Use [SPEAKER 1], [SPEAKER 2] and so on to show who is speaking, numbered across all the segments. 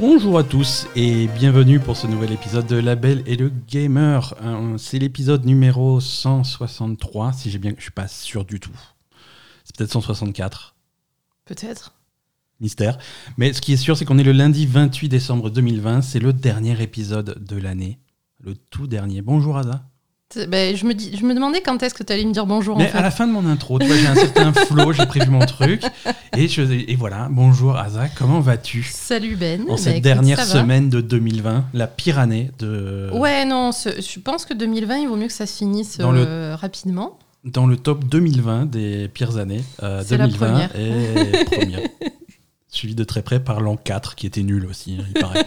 [SPEAKER 1] Bonjour à tous et bienvenue pour ce nouvel épisode de La Belle et le Gamer. Euh, C'est l'épisode numéro 163, si j'ai bien... Je suis pas sûr du tout. C'est peut-être 164.
[SPEAKER 2] Peut-être.
[SPEAKER 1] Mystère. Mais ce qui est sûr, c'est qu'on est le lundi 28 décembre 2020. C'est le dernier épisode de l'année. Le tout dernier. Bonjour Ada.
[SPEAKER 2] C'est- ben, je, me dis, je me demandais quand est-ce que tu allais me dire bonjour
[SPEAKER 1] Mais ah,
[SPEAKER 2] en fait.
[SPEAKER 1] à la fin de mon intro, tu vois, j'ai un certain flow, j'ai prévu mon truc. Et, je, et voilà, bonjour Ada, comment vas-tu
[SPEAKER 2] Salut Ben.
[SPEAKER 1] en
[SPEAKER 2] Ben,
[SPEAKER 1] cette
[SPEAKER 2] écoute,
[SPEAKER 1] dernière
[SPEAKER 2] ça va.
[SPEAKER 1] semaine de 2020, la pire année de...
[SPEAKER 2] Ouais, non, ce- je pense que 2020, il vaut mieux que ça se finisse
[SPEAKER 1] Dans
[SPEAKER 2] euh, rapidement.
[SPEAKER 1] dans le top 2020 des pires années. Euh,
[SPEAKER 2] C'est la
[SPEAKER 1] 2020 est première. Suivi de très près par l'an 4 qui était nul aussi, hein, il paraît.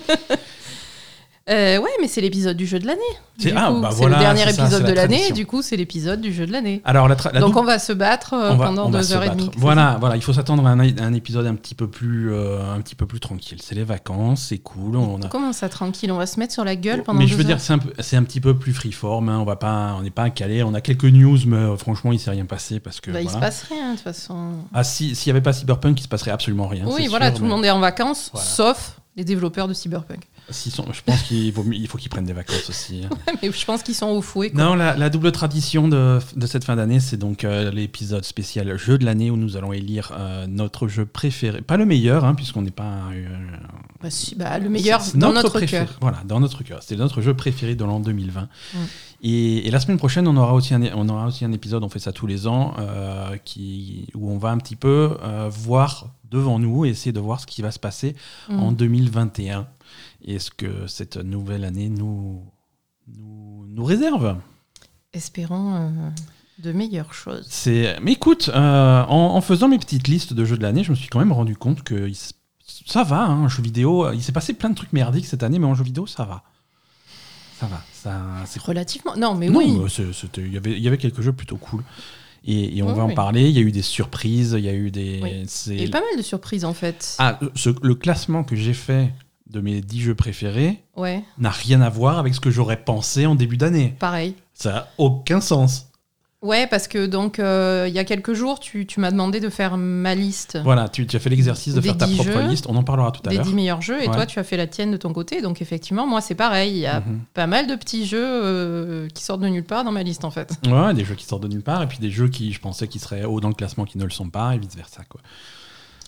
[SPEAKER 2] Euh, ouais, mais c'est l'épisode du jeu de l'année.
[SPEAKER 1] C'est-
[SPEAKER 2] Du
[SPEAKER 1] ah,
[SPEAKER 2] coup,
[SPEAKER 1] bah
[SPEAKER 2] c'est
[SPEAKER 1] voilà,
[SPEAKER 2] le dernier
[SPEAKER 1] c'est ça,
[SPEAKER 2] épisode
[SPEAKER 1] c'est la
[SPEAKER 2] de l'année,
[SPEAKER 1] tradition.
[SPEAKER 2] du coup, c'est l'épisode du jeu de l'année.
[SPEAKER 1] Alors, la tra- la
[SPEAKER 2] Donc
[SPEAKER 1] double-
[SPEAKER 2] on va se battre euh,
[SPEAKER 1] on va-
[SPEAKER 2] pendant
[SPEAKER 1] on va
[SPEAKER 2] deux
[SPEAKER 1] se
[SPEAKER 2] heures et
[SPEAKER 1] battre.
[SPEAKER 2] demie.
[SPEAKER 1] Voilà, voilà, il faut s'attendre à un, un épisode un petit peu plus, euh, un petit peu plus tranquille. C'est les vacances, c'est cool. On a...
[SPEAKER 2] Comment ça, tranquille On va se mettre sur la gueule pendant
[SPEAKER 1] mais
[SPEAKER 2] deux
[SPEAKER 1] je veux dire,
[SPEAKER 2] heures.
[SPEAKER 1] c'est un, peu- c'est un petit peu plus freeform. hein, on va pas, on n'est pas calé. On a quelques news, mais euh, franchement, il s'est rien passé parce que.
[SPEAKER 2] Bah, Il se
[SPEAKER 1] voilà.
[SPEAKER 2] passe rien, de toute façon.
[SPEAKER 1] Ah, si- s'il n'y avait pas Cyberpunk, il se passerait absolument rien.
[SPEAKER 2] oui,
[SPEAKER 1] c'est
[SPEAKER 2] voilà,
[SPEAKER 1] sûr,
[SPEAKER 2] tout
[SPEAKER 1] mais-
[SPEAKER 2] le monde est en vacances,
[SPEAKER 1] Voilà.
[SPEAKER 2] sauf les développeurs de Cyberpunk.
[SPEAKER 1] S'ils sont- je pense qu'il vaut mieux- il faut qu'ils prennent des vacances aussi. hein.
[SPEAKER 2] mais je pense qu'ils sont au fouet. quoi.
[SPEAKER 1] Non, la, la double tradition de, de cette fin d'année, c'est donc euh, l'épisode spécial jeu de l'année où nous allons élire euh, notre jeu préféré. Pas le meilleur, hein, puisqu'on n'est pas. euh,
[SPEAKER 2] Bah, si, bah, le meilleur
[SPEAKER 1] c'est
[SPEAKER 2] dans notre
[SPEAKER 1] préféré.
[SPEAKER 2] cœur.
[SPEAKER 1] Voilà, dans notre cœur. C'est notre jeu préféré de l'an 2020.
[SPEAKER 2] Mm.
[SPEAKER 1] Et, et la semaine prochaine, on aura, aussi un, é- on aura aussi un épisode, on fait ça tous les ans, euh, qui, où on va un petit peu euh, voir devant nous et essayer de voir ce qui va se passer
[SPEAKER 2] Mm.
[SPEAKER 1] en 2021. Et ce que cette nouvelle année nous, nous, nous réserve.
[SPEAKER 2] Espérons euh, de meilleures choses.
[SPEAKER 1] C'est... Mais écoute, euh, en, en faisant mes petites listes de jeux de l'année, je me suis quand même rendu compte que il s- ça va, hein, en jeu vidéo. euh, Il s'est passé plein de trucs merdiques cette année, mais en jeu vidéo, ça va. Ça va. Ça, c'est...
[SPEAKER 2] Relativement. Non, mais
[SPEAKER 1] non,
[SPEAKER 2] Eh oui.
[SPEAKER 1] mais c'est- c'était- il y avait- il y avait quelques jeux plutôt cool. Et, et on
[SPEAKER 2] Oui,
[SPEAKER 1] va en
[SPEAKER 2] oui.
[SPEAKER 1] parler. Il y a eu des surprises, il y a eu des.
[SPEAKER 2] Oui.
[SPEAKER 1] c'est-
[SPEAKER 2] Il y a eu pas mal de surprises en fait.
[SPEAKER 1] Ah, ce- le classement que j'ai fait de mes 10 jeux préférés
[SPEAKER 2] Ouais,
[SPEAKER 1] n'a rien à voir avec ce que j'aurais pensé en début d'année.
[SPEAKER 2] pareil.
[SPEAKER 1] Ça n'a aucun sens.
[SPEAKER 2] Ouais, parce que donc euh, il y a quelques jours, tu, tu m'as demandé de faire ma liste
[SPEAKER 1] Voilà, tu, tu as fait l'exercice de
[SPEAKER 2] Ah. Des
[SPEAKER 1] faire ta
[SPEAKER 2] 10
[SPEAKER 1] propre
[SPEAKER 2] jeux,
[SPEAKER 1] liste. On en parlera tout à
[SPEAKER 2] des
[SPEAKER 1] l'heure.
[SPEAKER 2] 10 meilleurs jeux et
[SPEAKER 1] Ouais.
[SPEAKER 2] toi tu as fait la tienne de ton côté. Donc effectivement, moi c'est pareil. Il y a
[SPEAKER 1] Mhm.
[SPEAKER 2] pas mal de petits jeux euh, qui sortent de nulle part dans ma liste en fait.
[SPEAKER 1] Ouais, des jeux qui sortent de nulle part, et puis des jeux qui, je pensais, qui seraient hauts dans le classement, qui ne le sont pas, et vice-versa. quoi.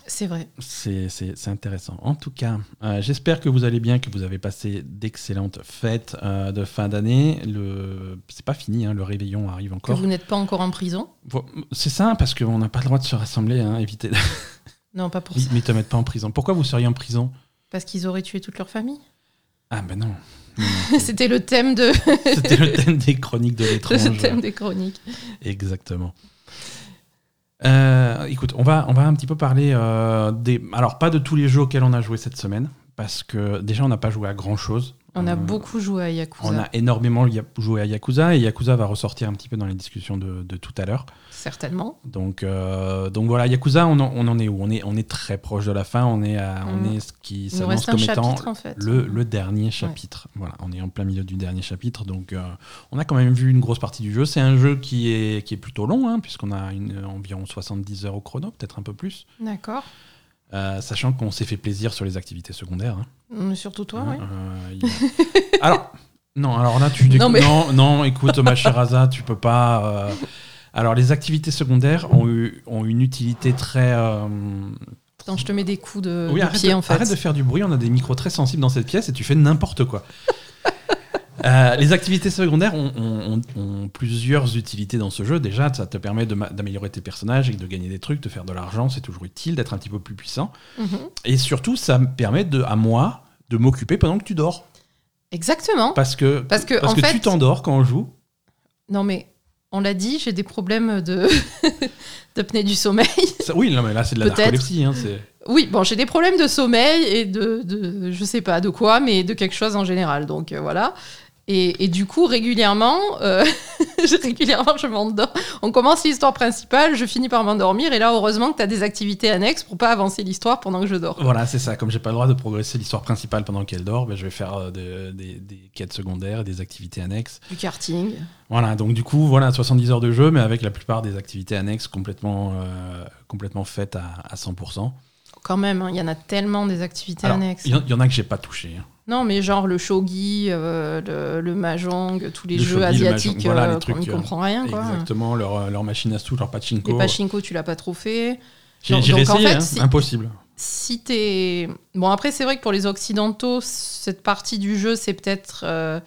[SPEAKER 2] C'est vrai.
[SPEAKER 1] C'est- C'est c'est intéressant. En tout cas, euh, j'espère que vous allez bien, que vous avez passé d'excellentes fêtes euh, de fin d'année. Le... C'est pas fini, hein, le réveillon arrive
[SPEAKER 2] Que
[SPEAKER 1] encore.
[SPEAKER 2] vous n'êtes pas encore en prison.
[SPEAKER 1] Vo- C'est ça, parce qu'on n'a pas le droit de se rassembler, hein, évitez.
[SPEAKER 2] Non, pas pour ça.
[SPEAKER 1] ne te mettre pas en prison. Pourquoi vous seriez en prison
[SPEAKER 2] Parce qu'ils auraient tué toute leur famille.
[SPEAKER 1] Ah ben non.
[SPEAKER 2] C'était le thème de
[SPEAKER 1] C'était le thème des chroniques de
[SPEAKER 2] de ce
[SPEAKER 1] l'étrange.
[SPEAKER 2] thème des chroniques.
[SPEAKER 1] Exactement. Euh, écoute, on va, on va un petit peu parler euh, des. Alors, pas de tous les jeux auxquels on a joué cette semaine, parce que déjà, on n'a pas joué à grand chose.
[SPEAKER 2] On a beaucoup joué à Yakuza.
[SPEAKER 1] Euh, On a énormément lia- joué à Yakuza, et Yakuza va ressortir un petit peu dans les discussions de, de tout à l'heure.
[SPEAKER 2] Certainement.
[SPEAKER 1] Donc, euh, donc voilà, Yakuza, on en, on en est où on est, on est très proche de la fin, on est, à, on
[SPEAKER 2] Mm.
[SPEAKER 1] est ce qui
[SPEAKER 2] Il nous
[SPEAKER 1] s'annonce
[SPEAKER 2] reste un
[SPEAKER 1] comme étant
[SPEAKER 2] chapitre en fait.
[SPEAKER 1] le, le dernier chapitre. Voilà, on est en plein milieu du dernier chapitre, donc euh, on a quand même vu une grosse partie du jeu. C'est un jeu qui est, qui est plutôt long, hein, puisqu'on a une, euh, environ 70 heures au chrono, peut-être un peu plus.
[SPEAKER 2] D'accord.
[SPEAKER 1] Euh, sachant qu'on s'est fait plaisir sur les activités secondaires. hein.
[SPEAKER 2] Mm, Surtout toi,
[SPEAKER 1] Hein,
[SPEAKER 2] oui.
[SPEAKER 1] euh, il- alors, non, alors là, tu déc-
[SPEAKER 2] Non, mais-
[SPEAKER 1] non, non, écoute, ma chère Aza, tu peux pas. euh, Alors, les activités secondaires ont, eu, ont une utilité très. euh,
[SPEAKER 2] Attends, je te mets Euh, des coups de,
[SPEAKER 1] oui,
[SPEAKER 2] de
[SPEAKER 1] arrête,
[SPEAKER 2] pied
[SPEAKER 1] de,
[SPEAKER 2] en fait.
[SPEAKER 1] arrête de faire du bruit, on a des micros très sensibles dans cette pièce et tu fais n'importe quoi. Euh, les activités secondaires ont, ont- ont- ont plusieurs utilités dans ce jeu. Déjà, ça te permet de ma- d'améliorer tes personnages et de gagner des trucs, de faire de l'argent, c'est toujours utile, d'être un petit peu plus puissant.
[SPEAKER 2] Mhm.
[SPEAKER 1] Et surtout, ça me permet de, à moi de m'occuper pendant que tu dors.
[SPEAKER 2] Exactement.
[SPEAKER 1] Parce que,
[SPEAKER 2] Parce que,
[SPEAKER 1] parce
[SPEAKER 2] en
[SPEAKER 1] que
[SPEAKER 2] fait,
[SPEAKER 1] tu t'endors quand on joue.
[SPEAKER 2] non mais on l'a dit, j'ai des problèmes de d'apnée du sommeil.
[SPEAKER 1] Ça- oui, non, mais là, c'est de la
[SPEAKER 2] Peut-être.
[SPEAKER 1] narcolepsie. hein, c'est-
[SPEAKER 2] Oui, bon, j'ai des problèmes de sommeil et de, de je sais pas de quoi, mais de quelque chose en général. Donc euh, voilà. Et, et du coup, régulièrement, euh, je- régulièrement, je m'endors. On commence l'histoire principale, je finis par m'endormir, et là, heureusement que tu as des activités annexes pour pas avancer l'histoire pendant que je dors.
[SPEAKER 1] Voilà, c'est ça. Comme j'ai pas le droit de progresser l'histoire principale pendant qu'elle dort, ben, je vais faire euh, de- des- des quêtes secondaires, et des activités annexes.
[SPEAKER 2] Du karting.
[SPEAKER 1] Voilà, donc du coup, voilà, 70 heures de jeu, mais avec la plupart des activités annexes complètement, euh, complètement faites à, à 100%.
[SPEAKER 2] quand même, hein, il y en a tellement des activités
[SPEAKER 1] Alors,
[SPEAKER 2] annexes.
[SPEAKER 1] Il y en- il y, en a que j'ai pas touché. hein.
[SPEAKER 2] Non, mais genre le shogi, euh, le, le mahjong, tous les
[SPEAKER 1] Le
[SPEAKER 2] jeux
[SPEAKER 1] shogi, le
[SPEAKER 2] asiatiques,
[SPEAKER 1] mahjong, voilà, les
[SPEAKER 2] euh, qu'on
[SPEAKER 1] trucs,
[SPEAKER 2] n'y comprend rien. Quoi.
[SPEAKER 1] Exactement, leur, euh, leur machine à sous, leur
[SPEAKER 2] Les
[SPEAKER 1] pachinko.
[SPEAKER 2] pachinko, tu l'as pas trop fait.
[SPEAKER 1] J'ai
[SPEAKER 2] Donc,
[SPEAKER 1] j'ai
[SPEAKER 2] donc, en
[SPEAKER 1] essayé,
[SPEAKER 2] fait,
[SPEAKER 1] hein,
[SPEAKER 2] si-
[SPEAKER 1] impossible.
[SPEAKER 2] Si t'es. Bon, après, c'est vrai que pour les Occidentaux, cette partie du jeu, c'est peut-être, euh,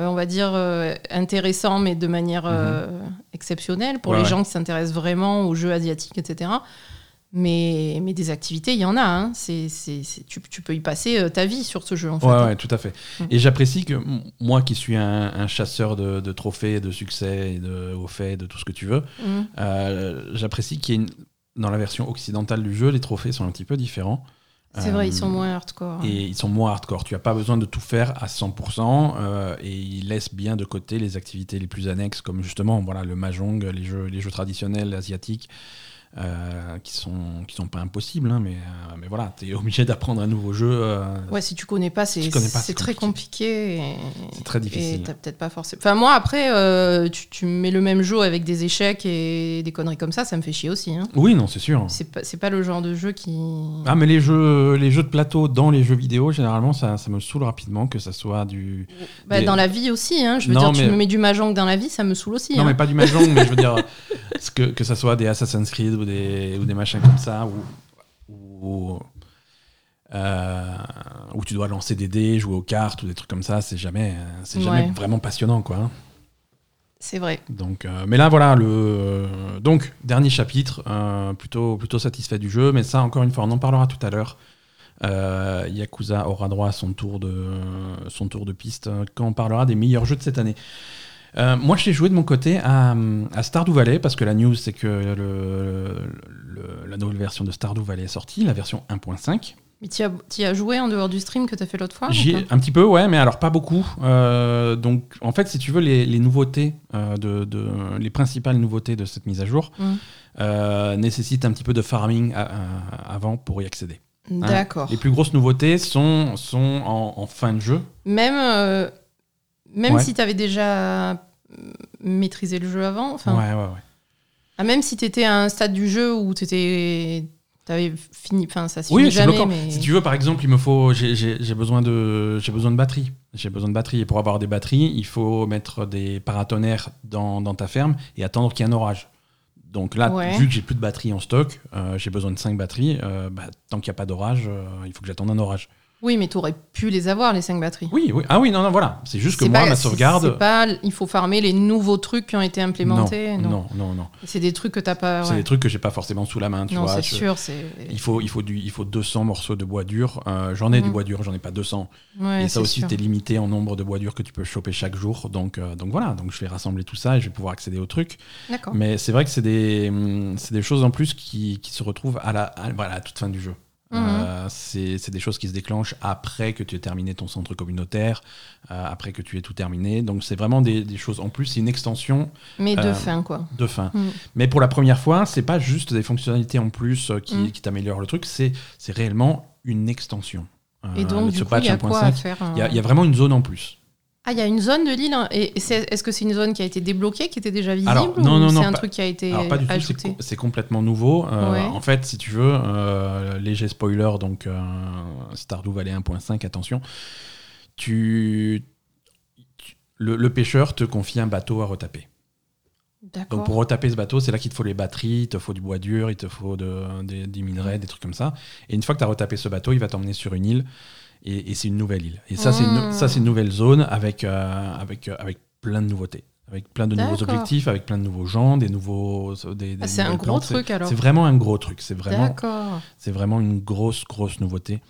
[SPEAKER 2] euh, on va dire, euh, intéressant, mais de manière euh, exceptionnelle pour
[SPEAKER 1] Mhm. Ouais,
[SPEAKER 2] les
[SPEAKER 1] ouais.
[SPEAKER 2] gens qui s'intéressent vraiment aux jeux asiatiques, etc. Mais, mais des activités, il y en a. hein. C'est, c'est- c'est- tu, tu peux y passer euh, ta vie sur ce jeu, en fait.
[SPEAKER 1] Ouais, ouais, tout à fait.
[SPEAKER 2] Mm.
[SPEAKER 1] Et j'apprécie que m- moi, qui suis un, un chasseur de, de trophées, de succès, et de au fait, de tout ce que tu veux,
[SPEAKER 2] Mm.
[SPEAKER 1] euh, j'apprécie qu'il y ait une- dans la version occidentale du jeu, les trophées sont un petit peu différents.
[SPEAKER 2] C'est
[SPEAKER 1] Euh,
[SPEAKER 2] vrai, ils sont moins hardcore.
[SPEAKER 1] Et ils sont moins hardcore. Tu n'as pas besoin de tout faire à 100%. euh, et ils laissent bien de côté les activités les plus annexes, comme justement voilà, le mahjong, les jeux, les jeux traditionnels asiatiques, euh, qui sont, qui sont pas impossibles. hein, mais, euh, mais voilà, tu es obligé d'apprendre un nouveau jeu. euh,
[SPEAKER 2] Ouais, si tu connais pas, c'est
[SPEAKER 1] tu connais pas,
[SPEAKER 2] c'est
[SPEAKER 1] c'est
[SPEAKER 2] très compliqué. et-
[SPEAKER 1] C'est très
[SPEAKER 2] Et
[SPEAKER 1] difficile.
[SPEAKER 2] t'as peut-être pas forcément. Enfin, moi, après, euh, tu, tu mets le même jeu avec des échecs et des conneries comme ça, ça me fait chier aussi. hein.
[SPEAKER 1] Oui, non, c'est sûr.
[SPEAKER 2] C'est pas, c'est pas le genre de jeu qui.
[SPEAKER 1] Ah, mais les jeux, les jeux de plateau dans les jeux vidéo, généralement, ça, ça me saoule rapidement que ça soit du.
[SPEAKER 2] Bah,
[SPEAKER 1] des-
[SPEAKER 2] Dans la vie aussi, hein. je veux
[SPEAKER 1] Non,
[SPEAKER 2] dire, tu
[SPEAKER 1] mais-
[SPEAKER 2] me mets du mahjong dans la vie, ça me saoule aussi.
[SPEAKER 1] Non,
[SPEAKER 2] hein.
[SPEAKER 1] mais pas du mahjong, mais je veux dire ce que, que ça soit des Assassin's Creed ou des, ou des machins comme ça, ou. ou euh, où tu dois lancer des dés, jouer aux cartes ou des trucs comme ça, c'est jamais, euh, c'est jamais
[SPEAKER 2] Ouais.
[SPEAKER 1] vraiment passionnant quoi. hein.
[SPEAKER 2] C'est vrai.
[SPEAKER 1] Donc, euh, mais là voilà le donc dernier chapitre euh, plutôt plutôt satisfait du jeu, mais ça encore une fois on en parlera tout à l'heure. Euh, Yakuza aura droit à son tour de son tour de piste euh, quand on parlera des meilleurs jeux de cette année. Euh, moi, j'ai joué de mon côté à, à Stardew Valley parce que la news c'est que le- le- la nouvelle version de Stardew Valley est sortie, la version 1.5.
[SPEAKER 2] Mais t'y as, t'y as joué en dehors du stream que t'as fait l'autre fois ou
[SPEAKER 1] J'y ai-
[SPEAKER 2] pas
[SPEAKER 1] un petit peu, ouais, mais alors pas beaucoup. Euh, donc, en fait, si tu veux, les, les nouveautés, euh, de, de- les principales nouveautés de cette mise à jour
[SPEAKER 2] Mm.
[SPEAKER 1] euh, nécessitent un petit peu de farming à- à- avant pour y accéder. hein.
[SPEAKER 2] D'accord.
[SPEAKER 1] Les plus grosses nouveautés sont, sont en, en fin de jeu.
[SPEAKER 2] Même, euh, même
[SPEAKER 1] Ouais.
[SPEAKER 2] si t'avais déjà euh, maîtrisé le jeu avant, enfin,
[SPEAKER 1] ouais, ouais, ouais.
[SPEAKER 2] Ah, même si t'étais à un stade du jeu où t'étais. T'avais fini. Enfin, ça se finit
[SPEAKER 1] Oui, c'est
[SPEAKER 2] jamais,
[SPEAKER 1] bloquant.
[SPEAKER 2] mais.
[SPEAKER 1] Si tu veux, par exemple, il me faut, j'ai- j'ai j'ai besoin de, j'ai besoin de batterie. J'ai besoin de batterie. Et pour avoir des batteries, il faut mettre des paratonnerres dans, dans ta ferme et attendre qu'il y ait un orage. Donc là,
[SPEAKER 2] Ouais.
[SPEAKER 1] vu que j'ai plus de batterie en stock, euh, j'ai besoin de 5 batteries. euh, bah, tant qu'il n'y a pas d'orage, euh, il faut que j'attende un orage.
[SPEAKER 2] Oui, mais t'aurais pu les avoir, les 5 batteries.
[SPEAKER 1] Oui, oui. Ah oui, non, non, voilà. C'est juste que
[SPEAKER 2] C'est
[SPEAKER 1] moi,
[SPEAKER 2] pas-
[SPEAKER 1] ma
[SPEAKER 2] c'est-
[SPEAKER 1] sauvegarde.
[SPEAKER 2] c'est pas- il faut farmer les nouveaux trucs qui ont été
[SPEAKER 1] non,
[SPEAKER 2] implémentés. Non.
[SPEAKER 1] non, non, non.
[SPEAKER 2] C'est des trucs que t'as pas.
[SPEAKER 1] C'est
[SPEAKER 2] ouais.
[SPEAKER 1] des trucs que j'ai pas forcément sous la main. Tu
[SPEAKER 2] non,
[SPEAKER 1] vois,
[SPEAKER 2] c'est
[SPEAKER 1] je-
[SPEAKER 2] sûr. C'est.
[SPEAKER 1] Il faut, il, faut du, il faut 200 morceaux de bois dur. Euh, j'en ai du
[SPEAKER 2] Mhm.
[SPEAKER 1] bois dur, j'en ai pas 200.
[SPEAKER 2] Ouais,
[SPEAKER 1] et ça
[SPEAKER 2] c'est
[SPEAKER 1] aussi,
[SPEAKER 2] sûr.
[SPEAKER 1] t'es limité en nombre de bois durs que tu peux choper chaque jour. Donc, euh, donc voilà, donc je vais rassembler tout ça et je vais pouvoir accéder au truc.
[SPEAKER 2] D'accord.
[SPEAKER 1] Mais c'est vrai que c'est des, hum, c'est des choses en plus qui, qui se retrouvent à la, à, voilà, à la toute fin du jeu.
[SPEAKER 2] Mhm.
[SPEAKER 1] Euh, c'est c'est des choses qui se déclenchent après que tu aies terminé ton centre communautaire, euh, après que tu aies tout terminé. Donc c'est vraiment des, des choses en plus, c'est une extension
[SPEAKER 2] Mais de
[SPEAKER 1] euh,
[SPEAKER 2] fin, quoi.
[SPEAKER 1] de fin.
[SPEAKER 2] Mhm.
[SPEAKER 1] Mais pour la première fois, c'est pas juste des fonctionnalités en plus euh, qui,
[SPEAKER 2] Mhm.
[SPEAKER 1] qui t'améliorent le truc, c'est c'est réellement une extension. Euh,
[SPEAKER 2] Et donc,
[SPEAKER 1] de
[SPEAKER 2] du
[SPEAKER 1] ce
[SPEAKER 2] coup, il y a
[SPEAKER 1] patch
[SPEAKER 2] quoi à
[SPEAKER 1] 1.5,
[SPEAKER 2] faire hein
[SPEAKER 1] il y a- il y a vraiment une zone en plus.
[SPEAKER 2] Ah, il y a une zone de l'île. hein, Et et c'est- est-ce que c'est une zone qui a été débloquée, qui était déjà visible
[SPEAKER 1] Alors, non,
[SPEAKER 2] ou
[SPEAKER 1] non, non,
[SPEAKER 2] C'est un
[SPEAKER 1] pas-
[SPEAKER 2] truc qui a été
[SPEAKER 1] Alors pas du tout, c'est
[SPEAKER 2] ajouté.
[SPEAKER 1] co- c'est complètement nouveau. Euh,
[SPEAKER 2] Ouais.
[SPEAKER 1] En fait, si tu veux, euh, léger spoiler, donc euh, Stardew Valley 1.5, attention, tu, tu- le, le pêcheur te confie un bateau à retaper.
[SPEAKER 2] D'accord.
[SPEAKER 1] Donc pour retaper ce bateau, c'est là qu'il te faut les batteries, il te faut du bois dur, il te faut de- des, des minerais, des trucs comme ça. Et une fois que tu as retapé ce bateau, il va t'emmener sur une île et, et c'est une nouvelle île. Et ça, c'est
[SPEAKER 2] Mm.
[SPEAKER 1] une, ça, c'est une nouvelle zone avec, euh, avec, euh, avec plein de nouveautés. Avec plein de nouveaux
[SPEAKER 2] D'accord.
[SPEAKER 1] objectifs, avec plein de nouveaux gens, des nouveaux. Des, des
[SPEAKER 2] Ah, c'est un
[SPEAKER 1] nouvelles
[SPEAKER 2] gros
[SPEAKER 1] plantes. C'est-
[SPEAKER 2] truc, alors.
[SPEAKER 1] C'est vraiment un gros truc. C'est vraiment,
[SPEAKER 2] D'accord.
[SPEAKER 1] c'est vraiment une grosse, grosse nouveauté.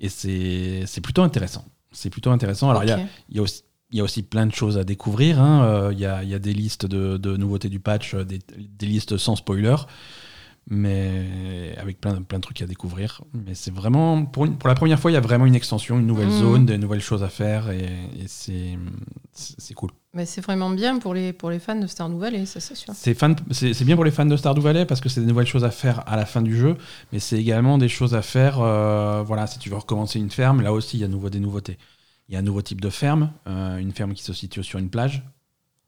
[SPEAKER 1] Et c'est c'est plutôt intéressant. C'est plutôt intéressant. Alors, il y a-
[SPEAKER 2] Ok.
[SPEAKER 1] il y a aussi il y a aussi plein de choses à découvrir. hein. Euh, Il y, a, il y a des listes de, de nouveautés du patch, euh, des, des listes sans spoiler, mais avec plein, plein de trucs à découvrir. Mais c'est vraiment, pour, une- pour la première fois, il y a vraiment une extension, une nouvelle
[SPEAKER 2] Mhm.
[SPEAKER 1] zone, des nouvelles choses à faire, et, et c'est c'est c'est cool.
[SPEAKER 2] Mais c'est vraiment bien pour les, pour les fans de Star Valley, ça c'est sûr.
[SPEAKER 1] C'est fan- c'est c'est bien pour les fans de Stardew Valley parce que c'est des nouvelles choses à faire à la fin du jeu, mais c'est également des choses à faire. euh, voilà, si tu veux recommencer une ferme, là aussi il y a à nouveau des nouveautés. Il y a un nouveau type de ferme, euh, une ferme qui se situe sur une plage.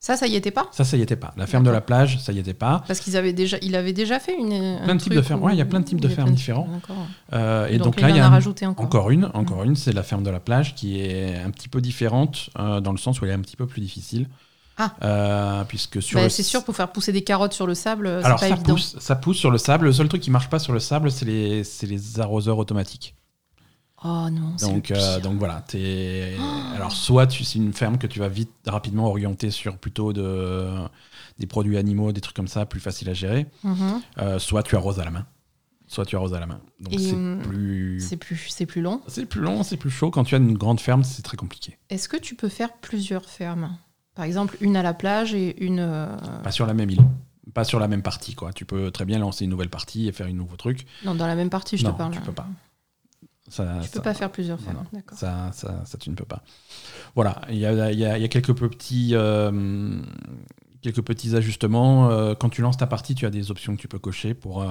[SPEAKER 2] Ça, ça y était pas
[SPEAKER 1] Ça, ça y était pas. La ferme de la plage, ça y était pas.
[SPEAKER 2] Parce qu'ils avaient déjà, il avait déjà fait une. un
[SPEAKER 1] Plein de types
[SPEAKER 2] truc
[SPEAKER 1] de fermes.
[SPEAKER 2] où-
[SPEAKER 1] Ouais, il y a plein de types de
[SPEAKER 2] il y a
[SPEAKER 1] fermes
[SPEAKER 2] plein
[SPEAKER 1] différents.
[SPEAKER 2] D'accord.
[SPEAKER 1] Euh, et donc,
[SPEAKER 2] il
[SPEAKER 1] là, il y
[SPEAKER 2] en
[SPEAKER 1] a un-
[SPEAKER 2] rajouté Mmh. encore.
[SPEAKER 1] encore une. Encore une, c'est la ferme de la plage qui est un petit peu différente euh, dans le sens où elle est un petit peu plus difficile.
[SPEAKER 2] Ah.
[SPEAKER 1] Euh, puisque sur
[SPEAKER 2] Bah,
[SPEAKER 1] le-
[SPEAKER 2] c'est sûr, pour faire pousser des carottes sur le sable, euh,
[SPEAKER 1] Alors
[SPEAKER 2] c'est
[SPEAKER 1] ça
[SPEAKER 2] pas évident.
[SPEAKER 1] pousse, ça pousse sur le sable. Le seul truc qui marche pas sur le sable, c'est les, c'est les arroseurs automatiques.
[SPEAKER 2] Oh non, c'est
[SPEAKER 1] Donc,
[SPEAKER 2] le
[SPEAKER 1] euh,
[SPEAKER 2] pire. Oh.
[SPEAKER 1] donc voilà. t'es- Alors soit tu, c'est une ferme que tu vas vite rapidement orienter sur plutôt de, des produits animaux, des trucs comme ça, plus facile à gérer.
[SPEAKER 2] Mhm.
[SPEAKER 1] Euh, soit tu arroses à la main. Soit tu arroses à la main. Donc
[SPEAKER 2] Et,
[SPEAKER 1] c'est
[SPEAKER 2] hum,
[SPEAKER 1] plus,
[SPEAKER 2] C'est plus, c'est plus long.
[SPEAKER 1] c'est plus long, c'est plus chaud. Quand tu as une grande ferme, c'est très compliqué.
[SPEAKER 2] Est-ce que tu peux faire plusieurs fermes Par exemple, une à la plage et une. euh,
[SPEAKER 1] Pas sur la même île, pas sur la même partie quoi. Tu peux très bien lancer une nouvelle partie et faire un nouveau truc.
[SPEAKER 2] Non, dans la même partie, je
[SPEAKER 1] non,
[SPEAKER 2] te parle.
[SPEAKER 1] tu peux pas. Ça,
[SPEAKER 2] Tu peux
[SPEAKER 1] ça-
[SPEAKER 2] pas faire plusieurs
[SPEAKER 1] Non,
[SPEAKER 2] fermes.
[SPEAKER 1] non.
[SPEAKER 2] D'accord.
[SPEAKER 1] Ça, ça, ça, tu ne peux pas. Voilà, il y a, il y a- il y a quelques petits, euh, quelques petits ajustements. Euh, Quand tu lances ta partie, tu as des options que tu peux cocher pour, euh,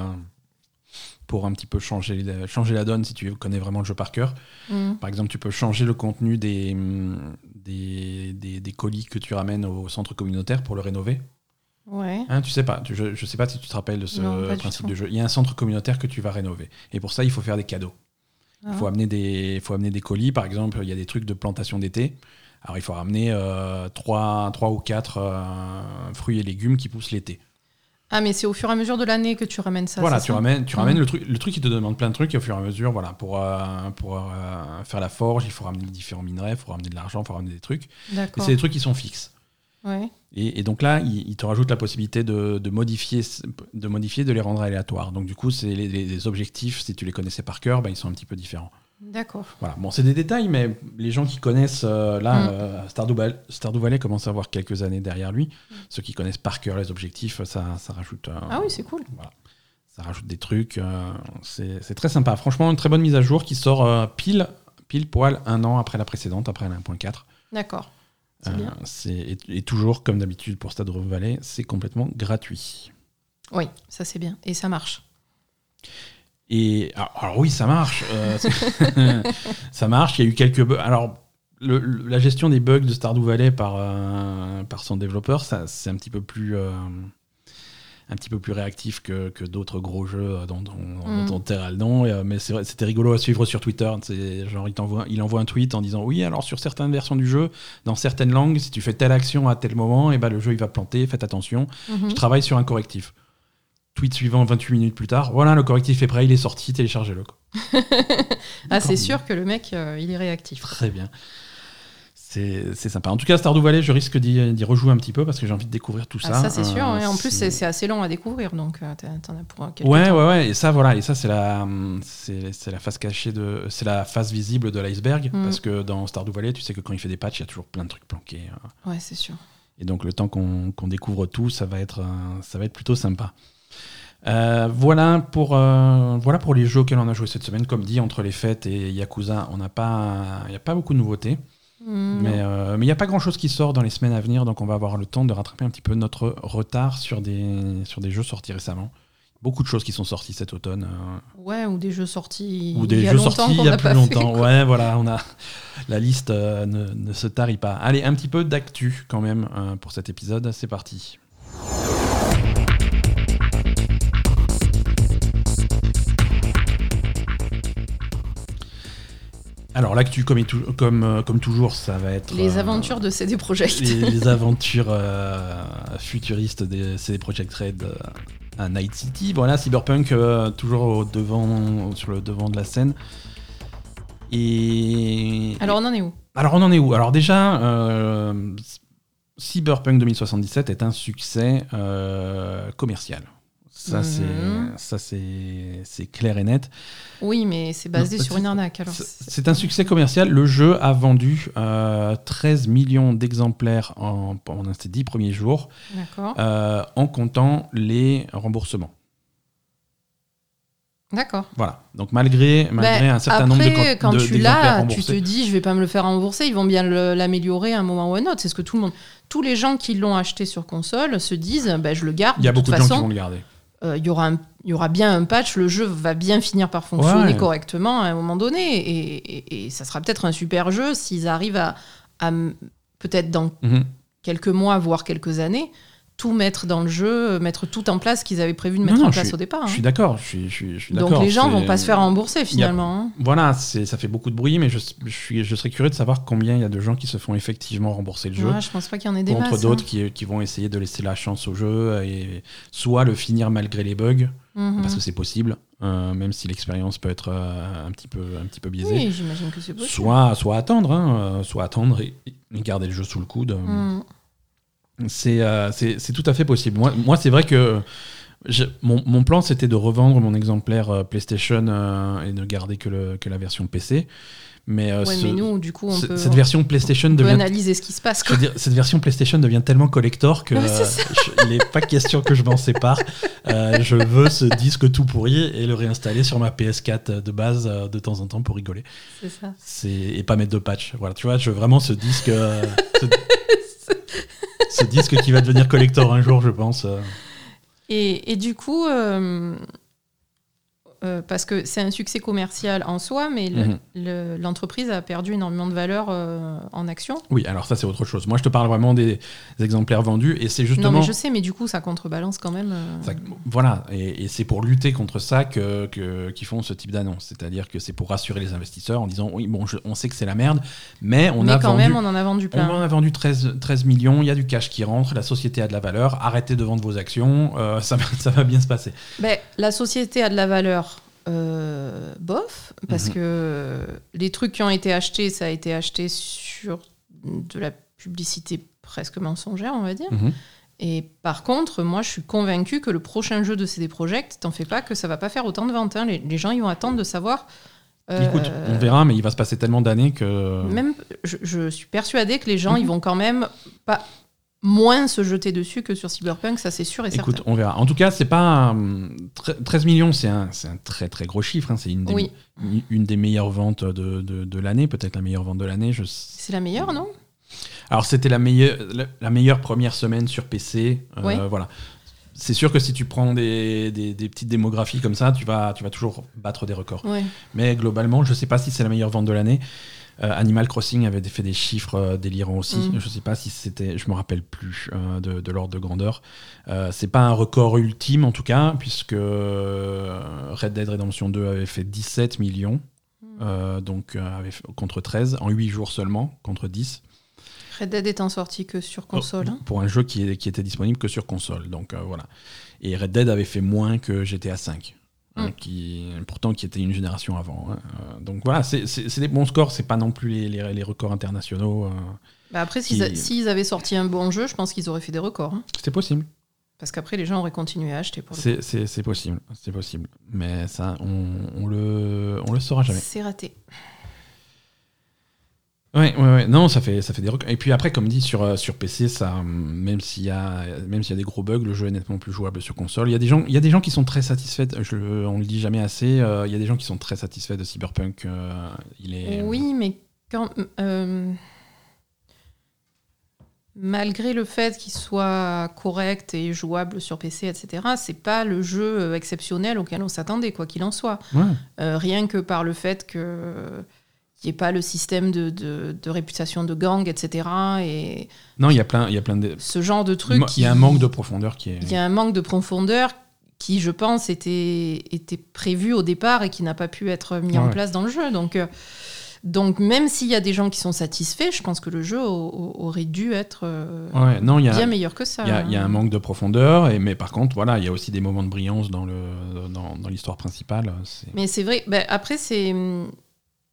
[SPEAKER 1] pour un petit peu changer, la- changer la donne si tu connais vraiment le jeu par cœur.
[SPEAKER 2] Mhm.
[SPEAKER 1] Par exemple, tu peux changer le contenu des, hum, des, des- des colis que tu ramènes au centre communautaire pour le rénover.
[SPEAKER 2] Ouais.
[SPEAKER 1] Hein, tu sais pas, tu- je ne sais pas si tu te rappelles de ce
[SPEAKER 2] Non, pas du
[SPEAKER 1] principe
[SPEAKER 2] tout.
[SPEAKER 1] de jeu. Il y a un centre communautaire que tu vas rénover. Et pour ça, il faut faire des cadeaux. Il faut
[SPEAKER 2] Ah.
[SPEAKER 1] amener des, faut amener des colis. Par exemple, il y a des trucs de plantation d'été. Alors, il faut ramener euh, trois, trois ou quatre euh, fruits et légumes qui poussent l'été.
[SPEAKER 2] Ah, mais c'est au fur et à mesure de l'année que tu ramènes ça.
[SPEAKER 1] Voilà,
[SPEAKER 2] c'est
[SPEAKER 1] tu
[SPEAKER 2] ça
[SPEAKER 1] ramènes, tu
[SPEAKER 2] Mhm.
[SPEAKER 1] ramènes le truc. Le truc, il te demande plein de trucs et au fur et à mesure, voilà, pour, euh, pour euh, faire la forge, il faut ramener différents minerais, il faut ramener de l'argent, il faut ramener des trucs. Et
[SPEAKER 2] D'accord.
[SPEAKER 1] c'est des trucs qui sont fixes.
[SPEAKER 2] Ouais.
[SPEAKER 1] Et, et donc là, il, il te rajoute la possibilité de, de modifier, de modifier, de les rendre aléatoires. Donc du coup, c'est les, les- les objectifs, si tu les connaissais par cœur, bah, ils sont un petit peu différents.
[SPEAKER 2] D'accord.
[SPEAKER 1] Voilà, bon, c'est des détails, mais les gens qui connaissent, euh, là,
[SPEAKER 2] Mm.
[SPEAKER 1] euh, Stardew, Val- Stardew Valley commence à avoir quelques années derrière lui. Ceux qui connaissent par cœur les objectifs, ça, ça rajoute. euh,
[SPEAKER 2] Mm. Ah oui, c'est cool.
[SPEAKER 1] Ça rajoute des trucs. euh, c'est c'est très sympa. Franchement, une très bonne mise à jour qui sort euh, pile, pile poil un an après la précédente, après la 1.4.
[SPEAKER 2] D'accord. C'est
[SPEAKER 1] Euh,
[SPEAKER 2] bien.
[SPEAKER 1] c'est- et, et toujours, comme d'habitude pour Stardew Valley, c'est complètement gratuit.
[SPEAKER 2] Oui, ça c'est bien. Et ça marche.
[SPEAKER 1] Et alors, alors oui, ça marche. euh, c'est- ça marche. Il y a eu quelques bugs. Alors, le- le- la gestion des bugs de Stardew Valley par, euh, par son développeur, ça, c'est un petit peu plus. euh, un petit peu plus réactif que, que d'autres gros jeux euh, dont, dont,
[SPEAKER 2] Mm.
[SPEAKER 1] dont on terra le nom. Et, euh, Mais c'est vrai, c'était rigolo à suivre sur Twitter. C'est genre, il, t'envoie- il envoie un tweet en disant Oui, alors sur certaines versions du jeu, dans certaines langues, si tu fais telle action à tel moment, et ben, le jeu il va planter, faites attention.
[SPEAKER 2] Mhm.
[SPEAKER 1] Je travaille sur un correctif. Tweet suivant 28 minutes plus tard. Voilà, le correctif est prêt, il est sorti, téléchargez-le. quoi.
[SPEAKER 2] Ah,
[SPEAKER 1] D'accord.
[SPEAKER 2] c'est sûr que le mec, euh, il est réactif.
[SPEAKER 1] Très bien. C'est c'est sympa. En tout cas, Stardew Valley, je risque d'y d'y rejouer un petit peu parce que j'ai envie de découvrir tout ça.
[SPEAKER 2] Ah, ça c'est sûr.
[SPEAKER 1] Euh,
[SPEAKER 2] ouais. En plus, c'est c'est assez long à découvrir, donc euh, t'as- t'en as pour euh, quelques.
[SPEAKER 1] Ouais, ouais, ouais. Et ça, voilà. Et ça, c'est la, hum, c'est c'est la face cachée de, c'est la face visible de l'iceberg.
[SPEAKER 2] Mm.
[SPEAKER 1] Parce que dans Stardew Valley, tu sais que quand il fait des patchs, il y a toujours plein de trucs planqués. hein.
[SPEAKER 2] Ouais, c'est sûr.
[SPEAKER 1] Et donc le temps qu'on qu'on découvre tout, ça va être, euh, ça va être plutôt sympa. Euh, voilà, pour, euh, voilà pour les jeux auxquels on a joué cette semaine. Comme dit, entre les fêtes et Yakuza, on n'a pas, il n'y a pas beaucoup de nouveautés.
[SPEAKER 2] Mm,
[SPEAKER 1] Mais euh, mais il n'y a pas grand-chose qui sort dans les semaines à venir, donc on va avoir le temps de rattraper un petit peu notre retard sur des, sur des jeux sortis récemment. Beaucoup de choses qui sont sorties cet automne. euh,
[SPEAKER 2] Ouais, ou des jeux sortis.
[SPEAKER 1] ou des
[SPEAKER 2] il y a
[SPEAKER 1] jeux
[SPEAKER 2] longtemps
[SPEAKER 1] sortis il
[SPEAKER 2] qu'on
[SPEAKER 1] y a
[SPEAKER 2] n'a
[SPEAKER 1] plus
[SPEAKER 2] pas
[SPEAKER 1] longtemps.
[SPEAKER 2] fait, quoi.
[SPEAKER 1] ouais, voilà, on a la liste euh, ne, ne se tarit pas. Allez, un petit peu d'actu quand même euh, pour cet épisode. C'est parti. Alors l'actu comme, est tou- comme, euh, comme toujours, ça va être
[SPEAKER 2] Les
[SPEAKER 1] euh,
[SPEAKER 2] aventures de CD Projekt.
[SPEAKER 1] les, les aventures euh, futuristes des CD Projekt Red euh, à Night City. Voilà, Cyberpunk euh, toujours au devant, sur le devant de la scène. Et
[SPEAKER 2] Alors on en est où
[SPEAKER 1] alors, on en est où Alors déjà, euh, Cyberpunk 2077 est un succès euh, commercial. Ça,
[SPEAKER 2] Mhm.
[SPEAKER 1] c'est- ça, c'est c'est clair et net.
[SPEAKER 2] Oui, mais c'est basé
[SPEAKER 1] Non,
[SPEAKER 2] sur
[SPEAKER 1] c'est-
[SPEAKER 2] une arnaque. Alors,
[SPEAKER 1] C'est-
[SPEAKER 2] c'est-
[SPEAKER 1] C'est un succès commercial. Le jeu a vendu euh, 13 millions d'exemplaires en- pendant ces 10 premiers jours,
[SPEAKER 2] D'accord.
[SPEAKER 1] euh, en comptant les remboursements.
[SPEAKER 2] D'accord.
[SPEAKER 1] Voilà. Donc malgré, malgré
[SPEAKER 2] Ben,
[SPEAKER 1] un certain
[SPEAKER 2] après,
[SPEAKER 1] nombre de
[SPEAKER 2] quand
[SPEAKER 1] de-
[SPEAKER 2] tu
[SPEAKER 1] d'exemplaires
[SPEAKER 2] l'as, tu te
[SPEAKER 1] remboursés.
[SPEAKER 2] dis, je vais pas me le faire rembourser. Ils vont bien le- l'améliorer à un moment ou à un autre. C'est ce que tout le monde, tous les gens qui l'ont acheté sur console se disent, ben, je le garde.
[SPEAKER 1] Il y a
[SPEAKER 2] de toute
[SPEAKER 1] beaucoup de gens qui
[SPEAKER 2] façon,
[SPEAKER 1] vont le garder.
[SPEAKER 2] euh, il y aura un- il y aura bien un patch. Le jeu va bien finir par fonctionner
[SPEAKER 1] Ouais.
[SPEAKER 2] correctement à un moment donné, et, et- et ça sera peut-être un super jeu s'ils arrivent à, à m- peut-être dans
[SPEAKER 1] Mhm.
[SPEAKER 2] quelques mois, voire quelques années, tout mettre dans le jeu, mettre tout en place qu'ils avaient prévu de
[SPEAKER 1] Non,
[SPEAKER 2] mettre
[SPEAKER 1] non,
[SPEAKER 2] en
[SPEAKER 1] je
[SPEAKER 2] place
[SPEAKER 1] suis-
[SPEAKER 2] au départ. hein.
[SPEAKER 1] Je suis d'accord. Je suis, je suis- je suis
[SPEAKER 2] Donc
[SPEAKER 1] d'accord,
[SPEAKER 2] les gens
[SPEAKER 1] c'est-
[SPEAKER 2] vont pas se faire rembourser finalement. hein.
[SPEAKER 1] Voilà, c'est- ça fait beaucoup de bruit, mais je, je suis, je serais curieux de savoir combien il y a de gens qui se font effectivement rembourser le jeu.
[SPEAKER 2] Ouais, je pense pas qu'il y en ait des
[SPEAKER 1] contre
[SPEAKER 2] masses.
[SPEAKER 1] d'autres
[SPEAKER 2] hein.
[SPEAKER 1] qui, qui vont essayer de laisser la chance au jeu et soit le finir malgré les bugs
[SPEAKER 2] Mhm.
[SPEAKER 1] parce que c'est possible euh, même si l'expérience peut être euh, un petit peu un petit peu biaisée
[SPEAKER 2] Oui, j'imagine que c'est possible.
[SPEAKER 1] soit soit attendre hein, euh, soit attendre et, et garder le jeu sous le coude euh,
[SPEAKER 2] Mm.
[SPEAKER 1] c'est euh, c'est c'est tout à fait possible moi moi c'est vrai que je- mon, mon plan c'était de revendre mon exemplaire euh, PlayStation euh, et de garder que le que la version PC mais, euh,
[SPEAKER 2] Ouais,
[SPEAKER 1] ce-
[SPEAKER 2] mais nous, du coup, on
[SPEAKER 1] ce-
[SPEAKER 2] peut,
[SPEAKER 1] cette version PlayStation
[SPEAKER 2] on peut
[SPEAKER 1] devient
[SPEAKER 2] analyser ce qui se passe.
[SPEAKER 1] Je
[SPEAKER 2] Quoi.
[SPEAKER 1] veux dire, cette version PlayStation devient tellement collector que
[SPEAKER 2] Ouais, c'est
[SPEAKER 1] euh, je- il n'est pas question que je m'en sépare. Euh, je veux ce disque tout pourri et le réinstaller sur ma PS4 de base euh, de temps en temps pour rigoler.
[SPEAKER 2] C'est ça.
[SPEAKER 1] C'est- Et pas mettre de patch. Voilà, tu vois, je veux vraiment ce disque. euh, ce... ce disque qui va devenir collector un jour, je pense. euh.
[SPEAKER 2] Et, et du coup, euh, euh, parce que c'est un succès commercial en soi, mais le-
[SPEAKER 1] Mhm.
[SPEAKER 2] le- l'entreprise a perdu énormément de valeur euh, en action.
[SPEAKER 1] Oui, alors ça, c'est autre chose. Moi, je te parle vraiment des, des exemplaires vendus et c'est justement.
[SPEAKER 2] Non, mais je sais, mais du coup, ça contrebalance quand même. euh,
[SPEAKER 1] Ça- voilà, et, et c'est pour lutter contre ça que, que- qu'ils font ce type d'annonce. C'est-à-dire que c'est pour rassurer les investisseurs en disant oui, bon, je- on sait que c'est la merde, mais on
[SPEAKER 2] mais
[SPEAKER 1] a
[SPEAKER 2] quand
[SPEAKER 1] vendu.
[SPEAKER 2] même, on en a vendu
[SPEAKER 1] on
[SPEAKER 2] plein.
[SPEAKER 1] en a vendu 13, 13 millions, il y a du cash qui rentre, la société a de la valeur, arrêtez de vendre vos actions, euh, ça, va- ça va bien se passer.
[SPEAKER 2] Ben, la société a de la valeur, euh, bof, parce
[SPEAKER 1] Mhm.
[SPEAKER 2] que les trucs qui ont été achetés, ça a été acheté sur de la publicité presque mensongère, on va dire.
[SPEAKER 1] Mhm.
[SPEAKER 2] Et par contre, moi, je suis convaincue que le prochain jeu de CD Projekt, t'en fais pas, que ça va pas faire autant de ventes. hein. Les, les gens, ils vont attendre de savoir. euh,
[SPEAKER 1] Écoute, on verra, mais il va se passer tellement d'années que...
[SPEAKER 2] Même, je, je suis persuadée que les gens,
[SPEAKER 1] Mhm.
[SPEAKER 2] ils vont quand même pas moins se jeter dessus que sur Cyberpunk, ça c'est sûr et certain.
[SPEAKER 1] Écoute, on verra. En tout cas, c'est pas... hum, tre- 13 millions, c'est un, c'est un très très gros chiffre, hein, c'est une, des-
[SPEAKER 2] Oui.
[SPEAKER 1] une- une des meilleures ventes de, de- de l'année, peut-être la meilleure vente de l'année, je
[SPEAKER 2] C'est la meilleure, non
[SPEAKER 1] Alors c'était la meilleure, la, la meilleure première semaine sur PC. euh,
[SPEAKER 2] Ouais.
[SPEAKER 1] Voilà. C'est sûr que si tu prends des, des- des petites démographies comme ça, tu vas, tu vas toujours battre des records.
[SPEAKER 2] Ouais.
[SPEAKER 1] Mais globalement, je sais pas si c'est la meilleure vente de l'année. Euh, Animal Crossing avait fait des chiffres euh, délirants aussi.
[SPEAKER 2] Mm.
[SPEAKER 1] Je sais pas si c'était, je me rappelle plus euh, de, de l'ordre de grandeur. Euh, c'est pas un record ultime en tout cas, puisque euh, Red Dead Redemption 2 avait fait 17 millions, euh, donc euh, avait fait- contre 13 en 8 jours seulement, contre 10.
[SPEAKER 2] Red Dead étant sorti que sur
[SPEAKER 1] Oh.
[SPEAKER 2] console. hein.
[SPEAKER 1] Pour un jeu qui, est- qui était disponible que sur console. Donc euh, voilà. Et Red Dead avait fait moins que GTA V. hein,
[SPEAKER 2] Mm.
[SPEAKER 1] qui, pourtant, qui était une génération avant. hein. Euh, donc voilà, c'est- c'est c'est des bons scores, c'est pas non plus les, les- les records internationaux. euh.
[SPEAKER 2] Bah après, s'ils a-
[SPEAKER 1] Qui-
[SPEAKER 2] s'ils avaient sorti un bon jeu, je pense qu'ils auraient fait des records. hein.
[SPEAKER 1] C'est possible.
[SPEAKER 2] Parce qu'après, les gens auraient continué à acheter pour le
[SPEAKER 1] C'est- C'est c'est possible. C'est possible. Mais ça, on, on le, on le saura
[SPEAKER 2] coup.
[SPEAKER 1] jamais.
[SPEAKER 2] C'est raté.
[SPEAKER 1] Ouais, ouais, ouais. Non, ça fait, ça fait des records. Et puis après, comme dit, sur, euh, sur PC, ça, hum, même s'il y, a- même s'il y a des gros bugs, le jeu est nettement plus jouable sur console. Il y a des gens, il y a des gens qui sont très satisfaits, je, le- on le dit jamais assez, euh, il y a des gens qui sont très satisfaits de Cyberpunk. euh, il est,
[SPEAKER 2] Oui, mais quand. euh, malgré le fait qu'il soit correct et jouable sur PC, etc., c'est pas le jeu euh, exceptionnel auquel on s'attendait, quoi qu'il en soit.
[SPEAKER 1] Ouais.
[SPEAKER 2] Euh, rien que par le fait que. qu'il n'y ait pas le système de, de- de réputation de gang, etc. Et
[SPEAKER 1] Non, il y a plein, il y a plein de.
[SPEAKER 2] ce genre de
[SPEAKER 1] Il
[SPEAKER 2] truc.
[SPEAKER 1] y a un
[SPEAKER 2] qui-
[SPEAKER 1] manque de profondeur qui est.
[SPEAKER 2] Il y a un manque de profondeur qui, je pense, était, était prévu au départ et qui n'a pas pu être mis en
[SPEAKER 1] Ouais.
[SPEAKER 2] place dans le jeu. Donc, euh, donc même s'il y a des gens qui sont satisfaits, je pense que le jeu au- au- aurait dû être euh,
[SPEAKER 1] Ouais, non, il y a.
[SPEAKER 2] bien meilleur que ça. hein.
[SPEAKER 1] Il y, a, il y a un manque de profondeur, et, mais par contre, voilà, il y a aussi des moments de brillance dans le dans, dans l'histoire principale. c'est-
[SPEAKER 2] Mais c'est vrai, ben, après, c'est hum,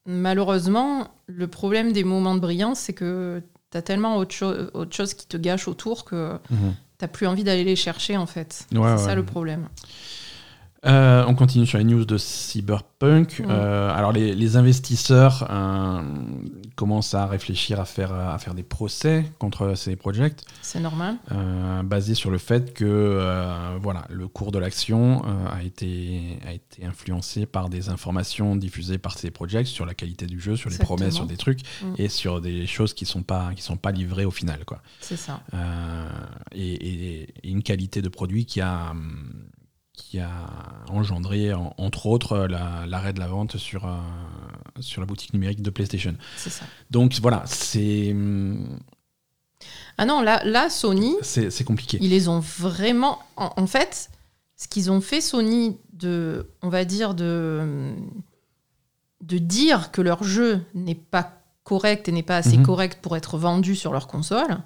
[SPEAKER 2] malheureusement le problème des moments de brillance, c'est que tu as tellement autre, cho- autre chose qui te gâche autour que
[SPEAKER 1] Mhm.
[SPEAKER 2] t'as plus envie d'aller les chercher, en fait.
[SPEAKER 1] Ouais,
[SPEAKER 2] c'est
[SPEAKER 1] ouais.
[SPEAKER 2] ça le problème.
[SPEAKER 1] Euh, on continue sur les news de Cyberpunk.
[SPEAKER 2] Mm.
[SPEAKER 1] Euh, alors les, les investisseurs euh, commencent à réfléchir à faire, à faire des procès contre ces projects
[SPEAKER 2] C'est normal.
[SPEAKER 1] euh, basés sur le fait que euh, voilà, le cours de l'action euh, a, été, a été influencé par des informations diffusées par ces projects sur la qualité du jeu, sur les
[SPEAKER 2] Exactement.
[SPEAKER 1] promesses, sur des trucs
[SPEAKER 2] Mm.
[SPEAKER 1] et sur des choses qui ne sont, pas- qui sont pas livrées au final. Quoi.
[SPEAKER 2] C'est ça.
[SPEAKER 1] Euh, et, et- et une qualité de produit qui a, hum, qui a engendré, en- entre autres, la- l'arrêt de la vente sur, euh, sur la boutique numérique de PlayStation.
[SPEAKER 2] C'est ça.
[SPEAKER 1] Donc voilà, c'est. hum,
[SPEAKER 2] Ah non, là, là Sony,
[SPEAKER 1] C'est c'est compliqué.
[SPEAKER 2] ils les ont vraiment. En, en fait, ce qu'ils ont fait, Sony, de, on va dire, de, de dire que leur jeu n'est pas correct et n'est pas assez
[SPEAKER 1] Mhm.
[SPEAKER 2] correct pour être vendu sur leur console,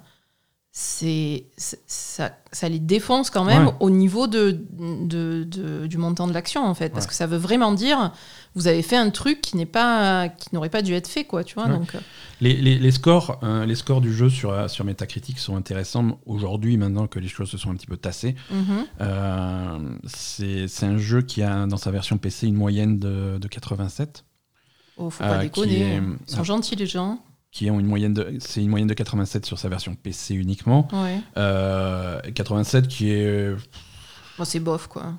[SPEAKER 2] c'est c'est- ça, ça les défonce quand même
[SPEAKER 1] Ouais.
[SPEAKER 2] au niveau de, de- de- du montant de l'action en fait parce
[SPEAKER 1] Ouais.
[SPEAKER 2] que ça veut vraiment dire vous avez fait un truc qui n'est pas qui n'aurait pas dû être fait quoi tu vois
[SPEAKER 1] Ouais.
[SPEAKER 2] donc euh,
[SPEAKER 1] Les, les- les scores, euh, les scores du jeu sur, euh, sur Metacritic sont intéressants aujourd'hui, maintenant que les choses se sont un petit peu tassées.
[SPEAKER 2] mhm.
[SPEAKER 1] Euh, c'est c'est un jeu qui a dans sa version PC une moyenne de, de 87,
[SPEAKER 2] Oh, faut pas
[SPEAKER 1] Euh, qui
[SPEAKER 2] déconner
[SPEAKER 1] est-
[SPEAKER 2] ils sont gentils les gens
[SPEAKER 1] qui ont une moyenne de c'est une moyenne de 87 sur sa version PC uniquement.
[SPEAKER 2] ouais
[SPEAKER 1] Euh, 87 qui est euh,
[SPEAKER 2] Moi, c'est bof, quoi.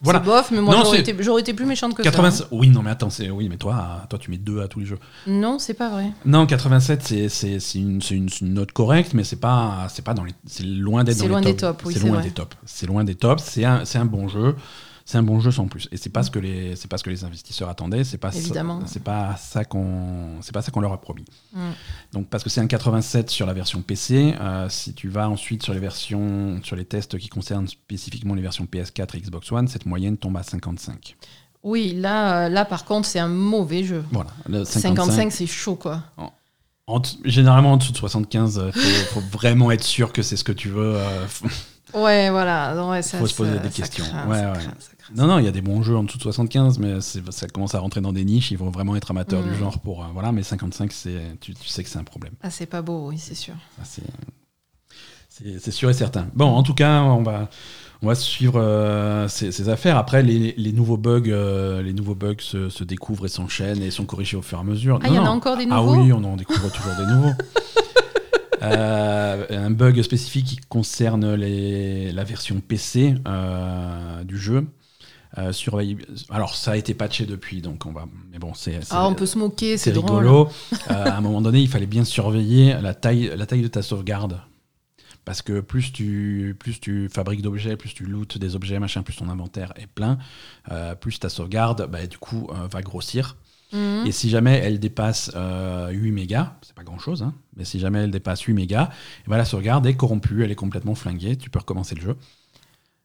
[SPEAKER 1] voilà.
[SPEAKER 2] C'est bof, mais moi,
[SPEAKER 1] Non,
[SPEAKER 2] j'aurais
[SPEAKER 1] c'est-
[SPEAKER 2] été, j'aurais été plus méchante que
[SPEAKER 1] 87
[SPEAKER 2] ça. hein.
[SPEAKER 1] Oui non mais attends c'est oui mais toi euh, toi tu mets deux à tous les jeux.
[SPEAKER 2] Non, c'est pas vrai.
[SPEAKER 1] Non 87 c'est c'est c'est une, c'est une- c'est une note correcte mais c'est pas c'est pas dans les c'est loin d'être
[SPEAKER 2] C'est
[SPEAKER 1] dans les
[SPEAKER 2] loin
[SPEAKER 1] tops.
[SPEAKER 2] des tops, oui,
[SPEAKER 1] c'est
[SPEAKER 2] c'est
[SPEAKER 1] loin
[SPEAKER 2] vrai.
[SPEAKER 1] des tops. C'est loin des tops, c'est un c'est un bon jeu. C'est un bon jeu sans plus, et c'est pas ce que les c'est pas ce que les investisseurs attendaient, c'est pas ça-
[SPEAKER 2] Évidemment.
[SPEAKER 1] c'est pas ça qu'on c'est pas ça qu'on leur a promis.
[SPEAKER 2] Mm.
[SPEAKER 1] Donc parce que c'est un 87 sur la version PC, euh, si tu vas ensuite sur les versions, sur les tests qui concernent spécifiquement les versions PS4 et Xbox One, cette moyenne tombe à 55.
[SPEAKER 2] Oui, là, euh, là par contre, c'est un mauvais jeu.
[SPEAKER 1] Voilà, le
[SPEAKER 2] 55,
[SPEAKER 1] 55.
[SPEAKER 2] c'est chaud, quoi.
[SPEAKER 1] en dessous- généralement en dessous de 75, euh, faut, faut vraiment être sûr que c'est ce que tu veux. euh, faut-
[SPEAKER 2] Ouais, voilà. Ouais, ça,
[SPEAKER 1] Faut se poser
[SPEAKER 2] ça-
[SPEAKER 1] des
[SPEAKER 2] ça
[SPEAKER 1] questions.
[SPEAKER 2] craint,
[SPEAKER 1] Ouais,
[SPEAKER 2] ça
[SPEAKER 1] ouais.
[SPEAKER 2] craint, ça craint.
[SPEAKER 1] non non, il y a des bons jeux en dessous de 75, mais c'est- ça commence à rentrer dans des niches. Il faut vraiment être amateur
[SPEAKER 2] Mm.
[SPEAKER 1] du genre pour euh, voilà, mais 55, c'est tu, tu sais que c'est un problème.
[SPEAKER 2] Ah, c'est pas beau, oui, c'est sûr.
[SPEAKER 1] Ça, Ah, c'est- C'est c'est sûr et certain. Bon, en tout cas, on va, on va suivre euh, ces, ces affaires. Après, les, les nouveaux bugs, euh, les nouveaux bugs se, se découvrent et s'enchaînent et sont corrigés au fur et à mesure.
[SPEAKER 2] Ah,
[SPEAKER 1] Non,
[SPEAKER 2] il y en a
[SPEAKER 1] non.
[SPEAKER 2] encore des
[SPEAKER 1] Ah
[SPEAKER 2] nouveaux
[SPEAKER 1] oui, on en découvre toujours des nouveaux. Euh, un bug spécifique qui concerne les- la version PC euh, du jeu. Euh, surveille- Alors, ça a été patché depuis, donc on va. Mais bon, c'est. c'est-
[SPEAKER 2] Ah, on peut se moquer,
[SPEAKER 1] c'est
[SPEAKER 2] c'est drôle.
[SPEAKER 1] rigolo. Euh, à un moment donné, il fallait bien surveiller la taille, la taille de ta sauvegarde. Parce que plus tu, plus tu fabriques d'objets, plus tu lootes des objets, machin, plus ton inventaire est plein, euh, plus ta sauvegarde, bah, du coup, euh, va grossir.
[SPEAKER 2] Mhm.
[SPEAKER 1] Et si jamais elle dépasse euh, 8 mégas, c'est pas grand chose, mais si jamais elle dépasse 8 mégas, eh ben, la sauvegarde est corrompue, elle est complètement flinguée, tu peux recommencer le jeu.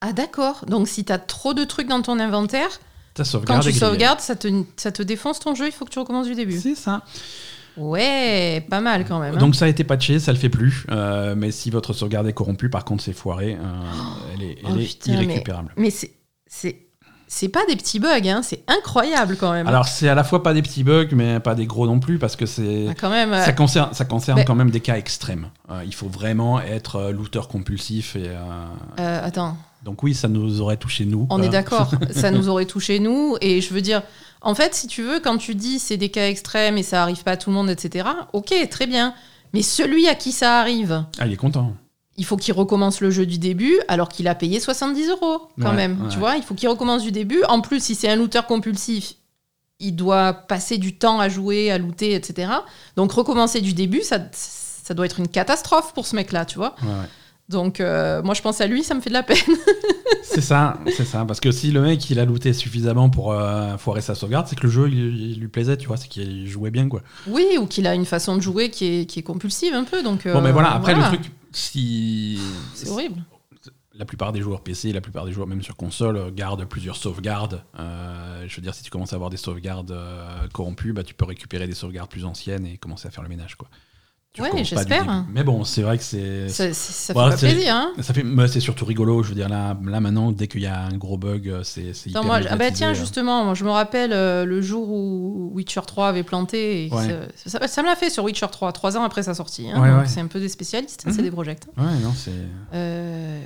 [SPEAKER 2] Ah, d'accord. Donc, si t'as trop de trucs dans ton inventaire,
[SPEAKER 1] Ta
[SPEAKER 2] quand
[SPEAKER 1] sauvegarde
[SPEAKER 2] tu
[SPEAKER 1] est grillée.
[SPEAKER 2] sauvegardes, ça te, ça te défonce ton jeu, il faut que tu recommences du début.
[SPEAKER 1] C'est ça.
[SPEAKER 2] Ouais, pas mal quand même. hein.
[SPEAKER 1] Donc ça a été patché, ça le fait plus. euh, mais si votre sauvegarde est corrompue, par contre, c'est foiré. euh, elle est,
[SPEAKER 2] Oh,
[SPEAKER 1] elle est
[SPEAKER 2] putain, mais-
[SPEAKER 1] irrécupérable.
[SPEAKER 2] Mais c'est- c'est c'est pas des petits bugs, hein, c'est incroyable quand même.
[SPEAKER 1] Alors c'est à la fois pas des petits bugs, mais pas des gros non plus, parce que c'est
[SPEAKER 2] Ah, quand même. euh,
[SPEAKER 1] ça concerne, ça concerne
[SPEAKER 2] Mais-
[SPEAKER 1] quand même des cas extrêmes. Euh, il faut vraiment être euh, looter compulsif. Et, euh,
[SPEAKER 2] euh, attends,
[SPEAKER 1] Donc oui, ça nous aurait touché nous.
[SPEAKER 2] on
[SPEAKER 1] Euh,
[SPEAKER 2] est d'accord, ça nous aurait touché nous, et je veux dire, en fait, si tu veux, quand tu dis c'est des cas extrêmes et ça arrive pas à tout le monde, etc., ok, très bien. Mais celui à qui ça arrive,
[SPEAKER 1] Ah, il est content.
[SPEAKER 2] il faut qu'il recommence le jeu du début alors qu'il a payé 70 euros quand
[SPEAKER 1] Ouais,
[SPEAKER 2] même.
[SPEAKER 1] ouais,
[SPEAKER 2] Tu
[SPEAKER 1] ouais.
[SPEAKER 2] vois, il faut qu'il recommence du début. En plus, si c'est un looter compulsif, il doit passer du temps à jouer, à looter, etc. Donc recommencer du début, ça, ça doit être une catastrophe pour ce mec-là, tu vois.
[SPEAKER 1] Ouais, ouais.
[SPEAKER 2] Donc euh, moi, je pense à lui, ça me fait de la peine.
[SPEAKER 1] C'est ça, c'est ça. Parce que si le mec il a looté suffisamment pour euh, foirer sa sauvegarde, c'est que le jeu il, il lui plaisait, tu vois, c'est qu'il jouait bien quoi.
[SPEAKER 2] Oui, ou qu'il a une façon de jouer qui est, qui est compulsive un peu. Donc,
[SPEAKER 1] bon, mais
[SPEAKER 2] euh,
[SPEAKER 1] voilà. Après le truc, si
[SPEAKER 2] C'est horrible.
[SPEAKER 1] la plupart des joueurs PC, la plupart des joueurs même sur console euh, gardent plusieurs sauvegardes. Euh, je veux dire, si tu commences à avoir des sauvegardes euh, corrompues, bah, tu peux récupérer des sauvegardes plus anciennes et commencer à faire le ménage. Quoi. Tu
[SPEAKER 2] Ouais,
[SPEAKER 1] recommences pas du
[SPEAKER 2] j'espère. hein.
[SPEAKER 1] début. Mais bon, c'est vrai que c'est.
[SPEAKER 2] Ça, c'est- ça fait
[SPEAKER 1] Voilà,
[SPEAKER 2] pas
[SPEAKER 1] c'est-
[SPEAKER 2] plaisir, hein.
[SPEAKER 1] Ça fait, mais c'est surtout rigolo, je veux dire, là, là maintenant, dès qu'il y a un gros bug, euh, c'est c'est hyper
[SPEAKER 2] Attends, moi, ah bah
[SPEAKER 1] médiatisé,
[SPEAKER 2] tiens,
[SPEAKER 1] euh.
[SPEAKER 2] justement, moi, je me rappelle euh, le jour où Witcher 3 avait planté. et que
[SPEAKER 1] Ouais.
[SPEAKER 2] ça- ça ça me l'a fait sur Witcher 3, trois ans après sa sortie. hein,
[SPEAKER 1] Ouais,
[SPEAKER 2] donc
[SPEAKER 1] ouais.
[SPEAKER 2] C'est un peu des spécialistes, hein,
[SPEAKER 1] Mhm.
[SPEAKER 2] c'est des projects.
[SPEAKER 1] Ouais, non, c'est.
[SPEAKER 2] Euh,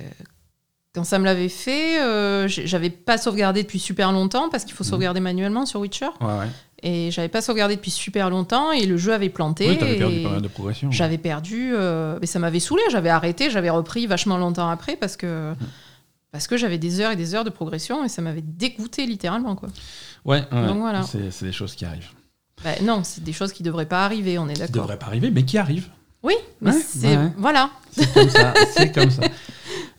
[SPEAKER 2] quand ça me l'avait fait, euh, j'ai- j'avais pas sauvegardé depuis super longtemps parce qu'il faut
[SPEAKER 1] Mhm.
[SPEAKER 2] sauvegarder manuellement sur Witcher.
[SPEAKER 1] Ouais, ouais.
[SPEAKER 2] Et j'avais pas sauvegardé depuis super longtemps et le jeu avait planté.
[SPEAKER 1] Oui, t'avais perdu
[SPEAKER 2] et
[SPEAKER 1] pas mal de progression.
[SPEAKER 2] J'avais perdu, euh, mais ça m'avait saoulé. J'avais arrêté, j'avais repris vachement longtemps après parce que. Parce que j'avais des heures et des heures de progression et ça m'avait dégoûté littéralement quoi.
[SPEAKER 1] Ouais, ouais.
[SPEAKER 2] Donc voilà.
[SPEAKER 1] C'est c'est des choses qui arrivent.
[SPEAKER 2] Bah, non, c'est des choses qui devraient pas arriver, on est
[SPEAKER 1] Qui
[SPEAKER 2] d'accord.
[SPEAKER 1] devraient pas arriver, mais qui arrivent.
[SPEAKER 2] Oui, mais
[SPEAKER 1] Ouais,
[SPEAKER 2] c'est
[SPEAKER 1] ouais, ouais.
[SPEAKER 2] voilà.
[SPEAKER 1] C'est comme ça. c'est comme ça.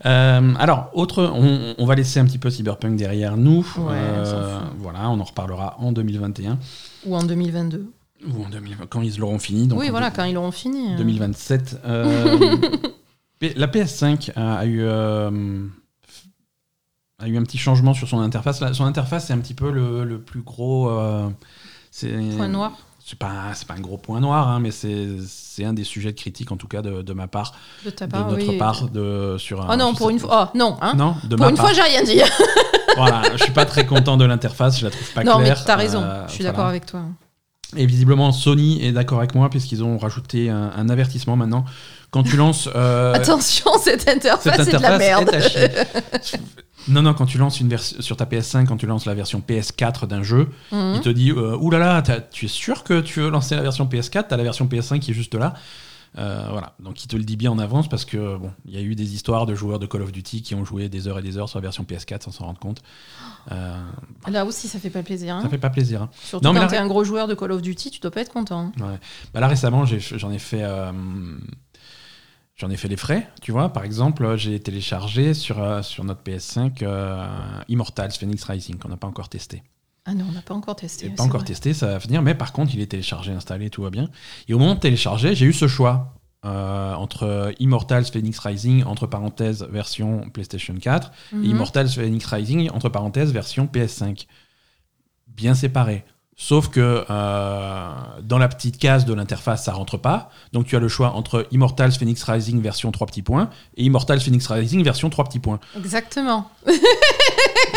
[SPEAKER 1] Euh, alors, autre, on, on va laisser un petit peu Cyberpunk derrière nous. Euh,
[SPEAKER 2] Ouais, on s'en fout.
[SPEAKER 1] voilà, on en reparlera en 2021.
[SPEAKER 2] Ou en 2022.
[SPEAKER 1] Ou en 2020, quand ils l'auront fini. Donc
[SPEAKER 2] oui,
[SPEAKER 1] en
[SPEAKER 2] voilà,
[SPEAKER 1] deux-
[SPEAKER 2] quand ils l'auront fini. euh.
[SPEAKER 1] 2027. euh, P- la PS5 a, a eu. euh, a eu un petit changement sur son interface. Là, son interface, c'est un petit peu le, le plus gros. euh, c'est-
[SPEAKER 2] Point noir.
[SPEAKER 1] C'est pas, c'est pas un gros point noir, hein, mais c'est c'est un des sujets de critique, en tout cas, de, de ma part,
[SPEAKER 2] De ta
[SPEAKER 1] de
[SPEAKER 2] part,
[SPEAKER 1] notre
[SPEAKER 2] oui.
[SPEAKER 1] part, de, sur un.
[SPEAKER 2] Oh non,
[SPEAKER 1] sur
[SPEAKER 2] pour
[SPEAKER 1] cette-
[SPEAKER 2] une fois. Oh non, hein.
[SPEAKER 1] Non, de
[SPEAKER 2] pour
[SPEAKER 1] ma
[SPEAKER 2] une
[SPEAKER 1] part.
[SPEAKER 2] fois, j'ai rien dit.
[SPEAKER 1] Voilà, je suis pas très content de l'interface, je la trouve pas
[SPEAKER 2] non,
[SPEAKER 1] claire.
[SPEAKER 2] mais t'as raison.
[SPEAKER 1] euh,
[SPEAKER 2] je suis
[SPEAKER 1] voilà.
[SPEAKER 2] d'accord avec toi.
[SPEAKER 1] Et visiblement, Sony est d'accord avec moi, puisqu'ils ont rajouté un, un avertissement maintenant. Quand tu lances. euh,
[SPEAKER 2] Attention, cette interface,
[SPEAKER 1] cette
[SPEAKER 2] c'est de la
[SPEAKER 1] interface
[SPEAKER 2] merde.
[SPEAKER 1] est à chier. non, non, quand tu lances une version sur ta PS5, quand tu lances la version PS4 d'un jeu,
[SPEAKER 2] Mhm.
[SPEAKER 1] il te dit euh, Ouh là là, t'as- tu es sûr que tu veux lancer la version PS4 T'as la version PS5 qui est juste là. Euh, voilà, donc il te le dit bien en avance parce que bon, il y a eu des histoires de joueurs de Call of Duty qui ont joué des heures et des heures sur la version PS4 sans s'en rendre compte. Euh,
[SPEAKER 2] Là aussi, ça fait pas plaisir. hein.
[SPEAKER 1] ça fait pas plaisir. hein.
[SPEAKER 2] Surtout
[SPEAKER 1] Non, mais
[SPEAKER 2] quand
[SPEAKER 1] là-
[SPEAKER 2] t'es un gros joueur de Call of Duty, tu dois pas être content.
[SPEAKER 1] Bah là récemment, j'ai- j'en ai, fait. euh, J'en ai fait les frais, tu vois. Par exemple, j'ai téléchargé sur, euh, sur notre PS5 euh, Immortals Phoenix Rising, qu'on n'a pas encore testé.
[SPEAKER 2] Ah non, on n'a pas encore testé.
[SPEAKER 1] C'est
[SPEAKER 2] c'est
[SPEAKER 1] pas encore
[SPEAKER 2] vrai.
[SPEAKER 1] testé, ça va venir, mais par contre, il est téléchargé, installé, tout va bien. Et au moment de télécharger, j'ai eu ce choix euh, entre Immortals Phoenix Rising, entre parenthèses, version PlayStation 4,
[SPEAKER 2] Mhm.
[SPEAKER 1] et Immortals Phoenix Rising, entre parenthèses, version PS5. Bien séparés. Sauf que euh, dans la petite case de l'interface, ça rentre pas. Donc tu as le choix entre Immortals Phoenix Rising version 3 petits points et Immortals Phoenix Rising version 3 petits points.
[SPEAKER 2] Exactement.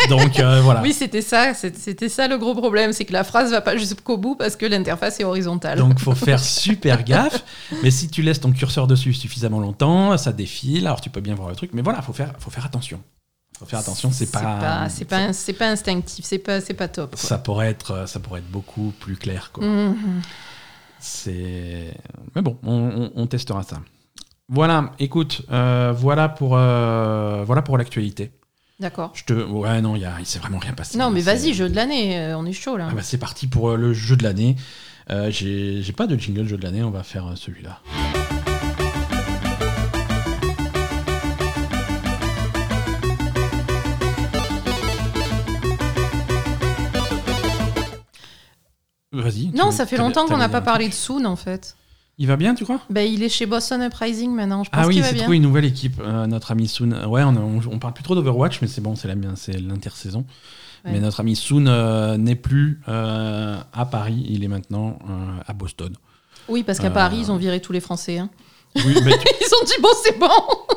[SPEAKER 1] Donc euh, voilà.
[SPEAKER 2] Oui, c'était ça. c'est- C'était ça le gros problème, c'est que la phrase va pas jusqu'au bout parce que l'interface est horizontale.
[SPEAKER 1] Donc faut faire super gaffe. Mais si tu laisses ton curseur dessus suffisamment longtemps, ça défile. Alors tu peux bien voir le truc, mais voilà, faut faire, faut faire attention. Faut faire attention, c'est pas,
[SPEAKER 2] C'est pas, un- c'est pas instinctif. C'est pas, c'est pas top. quoi.
[SPEAKER 1] ça pourrait être, ça pourrait être beaucoup plus clair. Quoi.
[SPEAKER 2] Mhm.
[SPEAKER 1] C'est, mais bon, on, on- on testera ça. Voilà, écoute, euh, voilà pour, euh, voilà pour l'actualité.
[SPEAKER 2] D'accord.
[SPEAKER 1] Je te, ouais, non, il y a- il s'est vraiment rien passé.
[SPEAKER 2] Non, mais
[SPEAKER 1] C'est-
[SPEAKER 2] vas-y, jeu de l'année. euh, on est chaud là.
[SPEAKER 1] Ah bah, c'est parti pour euh, le jeu de l'année. Euh, J'ai j'ai pas de jingle jeu de l'année, on va faire euh, celui-là. Vas-y. tu-
[SPEAKER 2] non, ça fait
[SPEAKER 1] t'as-
[SPEAKER 2] longtemps
[SPEAKER 1] t'as
[SPEAKER 2] qu'on n'a
[SPEAKER 1] mis
[SPEAKER 2] pas
[SPEAKER 1] un
[SPEAKER 2] parlé
[SPEAKER 1] truc.
[SPEAKER 2] de Soon en fait.
[SPEAKER 1] Il va bien, tu crois
[SPEAKER 2] Ben, il est chez Boston Uprising maintenant. Je pense
[SPEAKER 1] Ah oui,
[SPEAKER 2] qu'il
[SPEAKER 1] il
[SPEAKER 2] va
[SPEAKER 1] s'est
[SPEAKER 2] bien.
[SPEAKER 1] trouvé une nouvelle équipe, euh, notre ami Soon. Ouais, on, on- on parle plus trop d'Overwatch, mais c'est bon, c'est la c'est l'intersaison.
[SPEAKER 2] Ouais.
[SPEAKER 1] Mais notre ami Soon euh, n'est plus euh, à Paris, il est maintenant euh, à Boston.
[SPEAKER 2] Oui, parce qu'à
[SPEAKER 1] Euh,
[SPEAKER 2] Paris, ils ont viré tous les Français. hein.
[SPEAKER 1] Oui, mais, tu-
[SPEAKER 2] Ils ont dit bon, c'est bon.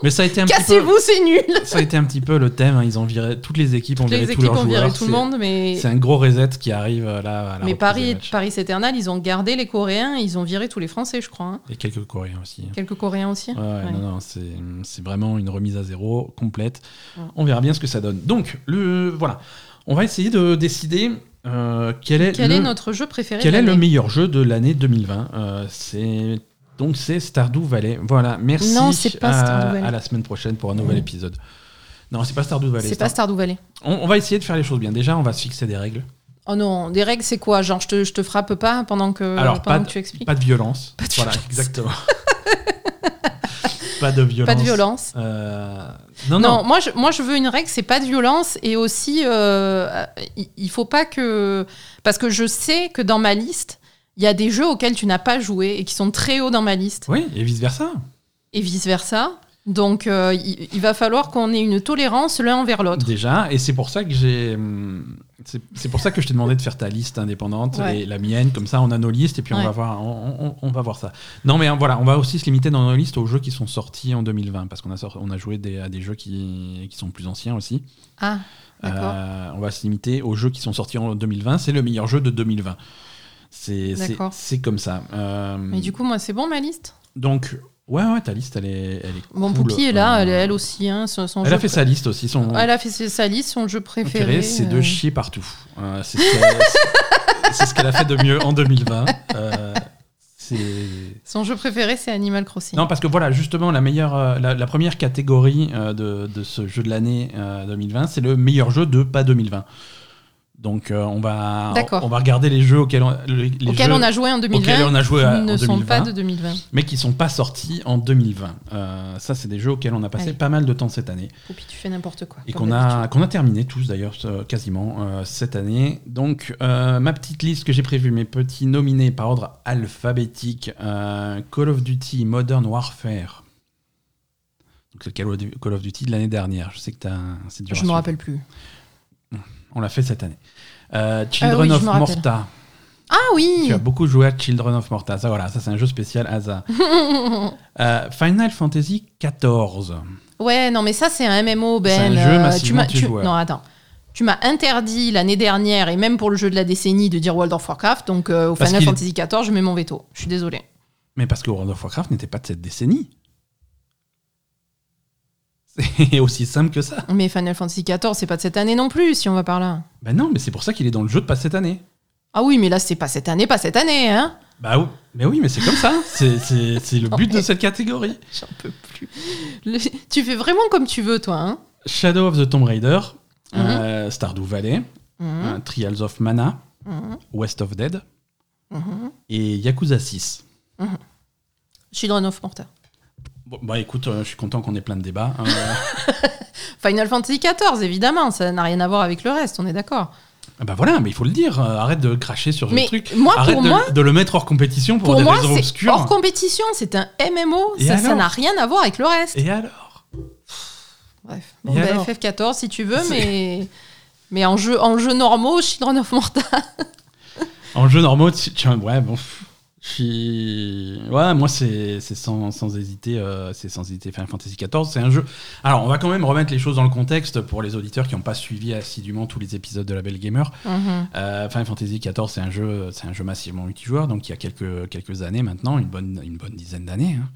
[SPEAKER 1] mais ça a été un petit peu,
[SPEAKER 2] Cassez-vous, c'est nul.
[SPEAKER 1] ça a été un petit peu le thème. hein, Ils ont viré toutes les équipes, ont viré
[SPEAKER 2] Les
[SPEAKER 1] tous
[SPEAKER 2] équipes
[SPEAKER 1] leurs
[SPEAKER 2] ont viré
[SPEAKER 1] joueurs.
[SPEAKER 2] tout
[SPEAKER 1] c'est-
[SPEAKER 2] le monde, mais
[SPEAKER 1] C'est un gros reset qui arrive euh, là. À la reprise
[SPEAKER 2] mais
[SPEAKER 1] des
[SPEAKER 2] Paris,
[SPEAKER 1] matchs.
[SPEAKER 2] Paris Eternal, ils ont gardé les Coréens, et ils ont viré tous les Français, je crois. hein.
[SPEAKER 1] et quelques Coréens aussi.
[SPEAKER 2] Quelques Coréens aussi.
[SPEAKER 1] Ouais, ouais,
[SPEAKER 2] Ouais.
[SPEAKER 1] Non, non, c'est c'est vraiment une remise à zéro complète.
[SPEAKER 2] Ouais.
[SPEAKER 1] On verra bien ce que ça donne. Donc, le, voilà. On va essayer de décider euh, quel est,
[SPEAKER 2] Quel
[SPEAKER 1] le,
[SPEAKER 2] est notre jeu préféré
[SPEAKER 1] quel
[SPEAKER 2] de
[SPEAKER 1] est le
[SPEAKER 2] l'année
[SPEAKER 1] meilleur jeu de l'année 2020. Euh, c'est donc c'est Stardew Valley. Voilà, merci
[SPEAKER 2] Non, c'est pas Stardew
[SPEAKER 1] à,
[SPEAKER 2] Valley.
[SPEAKER 1] à la semaine prochaine pour un nouvel épisode. Non, c'est pas Stardew Valley.
[SPEAKER 2] C'est pas
[SPEAKER 1] Star-
[SPEAKER 2] Stardew Valley.
[SPEAKER 1] on, on va essayer de faire les choses bien. Déjà, on va se fixer des règles.
[SPEAKER 2] Oh non, des règles, c'est quoi Genre, je te, je te frappe pas pendant que,
[SPEAKER 1] Alors,
[SPEAKER 2] pendant
[SPEAKER 1] pas
[SPEAKER 2] que tu expliques
[SPEAKER 1] Pas de violence.
[SPEAKER 2] Pas de
[SPEAKER 1] voilà,
[SPEAKER 2] violence.
[SPEAKER 1] exactement. pas de violence.
[SPEAKER 2] Pas de violence.
[SPEAKER 1] Euh, non,
[SPEAKER 2] Non,
[SPEAKER 1] non.
[SPEAKER 2] moi, je, moi je veux une règle, c'est pas de violence et aussi euh, il- il faut pas que parce que je sais que dans ma liste il y a des jeux auxquels tu n'as pas joué et qui sont très hauts dans ma liste
[SPEAKER 1] Oui, et vice versa.
[SPEAKER 2] et vice versa. Donc euh, il, il va falloir qu'on ait une tolérance l'un envers l'autre.
[SPEAKER 1] Déjà, et c'est pour ça que j'ai. hum, C'est c'est pour ça que je t'ai demandé de faire ta liste indépendante
[SPEAKER 2] Ouais.
[SPEAKER 1] et la mienne, comme ça on a nos listes et puis on,
[SPEAKER 2] Ouais.
[SPEAKER 1] va voir, on, on- on va voir ça. Non mais hein, voilà, on va aussi se limiter dans nos listes aux jeux qui sont sortis en 2020 parce qu'on a, sor- on a joué des- à des jeux qui, qui sont plus anciens aussi.
[SPEAKER 2] Ah d'accord.
[SPEAKER 1] Euh, on va se limiter aux jeux qui sont sortis en 2020. C'est le meilleur jeu de 2020. C'est c'est-
[SPEAKER 2] D'accord.
[SPEAKER 1] c'est comme ça. Euh,
[SPEAKER 2] Mais du coup moi c'est bon ma liste.
[SPEAKER 1] Donc, ouais, ouais, ta liste, elle est. Elle est
[SPEAKER 2] Mon
[SPEAKER 1] cool.
[SPEAKER 2] Poupi est là,
[SPEAKER 1] Euh,
[SPEAKER 2] elle, elle aussi hein, son, son
[SPEAKER 1] Elle
[SPEAKER 2] jeu
[SPEAKER 1] a fait
[SPEAKER 2] pré-
[SPEAKER 1] sa liste aussi, son
[SPEAKER 2] Elle a fait ses- sa liste, son jeu préféré.
[SPEAKER 1] préféré, c'est de
[SPEAKER 2] euh,
[SPEAKER 1] chier partout. Euh, c'est ce qu'elle- c'est ce qu'elle a fait de mieux en 2020. Euh, c'est.
[SPEAKER 2] Son jeu préféré c'est Animal Crossing.
[SPEAKER 1] Non, parce que voilà, justement, la, meilleure, euh, la, la première catégorie euh, de, de ce jeu de l'année euh, 2020, c'est le meilleur jeu de pas 2020. Donc euh, on va
[SPEAKER 2] D'accord.
[SPEAKER 1] on va regarder les jeux auxquels on, les- les
[SPEAKER 2] Auquel
[SPEAKER 1] jeux
[SPEAKER 2] on a joué en 2020.
[SPEAKER 1] auxquels on a joué
[SPEAKER 2] qui
[SPEAKER 1] à- en
[SPEAKER 2] ne sont
[SPEAKER 1] 2020,
[SPEAKER 2] pas de 2020.
[SPEAKER 1] mais qui sont pas sortis en 2020. Euh, ça c'est des jeux auxquels on a passé
[SPEAKER 2] Allez.
[SPEAKER 1] pas mal de temps cette année
[SPEAKER 2] Poupie, tu fais n'importe quoi.
[SPEAKER 1] et
[SPEAKER 2] comme
[SPEAKER 1] qu'on
[SPEAKER 2] d'habitude.
[SPEAKER 1] a qu'on a terminé tous d'ailleurs euh, quasiment euh, cette année. Donc euh, ma petite liste que j'ai prévue, mes petits nominés par ordre alphabétique euh, Call of Duty Modern Warfare. Donc le Call of Du- Call of Duty de l'année dernière. Je sais que t'as c'est dur. à
[SPEAKER 2] Je me
[SPEAKER 1] suivre.
[SPEAKER 2] rappelle plus.
[SPEAKER 1] On l'a fait cette année. Euh, Children
[SPEAKER 2] Ah je
[SPEAKER 1] of
[SPEAKER 2] me rappelle.
[SPEAKER 1] Morta.
[SPEAKER 2] Ah oui
[SPEAKER 1] Tu as beaucoup joué à Children of Morta. Ça, voilà, ça c'est un jeu spécial hasard. Euh, Final Fantasy XIV.
[SPEAKER 2] Ouais, non, mais ça, c'est un MMO, Ben.
[SPEAKER 1] C'est un jeu massivement
[SPEAKER 2] tu m'as- tu-
[SPEAKER 1] multijoueur.
[SPEAKER 2] Non, attends. Tu m'as interdit l'année dernière, et même pour le jeu de la décennie, de dire World of Warcraft. Donc, euh, au
[SPEAKER 1] Parce
[SPEAKER 2] Final
[SPEAKER 1] qu'il-
[SPEAKER 2] Fantasy XIV, je mets mon veto. Je suis désolé.
[SPEAKER 1] Mais parce que World of Warcraft n'était pas de cette décennie. C'est aussi simple que ça.
[SPEAKER 2] Mais Final Fantasy XIV, c'est pas de cette année non plus, si on va par là.
[SPEAKER 1] Ben non, mais c'est pour ça qu'il est dans le jeu de pas cette année.
[SPEAKER 2] Ah oui, mais là, c'est pas cette année, pas cette année, hein
[SPEAKER 1] Bah oui, mais oui, mais c'est comme ça. C'est- C'est c'est le but de cette catégorie.
[SPEAKER 2] J'en peux plus. Le- Tu fais vraiment comme tu veux, toi, hein
[SPEAKER 1] Shadow of the Tomb Raider,
[SPEAKER 2] Mhm.
[SPEAKER 1] euh, Stardew Valley,
[SPEAKER 2] Mhm,
[SPEAKER 1] euh, Trials of Mana,
[SPEAKER 2] mhm,
[SPEAKER 1] West of Dead
[SPEAKER 2] mhm.
[SPEAKER 1] et Yakuza 6.
[SPEAKER 2] Children of Morta.
[SPEAKER 1] Bon, bah écoute, euh, je suis content qu'on ait plein de débats. Euh,
[SPEAKER 2] Final Fantasy XIV, évidemment, ça n'a rien à voir avec le reste, on est d'accord.
[SPEAKER 1] Ah Bah voilà, mais il faut le dire. euh, Arrête de cracher sur
[SPEAKER 2] Mais
[SPEAKER 1] le truc.
[SPEAKER 2] moi,
[SPEAKER 1] Arrête
[SPEAKER 2] pour
[SPEAKER 1] de,
[SPEAKER 2] moi-
[SPEAKER 1] de le mettre hors compétition pour,
[SPEAKER 2] Pour
[SPEAKER 1] des
[SPEAKER 2] moi,
[SPEAKER 1] raisons
[SPEAKER 2] c'est
[SPEAKER 1] obscures.
[SPEAKER 2] hors compétition, c'est un MMO,
[SPEAKER 1] Et
[SPEAKER 2] ça ça
[SPEAKER 1] alors
[SPEAKER 2] n'a rien à voir avec le reste.
[SPEAKER 1] Et alors
[SPEAKER 2] Bref, bon,
[SPEAKER 1] Et
[SPEAKER 2] bah,
[SPEAKER 1] alors
[SPEAKER 2] FF14 si tu veux,
[SPEAKER 1] C'est-
[SPEAKER 2] mais, mais en, jeu, en jeu normaux, Children of Morta.
[SPEAKER 1] En jeu normaux, tu, tu- ouais, bon. pff, je suis- Ouais, moi, c'est c'est sans, sans hésiter. euh, c'est sans hésiter Final Fantasy XIV. C'est un jeu. Alors, on va quand même remettre les choses dans le contexte pour les auditeurs qui n'ont pas suivi assidûment tous les épisodes de la Belle Gamer.
[SPEAKER 2] Mhm.
[SPEAKER 1] Euh, Final Fantasy XIV, c'est un jeu, c'est un jeu massivement multijoueur, donc il y a quelques quelques années maintenant, une bonne une bonne dizaine d'années, hein.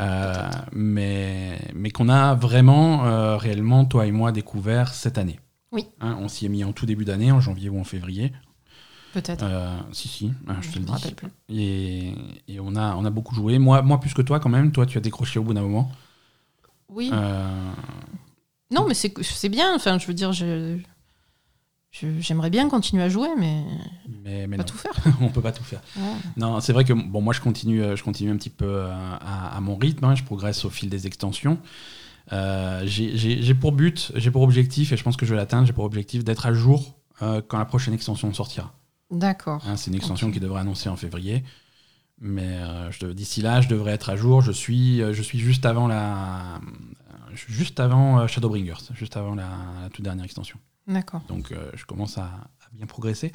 [SPEAKER 1] Euh, mais mais qu'on a vraiment euh, réellement toi et moi découvert cette année.
[SPEAKER 2] Oui.
[SPEAKER 1] Hein, on s'y est mis en tout début d'année, en janvier ou en février.
[SPEAKER 2] Peut-être.
[SPEAKER 1] Euh, si si, hein, je te le
[SPEAKER 2] me rappelle
[SPEAKER 1] dis.
[SPEAKER 2] plus.
[SPEAKER 1] Et, et on a on a beaucoup joué. Moi moi plus que toi quand même. Toi tu as décroché au bout d'un moment.
[SPEAKER 2] Oui.
[SPEAKER 1] Euh,
[SPEAKER 2] Non, mais c'est c'est bien. Enfin, je veux dire, je- je- j'aimerais bien continuer à jouer, mais,
[SPEAKER 1] mais mais
[SPEAKER 2] pas
[SPEAKER 1] non,
[SPEAKER 2] tout faire.
[SPEAKER 1] on peut pas tout faire.
[SPEAKER 2] Ouais.
[SPEAKER 1] Non, c'est vrai que bon, moi je continue, euh, je continue un petit peu euh, à, à mon rythme. hein, je progresse au fil des extensions. Euh, j'ai- j'ai j'ai pour but, j'ai pour objectif, et je pense que je vais l'atteindre. J'ai pour objectif d'être à jour euh, quand la prochaine extension sortira.
[SPEAKER 2] D'accord.
[SPEAKER 1] Hein, c'est une extension qui devrait annoncer en février. Mais euh, je dev- d'ici là, je devrais être à jour. Je suis, euh, je suis juste avant la, je suis juste avant euh, Shadowbringers, juste avant la- la toute dernière extension.
[SPEAKER 2] D'accord.
[SPEAKER 1] Donc euh, je commence à, à bien progresser.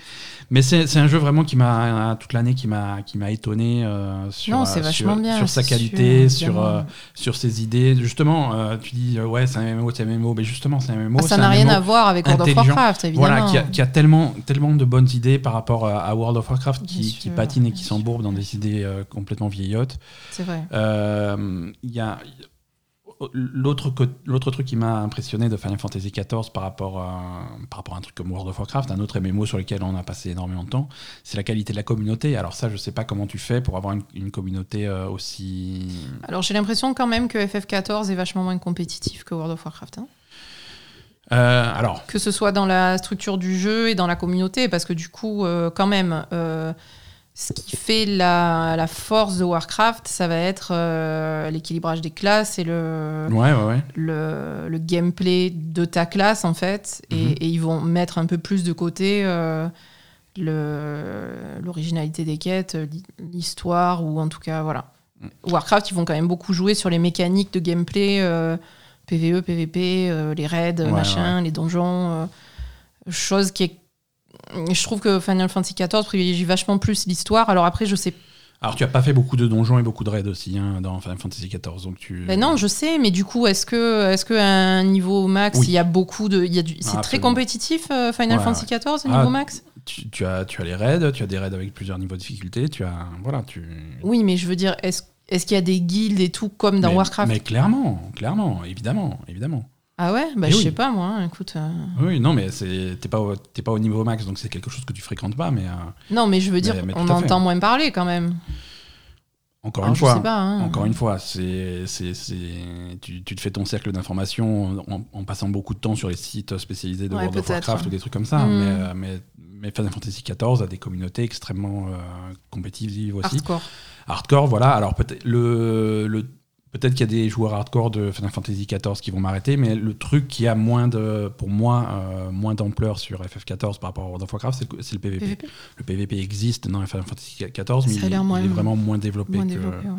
[SPEAKER 1] Mais c'est c'est un jeu vraiment qui m'a toute l'année qui m'a qui m'a étonné euh, sur,
[SPEAKER 2] Non,
[SPEAKER 1] euh,
[SPEAKER 2] c'est
[SPEAKER 1] sur-
[SPEAKER 2] vachement bien,
[SPEAKER 1] sur sa
[SPEAKER 2] c'est sûr,
[SPEAKER 1] qualité, sur
[SPEAKER 2] évidemment. Ah,
[SPEAKER 1] euh, sur ses idées. Justement, euh, tu dis euh, ouais c'est un MMO, c'est un MMO, mais justement c'est un MMO.
[SPEAKER 2] Ah, ça
[SPEAKER 1] c'est
[SPEAKER 2] n'a
[SPEAKER 1] un
[SPEAKER 2] rien
[SPEAKER 1] MMO,
[SPEAKER 2] à voir avec World of
[SPEAKER 1] intelligent.
[SPEAKER 2] Warcraft, évidemment.
[SPEAKER 1] Voilà, qui a, qui a tellement tellement de bonnes idées par rapport à, à World of Warcraft
[SPEAKER 2] Bien
[SPEAKER 1] qui, qui
[SPEAKER 2] sûr,
[SPEAKER 1] patine et
[SPEAKER 2] bien
[SPEAKER 1] qui
[SPEAKER 2] sûr.
[SPEAKER 1] s'embourbe dans des idées euh, complètement vieillottes.
[SPEAKER 2] C'est vrai.
[SPEAKER 1] Euh, Il y a l'autre co- l'autre truc qui m'a impressionné de Final Fantasy XIV par rapport à, par rapport à un truc comme World of Warcraft, un autre MMO sur lequel on a passé énormément de temps, c'est la qualité de la communauté. Alors ça, je sais pas comment tu fais pour avoir une, une communauté euh, aussi.
[SPEAKER 2] Alors, j'ai l'impression quand même que FF14 est vachement moins compétitif que World of Warcraft. hein.
[SPEAKER 1] Euh, alors,
[SPEAKER 2] que ce soit dans la structure du jeu et dans la communauté, parce que du coup, euh, quand même, euh, ce qui fait la, la force de Warcraft, ça va être euh, l'équilibrage des classes et le,
[SPEAKER 1] ouais, ouais, ouais.
[SPEAKER 2] le, le gameplay de ta classe, en fait. Et,
[SPEAKER 1] Mhm.
[SPEAKER 2] et ils vont mettre un peu plus de côté euh, le- l'originalité des quêtes, euh, l'hi- l'histoire, ou en tout cas, voilà.
[SPEAKER 1] Mm.
[SPEAKER 2] Warcraft, ils vont quand même beaucoup jouer sur les mécaniques de gameplay euh, PVE, PVP, euh, les raids,
[SPEAKER 1] Ouais,
[SPEAKER 2] machin, les donjons, euh, chose qui est. Je trouve que Final Fantasy XIV privilégie vachement plus l'histoire. Alors après, je sais
[SPEAKER 1] Alors tu as pas fait beaucoup de donjons et beaucoup de raids aussi hein, dans Final Fantasy XIV, donc tu.
[SPEAKER 2] Ben non, je sais, mais du coup, est-ce que, est-ce que à un niveau max,
[SPEAKER 1] Oui.
[SPEAKER 2] il y a beaucoup de, il y a du,
[SPEAKER 1] Ah,
[SPEAKER 2] c'est très
[SPEAKER 1] absolument.
[SPEAKER 2] compétitif euh, Final
[SPEAKER 1] Ouais,
[SPEAKER 2] Fantasy XIV au
[SPEAKER 1] Ah.
[SPEAKER 2] niveau max.
[SPEAKER 1] tu, tu as tu as les raids, tu as des raids avec plusieurs niveaux de difficulté, tu as voilà tu.
[SPEAKER 2] Oui, mais je veux dire, est-ce, est-ce qu'il y a des guildes et tout comme dans
[SPEAKER 1] mais,
[SPEAKER 2] Warcraft
[SPEAKER 1] Mais clairement, clairement, évidemment, évidemment.
[SPEAKER 2] Ah ouais, bah
[SPEAKER 1] Mais
[SPEAKER 2] je
[SPEAKER 1] Eh oui.
[SPEAKER 2] sais pas moi. hein, Écoute, euh,
[SPEAKER 1] Oui, non, mais c'est- t'es pas, au- t'es pas au niveau max, donc c'est quelque chose que tu fréquentes pas, mais euh,
[SPEAKER 2] non, mais je veux dire,
[SPEAKER 1] mais tout
[SPEAKER 2] on
[SPEAKER 1] à fait.
[SPEAKER 2] entend moins parler quand même.
[SPEAKER 1] Encore
[SPEAKER 2] Alors,
[SPEAKER 1] une
[SPEAKER 2] je
[SPEAKER 1] fois,
[SPEAKER 2] sais pas, hein.
[SPEAKER 1] encore une fois, c'est, c'est, c'est- tu, tu te fais ton cercle d'informations en, en passant beaucoup de temps sur les sites spécialisés de
[SPEAKER 2] Ouais,
[SPEAKER 1] World of
[SPEAKER 2] peut-être,
[SPEAKER 1] Warcraft
[SPEAKER 2] ouais.
[SPEAKER 1] ou des trucs comme ça.
[SPEAKER 2] Hmm.
[SPEAKER 1] Mais, euh, mais, mais Final Fantasy XIV a des communautés extrêmement euh, compétitives aussi.
[SPEAKER 2] Hardcore.
[SPEAKER 1] Hardcore, voilà. Alors peut-être le, le- peut-être qu'il y a des joueurs hardcore de Final Fantasy XIV qui vont m'arrêter, mais le truc qui a moins de, pour moi, euh, moins d'ampleur sur FF14 par rapport à World of Warcraft, c'est, le- c'est le PvP.
[SPEAKER 2] PVP
[SPEAKER 1] Le PvP existe dans Final Fantasy XIV, mais
[SPEAKER 2] Ça a
[SPEAKER 1] il,
[SPEAKER 2] l'air moins-
[SPEAKER 1] il est vraiment moins développé.
[SPEAKER 2] moins
[SPEAKER 1] que-
[SPEAKER 2] développé. ouais.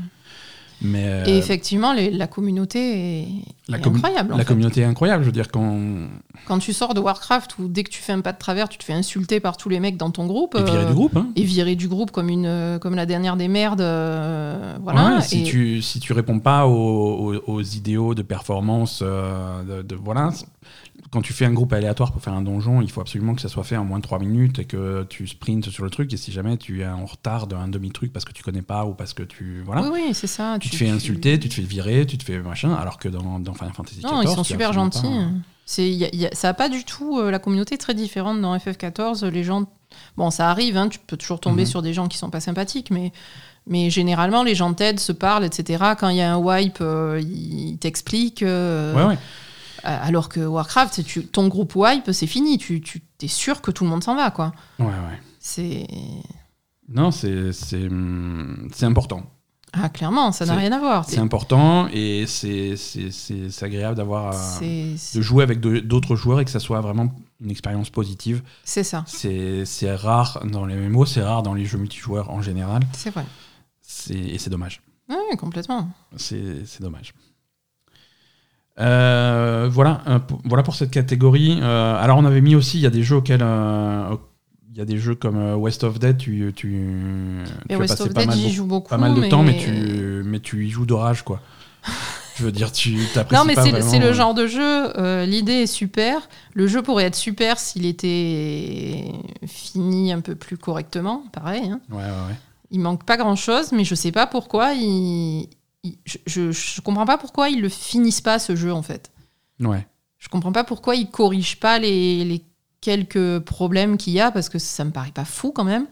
[SPEAKER 1] mais euh,
[SPEAKER 2] Et effectivement, les- la communauté est,
[SPEAKER 1] la
[SPEAKER 2] est
[SPEAKER 1] commu-
[SPEAKER 2] incroyable. en
[SPEAKER 1] la
[SPEAKER 2] fait.
[SPEAKER 1] communauté est incroyable. Je veux dire quand
[SPEAKER 2] Quand tu sors de Warcraft, où dès que tu fais un pas de travers, tu te fais insulter par tous les mecs dans ton groupe.
[SPEAKER 1] et viré
[SPEAKER 2] euh,
[SPEAKER 1] du groupe. hein.
[SPEAKER 2] et virer du groupe comme, une, euh, comme la dernière des merdes. euh, voilà.
[SPEAKER 1] Ouais, si
[SPEAKER 2] et
[SPEAKER 1] tu si tu réponds pas aux, aux- aux idéaux de performance, euh, de, de- voilà, c'est- quand tu fais un groupe aléatoire pour faire un donjon, il faut absolument que ça soit fait en moins de 3 minutes et que tu sprintes sur le truc. Et si jamais tu es en retard d'un demi truc parce que tu connais pas ou parce que tu voilà,
[SPEAKER 2] Oui, oui, c'est ça.
[SPEAKER 1] tu te fais insulter, tu te fais virer, tu te fais machin. Alors que dans, dans Final Fantasy
[SPEAKER 2] Non,
[SPEAKER 1] 14,
[SPEAKER 2] ils sont
[SPEAKER 1] tu as
[SPEAKER 2] super
[SPEAKER 1] absolument
[SPEAKER 2] gentils.
[SPEAKER 1] pas- hein.
[SPEAKER 2] C'est, y a- y a- ça n'a pas du tout. euh, la communauté est très différente dans FF14. Les gens. Bon, ça arrive, hein, tu peux toujours tomber
[SPEAKER 1] Mhm.
[SPEAKER 2] sur des gens qui sont pas sympathiques, mais, mais généralement, les gens t'aident, se parlent, etc. Quand il y a un wipe, euh, ils t'expliquent. euh,
[SPEAKER 1] Ouais, ouais.
[SPEAKER 2] a- Alors que Warcraft, tu, ton groupe wipe, c'est fini. Tu, tu es sûr que tout le monde s'en va, quoi.
[SPEAKER 1] Ouais, ouais.
[SPEAKER 2] C'est.
[SPEAKER 1] Non, c'est c'est hum, c'est important.
[SPEAKER 2] Ah, clairement, ça n'a
[SPEAKER 1] C'est-
[SPEAKER 2] rien à voir.
[SPEAKER 1] C'est important et c'est c'est- c'est- c'est agréable d'avoir. euh,
[SPEAKER 2] C'est-
[SPEAKER 1] de
[SPEAKER 2] c'est-
[SPEAKER 1] jouer avec de- d'autres joueurs et que ça soit vraiment une expérience positive.
[SPEAKER 2] C'est ça,
[SPEAKER 1] C'est c'est rare dans les MMO, c'est rare dans les jeux multijoueurs en général.
[SPEAKER 2] c'est vrai. Ah
[SPEAKER 1] C'est- Et c'est dommage.
[SPEAKER 2] Oui, complètement.
[SPEAKER 1] C'est c'est dommage. Euh, voilà, euh, pour- voilà pour cette catégorie. Euh, alors on avait mis aussi, il y a des jeux auxquels... euh, au- il y a des jeux comme euh, West of Dead, tu, tu, tu
[SPEAKER 2] Et
[SPEAKER 1] as
[SPEAKER 2] West
[SPEAKER 1] passé
[SPEAKER 2] of
[SPEAKER 1] pas
[SPEAKER 2] Dead,
[SPEAKER 1] mal,
[SPEAKER 2] j'y
[SPEAKER 1] beaucoup-
[SPEAKER 2] joue beaucoup.
[SPEAKER 1] pas mal de temps, mais tu, mais tu y joues d'orage, quoi. Je veux dire, tu t'apprécies
[SPEAKER 2] Non, mais
[SPEAKER 1] pas
[SPEAKER 2] c'est
[SPEAKER 1] vraiment,
[SPEAKER 2] c'est le
[SPEAKER 1] euh,
[SPEAKER 2] genre de jeu, euh, l'idée est super. Le jeu pourrait être super s'il était fini un peu plus correctement, pareil. hein.
[SPEAKER 1] Ouais, ouais, ouais.
[SPEAKER 2] Il manque pas grand-chose, mais je sais pas pourquoi il... il- je, je, je comprends pas pourquoi ils le finissent pas, ce jeu, en fait.
[SPEAKER 1] Ouais.
[SPEAKER 2] Je comprends pas pourquoi ils corrigent pas les, les quelques problèmes qu'il y a, parce que ça me paraît pas fou, quand même.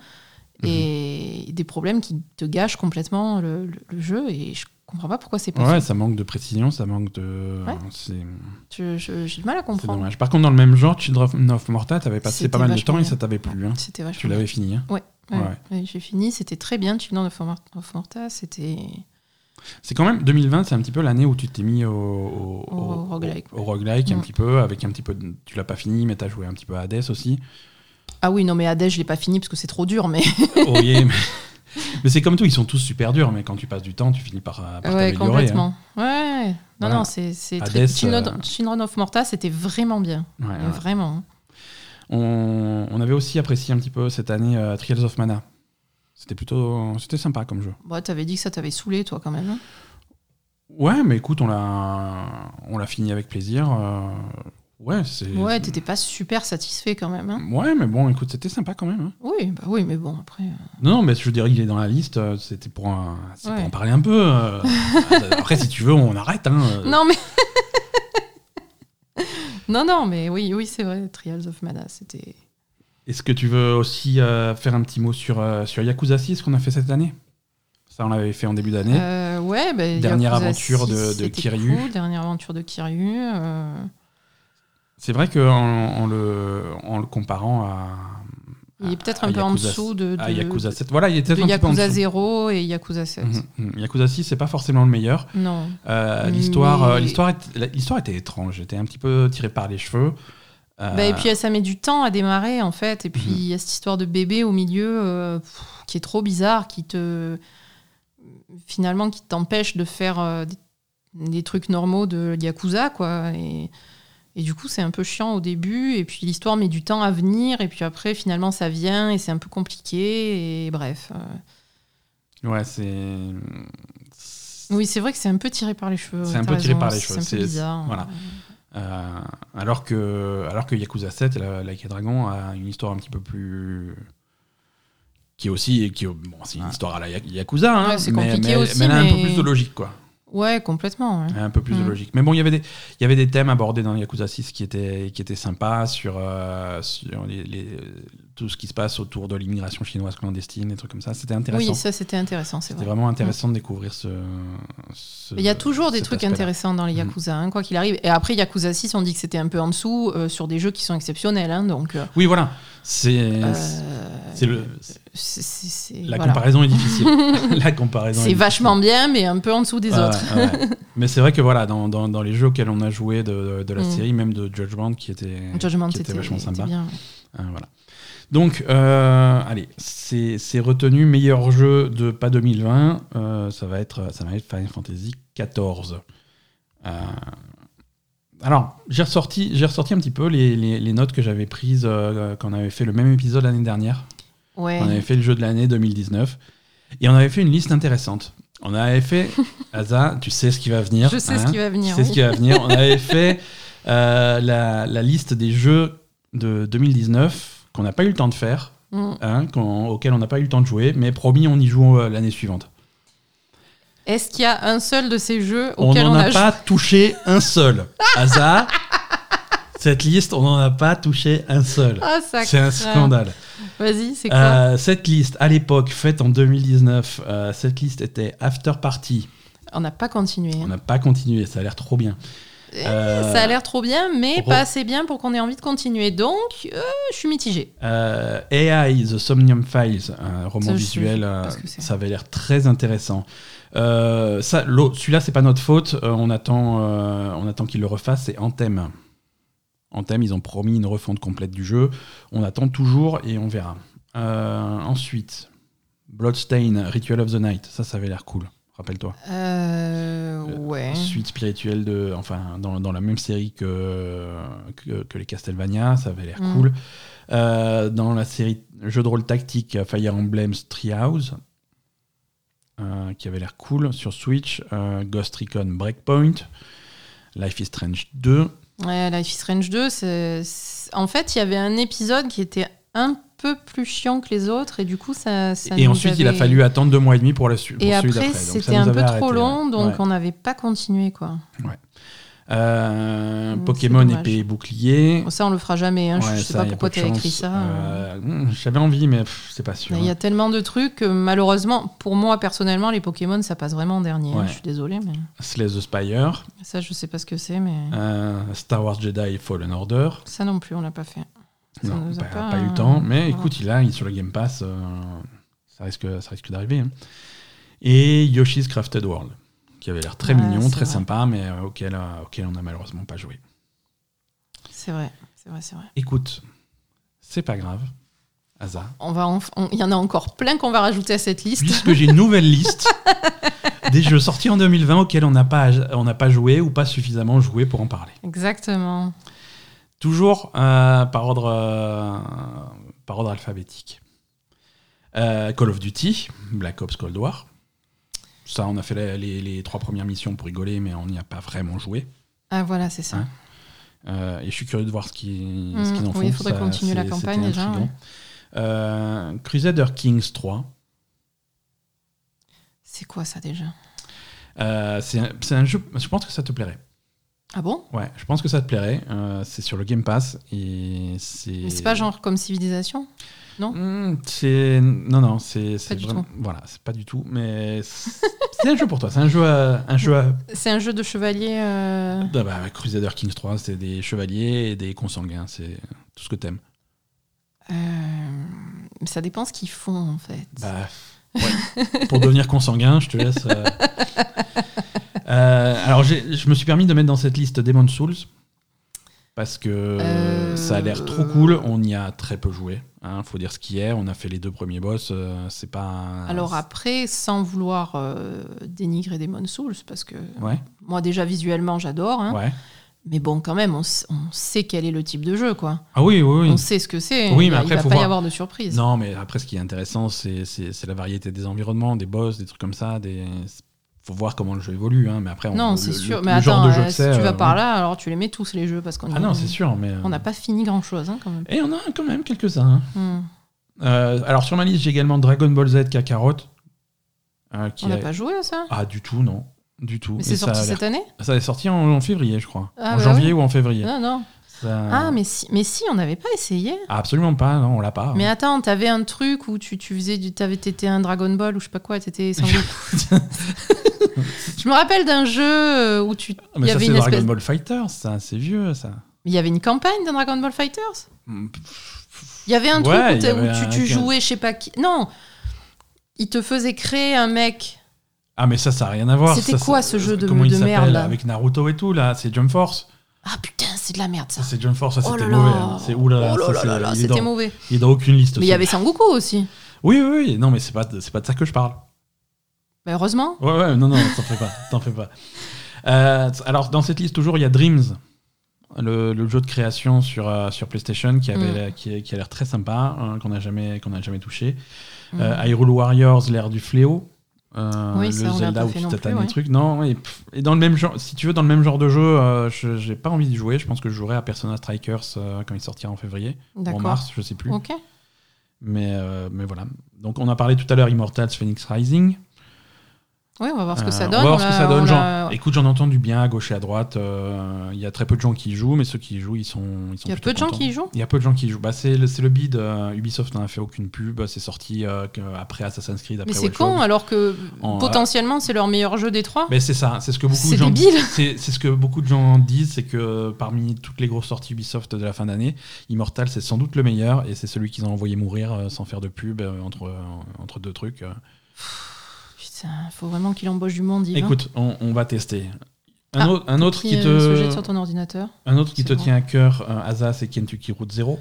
[SPEAKER 1] Mhm.
[SPEAKER 2] Et des problèmes qui te gâchent complètement le, le- le jeu, et je comprends pas pourquoi c'est pas
[SPEAKER 1] Ouais,
[SPEAKER 2] fait.
[SPEAKER 1] ça manque de précision, ça manque de. euh,
[SPEAKER 2] Ouais.
[SPEAKER 1] C'est
[SPEAKER 2] Je- je- J'ai du mal à
[SPEAKER 1] c'est
[SPEAKER 2] comprendre.
[SPEAKER 1] dommage. Par contre, dans le même genre, Children of Morta, t'avais passé
[SPEAKER 2] C'était
[SPEAKER 1] pas mal de
[SPEAKER 2] vachement
[SPEAKER 1] temps et
[SPEAKER 2] bien.
[SPEAKER 1] ça t'avait plu. Hein.
[SPEAKER 2] C'était vachement.
[SPEAKER 1] Tu l'avais fini. hein.
[SPEAKER 2] Ouais,
[SPEAKER 1] Ouais.
[SPEAKER 2] ouais, j'ai fini, c'était très bien. Children of Mor- of Morta, c'était.
[SPEAKER 1] C'est quand même 2020, c'est un petit peu l'année où tu t'es mis au, au,
[SPEAKER 2] Au roguelike,
[SPEAKER 1] au roguelike un
[SPEAKER 2] Mm.
[SPEAKER 1] petit peu, avec un petit peu. de- Tu l'as pas fini, mais t'as joué un petit peu à Hades aussi.
[SPEAKER 2] Ah oui, non, mais Hades, je l'ai pas fini parce que c'est trop dur, mais.
[SPEAKER 1] Oh, yeah, mais mais c'est comme tout, ils sont tous super durs, mais quand tu passes du temps, tu finis par, par t'améliorer.
[SPEAKER 2] ouais,
[SPEAKER 1] hein.
[SPEAKER 2] complètement. Ouais. Non,
[SPEAKER 1] Voilà.
[SPEAKER 2] non, c'est. c'est
[SPEAKER 1] Hades,
[SPEAKER 2] très... Children,
[SPEAKER 1] euh,
[SPEAKER 2] Children of Morta, c'était vraiment bien.
[SPEAKER 1] Ouais, ouais.
[SPEAKER 2] Mais Vraiment.
[SPEAKER 1] On, on avait aussi apprécié un petit peu cette année euh, Trials of Mana. C'était plutôt. C'était sympa comme jeu.
[SPEAKER 2] Bon, t'avais dit que ça t'avait saoulé, toi, quand même. hein.
[SPEAKER 1] Ouais, mais écoute, on l'a, on l'a fini avec plaisir. euh, ouais, c'est.
[SPEAKER 2] Ouais, t'étais pas super satisfait, quand même. hein.
[SPEAKER 1] Ouais, mais bon, écoute, c'était sympa quand même. hein.
[SPEAKER 2] Oui, bah oui, mais bon, après. euh,
[SPEAKER 1] Non, non, mais je veux dire, il est dans la liste. euh, C'était pour, un- c'est
[SPEAKER 2] Ouais.
[SPEAKER 1] pour en parler un peu. euh. Après, si tu veux, on arrête. hein, euh.
[SPEAKER 2] Non, mais. non, non, mais oui, oui, c'est vrai. Trials of Mana, c'était.
[SPEAKER 1] Est-ce que tu veux aussi euh, faire un petit mot sur, euh, sur Yakuza 6 qu'on a fait cette année Ça, on l'avait fait en début d'année.
[SPEAKER 2] Euh, ouais, ben,
[SPEAKER 1] Hmm. Dernière
[SPEAKER 2] Yakuza
[SPEAKER 1] aventure de-
[SPEAKER 2] 6,
[SPEAKER 1] de
[SPEAKER 2] c'était
[SPEAKER 1] Kiryu.
[SPEAKER 2] cool, dernière aventure de Kiryu. euh,
[SPEAKER 1] C'est vrai qu'en en, en le, en le comparant à.
[SPEAKER 2] il est peut-être
[SPEAKER 1] à
[SPEAKER 2] un peu en
[SPEAKER 1] Ah, Yakuza-
[SPEAKER 2] dessous de, de,
[SPEAKER 1] à Yakuza 7. Voilà, il est
[SPEAKER 2] de
[SPEAKER 1] peut-être un petit peu en
[SPEAKER 2] Yakuza
[SPEAKER 1] dessous.
[SPEAKER 2] 0 et Yakuza 7.
[SPEAKER 1] Mhm, mhm. Yakuza 6, c'est pas forcément le meilleur.
[SPEAKER 2] Non.
[SPEAKER 1] Euh, l'histoire,
[SPEAKER 2] Mais-
[SPEAKER 1] euh, l'histoire, est- la- l'histoire était étrange. J'étais un petit peu tiré par les cheveux. Euh,
[SPEAKER 2] Bah, et puis ça met du temps à démarrer en fait. Et puis il y a cette histoire de bébé au milieu euh, pff, qui est trop bizarre, qui te. finalement, qui t'empêche de faire euh, des, des trucs normaux de Yakuza quoi. Et, et du coup, c'est un peu chiant au début. Et puis l'histoire met du temps à venir. Et puis après, finalement, ça vient et c'est un peu compliqué. Et bref. euh.
[SPEAKER 1] ouais, c'est.
[SPEAKER 2] Oui, c'est vrai que c'est un peu tiré par les cheveux.
[SPEAKER 1] C'est
[SPEAKER 2] ouais,
[SPEAKER 1] un
[SPEAKER 2] t'as
[SPEAKER 1] peu tiré
[SPEAKER 2] raison,
[SPEAKER 1] par les
[SPEAKER 2] c'est
[SPEAKER 1] cheveux,
[SPEAKER 2] un peu
[SPEAKER 1] c'est-
[SPEAKER 2] bizarre.
[SPEAKER 1] voilà. Euh, alors que, alors que Yakuza 7 et la, Like a Dragon a une histoire un petit peu plus. Qui est aussi, qui est- bon, c'est une histoire à la Ya- Yakuza, hein,
[SPEAKER 2] Ouais, c'est
[SPEAKER 1] mais-
[SPEAKER 2] compliqué
[SPEAKER 1] mais,
[SPEAKER 2] aussi,
[SPEAKER 1] mais elle a un peu
[SPEAKER 2] mais-
[SPEAKER 1] plus de logique, quoi.
[SPEAKER 2] Ouais, complètement. ouais.
[SPEAKER 1] Elle a un peu plus de
[SPEAKER 2] Mm.
[SPEAKER 1] logique. Mais bon, il y avait des, il y avait des thèmes abordés dans Yakuza 6 qui étaient, qui étaient sympas sur, euh, sur les, les- tout ce qui se passe autour de l'immigration chinoise clandestine, des trucs comme ça. C'était intéressant.
[SPEAKER 2] Oui, ça c'était intéressant, c'est
[SPEAKER 1] C'était
[SPEAKER 2] vrai.
[SPEAKER 1] vraiment intéressant de découvrir ce. ce-
[SPEAKER 2] Mais Il y a toujours des
[SPEAKER 1] cet
[SPEAKER 2] trucs
[SPEAKER 1] aspect-là.
[SPEAKER 2] intéressants dans les
[SPEAKER 1] Mhm.
[SPEAKER 2] Yakuza, hein, quoi qu'il arrive. Et après, Yakuza 6, on dit que c'était un peu en dessous euh, sur des jeux qui sont exceptionnels. hein, donc, euh,
[SPEAKER 1] Oui, voilà. C'est
[SPEAKER 2] euh,
[SPEAKER 1] c'est le-
[SPEAKER 2] c'est- c'est- c'est-
[SPEAKER 1] la
[SPEAKER 2] voilà.
[SPEAKER 1] comparaison est difficile. la comparaison.
[SPEAKER 2] C'est
[SPEAKER 1] est
[SPEAKER 2] vachement bien, mais un peu en dessous des
[SPEAKER 1] Ouais,
[SPEAKER 2] autres.
[SPEAKER 1] ouais. Mais c'est vrai que voilà, dans, dans, dans les jeux auxquels on a joué de, de la
[SPEAKER 2] Mm.
[SPEAKER 1] série, même de Judgment, qui était,
[SPEAKER 2] Judgment,
[SPEAKER 1] qui était
[SPEAKER 2] c'était
[SPEAKER 1] vachement
[SPEAKER 2] c'était
[SPEAKER 1] sympa.
[SPEAKER 2] bien. ouais.
[SPEAKER 1] Euh, voilà. Donc, euh, allez, c'est c'est retenu meilleur jeu de pas 2020. euh, ça, va être, ça va être Final Fantasy XIV. Euh, alors, j'ai ressorti, j'ai ressorti un petit peu les, les- les notes que j'avais prises euh, quand on avait fait le même épisode l'année dernière.
[SPEAKER 2] Ouais.
[SPEAKER 1] On avait fait le jeu de l'année 2019. Et on avait fait une liste intéressante. On avait fait, Asa, tu sais ce qui va venir.
[SPEAKER 2] Je sais ce
[SPEAKER 1] hein
[SPEAKER 2] qui va venir.
[SPEAKER 1] C'est
[SPEAKER 2] oui.
[SPEAKER 1] ce qui va venir. On avait fait euh, la, la liste des jeux de 2019 qu'on n'a pas eu le temps de faire,
[SPEAKER 2] Mhm.
[SPEAKER 1] hein, qu'on- auxquels on n'a pas eu le temps de jouer, mais promis, on y joue euh, l'année suivante.
[SPEAKER 2] Est-ce qu'il y a un seul de ces jeux
[SPEAKER 1] On
[SPEAKER 2] auquel
[SPEAKER 1] n'en
[SPEAKER 2] on,
[SPEAKER 1] a,
[SPEAKER 2] a joué
[SPEAKER 1] pas touché un seul. Hasard, cette liste, on n'en a pas touché un seul.
[SPEAKER 2] Ah, ça
[SPEAKER 1] C'est un
[SPEAKER 2] craint.
[SPEAKER 1] scandale.
[SPEAKER 2] Vas-y, c'est quoi
[SPEAKER 1] Euh, cette liste, à l'époque, faite en 2019, euh, cette liste était After Party.
[SPEAKER 2] On n'a pas continué. hein.
[SPEAKER 1] On n'a pas continué, ça a l'air trop bien.
[SPEAKER 2] Eh,
[SPEAKER 1] Euh,
[SPEAKER 2] Ça a l'air trop bien, mais
[SPEAKER 1] re-
[SPEAKER 2] pas assez bien pour qu'on ait envie de continuer. Donc, euh, je suis mitigée.
[SPEAKER 1] Euh, AI, The Somnium Files, un roman
[SPEAKER 2] Ça, je sais
[SPEAKER 1] visuel, euh,
[SPEAKER 2] pas ce que c'est.
[SPEAKER 1] ça avait l'air très intéressant. Euh, ça, l'au- Celui-là, c'est pas notre faute, euh, on attend, euh, on attend qu'ils le refassent, c'est Anthem. Anthem, ils ont promis une refonte complète du jeu, on attend toujours et on verra. Euh, ensuite, Bloodstain, Ritual of the Night, ça, ça avait l'air cool, rappelle-toi.
[SPEAKER 2] Euh, ouais.
[SPEAKER 1] Suite spirituelle, de, enfin, dans, dans la même série que, que, que les Castlevania, ça avait l'air
[SPEAKER 2] Mm.
[SPEAKER 1] cool. Euh, dans la série jeu de rôle tactique Fire Emblem Treehouse, euh, qui avait l'air cool sur Switch, euh, Ghost Recon Breakpoint, Life is Strange 2.
[SPEAKER 2] Ouais, Life is Strange 2, c'est- c'est- en fait, il y avait un épisode qui était un peu plus chiant que les autres, et du coup, ça. ça
[SPEAKER 1] et
[SPEAKER 2] nous
[SPEAKER 1] ensuite, il a
[SPEAKER 2] avait-
[SPEAKER 1] fallu attendre deux mois et demi pour, la su- pour
[SPEAKER 2] Et
[SPEAKER 1] celui
[SPEAKER 2] après,
[SPEAKER 1] d'après. Donc, ça
[SPEAKER 2] c'était
[SPEAKER 1] nous
[SPEAKER 2] un peu
[SPEAKER 1] avait
[SPEAKER 2] trop
[SPEAKER 1] arrêté,
[SPEAKER 2] long,
[SPEAKER 1] ouais.
[SPEAKER 2] donc
[SPEAKER 1] Ouais.
[SPEAKER 2] on n'avait pas continué, quoi.
[SPEAKER 1] Euh,
[SPEAKER 2] Mm, c'est
[SPEAKER 1] Pokémon
[SPEAKER 2] dommage.
[SPEAKER 1] épée et bouclier.
[SPEAKER 2] Bon, ça, on le fera jamais. hein,
[SPEAKER 1] Ouais,
[SPEAKER 2] je sais
[SPEAKER 1] ça,
[SPEAKER 2] pas
[SPEAKER 1] y a
[SPEAKER 2] pourquoi
[SPEAKER 1] peu
[SPEAKER 2] tu
[SPEAKER 1] de
[SPEAKER 2] as
[SPEAKER 1] chance.
[SPEAKER 2] écrit ça. hein.
[SPEAKER 1] Euh, hmm, J'avais envie, mais pff, c'est pas sûr.
[SPEAKER 2] Mais Il y a tellement de trucs que malheureusement, pour moi personnellement, les Pokémon, ça passe vraiment en dernier. hein.
[SPEAKER 1] Ouais.
[SPEAKER 2] Je suis désolée, mais
[SPEAKER 1] Slay the Spire,
[SPEAKER 2] ça, je sais pas ce que c'est, mais
[SPEAKER 1] euh, Star Wars Jedi Fallen Order.
[SPEAKER 2] ça non plus, on l'a pas fait. Ça
[SPEAKER 1] Non,
[SPEAKER 2] nous a
[SPEAKER 1] pas,
[SPEAKER 2] pas-
[SPEAKER 1] pas eu le temps. Mais
[SPEAKER 2] voilà.
[SPEAKER 1] écoute, il a il- sur le Game Pass, euh, ça risque, ça risque d'arriver. hein. Et Yoshi's Crafted World, qui avait l'air très
[SPEAKER 2] Ouais,
[SPEAKER 1] mignon,
[SPEAKER 2] c'est
[SPEAKER 1] très
[SPEAKER 2] vrai.
[SPEAKER 1] sympa, mais euh, auquel, euh, auquel on n'a malheureusement pas joué.
[SPEAKER 2] C'est vrai, c'est vrai, c'est vrai.
[SPEAKER 1] Écoute, c'est pas grave, hasard.
[SPEAKER 2] On va, en- on- il y en a encore plein qu'on va rajouter à cette liste.
[SPEAKER 1] Puisque j'ai une nouvelle liste des jeux sortis en 2020 auxquels on n'a pas, on n'a pas joué ou pas suffisamment joué pour en parler.
[SPEAKER 2] Exactement.
[SPEAKER 1] Toujours euh, par, ordre, euh, par ordre alphabétique. Euh, Call of Duty, Black Ops Cold War. Ça, on a fait la- les, les trois premières missions pour rigoler, mais on n'y a pas vraiment joué.
[SPEAKER 2] Ah voilà, c'est ça.
[SPEAKER 1] Hein Euh, et je suis curieux de voir ce qu'ils
[SPEAKER 2] Mm,
[SPEAKER 1] ce qu'ils en
[SPEAKER 2] oui,
[SPEAKER 1] font.
[SPEAKER 2] il faudrait
[SPEAKER 1] Ça,
[SPEAKER 2] continuer la
[SPEAKER 1] c'est-
[SPEAKER 2] campagne,
[SPEAKER 1] c'était
[SPEAKER 2] déjà,
[SPEAKER 1] intriguant.
[SPEAKER 2] ouais.
[SPEAKER 1] Euh, Crusader Kings 3.
[SPEAKER 2] C'est quoi ça déjà
[SPEAKER 1] Euh, c'est un, c'est un jeu, je pense que ça te plairait.
[SPEAKER 2] Ah bon
[SPEAKER 1] Ouais, je pense que ça te plairait. Euh, c'est sur le Game Pass et
[SPEAKER 2] Mais
[SPEAKER 1] c'est.
[SPEAKER 2] c'est pas genre comme civilisation
[SPEAKER 1] Hmm, c'est non non c'est c'est
[SPEAKER 2] du
[SPEAKER 1] vraiment voilà c'est pas du tout mais c'est c'est un jeu pour toi c'est un jeu à- un jeu à-
[SPEAKER 2] C'est un jeu de chevalier. euh,
[SPEAKER 1] Ah bah, Crusader Kings 3 c'est des chevaliers et des consanguins c'est tout ce que t'aimes
[SPEAKER 2] euh, Ça dépend ce qu'ils font en fait.
[SPEAKER 1] bah ouais. pour devenir consanguin je te laisse euh. Euh, alors j'ai- je me suis permis de mettre dans cette liste Demon Souls parce que
[SPEAKER 2] Euh,
[SPEAKER 1] ça a l'air trop cool on y a très peu joué hein, faut dire ce qu'il est on a fait les deux premiers boss euh, c'est pas
[SPEAKER 2] Alors après, sans vouloir euh, dénigrer Demon Souls, parce que
[SPEAKER 1] ouais
[SPEAKER 2] moi déjà visuellement j'adore, hein,
[SPEAKER 1] ouais
[SPEAKER 2] mais bon quand même on, s- on sait quel est le type de jeu, quoi.
[SPEAKER 1] ah oui oui oui
[SPEAKER 2] On sait ce que c'est.
[SPEAKER 1] Oui,
[SPEAKER 2] il
[SPEAKER 1] mais
[SPEAKER 2] va-
[SPEAKER 1] après,
[SPEAKER 2] il va
[SPEAKER 1] faut
[SPEAKER 2] pas y
[SPEAKER 1] voir.
[SPEAKER 2] avoir de surprise.
[SPEAKER 1] Non, mais après, ce qui est intéressant, c'est c'est- c'est la variété des environnements, des boss, des trucs comme ça. Des... Faut voir comment le jeu évolue. hein, Mais après, on-
[SPEAKER 2] Non,
[SPEAKER 1] le-
[SPEAKER 2] c'est
[SPEAKER 1] le-
[SPEAKER 2] sûr.
[SPEAKER 1] le
[SPEAKER 2] mais attends,
[SPEAKER 1] genre de jeu
[SPEAKER 2] euh,
[SPEAKER 1] que
[SPEAKER 2] si
[SPEAKER 1] c'est,
[SPEAKER 2] tu vas
[SPEAKER 1] euh,
[SPEAKER 2] par
[SPEAKER 1] oui.
[SPEAKER 2] là, alors tu les mets tous les jeux parce qu'on
[SPEAKER 1] Ah non, c'est sûr, mais euh,
[SPEAKER 2] on n'a pas fini grand chose quand même.
[SPEAKER 1] Et on a quand même quelques-uns. hein.
[SPEAKER 2] Hmm.
[SPEAKER 1] Euh, alors, sur ma liste, j'ai également Dragon Ball Z Kakarot. euh, qui
[SPEAKER 2] On n'a
[SPEAKER 1] est-
[SPEAKER 2] pas joué à ça.
[SPEAKER 1] Ah, du tout, non. Du tout.
[SPEAKER 2] Mais
[SPEAKER 1] Et
[SPEAKER 2] c'est
[SPEAKER 1] ça
[SPEAKER 2] sorti
[SPEAKER 1] a l'air-
[SPEAKER 2] cette année
[SPEAKER 1] Ça est sorti en, en février, je crois.
[SPEAKER 2] Ah,
[SPEAKER 1] en
[SPEAKER 2] bah
[SPEAKER 1] janvier ou en février.
[SPEAKER 2] Non, non.
[SPEAKER 1] Ça-
[SPEAKER 2] Ah, mais si, mais si on n'avait pas essayé.
[SPEAKER 1] Ah, Absolument pas, non, on l'a pas. hein.
[SPEAKER 2] Mais attends, t'avais un truc où tu, tu faisais du. T'avais, t'étais un Dragon Ball ou je sais pas quoi, t'étais sans Je me rappelle d'un jeu euh, où tu.
[SPEAKER 1] Ah, Mais
[SPEAKER 2] il y
[SPEAKER 1] ça,
[SPEAKER 2] avait
[SPEAKER 1] c'est
[SPEAKER 2] une
[SPEAKER 1] Dragon
[SPEAKER 2] espèce-
[SPEAKER 1] Ball Fighter, ça, c'est vieux, ça.
[SPEAKER 2] Il y avait une campagne dans Dragon Ball Fighters
[SPEAKER 1] Mm,
[SPEAKER 2] Il y avait un
[SPEAKER 1] Ouais,
[SPEAKER 2] truc où
[SPEAKER 1] il y
[SPEAKER 2] t'as- où,
[SPEAKER 1] avait un-
[SPEAKER 2] tu, tu jouais, je sais pas qui. Non Il te faisait créer un mec.
[SPEAKER 1] Ah, mais ça, ça n'a rien à voir.
[SPEAKER 2] C'était
[SPEAKER 1] Ça,
[SPEAKER 2] quoi,
[SPEAKER 1] ça-
[SPEAKER 2] ce jeu de-
[SPEAKER 1] Comment il
[SPEAKER 2] de merde,
[SPEAKER 1] s'appelle,
[SPEAKER 2] là
[SPEAKER 1] Avec Naruto et tout, là, c'est Jump Force.
[SPEAKER 2] Ah putain, c'est de la merde ça.
[SPEAKER 1] Ça, c'est Jump Force, ça,
[SPEAKER 2] Oh
[SPEAKER 1] c'était
[SPEAKER 2] là
[SPEAKER 1] mauvais.
[SPEAKER 2] là.
[SPEAKER 1] hein. C'est oulala,
[SPEAKER 2] Oh là
[SPEAKER 1] ça,
[SPEAKER 2] là
[SPEAKER 1] c'est-
[SPEAKER 2] là là,
[SPEAKER 1] il est
[SPEAKER 2] c'était
[SPEAKER 1] dans-
[SPEAKER 2] mauvais.
[SPEAKER 1] il est dans aucune liste.
[SPEAKER 2] Mais il y
[SPEAKER 1] ça.
[SPEAKER 2] avait Sangoku aussi.
[SPEAKER 1] Oui, oui, oui, non, mais c'est pas, c'est pas de ça que je parle.
[SPEAKER 2] Bah, heureusement.
[SPEAKER 1] Ouais, ouais, non, non, t'en fais pas, t'en fais pas. Euh, alors, dans cette liste, toujours, il y a Dreams, le, le jeu de création sur, euh, sur PlayStation qui, avait,
[SPEAKER 2] Mm.
[SPEAKER 1] l'air- qui, qui a l'air très sympa, hein, qu'on n'a jamais, qu'on n'a jamais touché.
[SPEAKER 2] Mm.
[SPEAKER 1] Euh, Hyrule Warriors, l'ère du fléau. euh,
[SPEAKER 2] Oui,
[SPEAKER 1] le
[SPEAKER 2] ça, on l'a
[SPEAKER 1] Zelda
[SPEAKER 2] pas
[SPEAKER 1] où
[SPEAKER 2] fait
[SPEAKER 1] tu
[SPEAKER 2] non
[SPEAKER 1] t'attaques
[SPEAKER 2] plus,
[SPEAKER 1] des
[SPEAKER 2] ouais.
[SPEAKER 1] trucs. Non, et, pff, et dans le même genre, si tu veux, dans le même genre de jeu, euh, je j'ai pas envie d'y jouer. Je pense que je jouerai à Persona Strikers euh, quand il sortira en février, ou en
[SPEAKER 2] D'accord.
[SPEAKER 1] mars, je sais plus.
[SPEAKER 2] Ok.
[SPEAKER 1] Mais, euh, mais voilà. Donc, on a parlé tout à l'heure Immortals Phoenix Rising.
[SPEAKER 2] Oui, on va voir ce que ça
[SPEAKER 1] Euh,
[SPEAKER 2] donne.
[SPEAKER 1] On va voir ce que
[SPEAKER 2] l'a-
[SPEAKER 1] ça donne.
[SPEAKER 2] on
[SPEAKER 1] Genre,
[SPEAKER 2] l'a-
[SPEAKER 1] Écoute, j'en entends du bien à gauche et à droite. euh, Il y a très peu de gens qui y jouent, mais ceux qui y jouent, ils sont. ils sont
[SPEAKER 2] Il y a
[SPEAKER 1] plutôt
[SPEAKER 2] peu de gens
[SPEAKER 1] contents.
[SPEAKER 2] qui y jouent
[SPEAKER 1] Il y a peu de gens qui y jouent. Bah, c'est le, c'est le bid. euh, Ubisoft n'en a fait aucune pub. C'est sorti euh, que- après Assassin's Creed. Après
[SPEAKER 2] Mais c'est
[SPEAKER 1] Watch
[SPEAKER 2] con hein.
[SPEAKER 1] Dogs.
[SPEAKER 2] alors que
[SPEAKER 1] En- euh,
[SPEAKER 2] potentiellement c'est leur meilleur jeu des trois.
[SPEAKER 1] Mais c'est ça. C'est ce que beaucoup de
[SPEAKER 2] C'est
[SPEAKER 1] gens.
[SPEAKER 2] débile.
[SPEAKER 1] C'est c'est ce que beaucoup de gens disent, c'est que parmi toutes les grosses sorties Ubisoft de la fin d'année, Immortal c'est sans doute le meilleur et c'est celui qu'ils ont envoyé mourir euh, sans faire de pub euh, entre, entre deux trucs. euh.
[SPEAKER 2] Putain, faut vraiment qu'il embauche du monde. Yves.
[SPEAKER 1] Écoute, on, on va tester. Un,
[SPEAKER 2] Ah,
[SPEAKER 1] autre, un autre
[SPEAKER 2] qui,
[SPEAKER 1] qui, te.
[SPEAKER 2] euh, se jette sur ton ordinateur.
[SPEAKER 1] Un autre qui
[SPEAKER 2] C'est
[SPEAKER 1] te
[SPEAKER 2] bon.
[SPEAKER 1] tient à cœur, euh, Asa, c'est Kentucky Route Zero.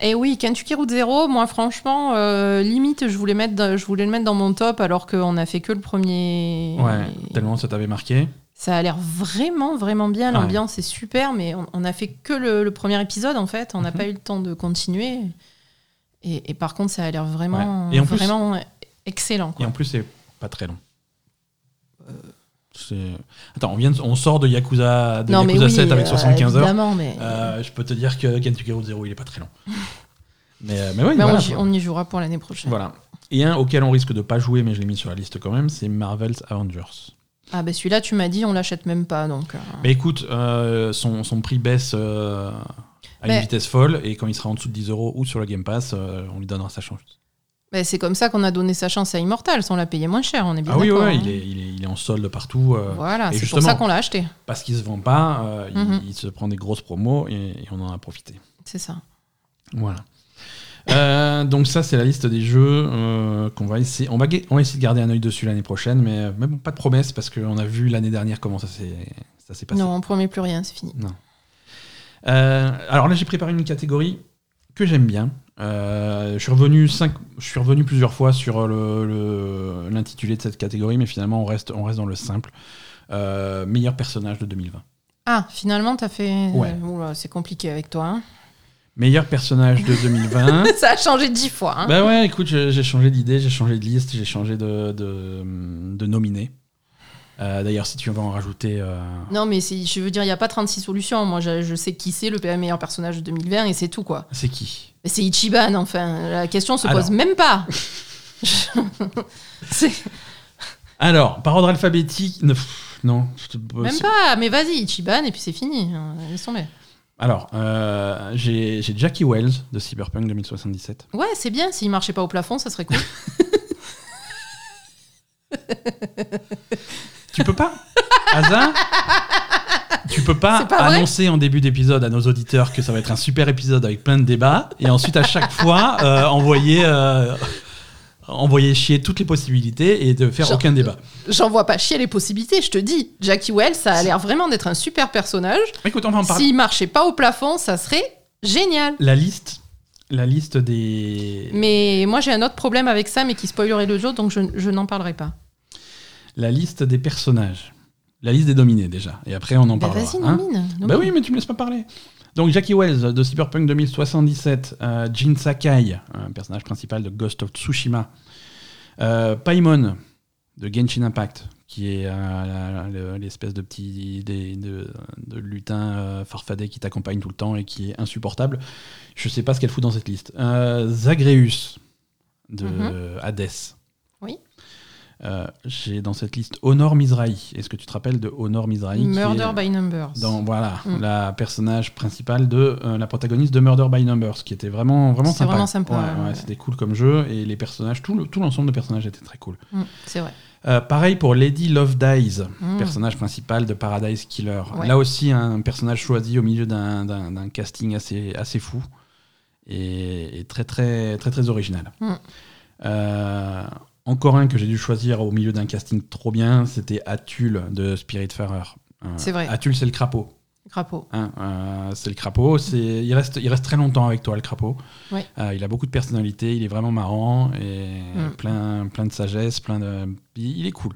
[SPEAKER 2] Et Eh oui, Kentucky Route Zero, moi franchement, euh, limite, je voulais, mettre, dans- je voulais le mettre dans mon top alors qu'on a fait que le premier.
[SPEAKER 1] Ouais, tellement ça t'avait marqué.
[SPEAKER 2] Ça a l'air vraiment, vraiment bien.
[SPEAKER 1] Ouais.
[SPEAKER 2] L'ambiance est super, mais on, on a fait que le, le premier épisode en fait. On n'a
[SPEAKER 1] Mhm.
[SPEAKER 2] pas eu le temps de continuer. Et, et par contre, ça a l'air vraiment,
[SPEAKER 1] Ouais. Et en plus-
[SPEAKER 2] vraiment excellent. quoi.
[SPEAKER 1] Et en plus, c'est pas très long.
[SPEAKER 2] Euh.
[SPEAKER 1] C'est- Attends, on, vient de- on sort de Yakuza, de Yakuza 7 avec
[SPEAKER 2] euh,
[SPEAKER 1] 75 heures.
[SPEAKER 2] évidemment, mais,
[SPEAKER 1] Euh, je peux te dire que Kentucky Route Zero, il est pas très long. Mais, euh, mais ouais,
[SPEAKER 2] mais Bah, Ben, on
[SPEAKER 1] voilà.
[SPEAKER 2] y- on y jouera pour l'année prochaine.
[SPEAKER 1] Voilà. Et un auquel on risque de pas jouer, mais je l'ai mis sur la liste quand même, c'est Marvel's Avengers.
[SPEAKER 2] Ah ben celui-là, tu m'as dit, on l'achète même pas, donc. euh,
[SPEAKER 1] Mais écoute, euh, son, son prix baisse euh, à une
[SPEAKER 2] Mais-
[SPEAKER 1] vitesse folle, et quand il sera en dessous de 10 euros ou sur le Game Pass, euh, on lui donnera sa chance.
[SPEAKER 2] ben, c'est comme ça qu'on a donné sa chance à Immortals. On l'a payé moins cher, on est bien
[SPEAKER 1] Ah oui,
[SPEAKER 2] d'accord.
[SPEAKER 1] ouais,
[SPEAKER 2] hein.
[SPEAKER 1] il, est, il, est, il est en solde partout. euh,
[SPEAKER 2] Voilà,
[SPEAKER 1] Et
[SPEAKER 2] c'est pour
[SPEAKER 1] justement-
[SPEAKER 2] ça qu'on l'a acheté.
[SPEAKER 1] Parce qu'il se vend pas, euh, il-
[SPEAKER 2] Mhm.
[SPEAKER 1] il, se prend des grosses promos et, et on en a profité.
[SPEAKER 2] C'est ça.
[SPEAKER 1] Voilà. Euh, donc ça, c'est la liste des jeux euh, qu'on va essayer. On va, ga- on va essayer de garder un œil dessus l'année prochaine, mais euh, mais bon, pas de promesses parce qu'on a vu l'année dernière comment ça s'est ça s'est passé.
[SPEAKER 2] Non, on promet plus rien, c'est fini.
[SPEAKER 1] Euh, alors là, j'ai préparé une catégorie que j'aime bien. Euh, je, suis revenu cinq, je suis revenu plusieurs fois sur l'intitulé le, l'intitulé de cette catégorie, mais finalement, on reste, on reste dans le simple. Euh, meilleur personnage de 2020.
[SPEAKER 2] Ah, finalement, t'as fait.
[SPEAKER 1] Ouais.
[SPEAKER 2] euh, oula, c'est compliqué avec toi. hein.
[SPEAKER 1] Meilleur personnage de 2020.
[SPEAKER 2] ça a changé dix fois. hein.
[SPEAKER 1] bah ouais, écoute, je- j'ai changé d'idée, j'ai changé de liste, j'ai changé de, de, de nominé. Euh, D'ailleurs, si tu veux en rajouter. euh,
[SPEAKER 2] Non, mais c'est- je veux dire, il n'y a pas 36 solutions. Moi, je, je sais qui c'est le PA meilleur personnage de 2020 et c'est tout, quoi.
[SPEAKER 1] C'est qui
[SPEAKER 2] Mais c'est Ichiban, enfin. La question se
[SPEAKER 1] Alors.
[SPEAKER 2] pose même pas. C'est-
[SPEAKER 1] Alors, par ordre alphabétique. ne- pff, Non. c'est pas
[SPEAKER 2] même
[SPEAKER 1] possible.
[SPEAKER 2] pas, mais vas-y, Ichiban, et puis c'est fini. hein, Laisse tomber.
[SPEAKER 1] Alors, euh, j'ai j'ai Jackie Wells de Cyberpunk 2077.
[SPEAKER 2] Ouais, c'est bien. S'il marchait pas au plafond, ça serait cool.
[SPEAKER 1] Tu peux pas Hasard Tu peux pas,
[SPEAKER 2] C'est pas vrai
[SPEAKER 1] annoncer en début d'épisode à nos auditeurs que ça va être un super épisode avec plein de débats et ensuite à chaque fois euh, envoyer, euh, envoyer chier toutes les possibilités et de faire
[SPEAKER 2] Genre-
[SPEAKER 1] aucun débat.
[SPEAKER 2] J'en vois pas chier les possibilités, je te dis. Jackie Wells, ça a l'air vraiment d'être un super personnage.
[SPEAKER 1] Écoute, on va en parler.
[SPEAKER 2] S'il marchait pas au plafond, ça serait génial.
[SPEAKER 1] La liste, la liste des,
[SPEAKER 2] Mais moi, j'ai un autre problème avec ça, mais qui spoilerait le jeu, donc je, je n'en parlerai pas.
[SPEAKER 1] la liste des personnages, la liste des dominés déjà. Et après, on en
[SPEAKER 2] Bah,
[SPEAKER 1] parlera.
[SPEAKER 2] vas-y,
[SPEAKER 1] hein.
[SPEAKER 2] nomine. nomine.
[SPEAKER 1] Bah oui, mais tu me laisses pas parler. Donc Jackie Wells de Cyberpunk 2077, euh, Jin Sakai, euh, un personnage principal de Ghost of Tsushima, euh, Paimon de Genshin Impact, qui est euh, la- le- l'espèce de petit des- de, de lutin euh, farfadet qui t'accompagne tout le temps et qui est insupportable. Je sais pas ce qu'elle fout dans cette liste. Euh, Zagreus de
[SPEAKER 2] Mhm.
[SPEAKER 1] Hades.
[SPEAKER 2] Oui.
[SPEAKER 1] Euh, J'ai dans cette liste Honor Mizrahi. Est-ce que tu te rappelles de Honor Mizrahi qui
[SPEAKER 2] Murder
[SPEAKER 1] est
[SPEAKER 2] by Numbers.
[SPEAKER 1] dans, Voilà,
[SPEAKER 2] Mm.
[SPEAKER 1] la personnage principale de euh, la protagoniste de Murder by Numbers, qui était vraiment, vraiment
[SPEAKER 2] C'était
[SPEAKER 1] sympa.
[SPEAKER 2] vraiment sympa,
[SPEAKER 1] Ouais, ouais,
[SPEAKER 2] ouais.
[SPEAKER 1] C'était cool comme jeu et les personnages, tout le- tout l'ensemble de personnages était très cool.
[SPEAKER 2] Mm, c'est vrai.
[SPEAKER 1] Euh, pareil pour Lady Love Dies,
[SPEAKER 2] Mm.
[SPEAKER 1] personnage principal de Paradise Killer.
[SPEAKER 2] Ouais.
[SPEAKER 1] Là aussi, un personnage choisi au milieu d'un- d'un d'un casting assez, assez fou et, et très, très, très, très original.
[SPEAKER 2] Mm.
[SPEAKER 1] Euh, encore un que j'ai dû choisir au milieu d'un casting trop bien, c'était Atul de Spiritfarer. Euh,
[SPEAKER 2] C'est vrai.
[SPEAKER 1] Atul, c'est le crapaud.
[SPEAKER 2] Crapaud.
[SPEAKER 1] hein. Euh, c'est le crapaud. c'est- Il reste, il reste très longtemps avec toi, le crapaud.
[SPEAKER 2] Ouais.
[SPEAKER 1] Euh, il a beaucoup de personnalité, il est vraiment marrant et
[SPEAKER 2] Mm.
[SPEAKER 1] plein, plein de sagesse, plein de... il- il est cool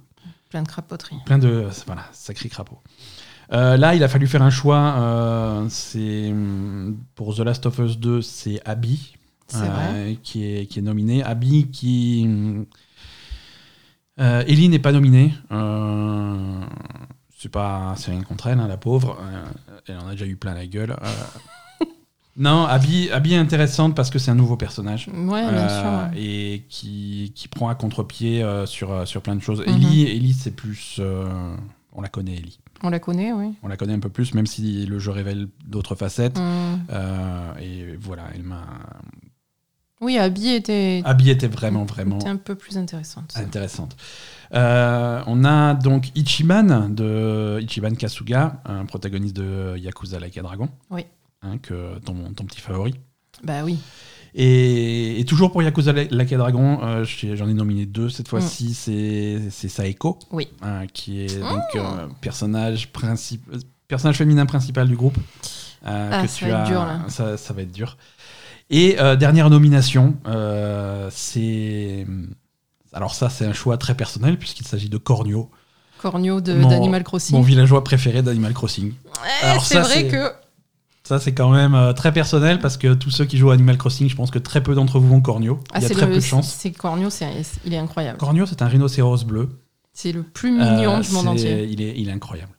[SPEAKER 2] Plein de crapoteries.
[SPEAKER 1] plein de voilà sacré crapaud. Euh, là, il a fallu faire un choix. euh, c'est hum, pour The Last of Us 2, c'est Abby
[SPEAKER 2] C'est
[SPEAKER 1] euh,
[SPEAKER 2] vrai.
[SPEAKER 1] qui est qui est nominée. Abby qui hum, euh, Ellie n'est pas nominée. Euh, c'est pas c'est rien contre elle, hein, la pauvre. Euh, elle en a déjà eu plein la gueule. Euh, non, Abby Abby est intéressante parce que c'est un nouveau personnage.
[SPEAKER 2] Ouais, bien
[SPEAKER 1] Euh,
[SPEAKER 2] sûr.
[SPEAKER 1] et qui, qui prend à contre-pied euh, sur, euh, sur plein de choses.
[SPEAKER 2] Mhm.
[SPEAKER 1] Ellie, Ellie c'est plus. euh, on la connaît, Ellie.
[SPEAKER 2] On la connaît, oui.
[SPEAKER 1] On la connaît un peu plus, même si le jeu révèle d'autres facettes.
[SPEAKER 2] Mm.
[SPEAKER 1] Euh, et voilà, elle m'a.
[SPEAKER 2] Oui, Abby était,
[SPEAKER 1] Abby était vraiment, vraiment
[SPEAKER 2] était un peu plus intéressante.
[SPEAKER 1] Ah. intéressante. Euh, on a donc Ichiban de Ichiban Kasuga, un protagoniste de Yakuza Like a Dragon.
[SPEAKER 2] Oui.
[SPEAKER 1] Hein, que ton, ton petit favori.
[SPEAKER 2] Bah oui.
[SPEAKER 1] Et, et toujours pour Yakuza La- Like a Dragon, euh, j'ai- j'en ai nominé deux cette
[SPEAKER 2] Mm.
[SPEAKER 1] fois-ci. c'est- C'est Saeko,
[SPEAKER 2] Oui. Ah.
[SPEAKER 1] hein, qui est donc euh, personnage, princip- euh, personnage féminin principal du groupe. euh,
[SPEAKER 2] Ah,
[SPEAKER 1] que
[SPEAKER 2] ça
[SPEAKER 1] tu
[SPEAKER 2] va être
[SPEAKER 1] as-
[SPEAKER 2] dur, là.
[SPEAKER 1] Ça, ça va être dur. Et euh, dernière nomination, euh, c'est. Alors, ça, c'est un choix très personnel, puisqu'il s'agit de Cornio,
[SPEAKER 2] Cornio de-
[SPEAKER 1] Mon-
[SPEAKER 2] d'Animal Crossing.
[SPEAKER 1] mon villageois préféré d'Animal Crossing.
[SPEAKER 2] Eh,
[SPEAKER 1] Alors
[SPEAKER 2] c'est
[SPEAKER 1] ça,
[SPEAKER 2] vrai
[SPEAKER 1] c'est-
[SPEAKER 2] que.
[SPEAKER 1] Ça, c'est quand même euh, très personnel parce que tous ceux qui jouent à Animal Crossing, je pense que très peu d'entre vous ont Cornio.
[SPEAKER 2] Ah,
[SPEAKER 1] Il y a
[SPEAKER 2] c'est
[SPEAKER 1] très
[SPEAKER 2] le-
[SPEAKER 1] peu de chance.
[SPEAKER 2] C'est Cornio, c'est- il est incroyable.
[SPEAKER 1] Cornio, c'est un rhinocéros bleu.
[SPEAKER 2] C'est le plus mignon
[SPEAKER 1] Euh,
[SPEAKER 2] du monde
[SPEAKER 1] c'est-
[SPEAKER 2] entier.
[SPEAKER 1] Il est, il est incroyable.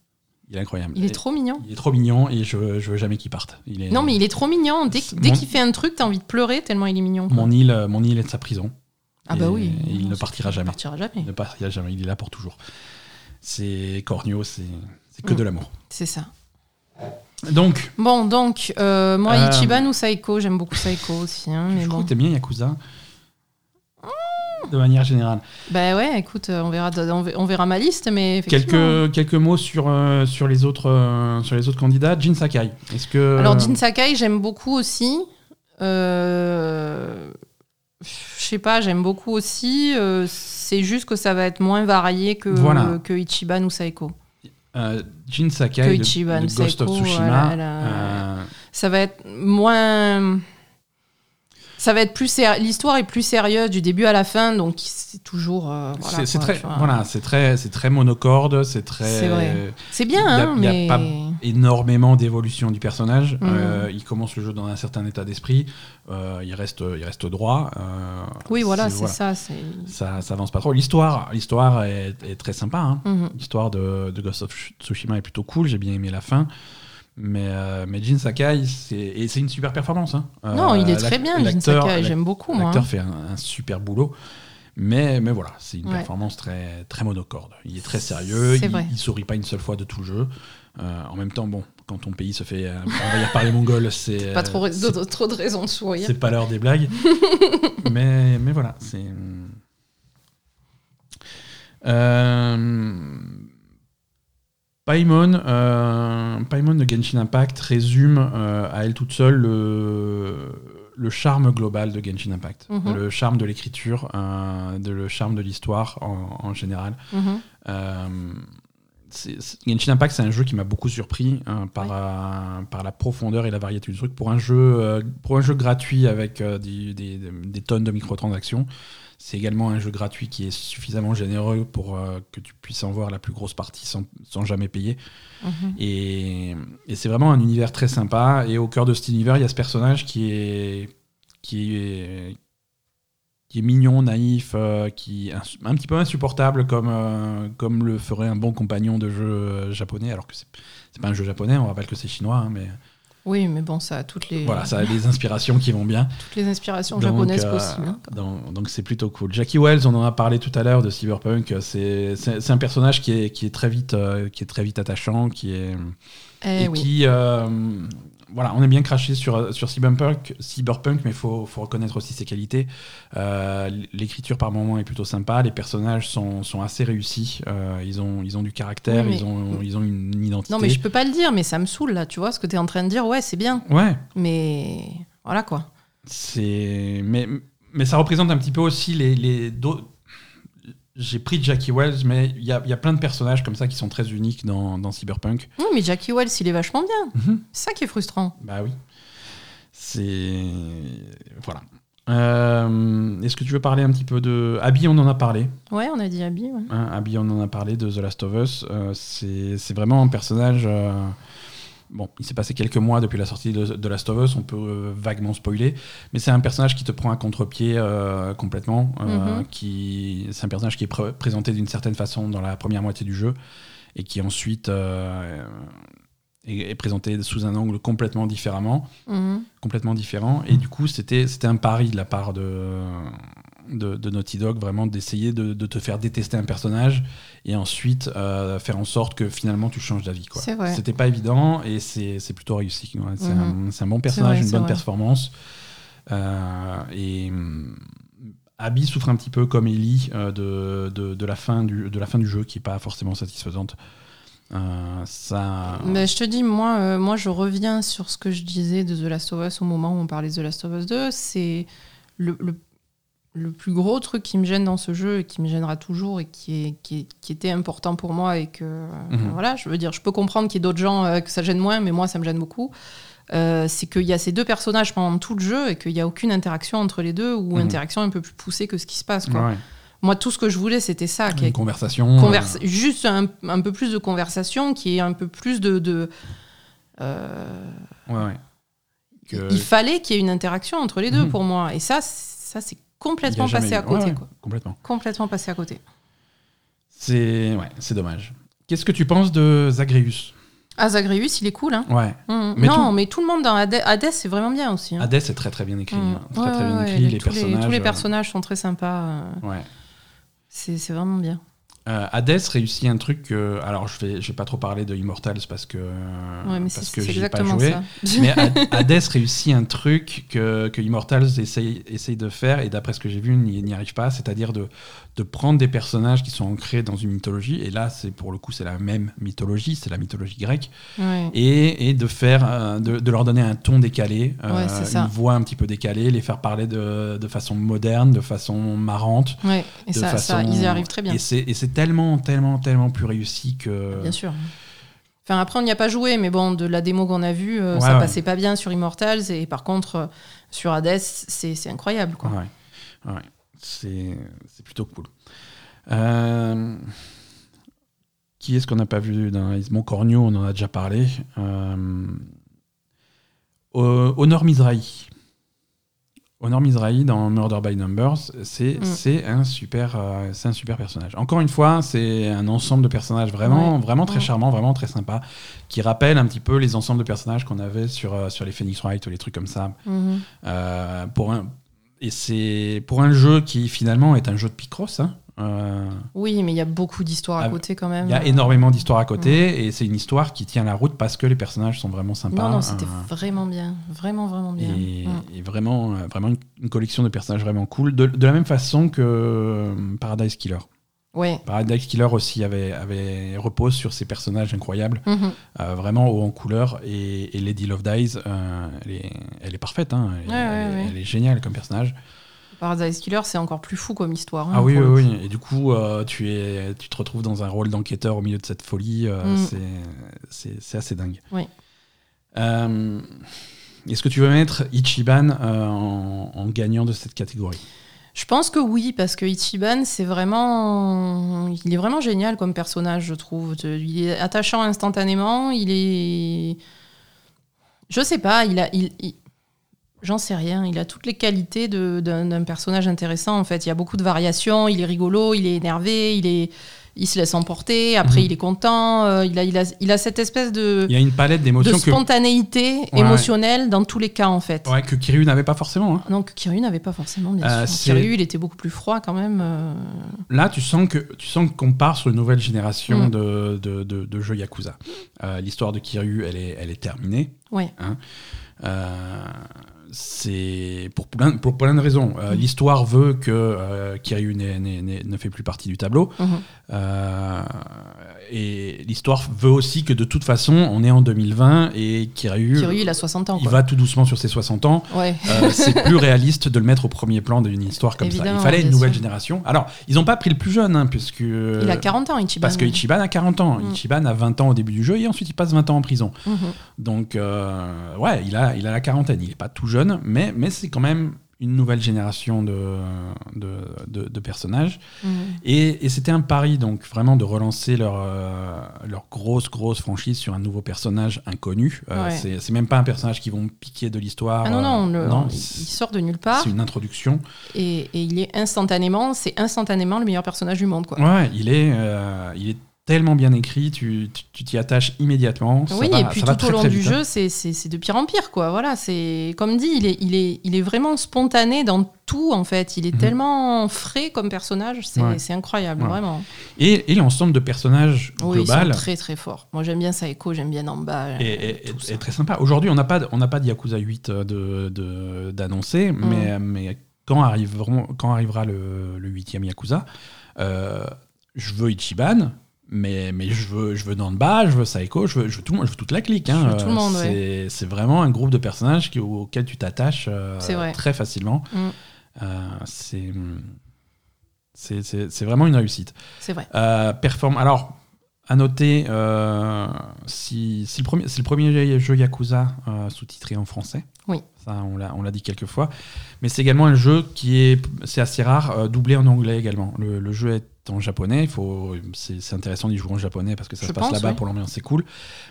[SPEAKER 1] Il est incroyable.
[SPEAKER 2] Il est trop mignon.
[SPEAKER 1] Il est trop mignon et je, je veux jamais qu'il parte. Il est,
[SPEAKER 2] Non, mais il est trop mignon. Dès, que-
[SPEAKER 1] Mon-
[SPEAKER 2] dès qu'il fait un truc, t'as envie de pleurer tellement il est mignon. quoi.
[SPEAKER 1] mon île, euh, mon île est de sa prison.
[SPEAKER 2] Ah
[SPEAKER 1] Et-
[SPEAKER 2] bah oui.
[SPEAKER 1] et il
[SPEAKER 2] Non,
[SPEAKER 1] ne
[SPEAKER 2] c'est-
[SPEAKER 1] partira
[SPEAKER 2] Il
[SPEAKER 1] jamais.
[SPEAKER 2] partira jamais.
[SPEAKER 1] Il ne partira jamais. Il est là pour toujours. C'est Cornio, c'est c'est que
[SPEAKER 2] Mm.
[SPEAKER 1] de l'amour.
[SPEAKER 2] C'est ça.
[SPEAKER 1] Donc,
[SPEAKER 2] Bon, donc, euh, moi,
[SPEAKER 1] Euh,
[SPEAKER 2] Ichiban ou Saiko, j'aime beaucoup Saiko aussi. hein, mais
[SPEAKER 1] je
[SPEAKER 2] bon.
[SPEAKER 1] crois que t'aimes bien Yakuza. De manière générale.
[SPEAKER 2] Bah ouais, écoute, euh, on verra, on ve- on verra ma liste, mais effectivement.
[SPEAKER 1] Quelques, quelques mots sur, euh, sur, les autres, euh, sur les autres candidats. Jin Sakai. Est-ce que.
[SPEAKER 2] Alors, Jin Sakai, j'aime beaucoup aussi. Euh, Je sais pas, j'aime beaucoup aussi. Euh, C'est juste que ça va être moins varié que,
[SPEAKER 1] Voilà.
[SPEAKER 2] que Ichiban ou Saiko.
[SPEAKER 1] euh, Jin
[SPEAKER 2] Que
[SPEAKER 1] Sakai de,
[SPEAKER 2] Ichiban,
[SPEAKER 1] de Ghost of
[SPEAKER 2] Saiko,
[SPEAKER 1] Tsushima.
[SPEAKER 2] elle a- elle a-
[SPEAKER 1] euh,
[SPEAKER 2] Ça va être moins. Ça va être plus séri- l'histoire est plus sérieuse du début à la fin, donc c'est toujours. euh, voilà,
[SPEAKER 1] c'est c'est
[SPEAKER 2] quoi,
[SPEAKER 1] très,
[SPEAKER 2] tu vois.
[SPEAKER 1] voilà, c'est très, c'est très monocorde, c'est très
[SPEAKER 2] C'est vrai. C'est bien,
[SPEAKER 1] Il y a-
[SPEAKER 2] hein,
[SPEAKER 1] il y a
[SPEAKER 2] mais
[SPEAKER 1] pas- énormément d'évolution du personnage.
[SPEAKER 2] Mhm.
[SPEAKER 1] Euh, il commence le jeu dans un certain état d'esprit. Euh, il reste, il reste droit. euh,
[SPEAKER 2] oui, voilà,
[SPEAKER 1] c'est-
[SPEAKER 2] c'est ça. C'est
[SPEAKER 1] Ça, ça avance pas trop. L'histoire, l'histoire est, est très sympa. hein.
[SPEAKER 2] Mhm.
[SPEAKER 1] L'histoire de, de Ghost of Tsushima est plutôt cool. J'ai bien aimé la fin. Mais, euh, mais Jin Sakai, c'est et c'est une super performance. hein. Euh,
[SPEAKER 2] Non, il est
[SPEAKER 1] l'ac-
[SPEAKER 2] très bien, Jin
[SPEAKER 1] l'acteur-
[SPEAKER 2] Sakai.
[SPEAKER 1] l'ac-
[SPEAKER 2] J'aime beaucoup, moi. hein.
[SPEAKER 1] L'acteur fait un, un super boulot. Mais, mais voilà, c'est une
[SPEAKER 2] Ouais.
[SPEAKER 1] performance très, très monocorde. Il est très sérieux,
[SPEAKER 2] C'est
[SPEAKER 1] il,
[SPEAKER 2] vrai.
[SPEAKER 1] il sourit pas une seule fois de tout le jeu. Euh, en même temps, bon, quand ton pays se fait euh, envahir par les Mongols, c'est
[SPEAKER 2] Pas trop,
[SPEAKER 1] euh,
[SPEAKER 2] de- de- trop de raisons de
[SPEAKER 1] c'est-
[SPEAKER 2] sourire.
[SPEAKER 1] c'est pas l'heure des blagues. mais, mais voilà, c'est. Euh, Paimon, euh, Paimon de Genshin Impact résume euh, à elle toute seule le, le charme global de Genshin Impact,
[SPEAKER 2] Mhm.
[SPEAKER 1] le charme de l'écriture, euh, de le charme de l'histoire en, en général.
[SPEAKER 2] Mhm.
[SPEAKER 1] Euh, c'est- c'est- Genshin Impact, c'est un jeu qui m'a beaucoup surpris hein, par, euh, par la profondeur et la variété du truc. Pour un jeu, euh, pour un jeu gratuit avec euh, des, des- des tonnes de microtransactions, c'est également un jeu gratuit qui est suffisamment généreux pour euh, que tu puisses en voir la plus grosse partie sans, sans jamais payer.
[SPEAKER 2] Mhm.
[SPEAKER 1] Et, et c'est vraiment un univers très sympa. Et au cœur de cet univers, il y a ce personnage qui est, qui est, qui est mignon, naïf, euh, qui est ins- un petit peu insupportable comme, euh, comme le ferait un bon compagnon de jeu euh, japonais. Alors que c'est c'est pas un jeu japonais, on rappelle que c'est chinois, hein, mais
[SPEAKER 2] Oui, mais bon, ça a toutes les,
[SPEAKER 1] Voilà, ça a des inspirations qui vont bien.
[SPEAKER 2] toutes les inspirations
[SPEAKER 1] Donc,
[SPEAKER 2] japonaises
[SPEAKER 1] euh,
[SPEAKER 2] possibles. hein.
[SPEAKER 1] dans- donc c'est plutôt cool. Jackie Wells, on en a parlé tout à l'heure de Cyberpunk. C'est c'est- c'est un personnage qui est, qui est très vite euh, qui est très vite attachant, qui est
[SPEAKER 2] Eh
[SPEAKER 1] et
[SPEAKER 2] oui.
[SPEAKER 1] qui euh, voilà, on est bien craché sur, sur Cyberpunk, Cyberpunk, mais faut, faut reconnaître aussi ses qualités. Euh, L'écriture par moment est plutôt sympa, les personnages sont, sont assez réussis, euh, ils, ont, ils ont du caractère,
[SPEAKER 2] Oui, mais-
[SPEAKER 1] ils, ont, ils ont une identité.
[SPEAKER 2] Non, mais je peux pas le dire, mais ça me saoule là, tu vois, ce que tu es en train de dire, ouais, c'est bien,
[SPEAKER 1] Ouais,
[SPEAKER 2] mais voilà quoi.
[SPEAKER 1] C'est mais mais ça représente un petit peu aussi les les d'au- j'ai pris Jackie Wells, mais il y a, il y a plein de personnages comme ça qui sont très uniques dans, dans Cyberpunk.
[SPEAKER 2] Non, Mmh, mais Jackie Wells, il est vachement bien.
[SPEAKER 1] Mhm.
[SPEAKER 2] C'est ça qui est frustrant.
[SPEAKER 1] Bah oui. C'est. Voilà. Euh, Est-ce que tu veux parler un petit peu de. Abby, on en a parlé.
[SPEAKER 2] Ouais, on a dit Abby. ouais.
[SPEAKER 1] hein, Abby, on en a parlé de The Last of Us. Euh, c'est c'est vraiment un personnage. euh, Bon, il s'est passé quelques mois depuis la sortie de, de Last of Us, on peut euh, vaguement spoiler, mais c'est un personnage qui te prend à contre-pied euh, complètement. euh,
[SPEAKER 2] Mhm.
[SPEAKER 1] qui C'est un personnage qui est pr- présenté d'une certaine façon dans la première moitié du jeu et qui ensuite euh, est, est présenté sous un angle complètement différemment
[SPEAKER 2] Mhm.
[SPEAKER 1] complètement différent. Et du coup, c'était c'était un pari de la part de, de, de Naughty Dog, vraiment d'essayer de, de te faire détester un personnage et ensuite euh, faire en sorte que finalement tu changes d'avis. quoi.
[SPEAKER 2] C'est vrai.
[SPEAKER 1] C'était pas évident et c'est c'est plutôt réussi. ouais. C'est
[SPEAKER 2] Mhm.
[SPEAKER 1] un, c'est un bon personnage,
[SPEAKER 2] vrai,
[SPEAKER 1] une
[SPEAKER 2] c'est
[SPEAKER 1] bonne
[SPEAKER 2] vrai.
[SPEAKER 1] performance. Euh, et. hum, Abby souffre un petit peu comme Ellie euh, de, de, de la fin du, de la fin du jeu qui est pas forcément satisfaisante. Euh, ça...
[SPEAKER 2] Mais je te dis, moi, euh, moi, je reviens sur ce que je disais de The Last of Us au moment où on parlait de The Last of Us 2. C'est le, le- le plus gros truc qui me gêne dans ce jeu et qui me gênera toujours et qui, est, qui, est- qui était important pour moi. Et que, euh,
[SPEAKER 1] Mhm.
[SPEAKER 2] voilà, je veux dire, je peux comprendre qu'il y ait d'autres gens euh, que ça gêne moins, mais moi, ça me gêne beaucoup. Euh, c'est qu'il y a ces deux personnages pendant tout le jeu et qu'il n'y a aucune interaction entre les deux ou
[SPEAKER 1] Mhm.
[SPEAKER 2] interaction un peu plus poussée que ce qui se passe. Quoi.
[SPEAKER 1] Ouais.
[SPEAKER 2] Moi, tout ce que je voulais, c'était ça. qu'il y ait
[SPEAKER 1] Une conversation.
[SPEAKER 2] Converse- juste un, un peu plus de conversation, qui est un peu plus de. de, euh,
[SPEAKER 1] euh, ouais, ouais. Que-
[SPEAKER 2] Il fallait qu'il y ait une interaction entre les deux
[SPEAKER 1] Mhm.
[SPEAKER 2] pour moi. Et ça, c- ça c'est complètement
[SPEAKER 1] Il y a jamais
[SPEAKER 2] passé à
[SPEAKER 1] eu-
[SPEAKER 2] côté.
[SPEAKER 1] ouais, ouais,
[SPEAKER 2] quoi.
[SPEAKER 1] Complètement.
[SPEAKER 2] Complètement passé à côté.
[SPEAKER 1] C'est ouais, c'est dommage. Qu'est-ce que tu penses de Zagreus
[SPEAKER 2] Ah, Zagreus, il est cool. Hein.
[SPEAKER 1] Ouais.
[SPEAKER 2] Mhm.
[SPEAKER 1] Mais
[SPEAKER 2] non,
[SPEAKER 1] tout-
[SPEAKER 2] mais tout le monde dans Hades, Hades, c'est vraiment bien aussi. hein.
[SPEAKER 1] Hades est très très bien écrit.
[SPEAKER 2] Mhm.
[SPEAKER 1] hein. Très
[SPEAKER 2] Ouais,
[SPEAKER 1] très
[SPEAKER 2] ouais,
[SPEAKER 1] bien
[SPEAKER 2] ouais,
[SPEAKER 1] écrit.
[SPEAKER 2] les-
[SPEAKER 1] Les,
[SPEAKER 2] tous, les,
[SPEAKER 1] personnages.
[SPEAKER 2] tous les
[SPEAKER 1] euh,
[SPEAKER 2] personnages sont très sympas. euh,
[SPEAKER 1] ouais.
[SPEAKER 2] C'est c'est vraiment bien.
[SPEAKER 1] Euh, Hades réussit un truc. que- alors je vais je vais pas trop parler de Immortals parce que
[SPEAKER 2] Ouais, mais c'est
[SPEAKER 1] parce que
[SPEAKER 2] c'est
[SPEAKER 1] j'y ai pas
[SPEAKER 2] exactement
[SPEAKER 1] joué.
[SPEAKER 2] ça.
[SPEAKER 1] Mais Had- Hades réussit un truc que, que Immortals essaye, essaye de faire, et d'après ce que j'ai vu, n'y n'y arrive pas, c'est-à-dire de, de prendre des personnages qui sont ancrés dans une mythologie, et là, c'est pour le coup, c'est la même mythologie, c'est la mythologie grecque,
[SPEAKER 2] Ouais.
[SPEAKER 1] et, et de faire euh, de, de leur donner un ton décalé euh,
[SPEAKER 2] Ouais, c'est ça.
[SPEAKER 1] une voix un petit peu décalée les faire parler de, de façon moderne de façon marrante
[SPEAKER 2] Ouais. Et
[SPEAKER 1] de
[SPEAKER 2] ça, ça,
[SPEAKER 1] façon-
[SPEAKER 2] ils y arrivent très bien.
[SPEAKER 1] et c'est et c'est tellement tellement tellement plus réussi que
[SPEAKER 2] Bien sûr. Enfin, après, on n'y a pas joué, mais bon, de la démo qu'on a vue, euh,
[SPEAKER 1] Ouais,
[SPEAKER 2] ça
[SPEAKER 1] ouais.
[SPEAKER 2] passait pas bien sur Immortals. Et par contre, euh, sur Hades, c'est c'est incroyable. Quoi.
[SPEAKER 1] Ouais. Ouais. c'est c'est plutôt cool Euh, qui est-ce qu'on n'a pas vu dans Mon Cornio on en a déjà parlé euh... Ho- Honor Mizrahi Honor Mizrahi dans Murder by Numbers, c'est
[SPEAKER 2] Mm.
[SPEAKER 1] c'est un, super, euh, c'est un super personnage. Encore une fois, c'est un ensemble de personnages vraiment, vraiment très
[SPEAKER 2] Ouais.
[SPEAKER 1] charmant, vraiment très sympa, qui rappelle un petit peu les ensembles de personnages qu'on avait sur, euh, sur les Phoenix Wright ou les trucs comme ça.
[SPEAKER 2] Mhm.
[SPEAKER 1] Euh, pour un et c'est pour un jeu qui finalement est un jeu de Picross. hein, euh,
[SPEAKER 2] Oui, mais il y a beaucoup d'histoires à
[SPEAKER 1] Ah,
[SPEAKER 2] côté quand
[SPEAKER 1] Il
[SPEAKER 2] même.
[SPEAKER 1] y a énormément d'histoires à côté et c'est une histoire qui tient la route parce que les personnages sont vraiment sympas.
[SPEAKER 2] Non, non, c'était
[SPEAKER 1] euh,
[SPEAKER 2] vraiment bien. Vraiment, vraiment bien.
[SPEAKER 1] et,
[SPEAKER 2] Mm.
[SPEAKER 1] et vraiment, euh, vraiment une, une collection de personnages vraiment cool. De, de la même façon que euh, Paradise Killer.
[SPEAKER 2] Ouais.
[SPEAKER 1] Paradise Killer aussi avait, avait repose sur ces personnages incroyables.
[SPEAKER 2] Mhm.
[SPEAKER 1] Euh, vraiment haut en couleur. Et, et Lady Love Dies, euh, elle, est, elle est parfaite. hein, elle, est-
[SPEAKER 2] Ouais, ouais,
[SPEAKER 1] elle est-
[SPEAKER 2] ouais.
[SPEAKER 1] elle est géniale comme personnage.
[SPEAKER 2] Paradise Killer, c'est encore plus fou comme histoire. hein,
[SPEAKER 1] Ah oui,
[SPEAKER 2] pour
[SPEAKER 1] oui,
[SPEAKER 2] le coup.
[SPEAKER 1] oui. Et du coup, euh, tu, es, tu te retrouves dans un rôle d'enquêteur au milieu de cette folie. euh,
[SPEAKER 2] Mm.
[SPEAKER 1] c'est- c'est- C'est assez dingue.
[SPEAKER 2] Oui.
[SPEAKER 1] Euh, Est-ce que tu veux mettre Ichiban euh, en, en gagnant de cette catégorie
[SPEAKER 2] Je pense que oui, parce que Ichiban, c'est vraiment. Il est vraiment génial comme personnage, je trouve. De- Il est attachant instantanément, il est. Je sais pas, il a. Il, il- J'en sais rien, il a toutes les qualités de- d'un d'un personnage intéressant, en fait. Il y a beaucoup de variations, il est rigolo, il est énervé, il est. il se laisse emporter, après
[SPEAKER 1] Mhm.
[SPEAKER 2] il est content, euh, il, a, il, a, il a cette espèce de,
[SPEAKER 1] Il y a une palette
[SPEAKER 2] Euh, de
[SPEAKER 1] d'émotions que,
[SPEAKER 2] spontanéité
[SPEAKER 1] Ouais.
[SPEAKER 2] émotionnelle dans tous les cas en fait.
[SPEAKER 1] ouais, que Kiryu n'avait pas forcément. hein.
[SPEAKER 2] Donc Kiryu n'avait pas forcément, bien
[SPEAKER 1] Euh,
[SPEAKER 2] sûr.
[SPEAKER 1] c'est-
[SPEAKER 2] Kiryu, il était beaucoup plus froid quand même. euh,
[SPEAKER 1] Là, tu sens que tu sens qu'on part sur une nouvelle génération
[SPEAKER 2] Mm.
[SPEAKER 1] de, de, de- de jeux Yakuza. Euh, L'histoire de Kiryu, elle est, elle est terminée.
[SPEAKER 2] Ouais.
[SPEAKER 1] Hein. Euh, c'est pour plein, pour plein de raisons. Euh,
[SPEAKER 2] Mm.
[SPEAKER 1] L'histoire veut que euh, Kiryu n'ait- n'ait- n'ait- ne fait plus partie du tableau.
[SPEAKER 2] mhm.
[SPEAKER 1] Euh, et l'histoire veut aussi que de toute façon, on est en 2020 et Kiryu,
[SPEAKER 2] Kiryu, il a 60 ans.
[SPEAKER 1] il
[SPEAKER 2] quoi.
[SPEAKER 1] va tout doucement sur ses 60 ans.
[SPEAKER 2] Ouais.
[SPEAKER 1] Euh, c'est plus réaliste de le mettre au premier plan d'une histoire comme ça.
[SPEAKER 2] Évidemment,
[SPEAKER 1] Il fallait une
[SPEAKER 2] bien
[SPEAKER 1] nouvelle
[SPEAKER 2] sûr.
[SPEAKER 1] génération. Alors, ils n'ont pas pris le plus jeune, hein, puisque.
[SPEAKER 2] il a 40 ans, Ichiban.
[SPEAKER 1] Parce que Ichiban a 40 ans.
[SPEAKER 2] Mm.
[SPEAKER 1] Ichiban a 20 ans au début du jeu et ensuite il passe 20 ans en prison.
[SPEAKER 2] Mhm.
[SPEAKER 1] Donc, euh, ouais, il a, il a la quarantaine. Il n'est pas tout jeune, mais, mais c'est quand même une nouvelle génération de, de, de- de personnages.
[SPEAKER 2] Mhm.
[SPEAKER 1] Et, et c'était un pari, donc, vraiment de relancer leur, euh, leur grosse, grosse franchise sur un nouveau personnage inconnu. Euh,
[SPEAKER 2] Ouais.
[SPEAKER 1] C'est c'est même pas un personnage qu'ils vont piquer de l'histoire.
[SPEAKER 2] Ah non, non,
[SPEAKER 1] euh,
[SPEAKER 2] le- il il
[SPEAKER 1] c'est
[SPEAKER 2] sort de nulle part
[SPEAKER 1] c'est une introduction.
[SPEAKER 2] et, et il est instantanément, c'est instantanément le meilleur personnage du monde. Quoi.
[SPEAKER 1] Ouais, il est, euh, il est tellement bien écrit, tu tu- tu t'y attaches immédiatement. ça
[SPEAKER 2] oui,
[SPEAKER 1] va-
[SPEAKER 2] et puis
[SPEAKER 1] ça
[SPEAKER 2] tout
[SPEAKER 1] va
[SPEAKER 2] au
[SPEAKER 1] très,
[SPEAKER 2] long
[SPEAKER 1] très
[SPEAKER 2] du
[SPEAKER 1] vite, hein.
[SPEAKER 2] jeu, c'est- c'est c'est de pire en pire, quoi. Voilà, c'est comme dit, il est, il est, il est vraiment spontané dans tout, en fait. Il est
[SPEAKER 1] Mhm.
[SPEAKER 2] tellement frais comme personnage, c'est
[SPEAKER 1] Ouais.
[SPEAKER 2] c'est incroyable,
[SPEAKER 1] Ouais.
[SPEAKER 2] vraiment.
[SPEAKER 1] Et, et l'ensemble de personnages
[SPEAKER 2] Oui, ils
[SPEAKER 1] global
[SPEAKER 2] sont très très forts. Moi, j'aime bien Saeko, j'aime bien Namba.
[SPEAKER 1] est,
[SPEAKER 2] euh,
[SPEAKER 1] est-
[SPEAKER 2] tout
[SPEAKER 1] est-
[SPEAKER 2] ça.
[SPEAKER 1] est très sympa. Aujourd'hui, on n'a pas, de- on n'a pas de Yakuza 8 de- de- d'annoncer,
[SPEAKER 2] Mm.
[SPEAKER 1] mais, mais quand, arriveront, quand arrivera le, le 8e Yakuza, euh, je veux Ichiban. Mais, mais je veux je veux Nanba, je veux Saeko, je veux, je veux tout le monde, je veux toute la clique. hein.
[SPEAKER 2] Je veux tout le monde,
[SPEAKER 1] c'est c'est vraiment un groupe de personnages qui- auxquels tu t'attaches euh,
[SPEAKER 2] C'est vrai.
[SPEAKER 1] très facilement.
[SPEAKER 2] Mm.
[SPEAKER 1] Euh, c'est c'est- c'est c'est vraiment une réussite.
[SPEAKER 2] C'est vrai.
[SPEAKER 1] Euh, perform- Alors, à noter, euh, si, si le premier, c'est le premier jeu Yakuza euh, sous-titré en français.
[SPEAKER 2] Oui.
[SPEAKER 1] Ça, on l'a, on l'a dit quelques fois. Mais c'est également un jeu qui est, c'est assez rare, euh, doublé en anglais également. Le, le jeu est en japonais. Il faut, c'est, c'est intéressant d'y jouer en japonais parce que ça
[SPEAKER 2] Je
[SPEAKER 1] se passe
[SPEAKER 2] pense,
[SPEAKER 1] là-bas
[SPEAKER 2] oui.
[SPEAKER 1] pour l'ambiance, c'est cool.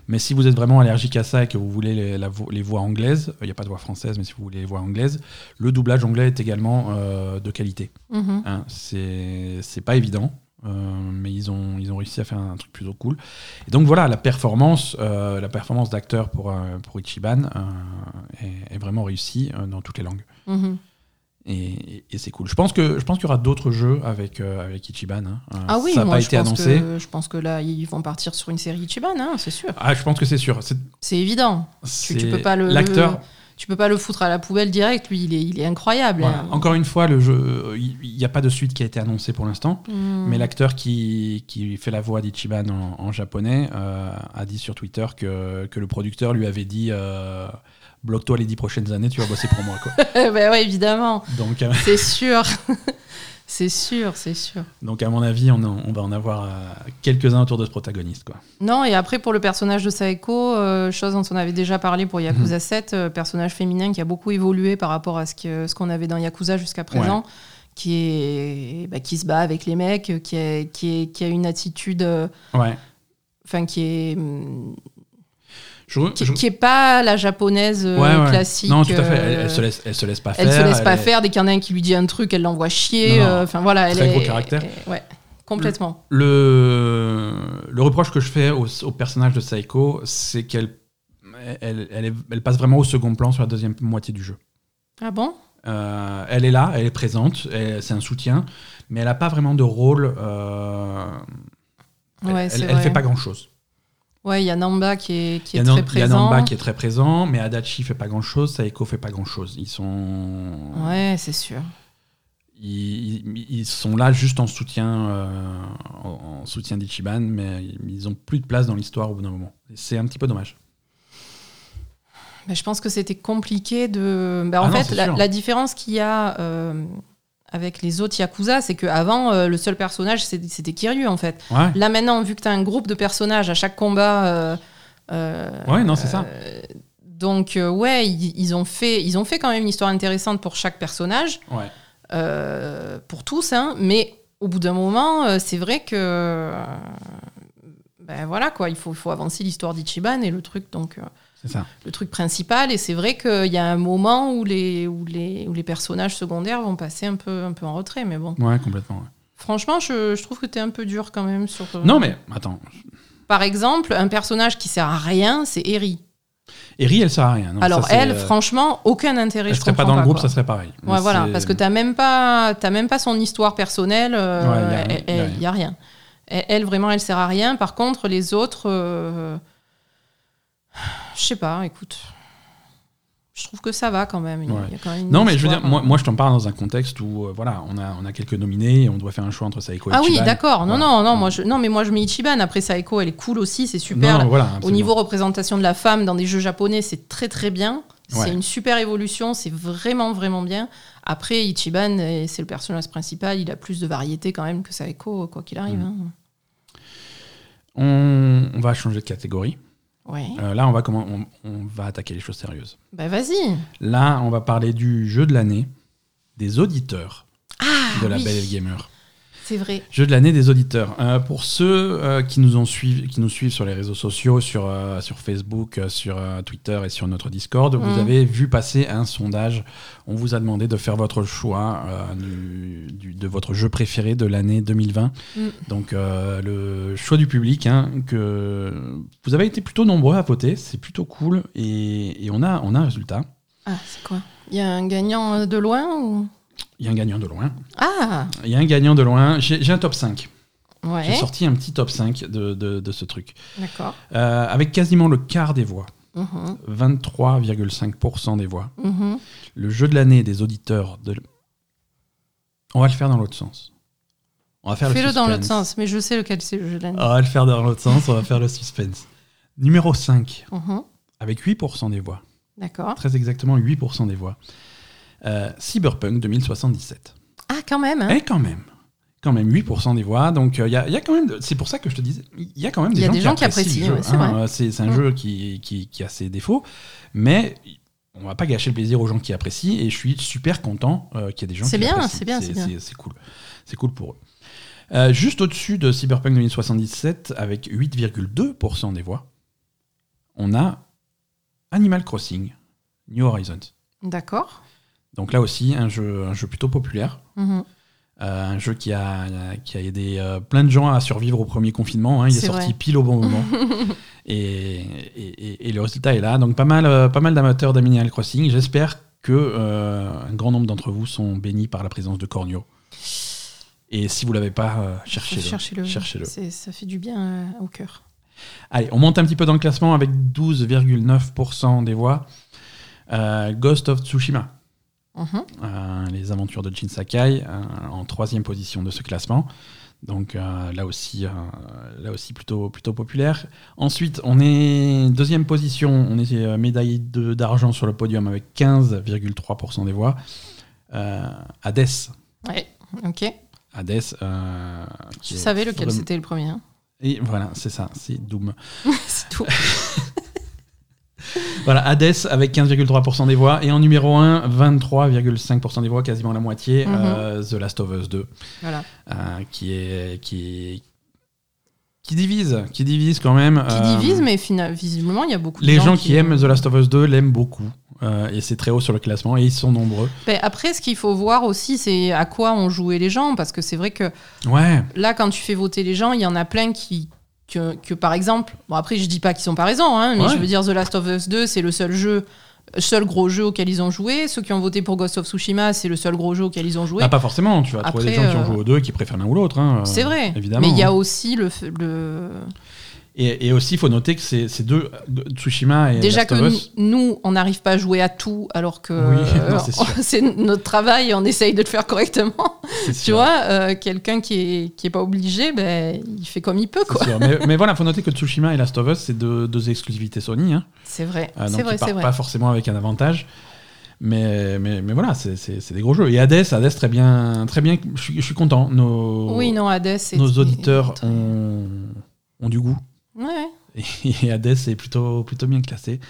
[SPEAKER 1] Mais si vous êtes vraiment allergique à ça et que vous voulez les, la vo- les voix anglaises, euh, il n'y a pas de voix française, mais si vous voulez les voix anglaises, le doublage anglais est également euh, de qualité.
[SPEAKER 2] Mhm.
[SPEAKER 1] Hein, c'est c'est pas évident, euh, mais ils ont, ils ont réussi à faire un truc plutôt cool. Et donc voilà, la performance, euh, la performance d'acteur pour, euh, pour Ichiban euh, est, est vraiment réussie euh, dans toutes les langues.
[SPEAKER 2] Mhm.
[SPEAKER 1] Et, et- et c'est cool. Je pense que je pense qu'il y aura d'autres jeux avec, euh, avec Ichiban. hein. Euh,
[SPEAKER 2] Ah oui,
[SPEAKER 1] ça n'a
[SPEAKER 2] moi,
[SPEAKER 1] pas
[SPEAKER 2] je,
[SPEAKER 1] été
[SPEAKER 2] pense
[SPEAKER 1] annoncé.
[SPEAKER 2] Que, je pense que là, ils vont partir sur une série Ichiban, hein, c'est sûr.
[SPEAKER 1] Ah, je pense que c'est sûr. C'est-
[SPEAKER 2] C'est évident.
[SPEAKER 1] c'est-
[SPEAKER 2] tu peux pas le-
[SPEAKER 1] L'acteur,
[SPEAKER 2] Tu peux pas le foutre à la poubelle direct, lui, il est, il est incroyable.
[SPEAKER 1] voilà.
[SPEAKER 2] hein.
[SPEAKER 1] encore une fois, le jeu, il n'y a pas de suite qui a été annoncée pour l'instant.
[SPEAKER 2] Mhm.
[SPEAKER 1] Mais l'acteur qui, qui fait la voix d'Ichiban en, en japonais euh, a dit sur Twitter que, que le producteur lui avait dit euh, bloque-toi les dix prochaines années, tu vas bosser pour moi. Quoi.
[SPEAKER 2] bah ouais, évidemment,
[SPEAKER 1] donc, euh,
[SPEAKER 2] c'est sûr. c'est sûr, c'est sûr.
[SPEAKER 1] donc, à mon avis, on, en- on va en avoir euh, quelques-uns autour de ce protagoniste. Quoi.
[SPEAKER 2] Non, et après, pour le personnage de Saeko, euh, chose dont on avait déjà parlé pour Yakuza
[SPEAKER 1] Mhm.
[SPEAKER 2] 7, euh, personnage féminin qui a beaucoup évolué par rapport à ce que- ce qu'on avait dans Yakuza jusqu'à présent, qui, est, bah, qui se bat avec les mecs, euh, qui a, qui est- qui a une attitude. euh,
[SPEAKER 1] Ouais.
[SPEAKER 2] Enfin, qui est. hum,
[SPEAKER 1] Je,
[SPEAKER 2] Qui,
[SPEAKER 1] je-
[SPEAKER 2] qui est pas la japonaise euh,
[SPEAKER 1] ouais, ouais.
[SPEAKER 2] classique.
[SPEAKER 1] Non, tout à fait.
[SPEAKER 2] euh,
[SPEAKER 1] Elle, elle se laisse, elle se laisse pas
[SPEAKER 2] elle
[SPEAKER 1] faire.
[SPEAKER 2] se laisse pas
[SPEAKER 1] est-
[SPEAKER 2] faire. Dès qu'il y en a un qui lui dit un truc, elle l'envoie chier.
[SPEAKER 1] Non, non.
[SPEAKER 2] euh, Enfin, voilà. Elle
[SPEAKER 1] Très
[SPEAKER 2] est,
[SPEAKER 1] gros caractère.
[SPEAKER 2] est- ouais, complètement.
[SPEAKER 1] Le, le reproche que je fais au, au personnage de Saiko, c'est qu'elle elle, elle est- elle passe vraiment au second plan sur la deuxième moitié du jeu.
[SPEAKER 2] Ah bon
[SPEAKER 1] Euh, elle est là, elle est présente, elle- c'est un soutien, mais elle n'a pas vraiment de rôle. euh, elle-
[SPEAKER 2] Ouais,
[SPEAKER 1] elle
[SPEAKER 2] c'est
[SPEAKER 1] ne
[SPEAKER 2] vrai.
[SPEAKER 1] fait pas grand-chose.
[SPEAKER 2] Ouais, il y a Namba qui est, qui
[SPEAKER 1] Il y
[SPEAKER 2] est
[SPEAKER 1] a
[SPEAKER 2] très
[SPEAKER 1] Nan- il y a
[SPEAKER 2] présent.
[SPEAKER 1] Namba qui est très présent, mais Adachi fait pas grand-chose, Saeko fait pas grand-chose. Ils sont,
[SPEAKER 2] Ouais, c'est sûr.
[SPEAKER 1] ils, ils- ils sont là juste en soutien, euh, en, en soutien d'Ichiban, mais ils n'ont plus de place dans l'histoire au bout d'un moment. Et C'est un petit peu dommage.
[SPEAKER 2] Mais je pense que c'était compliqué de. Bah,
[SPEAKER 1] Ah
[SPEAKER 2] en
[SPEAKER 1] non,
[SPEAKER 2] fait,
[SPEAKER 1] c'est
[SPEAKER 2] la,
[SPEAKER 1] sûr.
[SPEAKER 2] la différence qu'il y a euh, avec les autres Yakuza, c'est qu'avant, le seul personnage, c'est- c'était Kiryu, en fait.
[SPEAKER 1] Ouais,
[SPEAKER 2] Là, maintenant, vu que tu as un groupe de personnages à chaque combat. euh, euh,
[SPEAKER 1] ouais non, c'est ça.
[SPEAKER 2] euh, donc, euh, ouais, ils, ils ont fait, ils ont fait quand même une histoire intéressante pour chaque personnage,
[SPEAKER 1] Ouais.
[SPEAKER 2] euh, pour tous, hein, mais au bout d'un moment, euh, c'est vrai que. euh, ben voilà, quoi, il faut, il faut avancer l'histoire d'Ichiban et le truc, donc. euh,
[SPEAKER 1] C'est ça.
[SPEAKER 2] le truc principal. Et c'est vrai qu'il y a un moment où les, où les, où les personnages secondaires vont passer un peu, un peu en retrait, mais bon,
[SPEAKER 1] Ouais, complètement. ouais.
[SPEAKER 2] Franchement, je, je trouve que t'es un peu dur quand même sur. euh,
[SPEAKER 1] Non, mais attends.
[SPEAKER 2] Par exemple, un personnage qui sert à rien, c'est Eri.
[SPEAKER 1] Eri, elle sert à rien. non,
[SPEAKER 2] Alors
[SPEAKER 1] ça, c'est,
[SPEAKER 2] elle,
[SPEAKER 1] euh,
[SPEAKER 2] franchement, aucun intérêt.
[SPEAKER 1] elle
[SPEAKER 2] je
[SPEAKER 1] serait pas
[SPEAKER 2] comprends
[SPEAKER 1] dans le groupe, ça
[SPEAKER 2] quoi.
[SPEAKER 1] serait pareil.
[SPEAKER 2] Ouais,
[SPEAKER 1] Mais
[SPEAKER 2] voilà,
[SPEAKER 1] c'est-
[SPEAKER 2] parce que t'as même pas, t'as même pas son histoire personnelle. euh,
[SPEAKER 1] Ouais, y a-
[SPEAKER 2] elle- elle-
[SPEAKER 1] y a
[SPEAKER 2] y a rien. Elle, elle, vraiment, elle sert à rien. Par contre, les autres, euh, je sais pas. Écoute, je trouve que ça va quand même. Il y a-
[SPEAKER 1] Ouais.
[SPEAKER 2] il y a quand même une
[SPEAKER 1] Non, mais je veux
[SPEAKER 2] histoire, hein.
[SPEAKER 1] dire, moi, moi je t'en parle dans un contexte où euh, voilà, on a, on a quelques nominés et on doit faire un choix entre Saeko et
[SPEAKER 2] Ah oui,
[SPEAKER 1] Ichiban.
[SPEAKER 2] d'accord. Non,
[SPEAKER 1] Voilà.
[SPEAKER 2] non, non, moi, je, non, mais moi je mets Ichiban. Après, Saeko, elle est cool aussi, c'est super.
[SPEAKER 1] Non, voilà,
[SPEAKER 2] Au
[SPEAKER 1] absolument.
[SPEAKER 2] niveau représentation de la femme dans des jeux japonais, c'est très très bien. C'est
[SPEAKER 1] Ouais.
[SPEAKER 2] une super évolution, c'est vraiment vraiment bien. Après, Ichiban, eh, c'est le personnage principal, il a plus de variété quand même que Saeko, quoi qu'il arrive.
[SPEAKER 1] Mm.
[SPEAKER 2] hein.
[SPEAKER 1] On, on va changer de catégorie.
[SPEAKER 2] Ouais.
[SPEAKER 1] Euh, là, on va, comment, on, on va attaquer les choses sérieuses.
[SPEAKER 2] hein. Bah vas-y.
[SPEAKER 1] Là, on va parler du jeu de l'année des auditeurs
[SPEAKER 2] Ah
[SPEAKER 1] de la
[SPEAKER 2] oui,
[SPEAKER 1] Belle et le Gamer.
[SPEAKER 2] C'est vrai.
[SPEAKER 1] Jeu de l'année des auditeurs. Euh, pour ceux euh, qui, nous ont suivi, qui nous suivent sur les réseaux sociaux, sur, euh, sur Facebook, euh, sur euh, Twitter et sur notre Discord, vous
[SPEAKER 2] Mhm.
[SPEAKER 1] avez vu passer un sondage. On vous a demandé de faire votre choix euh, du- du- de votre jeu préféré de l'année 2020.
[SPEAKER 2] Mhm.
[SPEAKER 1] Donc euh, le choix du public, hein, que vous avez été plutôt nombreux à voter, c'est plutôt cool et, et on, a, on a un résultat.
[SPEAKER 2] Ah, c'est quoi Il y a un gagnant euh, de loin ou
[SPEAKER 1] Il y a un gagnant de loin.
[SPEAKER 2] Ah
[SPEAKER 1] Il y a un gagnant de loin. J'ai j'ai un top 5. J'ai
[SPEAKER 2] Ouais.
[SPEAKER 1] sorti un petit top 5 de- de- de ce truc.
[SPEAKER 2] D'accord.
[SPEAKER 1] Euh, avec quasiment le quart des voix,
[SPEAKER 2] Mhm,
[SPEAKER 1] 23,5% des voix.
[SPEAKER 2] mhm.
[SPEAKER 1] Le jeu de l'année des auditeurs de... On va le faire dans l'autre sens. On va faire
[SPEAKER 2] Fais-le
[SPEAKER 1] le
[SPEAKER 2] dans l'autre
[SPEAKER 1] suspense. Ah.
[SPEAKER 2] sens, mais je sais lequel c'est le jeu de l'année.
[SPEAKER 1] On va le faire dans l'autre sens, on va faire le suspense. Numéro 5,
[SPEAKER 2] Mhm,
[SPEAKER 1] avec 8% des voix.
[SPEAKER 2] D'accord.
[SPEAKER 1] Très exactement 8% des voix. Euh, Cyberpunk 2077.
[SPEAKER 2] Ah, quand même. hein.
[SPEAKER 1] Et Eh, quand même quand même 8% des voix, donc il y, a- y a quand même, de- c'est pour ça que je te disais, il y a quand même des,
[SPEAKER 2] Y a
[SPEAKER 1] gens,
[SPEAKER 2] des
[SPEAKER 1] qui
[SPEAKER 2] gens qui
[SPEAKER 1] apprécient, le
[SPEAKER 2] apprécient,
[SPEAKER 1] jeu,
[SPEAKER 2] ouais, c'est
[SPEAKER 1] hein. Euh, c'est c'est un
[SPEAKER 2] Mm.
[SPEAKER 1] jeu qui, qui, qui a ses défauts, mais on va pas gâcher le plaisir aux gens qui apprécient, et je suis super content euh, qu'il y ait des gens
[SPEAKER 2] C'est
[SPEAKER 1] qui
[SPEAKER 2] bien,
[SPEAKER 1] apprécient.
[SPEAKER 2] c'est bien, c'est bien.
[SPEAKER 1] C'est cool, c'est cool pour eux. Euh, juste au-dessus de Cyberpunk 2077, avec 8,2% des voix, on a Animal Crossing, New Horizons.
[SPEAKER 2] D'accord.
[SPEAKER 1] Donc là aussi, un jeu, un jeu plutôt populaire.
[SPEAKER 2] Mhm.
[SPEAKER 1] Euh, un jeu qui a, qui a aidé euh, plein de gens à survivre au premier confinement. hein. Il est,
[SPEAKER 2] C'est
[SPEAKER 1] sorti
[SPEAKER 2] vrai.
[SPEAKER 1] pile au bon moment. et, et- et- et le résultat est là. Donc pas mal, euh, pas mal d'amateurs d'Animal Crossing. J'espère que euh, un grand nombre d'entre vous sont bénis par la présence de Cornio. Et si vous l'avez pas, euh, cherchez-le.
[SPEAKER 2] Cherchez-le.
[SPEAKER 1] Cherchez-le.
[SPEAKER 2] C'est- Ça fait du bien euh, au cœur.
[SPEAKER 1] Allez, on monte un petit peu dans le classement avec 12,9% des voix. Euh, Ghost of Tsushima.
[SPEAKER 2] Mhm.
[SPEAKER 1] Euh, les aventures de Jin Sakai euh, en troisième position de ce classement. Donc euh, là aussi, euh, là aussi plutôt, plutôt populaire. Ensuite, on est deuxième position, on est euh, médaillé de- d'argent sur le podium avec 15,3% des voix. Euh, Hades,
[SPEAKER 2] Ouais, ok.
[SPEAKER 1] Hades, euh, qui
[SPEAKER 2] Je
[SPEAKER 1] est
[SPEAKER 2] savais lequel
[SPEAKER 1] vraiment-
[SPEAKER 2] c'était le premier. hein.
[SPEAKER 1] Et voilà, c'est ça, c'est Doom.
[SPEAKER 2] c'est tout.
[SPEAKER 1] Voilà, Hades avec 15,3% des voix. Et en numéro 1, 23,5% des voix, quasiment la moitié,
[SPEAKER 2] Mhm.
[SPEAKER 1] euh, The Last of Us 2.
[SPEAKER 2] Voilà.
[SPEAKER 1] euh, qui est qui qui divise, qui divise quand même.
[SPEAKER 2] Qui
[SPEAKER 1] euh,
[SPEAKER 2] divise, mais fina- visiblement, il y a beaucoup de
[SPEAKER 1] Les
[SPEAKER 2] gens,
[SPEAKER 1] gens qui aiment The Last of Us 2 l'aiment beaucoup. euh, et c'est très haut sur le classement et ils sont nombreux.
[SPEAKER 2] Ben, après, ce qu'il faut voir aussi, c'est à quoi ont joué les gens. Parce que c'est vrai que
[SPEAKER 1] Ouais.
[SPEAKER 2] là, quand tu fais voter les gens, il y en a plein qui. Que, que, par exemple, bon après je dis pas qu'ils sont pas raison, hein, mais
[SPEAKER 1] Ouais.
[SPEAKER 2] je veux dire The Last of Us 2 c'est le seul jeu, seul gros jeu auquel ils ont joué. Ceux qui ont voté pour Ghost of Tsushima c'est le seul gros jeu auquel ils ont joué.
[SPEAKER 1] Ah, pas forcément, tu vas trouver des
[SPEAKER 2] Après,
[SPEAKER 1] gens qui ont
[SPEAKER 2] euh,
[SPEAKER 1] joué aux deux et qui préfèrent l'un ou l'autre. hein, euh,
[SPEAKER 2] c'est vrai.
[SPEAKER 1] Évidemment.
[SPEAKER 2] mais il y a
[SPEAKER 1] hein.
[SPEAKER 2] aussi le, f- le,
[SPEAKER 1] et, et aussi, il faut noter que ces, ces deux, euh, Tsushima et
[SPEAKER 2] Déjà
[SPEAKER 1] Last
[SPEAKER 2] que
[SPEAKER 1] of
[SPEAKER 2] nous,
[SPEAKER 1] Us,
[SPEAKER 2] nous, on n'arrive pas à jouer à tout, alors que
[SPEAKER 1] Oui, non,
[SPEAKER 2] euh,
[SPEAKER 1] c'est sûr.
[SPEAKER 2] c'est notre travail et on essaye de le faire correctement.
[SPEAKER 1] c'est
[SPEAKER 2] tu
[SPEAKER 1] sûr.
[SPEAKER 2] vois, euh, quelqu'un qui est, qui est pas obligé, ben, il fait comme il peut.
[SPEAKER 1] C'est
[SPEAKER 2] quoi.
[SPEAKER 1] sûr. Mais, mais voilà, faut noter que Tsushima et Last of Us, c'est deux, deux exclusivités Sony. hein.
[SPEAKER 2] C'est vrai,
[SPEAKER 1] Euh, donc
[SPEAKER 2] c'est
[SPEAKER 1] ils
[SPEAKER 2] vrai, c'est
[SPEAKER 1] partent
[SPEAKER 2] vrai.
[SPEAKER 1] pas forcément avec un avantage. Mais, mais, mais voilà, c'est- c'est c'est des gros jeux. Et Hades, Hades très bien, très bien. Je suis, je suis content. Nos,
[SPEAKER 2] Oui, non, Hades. c'est-
[SPEAKER 1] nos auditeurs
[SPEAKER 2] c'est-
[SPEAKER 1] ont, ont du goût.
[SPEAKER 2] Ouais.
[SPEAKER 1] Et Hades est plutôt, plutôt bien classé.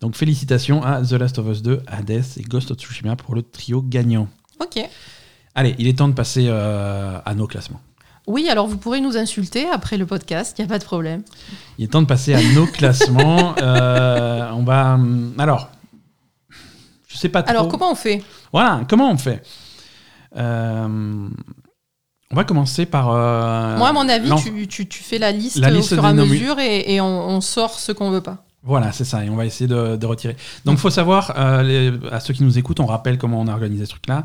[SPEAKER 1] Donc félicitations à The Last of Us 2, Hades et Ghost of Tsushima pour le trio gagnant.
[SPEAKER 2] Ok.
[SPEAKER 1] Allez, il est temps de passer euh, à nos classements.
[SPEAKER 2] Oui, alors vous pourrez nous insulter après le podcast, il n'y a pas de problème.
[SPEAKER 1] Il est temps de passer à nos classements. Euh, on va. hum, Alors, je sais pas trop.
[SPEAKER 2] Alors, comment on fait
[SPEAKER 1] Voilà, comment on fait Euh, On va commencer par. euh,
[SPEAKER 2] Moi, à mon avis,
[SPEAKER 1] l'en-
[SPEAKER 2] tu, tu- tu fais la liste,
[SPEAKER 1] La liste
[SPEAKER 2] au fur et à
[SPEAKER 1] des nomi-
[SPEAKER 2] mesure et, et on, on sort ce qu'on veut pas.
[SPEAKER 1] Voilà, c'est ça, et on va essayer de, de retirer. Donc, faut savoir, euh, les- à ceux qui nous écoutent, on rappelle comment on a organisé ce truc-là.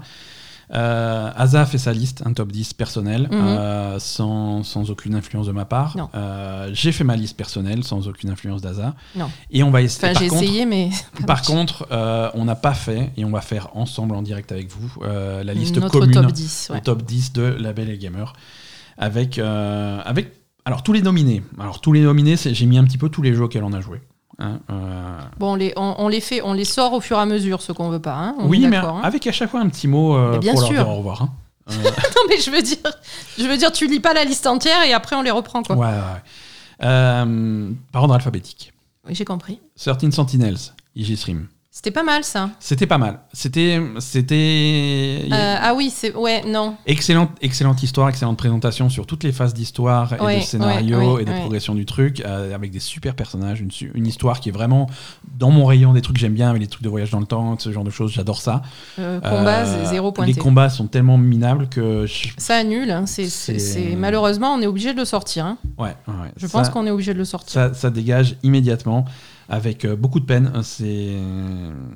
[SPEAKER 1] Euh, Asa a fait sa liste, un top 10 personnel,
[SPEAKER 2] Mhm.
[SPEAKER 1] euh, sans, sans aucune influence de ma part.
[SPEAKER 2] Non.
[SPEAKER 1] Euh, J'ai fait ma liste personnelle, sans aucune influence d'Asa.
[SPEAKER 2] Non.
[SPEAKER 1] Et on va essayer.
[SPEAKER 2] Enfin, j'ai essayé, mais
[SPEAKER 1] Par contre, euh, on n'a pas fait, et on va faire ensemble en direct avec vous, euh, la liste
[SPEAKER 2] notre
[SPEAKER 1] commune,
[SPEAKER 2] top 10.
[SPEAKER 1] le
[SPEAKER 2] ouais.
[SPEAKER 1] top 10 de Label et Gamer, avec, euh, avec alors, tous les nominés. Alors, tous les nominés, c'est- j'ai mis un petit peu tous les jeux auxquels on a joué. hein, euh,
[SPEAKER 2] Bon, on les, on, on les fait, on les sort au fur et à mesure, ce qu'on veut pas. hein. On
[SPEAKER 1] oui,
[SPEAKER 2] est
[SPEAKER 1] mais
[SPEAKER 2] d'accord, hein.
[SPEAKER 1] avec à chaque fois un petit mot euh,
[SPEAKER 2] Mais bien
[SPEAKER 1] pour
[SPEAKER 2] sûr.
[SPEAKER 1] leur dire au revoir. hein. Euh,
[SPEAKER 2] Non, mais je veux dire, je veux dire, tu lis pas la liste entière et après on les reprend quoi.
[SPEAKER 1] ouais, ouais, ouais. Euh, par ordre alphabétique.
[SPEAKER 2] Oui, j'ai compris.
[SPEAKER 1] 13 Sentinels, IG Stream.
[SPEAKER 2] C'était pas mal ça.
[SPEAKER 1] C'était pas mal. C'était. C'était.
[SPEAKER 2] Euh, ah oui, c'est ouais, non.
[SPEAKER 1] Excellente, excellente histoire, excellente présentation sur toutes les phases d'histoire et
[SPEAKER 2] Ouais,
[SPEAKER 1] de scénario
[SPEAKER 2] ouais, ouais,
[SPEAKER 1] et de
[SPEAKER 2] ouais.
[SPEAKER 1] progression du truc, euh, avec des super personnages, une, su- une histoire qui est vraiment dans mon rayon des trucs que j'aime bien, avec les trucs de voyage dans le temps, ce genre de choses, j'adore ça.
[SPEAKER 2] Euh, combat
[SPEAKER 1] Euh,
[SPEAKER 2] z- zéro
[SPEAKER 1] Les
[SPEAKER 2] pointé.
[SPEAKER 1] combats sont tellement minables que... je-
[SPEAKER 2] Ça annule. hein. C'est
[SPEAKER 1] C'est-
[SPEAKER 2] c'est- c'est- malheureusement on est obligé de le sortir. hein.
[SPEAKER 1] Ouais, ouais, ouais.
[SPEAKER 2] Je
[SPEAKER 1] Ça-
[SPEAKER 2] pense qu'on est obligé de le sortir.
[SPEAKER 1] ça, ça dégage immédiatement, avec euh, beaucoup de peine. Euh, C'est...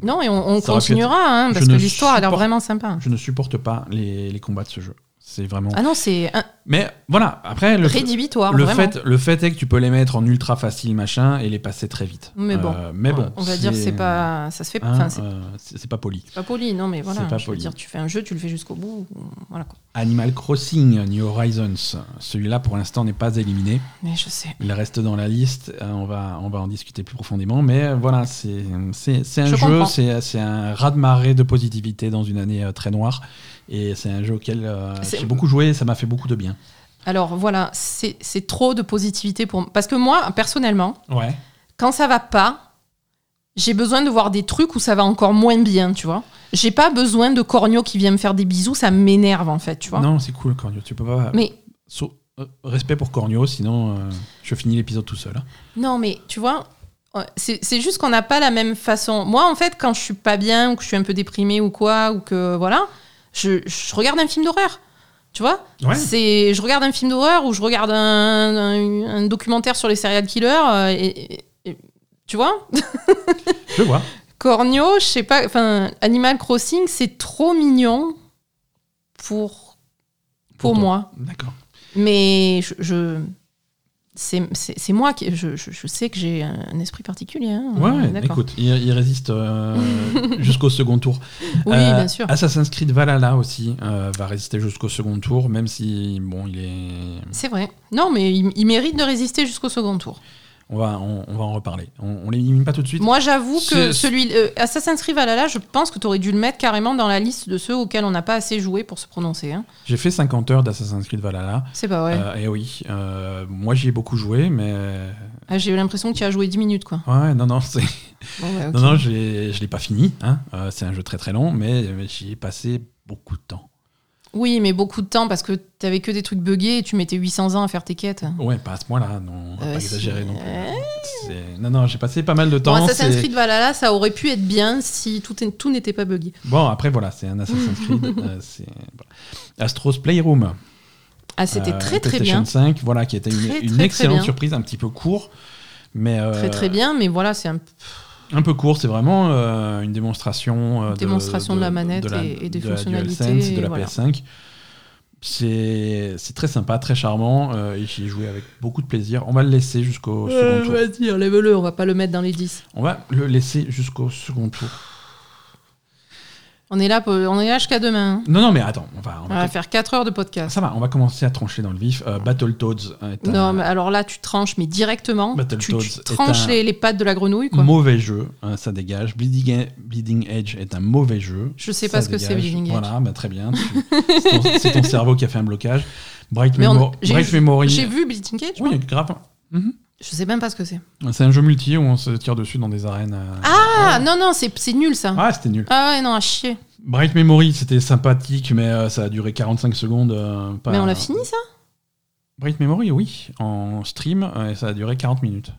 [SPEAKER 2] Non, et on, on
[SPEAKER 1] Ça aurait pu être-
[SPEAKER 2] continuera hein,
[SPEAKER 1] Je
[SPEAKER 2] parce
[SPEAKER 1] ne
[SPEAKER 2] que l'histoire a l'air
[SPEAKER 1] supporte-
[SPEAKER 2] vraiment sympa.
[SPEAKER 1] Je ne supporte pas les, les combats de ce jeu. C'est vraiment...
[SPEAKER 2] Ah non, c'est un-
[SPEAKER 1] Mais voilà, après... Le...
[SPEAKER 2] rédhibitoire.
[SPEAKER 1] Le
[SPEAKER 2] vraiment.
[SPEAKER 1] fait, le fait est que tu peux les mettre en ultra facile, machin, et les passer très vite.
[SPEAKER 2] Mais bon.
[SPEAKER 1] Euh, mais bon
[SPEAKER 2] on va dire c'est pas, ça se fait.
[SPEAKER 1] hein,
[SPEAKER 2] enfin, c'est
[SPEAKER 1] euh, c'est c'est pas poli.
[SPEAKER 2] pas poli, non, mais voilà.
[SPEAKER 1] c'est pas
[SPEAKER 2] je veux
[SPEAKER 1] poli.
[SPEAKER 2] dire, tu fais un jeu, tu le fais jusqu'au bout. Voilà quoi.
[SPEAKER 1] Animal Crossing New Horizons. Celui-là, pour l'instant, n'est pas éliminé.
[SPEAKER 2] Mais je sais.
[SPEAKER 1] Il reste dans la liste. Euh, on, va, on va en discuter plus profondément. Mais euh, voilà, c'est c'est- c'est un
[SPEAKER 2] Je
[SPEAKER 1] jeu,
[SPEAKER 2] comprends.
[SPEAKER 1] c'est c'est un raz-de-marée de positivité dans une année euh, très noire. Et c'est un jeu auquel euh,
[SPEAKER 2] C'est-
[SPEAKER 1] j'ai beaucoup joué et ça m'a fait beaucoup de bien.
[SPEAKER 2] Alors voilà, c'est c'est trop de positivité pour parce que moi personnellement,
[SPEAKER 1] Ouais.
[SPEAKER 2] quand ça va pas, j'ai besoin de voir des trucs où ça va encore moins bien, tu vois. J'ai pas besoin de Cornio qui vient me faire des bisous, ça m'énerve en fait, tu vois.
[SPEAKER 1] Non, c'est cool, Cornio. Tu peux pas.
[SPEAKER 2] Mais
[SPEAKER 1] Sau- euh, respect pour Cornio, sinon euh, je finis l'épisode tout seul. hein.
[SPEAKER 2] non, mais tu vois, euh, c'est c'est juste qu'on n'a pas la même façon. Moi en fait, quand je suis pas bien ou que je suis un peu déprimée ou quoi ou que voilà, je, je regarde un film d'horreur. Tu vois, c'est je regarde un film d'horreur ou je regarde un, un- un documentaire sur les serial killers euh, et- et- et tu vois,
[SPEAKER 1] Je vois.
[SPEAKER 2] Cornio, je sais pas, enfin, Animal Crossing, c'est trop mignon pour, pour,
[SPEAKER 1] toi.
[SPEAKER 2] moi.
[SPEAKER 1] D'accord.
[SPEAKER 2] Mais je. je- c'est- c'est c'est moi qui. Je, je- je sais que j'ai un esprit particulier. hein.
[SPEAKER 1] Ouais, ouais,
[SPEAKER 2] D'accord.
[SPEAKER 1] écoute, il, il résiste euh, jusqu'au second tour.
[SPEAKER 2] Oui,
[SPEAKER 1] Euh,
[SPEAKER 2] bien sûr.
[SPEAKER 1] Assassin's Creed Valhalla aussi euh, va résister jusqu'au second tour, même si, bon, il est.
[SPEAKER 2] C'est vrai. Non, mais il, il mérite de résister jusqu'au second tour.
[SPEAKER 1] On va, on, on va en reparler. On, on l'élimine pas tout de suite.
[SPEAKER 2] Moi, j'avoue
[SPEAKER 1] C'est-
[SPEAKER 2] que celui. euh, Assassin's Creed Valhalla, je pense que tu aurais dû le mettre carrément dans la liste de ceux auxquels on n'a pas assez joué pour se prononcer. hein.
[SPEAKER 1] J'ai fait 50 heures d'Assassin's Creed Valhalla.
[SPEAKER 2] C'est pas vrai.
[SPEAKER 1] Euh, et oui, euh, moi j'y ai beaucoup joué, mais.
[SPEAKER 2] Ah, j'ai eu l'impression que tu as joué 10 minutes, quoi.
[SPEAKER 1] Ouais, non, non, c'est.
[SPEAKER 2] Bon, ouais, ok.
[SPEAKER 1] Non, non, je l'ai je l'ai pas fini. Hein. Euh, c'est un jeu très très long, mais, mais j'y ai passé beaucoup de temps.
[SPEAKER 2] Oui, mais beaucoup de temps parce que t'avais que des trucs buggés et tu mettais 800 ans à faire tes quêtes.
[SPEAKER 1] Ouais, pas à ce point-là, non, on va
[SPEAKER 2] Euh,
[SPEAKER 1] pas
[SPEAKER 2] si.
[SPEAKER 1] exagérer non plus.
[SPEAKER 2] Euh.
[SPEAKER 1] C'est- Non, non, j'ai passé pas mal de
[SPEAKER 2] Bon,
[SPEAKER 1] temps.
[SPEAKER 2] Assassin's
[SPEAKER 1] c'est-
[SPEAKER 2] Creed Valhalla, ça aurait pu être bien si tout, est- tout n'était pas buggé.
[SPEAKER 1] Bon, après, voilà, c'est un Assassin's Creed. euh, c'est- voilà. Astro's Playroom.
[SPEAKER 2] Ah, c'était
[SPEAKER 1] euh,
[SPEAKER 2] très très
[SPEAKER 1] PlayStation
[SPEAKER 2] bien.
[SPEAKER 1] 5, voilà, qui était une,
[SPEAKER 2] Très,
[SPEAKER 1] une
[SPEAKER 2] très, très
[SPEAKER 1] excellente
[SPEAKER 2] bien.
[SPEAKER 1] surprise, un petit peu court. Mais, euh,
[SPEAKER 2] Très très bien, mais voilà, c'est un-
[SPEAKER 1] Un peu court, c'est vraiment euh, une démonstration, euh,
[SPEAKER 2] Démonstration de la manette et- et des
[SPEAKER 1] de la
[SPEAKER 2] fonctionnalités,
[SPEAKER 1] DualSense et de la
[SPEAKER 2] voilà.
[SPEAKER 1] PS5. C'est c'est très sympa, très charmant, euh, et j'y ai joué avec beaucoup de plaisir. On va le laisser jusqu'au
[SPEAKER 2] Euh,
[SPEAKER 1] second tour.
[SPEAKER 2] Vas-y, enlève-le, on va pas le mettre dans les 10.
[SPEAKER 1] On va le laisser jusqu'au second tour.
[SPEAKER 2] On est là, pour- on est là jusqu'à demain. hein.
[SPEAKER 1] Non, non, mais attends, on va, on
[SPEAKER 2] On
[SPEAKER 1] va-
[SPEAKER 2] va faire 4 heures de podcast.
[SPEAKER 1] ça va, on va commencer à trancher dans le vif. Euh, Battletoads est un
[SPEAKER 2] Non, mais alors là, tu tranches, mais directement. Tu, tu
[SPEAKER 1] Battletoads est
[SPEAKER 2] tranches
[SPEAKER 1] un-
[SPEAKER 2] les, les pattes de la grenouille, quoi.
[SPEAKER 1] mauvais jeu, hein, ça dégage. Bleeding, Bleeding Edge est un mauvais jeu.
[SPEAKER 2] Je sais
[SPEAKER 1] Ça
[SPEAKER 2] pas ce que c'est,
[SPEAKER 1] dégage.
[SPEAKER 2] Bleeding Edge.
[SPEAKER 1] Voilà, bah, très bien. Tu- c'est ton- C'est ton, cerveau qui a fait un blocage. Bright,
[SPEAKER 2] Mais on-
[SPEAKER 1] Memo-
[SPEAKER 2] j'ai-
[SPEAKER 1] Bright Memory.
[SPEAKER 2] J'ai vu Bleeding Cage
[SPEAKER 1] Oui, grave. Mhm.
[SPEAKER 2] Je sais même pas ce que c'est.
[SPEAKER 1] C'est un jeu multi où on se tire dessus dans des arènes. euh.
[SPEAKER 2] Ah, non, non, c'est c'est nul ça.
[SPEAKER 1] Ah, c'était nul.
[SPEAKER 2] Ah ouais, non, à chier.
[SPEAKER 1] Bright Memory, c'était sympathique, mais euh, ça a duré 45 secondes. euh, pas-
[SPEAKER 2] Mais on l'a fini ça
[SPEAKER 1] Bright Memory, oui, en stream, euh, et ça a duré 40 minutes.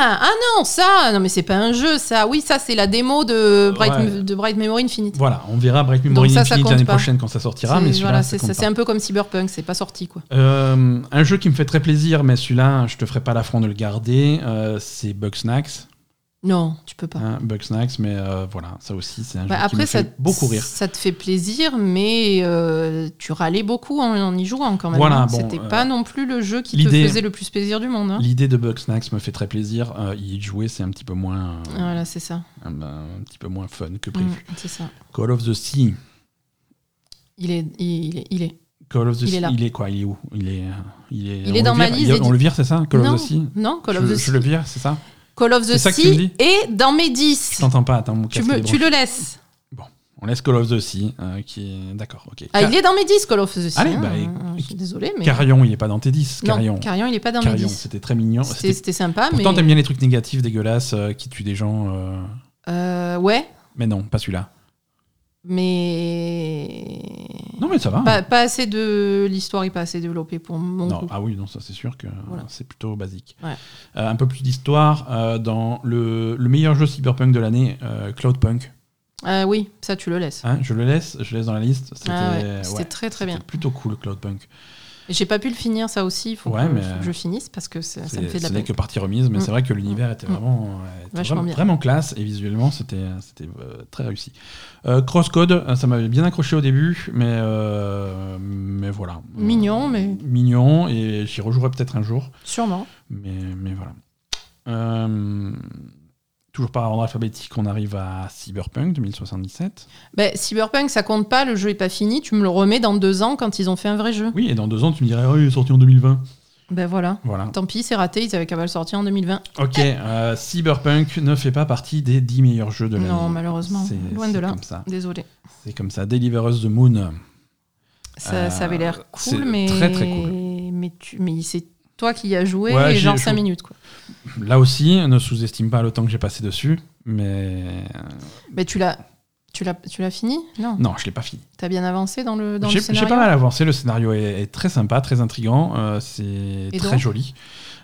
[SPEAKER 2] Ah, ah non, ça, non mais c'est pas un jeu, ça. Oui, ça c'est la démo de Bright,
[SPEAKER 1] Ouais.
[SPEAKER 2] de Bright Memory Infinite.
[SPEAKER 1] Voilà, on verra Break Memory
[SPEAKER 2] ça, ça
[SPEAKER 1] Infinite
[SPEAKER 2] compte
[SPEAKER 1] l'année
[SPEAKER 2] pas.
[SPEAKER 1] prochaine quand ça sortira, mais
[SPEAKER 2] c'est
[SPEAKER 1] celui-là,
[SPEAKER 2] voilà,
[SPEAKER 1] ça
[SPEAKER 2] c'est-
[SPEAKER 1] compte
[SPEAKER 2] ça-
[SPEAKER 1] pas.
[SPEAKER 2] c'est un peu comme Cyberpunk, c'est pas sorti quoi.
[SPEAKER 1] Euh, un jeu qui me fait très plaisir, mais celui-là, je te ferai pas l'affront de le garder, euh, c'est Bugsnax.
[SPEAKER 2] Non, tu peux pas.
[SPEAKER 1] Hein, Bugsnax, mais euh, voilà, ça aussi, c'est un
[SPEAKER 2] Bah,
[SPEAKER 1] jeu qui
[SPEAKER 2] après,
[SPEAKER 1] me
[SPEAKER 2] ça,
[SPEAKER 1] fait beaucoup rire.
[SPEAKER 2] ça te fait plaisir, mais euh, tu râlais beaucoup en, en y jouant quand même.
[SPEAKER 1] Voilà,
[SPEAKER 2] hein.
[SPEAKER 1] bon,
[SPEAKER 2] C'était
[SPEAKER 1] euh,
[SPEAKER 2] pas non plus le jeu qui te
[SPEAKER 1] l'idée-
[SPEAKER 2] faisait le plus plaisir du monde. hein.
[SPEAKER 1] L'idée de Bugsnax me fait très plaisir. Euh, y jouer, c'est un petit peu moins, euh,
[SPEAKER 2] Voilà, c'est ça.
[SPEAKER 1] un, un petit peu moins fun que
[SPEAKER 2] Mm,
[SPEAKER 1] prévu.
[SPEAKER 2] c'est ça.
[SPEAKER 1] Call of the Sea.
[SPEAKER 2] Il est, il, il est, il est.
[SPEAKER 1] Call of the
[SPEAKER 2] Il
[SPEAKER 1] Sea,
[SPEAKER 2] est là.
[SPEAKER 1] il est quoi Il est où Il est, euh, il est,
[SPEAKER 2] Il
[SPEAKER 1] on
[SPEAKER 2] est
[SPEAKER 1] le
[SPEAKER 2] dans ma
[SPEAKER 1] vire
[SPEAKER 2] liste
[SPEAKER 1] Il-
[SPEAKER 2] et
[SPEAKER 1] On
[SPEAKER 2] du-
[SPEAKER 1] le vire, c'est ça Call
[SPEAKER 2] non,
[SPEAKER 1] of the Sea
[SPEAKER 2] non, Call
[SPEAKER 1] je,
[SPEAKER 2] of the
[SPEAKER 1] je le
[SPEAKER 2] Sea.
[SPEAKER 1] vire, c'est ça
[SPEAKER 2] Call of
[SPEAKER 1] C'est
[SPEAKER 2] the
[SPEAKER 1] ça que tu me
[SPEAKER 2] Sea
[SPEAKER 1] dis
[SPEAKER 2] est dans mes
[SPEAKER 1] Je
[SPEAKER 2] 10.
[SPEAKER 1] t'entends pas, attends, mon
[SPEAKER 2] Tu,
[SPEAKER 1] casque, il
[SPEAKER 2] me,
[SPEAKER 1] est
[SPEAKER 2] tu
[SPEAKER 1] branché.
[SPEAKER 2] le laisses.
[SPEAKER 1] On laisse Call of the Sea, euh, qui est... D'accord, ok.
[SPEAKER 2] Ah, il est dans mes 10, Call of the Sea.
[SPEAKER 1] Allez,
[SPEAKER 2] hein.
[SPEAKER 1] bah,
[SPEAKER 2] Je suis désolée, mais.
[SPEAKER 1] Carillon, il est pas dans tes 10.
[SPEAKER 2] Non,
[SPEAKER 1] Carillon.
[SPEAKER 2] Carillon, il est pas dans mes
[SPEAKER 1] Carillon,
[SPEAKER 2] 10.
[SPEAKER 1] c'était très mignon.
[SPEAKER 2] C'était
[SPEAKER 1] C'était-
[SPEAKER 2] c'était sympa,
[SPEAKER 1] Pourtant,
[SPEAKER 2] mais.
[SPEAKER 1] t'aimes bien les trucs négatifs, dégueulasses, euh, qui tuent des gens. euh,
[SPEAKER 2] Euh, ouais,
[SPEAKER 1] Mais non, pas celui-là.
[SPEAKER 2] mais.
[SPEAKER 1] Non, mais ça va. hein.
[SPEAKER 2] Pas, pas assez de. L'histoire est pas assez développée pour mon
[SPEAKER 1] Non,
[SPEAKER 2] goût.
[SPEAKER 1] ah oui, non, ça c'est sûr que euh,
[SPEAKER 2] Voilà.
[SPEAKER 1] c'est plutôt basique.
[SPEAKER 2] Ouais.
[SPEAKER 1] Euh, un peu plus d'histoire euh, dans le, le meilleur jeu cyberpunk de l'année, euh, Cloudpunk.
[SPEAKER 2] Ah oui, ça tu le laisses.
[SPEAKER 1] Hein, je le laisse, je le laisse dans la liste. C'était
[SPEAKER 2] Ah ouais, c'était
[SPEAKER 1] ouais,
[SPEAKER 2] très très
[SPEAKER 1] c'était
[SPEAKER 2] bien.
[SPEAKER 1] plutôt cool Cloudpunk.
[SPEAKER 2] Et J'ai pas pu le finir ça aussi, il faut,
[SPEAKER 1] Ouais,
[SPEAKER 2] que-
[SPEAKER 1] mais-
[SPEAKER 2] faut que je finisse parce que ça, Bah, ça
[SPEAKER 1] C'est-
[SPEAKER 2] me fait de la
[SPEAKER 1] Ce
[SPEAKER 2] peine.
[SPEAKER 1] n'est que partie remise, mais
[SPEAKER 2] Mm.
[SPEAKER 1] c'est vrai que l'univers était
[SPEAKER 2] Mm.
[SPEAKER 1] vraiment, euh, était
[SPEAKER 2] Vachement
[SPEAKER 1] vraiment,
[SPEAKER 2] bien.
[SPEAKER 1] vraiment classe et visuellement c'était c'était euh, très réussi. Euh, Crosscode, euh, ça m'avait bien accroché au début, mais euh, mais voilà.
[SPEAKER 2] Mignon, mais-
[SPEAKER 1] mignon et j'y rejouerai peut-être un jour.
[SPEAKER 2] Sûrement.
[SPEAKER 1] Mais, mais voilà. Euh, toujours par ordre alphabétique, on arrive à Cyberpunk 2077.
[SPEAKER 2] Ben, Cyberpunk, ça compte pas, le jeu est pas fini, tu me le remets dans deux ans quand ils ont fait un vrai jeu.
[SPEAKER 1] Oui, et dans deux ans, tu me dirais, oh, il est sorti en 2020.
[SPEAKER 2] Ben voilà.
[SPEAKER 1] Voilà.
[SPEAKER 2] Tant pis, c'est raté, ils avaient qu'à pas le sortir en 2020.
[SPEAKER 1] Ok, euh, Cyberpunk ne fait pas partie des 10 meilleurs jeux de l'année.
[SPEAKER 2] Non, malheureusement,
[SPEAKER 1] C'est-
[SPEAKER 2] loin
[SPEAKER 1] c'est
[SPEAKER 2] de là.
[SPEAKER 1] Comme ça.
[SPEAKER 2] Désolé.
[SPEAKER 1] C'est comme ça. Deliver Us the Moon.
[SPEAKER 2] Ça,
[SPEAKER 1] Euh,
[SPEAKER 2] ça avait l'air
[SPEAKER 1] c'est
[SPEAKER 2] cool, mais.
[SPEAKER 1] très, très cool.
[SPEAKER 2] Mais, tu... mais c'est toi qui y as joué,
[SPEAKER 1] Ouais,
[SPEAKER 2] et
[SPEAKER 1] j'y ai
[SPEAKER 2] genre
[SPEAKER 1] joué.
[SPEAKER 2] 5 minutes quoi.
[SPEAKER 1] Là aussi, ne sous-estime pas le temps que j'ai passé dessus. Mais
[SPEAKER 2] Mais tu l'as. Tu l'as, tu l'as fini Non.
[SPEAKER 1] non, je l'ai pas fini.
[SPEAKER 2] T'as bien avancé dans le, dans le
[SPEAKER 1] J'ai
[SPEAKER 2] scénario
[SPEAKER 1] j'ai pas mal avancé. Le scénario est, est très sympa, très intrigant. euh, c'est
[SPEAKER 2] Et
[SPEAKER 1] très
[SPEAKER 2] donc
[SPEAKER 1] joli.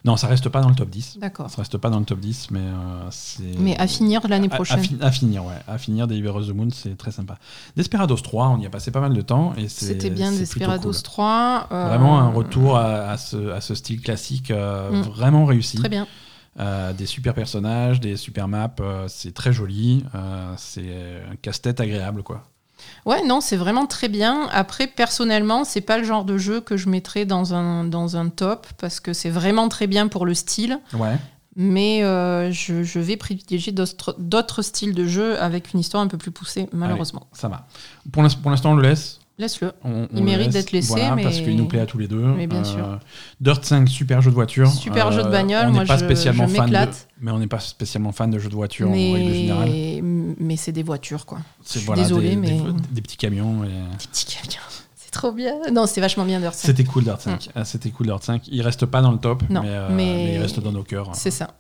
[SPEAKER 1] Non, ça reste pas dans le top 10.
[SPEAKER 2] D'accord.
[SPEAKER 1] Ça reste pas dans le top 10, mais euh, c'est.
[SPEAKER 2] Mais à finir l'année
[SPEAKER 1] À- à
[SPEAKER 2] prochaine.
[SPEAKER 1] fin- À, finir, ouais. À finir, Deliver Us the Moon, c'est très sympa. Desperados 3, on y a passé pas mal de temps. et c'est-
[SPEAKER 2] C'était bien
[SPEAKER 1] c'est plutôt
[SPEAKER 2] Desperados
[SPEAKER 1] cool.
[SPEAKER 2] 3. euh,
[SPEAKER 1] Vraiment un retour à, à ce, à ce style classique euh,
[SPEAKER 2] Mm.
[SPEAKER 1] vraiment réussi.
[SPEAKER 2] Très bien.
[SPEAKER 1] Euh, des super personnages, des super maps, euh, c'est très joli. euh, c'est un casse-tête agréable, quoi.
[SPEAKER 2] Ouais, non, c'est vraiment très bien. Après, personnellement, c'est pas le genre de jeu que je mettrais dans un, dans un top parce que c'est vraiment très bien pour le style.
[SPEAKER 1] Ouais.
[SPEAKER 2] Mais euh, je, je vais privilégier d'autres d'autres styles de jeu avec une histoire un peu plus poussée, malheureusement.
[SPEAKER 1] Ça va. Pour l'ins- pour l'instant, on le laisse.
[SPEAKER 2] Laisse-le.
[SPEAKER 1] On, on
[SPEAKER 2] Il
[SPEAKER 1] le
[SPEAKER 2] mérite
[SPEAKER 1] laisse,
[SPEAKER 2] d'être laissé,
[SPEAKER 1] voilà,
[SPEAKER 2] mais-
[SPEAKER 1] Parce qu'il nous plaît à tous les deux. Euh,
[SPEAKER 2] Mais bien sûr.
[SPEAKER 1] Dirt 5, super jeu de voiture.
[SPEAKER 2] Super jeu de bagnole,
[SPEAKER 1] Euh, on n'est
[SPEAKER 2] moi,
[SPEAKER 1] pas
[SPEAKER 2] je-
[SPEAKER 1] spécialement
[SPEAKER 2] je
[SPEAKER 1] fan de-
[SPEAKER 2] m'éclate.
[SPEAKER 1] Mais on n'est pas spécialement fan de jeux de voiture en règle générale.
[SPEAKER 2] Mais, mais c'est des voitures, quoi.
[SPEAKER 1] C'est
[SPEAKER 2] suis
[SPEAKER 1] voilà,
[SPEAKER 2] désolée,
[SPEAKER 1] des,
[SPEAKER 2] mais-
[SPEAKER 1] des- des petits camions. et-
[SPEAKER 2] Des petits camions. C'est trop bien. Non, c'est vachement bien Dirt 5.
[SPEAKER 1] C'était cool Dirt 5. Ah, C'était cool Dirt 5. Il reste pas dans le top,
[SPEAKER 2] Non,
[SPEAKER 1] mais, euh,
[SPEAKER 2] mais-
[SPEAKER 1] mais il reste dans nos cœurs.
[SPEAKER 2] C'est ça.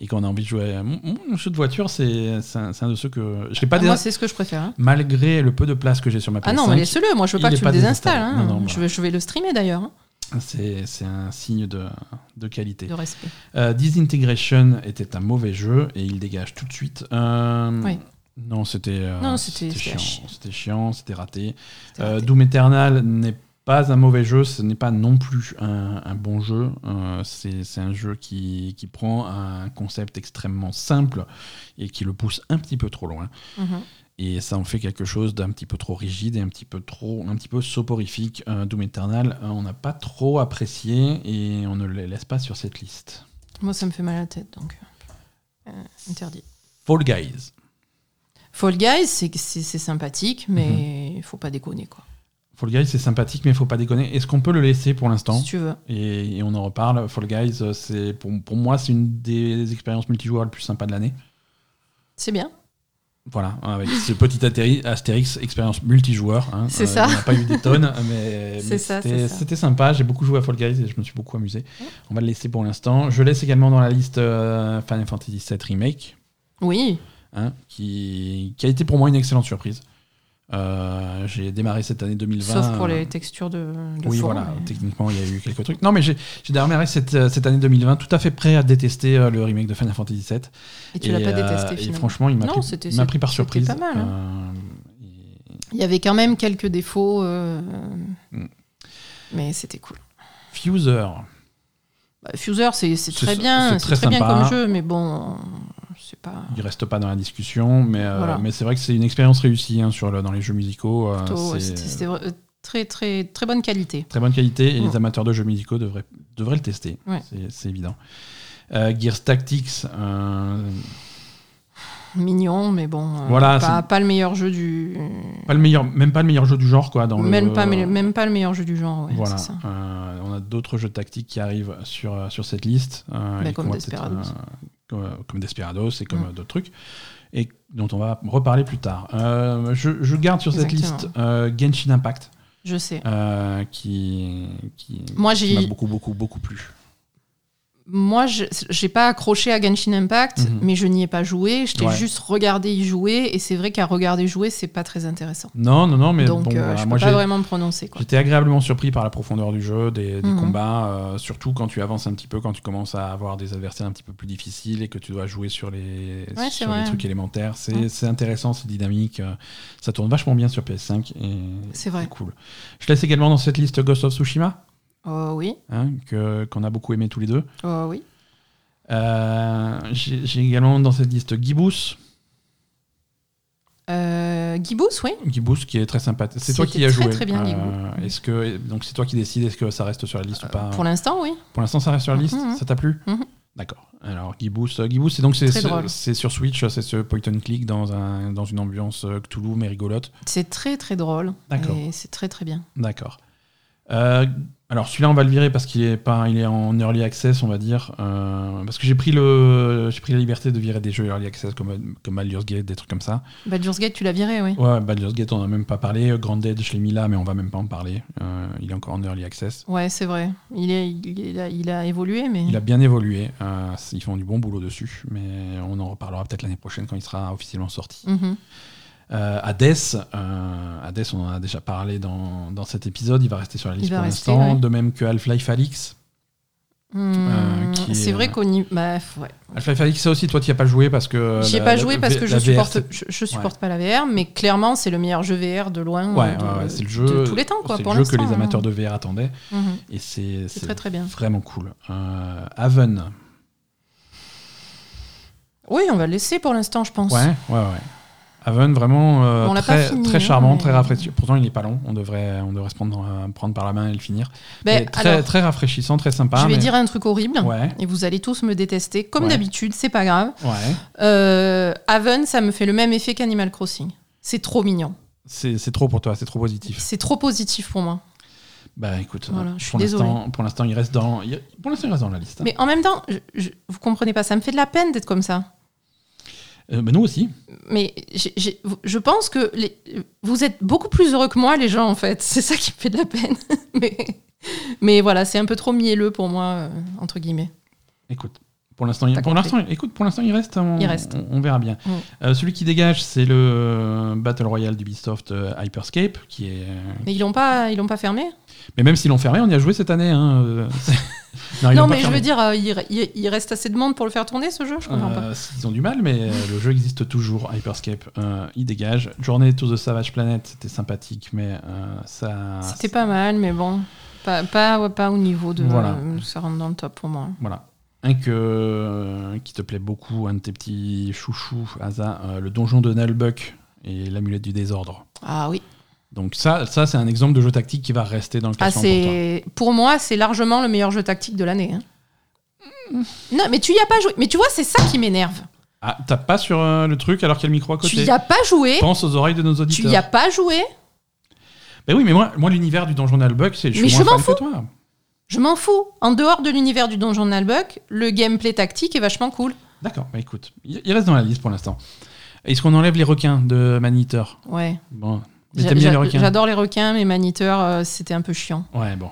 [SPEAKER 1] Et quand on a envie de jouer. Mon, mon jeu de voiture, c'est c'est un, c'est un de ceux que. Je l'ai pas
[SPEAKER 2] Ah, moi,
[SPEAKER 1] dés-
[SPEAKER 2] c'est ce que je préfère. hein.
[SPEAKER 1] Malgré le peu de place que j'ai sur ma PS5.
[SPEAKER 2] Ah non, mais laisse-le. Moi, je veux
[SPEAKER 1] il
[SPEAKER 2] pas que
[SPEAKER 1] est
[SPEAKER 2] tu
[SPEAKER 1] pas
[SPEAKER 2] le désinstalles.
[SPEAKER 1] désinstallé.
[SPEAKER 2] hein.
[SPEAKER 1] Non, non,
[SPEAKER 2] je,
[SPEAKER 1] bah.
[SPEAKER 2] vais, je vais le streamer d'ailleurs, hein,
[SPEAKER 1] C'est c'est un signe de, de qualité.
[SPEAKER 2] de respect.
[SPEAKER 1] Euh, Disintegration était un mauvais jeu et il dégage tout de suite. Euh,
[SPEAKER 2] Oui.
[SPEAKER 1] Non, c'était euh,
[SPEAKER 2] Non, c'était- c'était
[SPEAKER 1] chiant.
[SPEAKER 2] à chier.
[SPEAKER 1] C'était chiant, c'était raté.
[SPEAKER 2] C'était
[SPEAKER 1] Euh,
[SPEAKER 2] raté.
[SPEAKER 1] Doom Eternal n'est pas un mauvais jeu, ce n'est pas non plus un, un bon jeu. Euh, c'est c'est un jeu qui, qui prend un concept extrêmement simple et qui le pousse un petit peu trop loin.
[SPEAKER 2] Mhm.
[SPEAKER 1] Et ça en fait quelque chose d'un petit peu trop rigide et un petit peu trop, un petit peu soporifique. Euh, Doom Eternal, euh, on n'a pas trop apprécié et on ne les laisse pas sur cette liste.
[SPEAKER 2] Moi, ça me fait mal à la tête, donc euh, interdit.
[SPEAKER 1] Fall Guys.
[SPEAKER 2] Fall Guys, c'est c'est- c'est sympathique,
[SPEAKER 1] Mhm.
[SPEAKER 2] mais il faut pas déconner, quoi.
[SPEAKER 1] Fall Guys, c'est sympathique, mais faut pas déconner. Est-ce qu'on peut le laisser pour l'instant
[SPEAKER 2] Si tu veux.
[SPEAKER 1] et, et on en reparle. Fall Guys, euh, c'est pour, pour moi, c'est une des expériences multijoueurs les plus sympas de l'année.
[SPEAKER 2] C'est bien.
[SPEAKER 1] Voilà, hein, avec ce petit atéri- Astérix expérience multijoueur. hein.
[SPEAKER 2] C'est ça.
[SPEAKER 1] Il n'y en a pas eu des tonnes, mais,
[SPEAKER 2] C'est
[SPEAKER 1] mais
[SPEAKER 2] ça,
[SPEAKER 1] c'était-
[SPEAKER 2] c'est ça.
[SPEAKER 1] c'était sympa. J'ai beaucoup joué à Fall Guys et je me suis beaucoup amusé. On va le laisser pour l'instant. Je laisse également dans la liste euh, Final Fantasy VII Remake,
[SPEAKER 2] Oui.
[SPEAKER 1] hein, qui, qui a été pour moi une excellente surprise. Euh, euh, j'ai démarré cette année 2020.
[SPEAKER 2] Sauf pour
[SPEAKER 1] euh,
[SPEAKER 2] les textures de, de
[SPEAKER 1] Oui,
[SPEAKER 2] fond,
[SPEAKER 1] voilà,
[SPEAKER 2] mais-
[SPEAKER 1] techniquement, il y a eu quelques trucs. Non, mais j'ai j'ai démarré cette, euh, cette année 2020 tout à fait prêt à détester euh, le remake de Final Fantasy VII.
[SPEAKER 2] Et tu l'as pas
[SPEAKER 1] euh,
[SPEAKER 2] détesté
[SPEAKER 1] Et
[SPEAKER 2] finalement.
[SPEAKER 1] franchement, il m'a
[SPEAKER 2] Non,
[SPEAKER 1] pris,
[SPEAKER 2] c'était-
[SPEAKER 1] il m'a pris par
[SPEAKER 2] c'était
[SPEAKER 1] surprise.
[SPEAKER 2] pas mal, hein.
[SPEAKER 1] Euh, et-
[SPEAKER 2] Il y avait quand même quelques défauts, euh,
[SPEAKER 1] Mm.
[SPEAKER 2] mais c'était cool.
[SPEAKER 1] Fuser.
[SPEAKER 2] Bah, Fuser, c'est c'est
[SPEAKER 1] C'est-
[SPEAKER 2] très bien,
[SPEAKER 1] c'est
[SPEAKER 2] c'est
[SPEAKER 1] très
[SPEAKER 2] très, bien
[SPEAKER 1] sympa.
[SPEAKER 2] comme jeu, mais bon, c'est pas.
[SPEAKER 1] Il reste pas dans la discussion, mais, euh,
[SPEAKER 2] Voilà.
[SPEAKER 1] mais c'est vrai que c'est une expérience réussie hein, sur le, dans les jeux musicaux. euh,
[SPEAKER 2] plutôt, ouais,
[SPEAKER 1] c'est-
[SPEAKER 2] C'était c'était vra- euh, très très très bonne qualité.
[SPEAKER 1] Très bonne qualité et
[SPEAKER 2] Mm.
[SPEAKER 1] les amateurs de jeux musicaux devraient, devraient le tester.
[SPEAKER 2] Ouais.
[SPEAKER 1] C'est- C'est évident. Euh, Gears Tactics, euh,
[SPEAKER 2] Mignon, mais bon, euh,
[SPEAKER 1] Voilà,
[SPEAKER 2] pas, pas le meilleur jeu du.
[SPEAKER 1] pas le meilleur, même pas le meilleur jeu du genre quoi. Dans
[SPEAKER 2] Même,
[SPEAKER 1] le...
[SPEAKER 2] pas, me- même pas le meilleur jeu du genre, ouais,
[SPEAKER 1] voilà.
[SPEAKER 2] c'est ça.
[SPEAKER 1] Euh, on a d'autres jeux tactiques qui arrivent sur, euh, sur cette liste. euh,
[SPEAKER 2] Bah,
[SPEAKER 1] et
[SPEAKER 2] comme
[SPEAKER 1] qu'on va
[SPEAKER 2] Desperados. Mm.
[SPEAKER 1] peut-être, euh, comme, euh, comme Desperados et comme euh, d'autres trucs. Et dont on va reparler plus tard. Euh, je, je garde sur cette
[SPEAKER 2] Exactement.
[SPEAKER 1] liste euh, Genshin Impact,
[SPEAKER 2] Je sais.
[SPEAKER 1] euh, qui, qui,
[SPEAKER 2] Moi,
[SPEAKER 1] qui m'a
[SPEAKER 2] j'ai
[SPEAKER 1] beaucoup, beaucoup, beaucoup plu.
[SPEAKER 2] moi je- j'ai pas accroché à Genshin Impact,
[SPEAKER 1] Mhm.
[SPEAKER 2] mais je n'y ai pas joué. Je t'ai
[SPEAKER 1] Ouais.
[SPEAKER 2] juste regardé y jouer, et c'est vrai qu'à regarder jouer, c'est pas très intéressant.
[SPEAKER 1] Non, non, non, mais
[SPEAKER 2] Donc,
[SPEAKER 1] bon,
[SPEAKER 2] euh,
[SPEAKER 1] voilà,
[SPEAKER 2] je
[SPEAKER 1] moi j'ai
[SPEAKER 2] peux pas vraiment me prononcer. Quoi.
[SPEAKER 1] J'étais agréablement surpris par la profondeur du jeu, des, des
[SPEAKER 2] Mhm.
[SPEAKER 1] combats, euh, surtout quand tu avances un petit peu, quand tu commences à avoir des adversaires un petit peu plus difficiles et que tu dois jouer sur les,
[SPEAKER 2] Ouais, c'est
[SPEAKER 1] sur les
[SPEAKER 2] vrai.
[SPEAKER 1] trucs élémentaires. C'est
[SPEAKER 2] Mhm.
[SPEAKER 1] c'est intéressant, c'est dynamique. euh, Ça tourne vachement bien sur PS5 et
[SPEAKER 2] C'est vrai.
[SPEAKER 1] c'est cool. Je laisse également dans cette liste Ghost of Tsushima,
[SPEAKER 2] Oh oui,
[SPEAKER 1] hein, que- qu'on a beaucoup aimé tous les deux.
[SPEAKER 2] oh oui.
[SPEAKER 1] Euh, J'ai j'ai également dans cette liste Gibus,
[SPEAKER 2] Euh, Gibous, oui.
[SPEAKER 1] Gibus qui est très sympa. C'est toi
[SPEAKER 2] C'était
[SPEAKER 1] qui y as
[SPEAKER 2] très,
[SPEAKER 1] joué.
[SPEAKER 2] très bien, Gibus.
[SPEAKER 1] Euh, Est-ce que donc c'est toi qui décides est-ce que ça reste sur la liste ou pas
[SPEAKER 2] Euh, Pour l'instant, oui.
[SPEAKER 1] Pour l'instant, ça reste sur la liste
[SPEAKER 2] Mhm.
[SPEAKER 1] Ça t'a plu
[SPEAKER 2] Mhm.
[SPEAKER 1] D'accord. Alors, Gibous, euh, Gibous, c'est donc c'est
[SPEAKER 2] Très
[SPEAKER 1] ce-
[SPEAKER 2] drôle.
[SPEAKER 1] c'est sur Switch, c'est ce point and click dans, un, dans une ambiance euh, Cthulhu mais rigolote.
[SPEAKER 2] C'est très très drôle.
[SPEAKER 1] D'accord.
[SPEAKER 2] Et c'est très très bien.
[SPEAKER 1] D'accord. Euh, alors celui-là, on va le virer parce qu'il est pas, il est en early access, on va dire, Euh, parce que j'ai pris le, j'ai pris la liberté de virer des jeux early access comme comme Baldur's Gate, des trucs comme ça.
[SPEAKER 2] Baldur's Gate, tu l'as viré, oui.
[SPEAKER 1] Ouais, Baldur's Gate, on en a même pas parlé. Grand Dead, je l'ai mis là, mais on va même pas en parler. Euh, il est encore en early access.
[SPEAKER 2] Ouais, c'est vrai. Il, est, il, il a, il a évolué, mais.
[SPEAKER 1] Oh. Il a bien évolué. euh, ils font du bon boulot dessus, mais on en reparlera peut-être l'année prochaine quand il sera officiellement sorti.
[SPEAKER 2] Mhm.
[SPEAKER 1] Euh, Hades, euh, Hades, on en a déjà parlé dans, dans cet épisode. Il va rester sur la liste
[SPEAKER 2] va
[SPEAKER 1] pour
[SPEAKER 2] rester,
[SPEAKER 1] l'instant,
[SPEAKER 2] ouais.
[SPEAKER 1] de même que Half-Life Alix. Euh,
[SPEAKER 2] Hmm,
[SPEAKER 1] qui est- euh,
[SPEAKER 2] c'est vrai qu'au niveau. Bah, f- ouais.
[SPEAKER 1] Half-Life Alix, ça aussi, toi, tu n'y as pas joué parce que.
[SPEAKER 2] J'y ai
[SPEAKER 1] euh, la-
[SPEAKER 2] pas
[SPEAKER 1] la-
[SPEAKER 2] joué
[SPEAKER 1] la-
[SPEAKER 2] parce
[SPEAKER 1] la
[SPEAKER 2] que je
[SPEAKER 1] VR,
[SPEAKER 2] supporte,
[SPEAKER 1] c'est-
[SPEAKER 2] je, je supporte pas la VR, mais clairement, c'est le meilleur jeu VR de loin.
[SPEAKER 1] Ouais,
[SPEAKER 2] euh, de-
[SPEAKER 1] ouais, ouais, c'est le jeu.
[SPEAKER 2] de tous les temps, quoi.
[SPEAKER 1] c'est
[SPEAKER 2] pour
[SPEAKER 1] le jeu que les
[SPEAKER 2] l'instant, hein.
[SPEAKER 1] amateurs de VR attendaient.
[SPEAKER 2] Mhm.
[SPEAKER 1] Et c'est
[SPEAKER 2] C'est
[SPEAKER 1] c'est
[SPEAKER 2] très très bien.
[SPEAKER 1] vraiment cool. Euh, Haven.
[SPEAKER 2] Oui, on va le laisser pour l'instant, je pense.
[SPEAKER 1] Ouais, ouais, ouais. Haven, vraiment euh,
[SPEAKER 2] On l'a pas
[SPEAKER 1] très,
[SPEAKER 2] fini,
[SPEAKER 1] très
[SPEAKER 2] hein,
[SPEAKER 1] charmant,
[SPEAKER 2] mais-
[SPEAKER 1] très rafraîchissant. Pourtant, il n'est pas long. On devrait, on devrait se prendre, euh, prendre par la main et le finir.
[SPEAKER 2] Ben,
[SPEAKER 1] Mais très,
[SPEAKER 2] alors,
[SPEAKER 1] très rafraîchissant, très sympa.
[SPEAKER 2] je vais
[SPEAKER 1] mais-
[SPEAKER 2] dire un truc horrible.
[SPEAKER 1] Ouais,
[SPEAKER 2] Et vous allez tous me détester, comme
[SPEAKER 1] Ouais.
[SPEAKER 2] d'habitude, c'est pas grave.
[SPEAKER 1] ouais.
[SPEAKER 2] Euh, Haven, ça me fait le même effet qu'Animal Crossing. C'est trop mignon.
[SPEAKER 1] C'est c'est trop pour toi, c'est trop positif.
[SPEAKER 2] C'est trop positif pour moi.
[SPEAKER 1] Bah écoute,
[SPEAKER 2] Voilà,
[SPEAKER 1] euh,
[SPEAKER 2] je suis
[SPEAKER 1] pour
[SPEAKER 2] désolée.
[SPEAKER 1] l'instant, pour l'instant, il reste dans, il- pour l'instant, il reste dans la liste. hein.
[SPEAKER 2] Mais en même temps, je- je- vous comprenez pas, ça me fait de la peine d'être comme ça.
[SPEAKER 1] Euh, bah, nous aussi.
[SPEAKER 2] Mais j'ai- j'ai- je pense que les- vous êtes beaucoup plus heureux que moi, les gens, en fait. C'est ça qui me fait de la peine. mais, mais voilà, c'est un peu trop mielleux pour moi, euh, entre guillemets.
[SPEAKER 1] Écoute, pour l'instant, il-
[SPEAKER 2] T'as
[SPEAKER 1] pour
[SPEAKER 2] compris.
[SPEAKER 1] l'instant, écoute, pour l'instant, il reste. On,
[SPEAKER 2] Il reste.
[SPEAKER 1] on- on verra bien.
[SPEAKER 2] Mm.
[SPEAKER 1] Euh, celui qui dégage, c'est le euh, Battle Royale d'Ubisoft euh, Hyperscape, qui est. euh,
[SPEAKER 2] Mais ils l'ont pas, ils l'ont pas fermé
[SPEAKER 1] Mais même s'ils l'ont fermé, on y a joué cette année. hein, euh, c'est- ils l'ont
[SPEAKER 2] Non,
[SPEAKER 1] pas
[SPEAKER 2] mais je
[SPEAKER 1] fermé.
[SPEAKER 2] veux dire, euh, il, il- il reste assez de monde pour le faire tourner, ce jeu Je comprends pas.
[SPEAKER 1] Euh, ils ont du mal, mais euh, le jeu existe toujours. Hyperscape, euh, il dégage. Journée to the Savage Planet, c'était sympathique, mais euh, ça.
[SPEAKER 2] C'était pas mal, mais bon. Pas, pas, ouais, pas au niveau de.
[SPEAKER 1] Voilà.
[SPEAKER 2] euh, ça rentre dans le top pour moi.
[SPEAKER 1] Voilà. Un que, euh, qui te plaît beaucoup, un de tes petits chouchous, Asa, euh, le donjon de Nalbuck et l'amulette du désordre.
[SPEAKER 2] Ah oui.
[SPEAKER 1] Donc ça, ça c'est un exemple de jeu tactique qui va rester dans le
[SPEAKER 2] Ah,
[SPEAKER 1] classement pour toi.
[SPEAKER 2] c'est pour moi, c'est largement le meilleur jeu tactique de l'année. hein. Non, mais tu y as pas joué. Mais tu vois, c'est ça qui m'énerve.
[SPEAKER 1] Ah, tape pas sur euh, le truc alors qu'il y a le micro à
[SPEAKER 2] Tu
[SPEAKER 1] côté.
[SPEAKER 2] y as pas joué.
[SPEAKER 1] Pense aux oreilles de nos
[SPEAKER 2] Tu y
[SPEAKER 1] auditeurs.
[SPEAKER 2] as pas joué.
[SPEAKER 1] Ben oui, mais moi, moi l'univers du donjon de Nalbuck, c'est je
[SPEAKER 2] Mais
[SPEAKER 1] suis moins
[SPEAKER 2] je m'en
[SPEAKER 1] fan que
[SPEAKER 2] fous.
[SPEAKER 1] toi.
[SPEAKER 2] Je m'en fous. En dehors de l'univers du donjon de Nalbuck, le gameplay tactique est vachement cool.
[SPEAKER 1] D'accord, bah écoute, il il reste dans la liste pour l'instant. Est-ce qu'on enlève les requins de Maniteur
[SPEAKER 2] Ouais.
[SPEAKER 1] Bon, mais
[SPEAKER 2] J'a-
[SPEAKER 1] t'aimes bien les
[SPEAKER 2] j'a-
[SPEAKER 1] requins
[SPEAKER 2] J'adore les requins, mais Maniteur, euh, c'était un peu chiant.
[SPEAKER 1] Ouais, bon.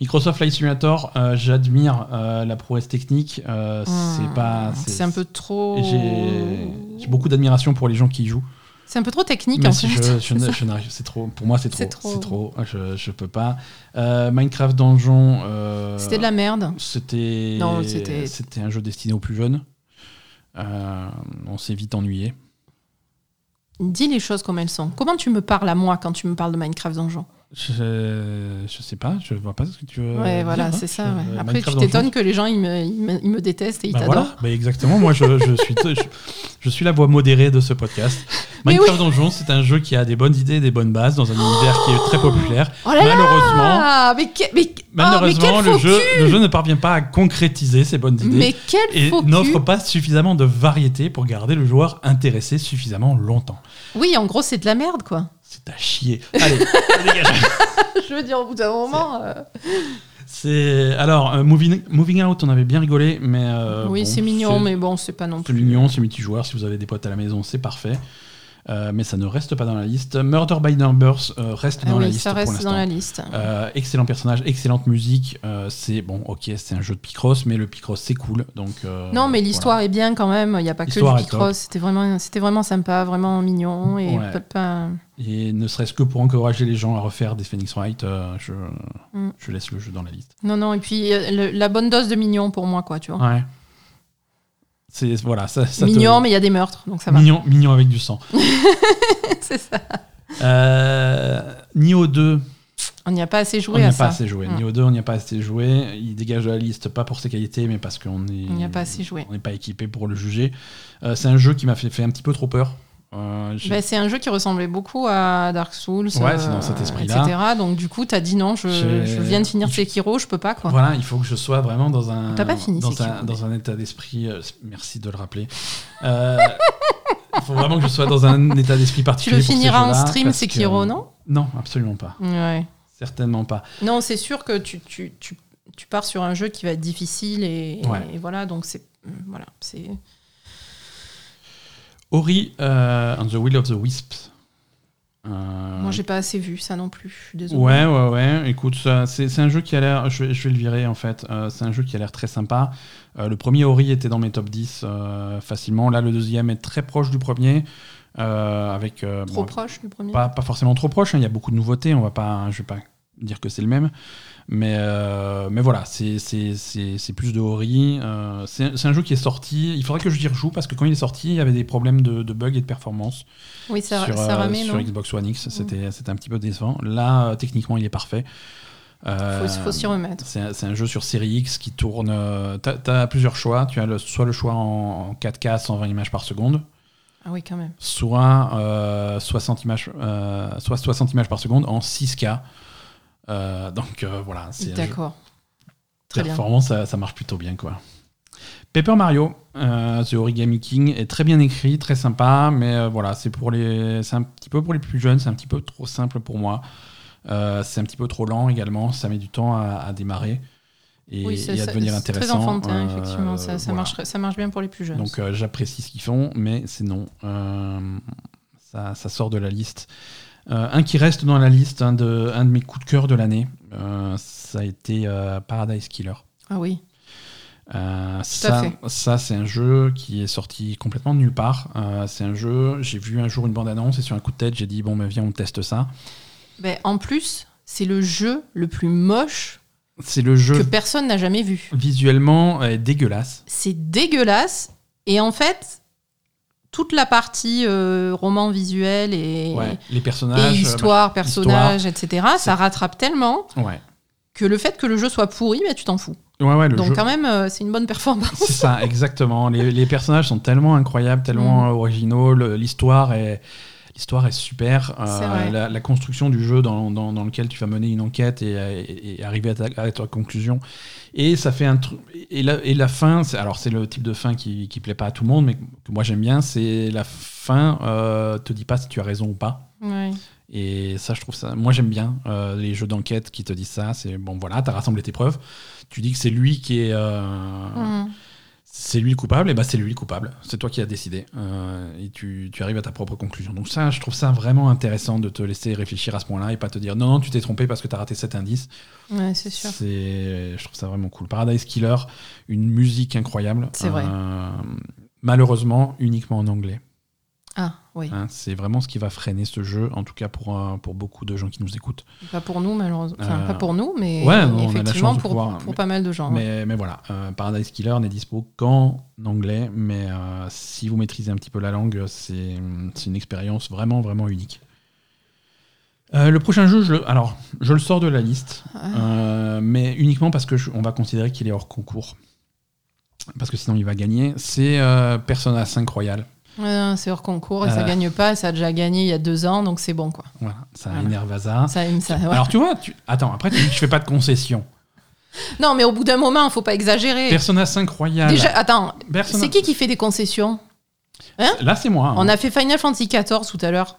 [SPEAKER 1] Microsoft Flight Simulator, euh, j'admire euh, la prouesse technique. euh,
[SPEAKER 2] Hmm.
[SPEAKER 1] C'est pas.
[SPEAKER 2] C'est un peu trop.
[SPEAKER 1] J'ai j'ai beaucoup d'admiration pour les gens qui y jouent.
[SPEAKER 2] C'est un peu trop technique
[SPEAKER 1] Mais
[SPEAKER 2] en
[SPEAKER 1] si
[SPEAKER 2] fait.
[SPEAKER 1] je- je
[SPEAKER 2] C'est
[SPEAKER 1] ne-
[SPEAKER 2] ça.
[SPEAKER 1] je n'arrive- c'est trop. Pour moi, c'est trop.
[SPEAKER 2] C'est
[SPEAKER 1] C'est
[SPEAKER 2] trop.
[SPEAKER 1] trop. Je, je peux pas. Euh, Minecraft Dungeon. euh,
[SPEAKER 2] C'était de la merde.
[SPEAKER 1] C'était.
[SPEAKER 2] Non, c'était-
[SPEAKER 1] C'était un jeu destiné aux plus jeunes. Euh, on s'est vite ennuyé.
[SPEAKER 2] Dis les choses comme elles sont. Comment tu me parles à moi quand tu me parles de Minecraft Donjon
[SPEAKER 1] Je, je sais pas, je vois pas ce que tu veux.
[SPEAKER 2] Ouais,
[SPEAKER 1] dire,
[SPEAKER 2] voilà,
[SPEAKER 1] hein.
[SPEAKER 2] c'est ça.
[SPEAKER 1] Je-
[SPEAKER 2] ouais.
[SPEAKER 1] euh,
[SPEAKER 2] Après, tu
[SPEAKER 1] Minecraft Dungeon,
[SPEAKER 2] t'étonnes que les gens, ils me, ils me- ils me détestent et ils
[SPEAKER 1] Bah
[SPEAKER 2] t'adorent.
[SPEAKER 1] voilà, bah exactement. Moi, je, je suis, je, je suis la voix modérée de ce podcast.
[SPEAKER 2] Mais
[SPEAKER 1] Minecraft Donjon, c'est un jeu qui a des bonnes idées, et des bonnes bases dans un univers qui est très populaire.
[SPEAKER 2] Oh là là
[SPEAKER 1] malheureusement,
[SPEAKER 2] mais, que- mais, oh,
[SPEAKER 1] malheureusement,
[SPEAKER 2] mais quel
[SPEAKER 1] le
[SPEAKER 2] faux
[SPEAKER 1] jeu,
[SPEAKER 2] cul
[SPEAKER 1] le jeu ne parvient pas à concrétiser ces bonnes idées
[SPEAKER 2] Mais quel
[SPEAKER 1] et
[SPEAKER 2] faux cul
[SPEAKER 1] n'offre pas suffisamment de variété pour garder le joueur intéressé suffisamment longtemps.
[SPEAKER 2] Oui, en gros, c'est de la merde, quoi.
[SPEAKER 1] C'est à chier. Allez, dégage.
[SPEAKER 2] Je veux dire, au bout d'un moment... euh,
[SPEAKER 1] C'est alors euh, moving, moving Out, on avait bien rigolé, mais euh,
[SPEAKER 2] oui,
[SPEAKER 1] bon,
[SPEAKER 2] c'est mignon, mais bon, c'est pas non
[SPEAKER 1] C'est
[SPEAKER 2] plus...
[SPEAKER 1] mignon, c'est multijoueur. Si vous avez des potes à la maison, c'est parfait. Euh, mais ça ne reste pas dans la liste. Murder by Numbers euh, reste
[SPEAKER 2] Ah
[SPEAKER 1] dans la
[SPEAKER 2] oui,
[SPEAKER 1] liste
[SPEAKER 2] ça
[SPEAKER 1] pour
[SPEAKER 2] reste
[SPEAKER 1] l'instant.
[SPEAKER 2] dans la liste.
[SPEAKER 1] Euh, excellent personnage, excellente musique. euh, c'est bon, ok, c'est un jeu de Picross, mais le Picross c'est cool. Donc euh,
[SPEAKER 2] non, mais
[SPEAKER 1] voilà.
[SPEAKER 2] l'histoire est bien quand même. Il n'y a pas que du
[SPEAKER 1] L'histoire est
[SPEAKER 2] Picross. C'était vraiment, c'était vraiment sympa, vraiment mignon. Et
[SPEAKER 1] Ouais.
[SPEAKER 2] pas- pas-
[SPEAKER 1] Et ne serait-ce que pour encourager les gens à refaire des Phoenix Wright, euh, je,
[SPEAKER 2] Mm.
[SPEAKER 1] je laisse le jeu dans la liste.
[SPEAKER 2] Non, non. Et puis euh, le- la bonne dose de mignon pour moi, quoi. Tu vois.
[SPEAKER 1] Ouais. C'est voilà, ça, ça te- Mm.
[SPEAKER 2] mignon, mais il y a des meurtres, donc ça va.
[SPEAKER 1] mignon, mignon avec du sang.
[SPEAKER 2] c'est ça.
[SPEAKER 1] Euh, Nioh 2,
[SPEAKER 2] On n'y a pas assez
[SPEAKER 1] on
[SPEAKER 2] joué
[SPEAKER 1] n'y
[SPEAKER 2] à
[SPEAKER 1] a
[SPEAKER 2] ça.
[SPEAKER 1] pas assez joué.
[SPEAKER 2] Mm.
[SPEAKER 1] Nioh 2, on n'y a pas assez joué. Il dégage de la liste, pas pour ses qualités, mais parce qu'on est.
[SPEAKER 2] On n'y a pas assez joué.
[SPEAKER 1] On n'est pas équipé pour le juger. Euh, c'est un jeu qui m'a fait, fait un petit peu trop peur. Euh, j'ai-
[SPEAKER 2] Bah, c'est un jeu qui ressemblait beaucoup à Dark Souls.
[SPEAKER 1] Ouais, c'est dans cet esprit-là.
[SPEAKER 2] Etc. Donc du coup, t'as dit non, je,
[SPEAKER 1] J'ai-
[SPEAKER 2] je viens de finir Sekiro, je peux pas, quoi.
[SPEAKER 1] Voilà, il faut que je sois vraiment dans un,
[SPEAKER 2] T'as pas fini, c'est
[SPEAKER 1] dans,
[SPEAKER 2] qu'il
[SPEAKER 1] un,
[SPEAKER 2] faut.
[SPEAKER 1] dans un état d'esprit. euh, merci de le rappeler. Euh, il faut vraiment que je sois dans un état d'esprit
[SPEAKER 2] Tu
[SPEAKER 1] particulier.
[SPEAKER 2] le
[SPEAKER 1] pour ces
[SPEAKER 2] finiras en
[SPEAKER 1] jeux-là,
[SPEAKER 2] stream,
[SPEAKER 1] parce que-
[SPEAKER 2] Sekiro, non
[SPEAKER 1] Non, absolument pas.
[SPEAKER 2] Ouais.
[SPEAKER 1] Certainement pas.
[SPEAKER 2] Non, c'est sûr que tu, tu, tu, tu pars sur un jeu qui va être difficile et, et
[SPEAKER 1] Ouais.
[SPEAKER 2] voilà, donc c'est mm, voilà, c'est
[SPEAKER 1] Ori euh, and the Will of the Wisps. Euh,
[SPEAKER 2] moi j'ai pas assez vu ça non plus, je suis désolée.
[SPEAKER 1] Ouais, ouais, ouais. Écoute, ça, c'est c'est un jeu qui a l'air. Je, vais- je vais le virer en fait. Euh, c'est un jeu qui a l'air très sympa. Euh, le premier Ori était dans mes top 10 euh, facilement. Là, le deuxième est très proche du premier. euh, avec, euh,
[SPEAKER 2] Trop
[SPEAKER 1] bon,
[SPEAKER 2] proche du premier.
[SPEAKER 1] pas, pas forcément trop proche. hein, Il y a beaucoup de nouveautés. On va pas, je vais pas dire que c'est le même. Mais, euh, mais voilà, c'est c'est- c'est- c'est plus de Ori. Euh, c'est c'est un jeu qui est sorti. Il faudrait que je y rejoue parce que quand il est sorti, il y avait des problèmes de, de bugs et de performance
[SPEAKER 2] oui, ça,
[SPEAKER 1] sur,
[SPEAKER 2] ça
[SPEAKER 1] euh,
[SPEAKER 2] ramait,
[SPEAKER 1] sur
[SPEAKER 2] non Mm.
[SPEAKER 1] Xbox One X. C'était c'était un petit peu décevant. Là, euh, techniquement, il est parfait. Euh,
[SPEAKER 2] faut, faut s'y remettre.
[SPEAKER 1] c'est un, c'est un jeu sur série X qui tourne. euh, T'as as plusieurs choix. Tu as le- soit le choix en, en 4K 120 images par seconde,
[SPEAKER 2] Ah oui, quand même.
[SPEAKER 1] soit, euh, 60 images, euh, soit 60 images par seconde en 6K. Euh, donc euh, voilà, c'est un jeu
[SPEAKER 2] D'accord. Très bien.
[SPEAKER 1] performant, ça, ça marche plutôt bien quoi. Paper Mario, euh, The Origami King est très bien écrit, très sympa, mais euh, voilà, c'est pour les, c'est un petit peu pour les plus jeunes, c'est un petit peu trop simple pour moi. Euh, c'est un petit peu trop lent également, ça met du temps à, à démarrer et,
[SPEAKER 2] Oui,
[SPEAKER 1] et
[SPEAKER 2] ça-
[SPEAKER 1] à
[SPEAKER 2] ça-
[SPEAKER 1] devenir
[SPEAKER 2] c'est
[SPEAKER 1] intéressant.
[SPEAKER 2] très enfantin,
[SPEAKER 1] Euh,
[SPEAKER 2] effectivement. Ça, ça,
[SPEAKER 1] voilà.
[SPEAKER 2] marche, ça marche bien pour les plus jeunes.
[SPEAKER 1] Donc euh, j'apprécie ce qu'ils font, mais c'est non. Euh, ça, ça sort de la liste. Euh, un qui reste dans la liste, un de, un de mes coups de cœur de l'année, euh, ça a été euh, Paradise Killer.
[SPEAKER 2] ah oui.
[SPEAKER 1] Euh, ça,
[SPEAKER 2] fait.
[SPEAKER 1] ça c'est un jeu qui est sorti complètement de nulle part. Euh, c'est un jeu, j'ai vu un jour une bande-annonce et sur un coup de tête, j'ai dit bon, mais viens, on teste ça.
[SPEAKER 2] Ben, en plus, c'est le jeu le plus moche
[SPEAKER 1] C'est le
[SPEAKER 2] que
[SPEAKER 1] jeu
[SPEAKER 2] personne n'a jamais vu.
[SPEAKER 1] visuellement euh, dégueulasse.
[SPEAKER 2] C'est dégueulasse. Et en fait, toute la partie euh, roman visuel et,
[SPEAKER 1] Ouais, les
[SPEAKER 2] et
[SPEAKER 1] personnages. euh,
[SPEAKER 2] histoire, personnages, etc., ça
[SPEAKER 1] C'est-
[SPEAKER 2] rattrape tellement
[SPEAKER 1] bah, ouais.
[SPEAKER 2] que le fait que le jeu soit pourri, bah, tu t'en fous.
[SPEAKER 1] ouais, ouais, le
[SPEAKER 2] Donc
[SPEAKER 1] jeu.
[SPEAKER 2] quand même, euh, c'est une bonne performance.
[SPEAKER 1] C'est ça, exactement. Les, les personnages sont tellement incroyables, tellement
[SPEAKER 2] Mm.
[SPEAKER 1] euh, originaux. Le- L'histoire est. L'histoire est super. Euh,
[SPEAKER 2] C'est vrai.
[SPEAKER 1] la, la construction du jeu dans, dans- dans lequel tu vas mener une enquête et, et- et arriver à ta, à ta conclusion. Et ça fait un truc. Et la, et la fin, c'est- alors c'est le type de fin qui, qui plaît pas à tout le monde, mais que moi j'aime bien. C'est la fin euh, te dit pas si tu as raison ou pas.
[SPEAKER 2] Ouais.
[SPEAKER 1] Et ça, je trouve ça. Moi, j'aime bien euh, les jeux d'enquête qui te disent ça. C'est bon, voilà, t'as rassemblé tes preuves. Tu dis que c'est lui qui est. euh,
[SPEAKER 2] Mhm.
[SPEAKER 1] c'est lui le coupable, et bah c'est lui le coupable. C'est toi qui as décidé. Euh, et tu, tu arrives à ta propre conclusion. Donc ça, je trouve ça vraiment intéressant de te laisser réfléchir à ce point-là et pas te dire non, non, tu t'es trompé parce que t'as raté cet indice.
[SPEAKER 2] Ouais, c'est sûr.
[SPEAKER 1] C'est, je trouve ça vraiment cool. Paradise Killer, une musique incroyable.
[SPEAKER 2] C'est vrai.
[SPEAKER 1] Euh, malheureusement, uniquement en anglais.
[SPEAKER 2] Ah, oui.
[SPEAKER 1] hein. c'est vraiment ce qui va freiner ce jeu, en tout cas pour, euh, pour beaucoup de gens qui nous écoutent.
[SPEAKER 2] Pas pour nous, malheureusement. Enfin,
[SPEAKER 1] Euh,
[SPEAKER 2] pas pour nous, mais
[SPEAKER 1] ouais, on a la
[SPEAKER 2] effectivement,
[SPEAKER 1] chance de
[SPEAKER 2] pour,
[SPEAKER 1] pouvoir-
[SPEAKER 2] pour pas mal de gens.
[SPEAKER 1] Mais, mais voilà, euh, Paradise Killer n'est dispo qu'en anglais, mais euh, si vous maîtrisez un petit peu la langue, c'est c'est une expérience vraiment, vraiment unique. Euh, le prochain jeu, je le, alors, je le sors de la liste,
[SPEAKER 2] Ah.
[SPEAKER 1] euh, mais uniquement parce qu'on va considérer qu'il est hors concours. Parce que sinon, il va gagner. C'est euh, Persona 5 Royal.
[SPEAKER 2] Euh, c'est hors concours et ça
[SPEAKER 1] Euh.
[SPEAKER 2] gagne pas. Ça a déjà gagné il y a deux ans, donc c'est bon, quoi.
[SPEAKER 1] Voilà, ça
[SPEAKER 2] Voilà.
[SPEAKER 1] énerve Hazard.
[SPEAKER 2] Ça, ça- Ah. ouais.
[SPEAKER 1] Alors, tu vois, tu... attends, après, tu dis que je fais pas de concession.
[SPEAKER 2] Non, mais au bout d'un moment, faut pas exagérer.
[SPEAKER 1] Persona 5 Royal.
[SPEAKER 2] Déjà, attends,
[SPEAKER 1] Persona-
[SPEAKER 2] c'est qui qui fait des concessions
[SPEAKER 1] Là, c'est moi. hein.
[SPEAKER 2] On a fait Final Fantasy XIV tout à l'heure.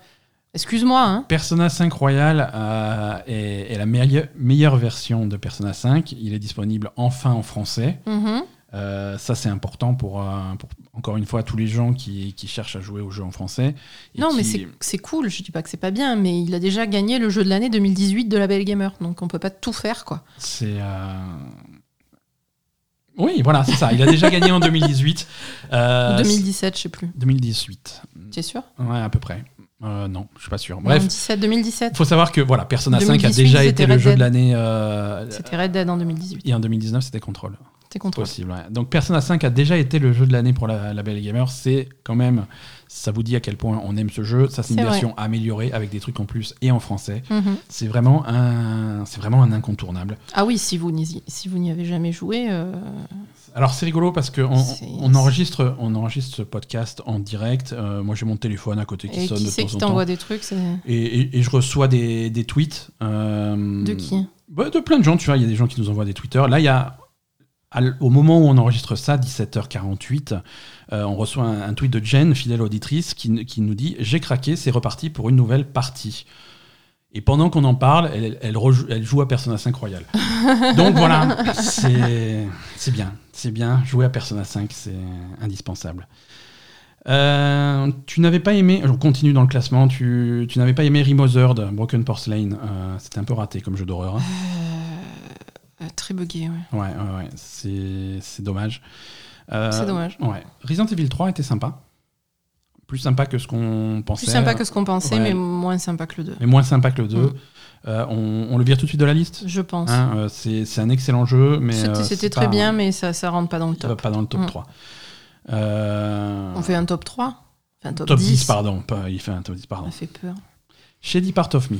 [SPEAKER 2] Excuse-moi, hein.
[SPEAKER 1] Persona 5 Royal euh, est, est la meille- meilleure version de Persona 5. Il est disponible enfin en français.
[SPEAKER 2] Mhm.
[SPEAKER 1] Euh, ça, c'est important pour, euh, pour, encore une fois, tous les gens qui, qui cherchent à jouer au jeu en français. et
[SPEAKER 2] Non, mais
[SPEAKER 1] qui-
[SPEAKER 2] c'est- c'est cool, je dis pas que c'est pas bien, mais il a déjà gagné le jeu de l'année 2018 de la Belle Gamer, donc on peut pas tout faire, quoi.
[SPEAKER 1] C'est. euh, Oui, voilà, c'est ça. Il a déjà gagné en 2018.
[SPEAKER 2] Ou
[SPEAKER 1] Euh,
[SPEAKER 2] 2017, je sais plus.
[SPEAKER 1] 2018.
[SPEAKER 2] Tu es sûr
[SPEAKER 1] Ouais, à peu près. Euh, non, je suis pas sûr.
[SPEAKER 2] Non,
[SPEAKER 1] Bref,
[SPEAKER 2] 17, 2017.
[SPEAKER 1] il faut savoir que voilà, Persona 5 a
[SPEAKER 2] 2018,
[SPEAKER 1] déjà
[SPEAKER 2] c'était
[SPEAKER 1] été le
[SPEAKER 2] Red
[SPEAKER 1] jeu de
[SPEAKER 2] Dead.
[SPEAKER 1] l'année. euh,
[SPEAKER 2] C'était Red Dead en 2018.
[SPEAKER 1] et en 2019, c'était Control.
[SPEAKER 2] T'es contre
[SPEAKER 1] Possible, ouais. Donc Persona 5 a déjà été le jeu de l'année pour la, la Belle Gamer. C'est quand même, ça vous dit à quel point on aime ce jeu. Ça, c'est une
[SPEAKER 2] C'est vrai.
[SPEAKER 1] version améliorée avec des trucs en plus et en français.
[SPEAKER 2] Mhm.
[SPEAKER 1] C'est vraiment un, c'est vraiment un incontournable.
[SPEAKER 2] Ah oui, si vous n'y si vous n'y avez jamais joué, euh,
[SPEAKER 1] Alors c'est rigolo parce que on,
[SPEAKER 2] C'est-
[SPEAKER 1] on enregistre, on enregistre ce podcast en direct. Euh, moi, j'ai mon téléphone à côté qui
[SPEAKER 2] et
[SPEAKER 1] sonne
[SPEAKER 2] qui
[SPEAKER 1] de
[SPEAKER 2] c'est
[SPEAKER 1] temps
[SPEAKER 2] qui
[SPEAKER 1] en temps.
[SPEAKER 2] t'envoie des trucs, c'est
[SPEAKER 1] Et, et- et je reçois des, des tweets. euh,
[SPEAKER 2] de qui
[SPEAKER 1] Bah, De plein de gens, tu vois, il y a des gens qui nous envoient des Twitter. Là, il y a, à l- au moment où on enregistre ça, 17h48, euh, on reçoit un, un tweet de Jen, fidèle auditrice, qui, n- qui nous dit « J'ai craqué, c'est reparti pour une nouvelle partie ». Et pendant qu'on en parle, elle, elle, rejou- elle joue à Persona 5 Royal. Donc voilà, c'est c'est bien. C'est bien. Jouer à Persona 5, c'est indispensable. Euh, tu n'avais pas aimé, on continue dans le classement, tu, tu n'avais pas aimé Remastered, Broken Porcelain. Euh, C'était un peu raté comme jeu d'horreur. hein.
[SPEAKER 2] Euh, Très buggé,
[SPEAKER 1] Ouais,
[SPEAKER 2] ouais.
[SPEAKER 1] ouais, ouais, c'est c'est dommage. Euh,
[SPEAKER 2] C'est dommage.
[SPEAKER 1] Ouais. Resident Evil 3 était sympa. Plus sympa que ce qu'on pensait.
[SPEAKER 2] Plus sympa que ce qu'on pensait,
[SPEAKER 1] ouais.
[SPEAKER 2] mais moins sympa que le 2,
[SPEAKER 1] Mais moins sympa que le 2.
[SPEAKER 2] Mm.
[SPEAKER 1] Euh, on, on le vire tout de suite de la liste
[SPEAKER 2] je pense.
[SPEAKER 1] Hein, euh, C'est c'est un excellent jeu, mais.
[SPEAKER 2] C'était
[SPEAKER 1] euh,
[SPEAKER 2] c'était
[SPEAKER 1] c'est
[SPEAKER 2] très
[SPEAKER 1] pas-
[SPEAKER 2] bien, mais ça ça rentre pas dans le
[SPEAKER 1] ça va
[SPEAKER 2] top.
[SPEAKER 1] pas dans le top
[SPEAKER 2] Mm.
[SPEAKER 1] 3. Euh,
[SPEAKER 2] On fait un top 3 Enfin, un top,
[SPEAKER 1] top 10,
[SPEAKER 2] 10,
[SPEAKER 1] pardon. Pas- il fait un top 10,
[SPEAKER 2] Ça
[SPEAKER 1] pardon.
[SPEAKER 2] fait peur.
[SPEAKER 1] Shady Part of Me.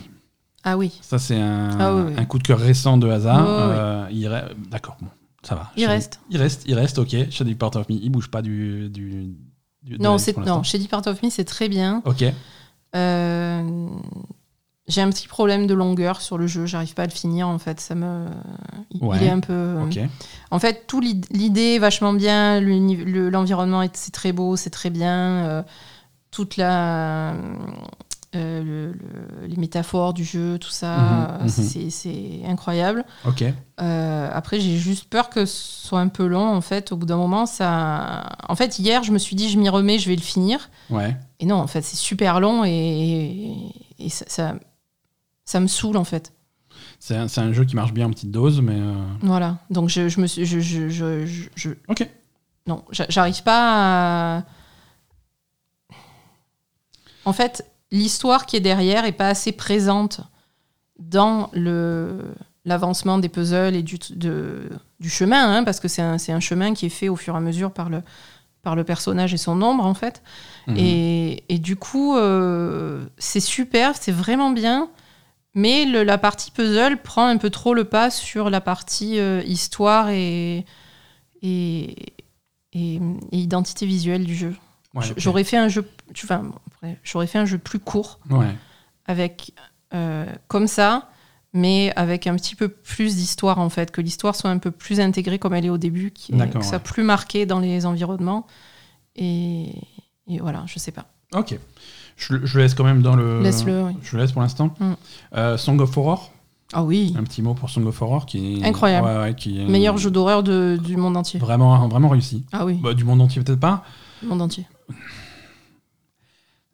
[SPEAKER 2] Ah oui,
[SPEAKER 1] Ça, c'est un,
[SPEAKER 2] Ah oui, oui.
[SPEAKER 1] un coup de cœur récent de hasard. Euh,
[SPEAKER 2] Oui, oui, oui.
[SPEAKER 1] il re- D'accord, bon, ça va.
[SPEAKER 2] il
[SPEAKER 1] Shady-
[SPEAKER 2] reste.
[SPEAKER 1] Il reste, il reste, ok. Shady Part of Me, il bouge pas du. du, du- de la
[SPEAKER 2] Non,
[SPEAKER 1] liste
[SPEAKER 2] c'est
[SPEAKER 1] pour
[SPEAKER 2] non,
[SPEAKER 1] l'instant.
[SPEAKER 2] chez Depart of Me, c'est très bien.
[SPEAKER 1] Ok.
[SPEAKER 2] Euh, J'ai un petit problème de longueur sur le jeu, j'arrive pas à le finir en fait. Ça me, il,
[SPEAKER 1] Ouais.
[SPEAKER 2] il est un peu. euh,
[SPEAKER 1] Ok.
[SPEAKER 2] En fait, tout l'id- l'idée est vachement bien, l'uni- le- l'environnement est c'est très beau, c'est très bien. euh, toute la euh, le- le- les métaphores du jeu, tout ça,
[SPEAKER 1] Mhm,
[SPEAKER 2] euh,
[SPEAKER 1] mhm.
[SPEAKER 2] c'est- c'est incroyable.
[SPEAKER 1] Ok.
[SPEAKER 2] Euh, après, j'ai juste peur que ce soit un peu long. En fait, au bout d'un moment, ça. En fait, hier, je me suis dit, je m'y remets, je vais le finir.
[SPEAKER 1] Ouais.
[SPEAKER 2] Et non, en fait, c'est super long et, et ça, ça, ça me saoule en fait.
[SPEAKER 1] C'est un, c'est un jeu qui marche bien en petite dose, mais. euh,
[SPEAKER 2] Voilà. Donc, je, je me suis, je, je, je, je- je-
[SPEAKER 1] Ok.
[SPEAKER 2] non, j'a- j'arrive pas. à- En fait, l'histoire qui est derrière est pas assez présente dans le l'avancement des puzzles et du, t- de- du chemin, hein, parce que c'est un, c'est un chemin qui est fait au fur et à mesure par le, par le personnage et son ombre, en fait.
[SPEAKER 1] mhm.
[SPEAKER 2] Et, et du coup, euh, c'est super, c'est vraiment bien. Mais le- la partie puzzle prend un peu trop le pas sur la partie euh, histoire et, et, et- et identité visuelle du jeu.
[SPEAKER 1] Ouais,
[SPEAKER 2] J-
[SPEAKER 1] ok.
[SPEAKER 2] J'aurais fait un jeu, tu- enfin, bon, après, j'aurais fait un jeu plus court
[SPEAKER 1] Ouais.
[SPEAKER 2] avec euh, comme ça, mais avec un petit peu plus d'histoire en fait, que l'histoire soit un peu plus intégrée comme elle est au début, qui- que
[SPEAKER 1] D'accord,
[SPEAKER 2] ça
[SPEAKER 1] ouais.
[SPEAKER 2] soit plus marqué dans les environnements. Et, et voilà, je sais pas.
[SPEAKER 1] Ok. Je, le- je le laisse quand même dans le.
[SPEAKER 2] Laisse-le. oui.
[SPEAKER 1] Je le laisse pour l'instant.
[SPEAKER 2] Mm.
[SPEAKER 1] Euh, Song of Horror.
[SPEAKER 2] Ah oui,
[SPEAKER 1] Un petit mot pour Song of Horror qui. est-
[SPEAKER 2] Incroyable.
[SPEAKER 1] Ouais, ouais, qui est-
[SPEAKER 2] meilleur jeu d'horreur de- du monde entier.
[SPEAKER 1] Vraiment, vraiment réussi.
[SPEAKER 2] Ah oui,
[SPEAKER 1] Bah, du monde entier peut-être pas.
[SPEAKER 2] monde entier.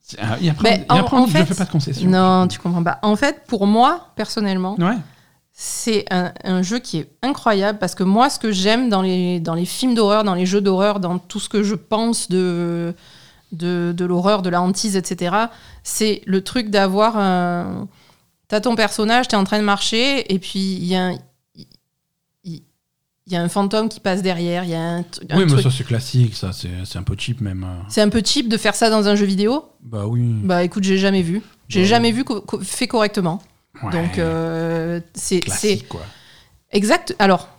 [SPEAKER 1] C'est- ah, Et après,
[SPEAKER 2] Mais
[SPEAKER 1] on- et
[SPEAKER 2] Bah, en-
[SPEAKER 1] après,
[SPEAKER 2] en
[SPEAKER 1] on dit, je
[SPEAKER 2] fait-
[SPEAKER 1] fais pas de concession.
[SPEAKER 2] Non, tu comprends pas. En fait, pour moi, personnellement,
[SPEAKER 1] Ouais.
[SPEAKER 2] c'est un, un jeu qui est incroyable parce que moi, ce que j'aime dans les, dans les films d'horreur, dans les jeux d'horreur, dans tout ce que je pense de, de, de l'horreur, de la hantise, etc. C'est le truc d'avoir un. T'as ton personnage, t'es en train de marcher, et puis il y a un. Il il y a un fantôme qui passe derrière, il y a un, t- un
[SPEAKER 1] oui, mais
[SPEAKER 2] truc.
[SPEAKER 1] ça, c'est classique, ça. C'est c'est un peu cheap, même. euh.
[SPEAKER 2] C'est un peu cheap de faire ça dans un jeu vidéo.
[SPEAKER 1] Bah oui.
[SPEAKER 2] Bah écoute, j'ai jamais vu. J'ai
[SPEAKER 1] Ouais.
[SPEAKER 2] jamais vu co- co- fait correctement.
[SPEAKER 1] Ouais,
[SPEAKER 2] Bah, Donc euh, c'est c'est-
[SPEAKER 1] classique, quoi.
[SPEAKER 2] exact. Alors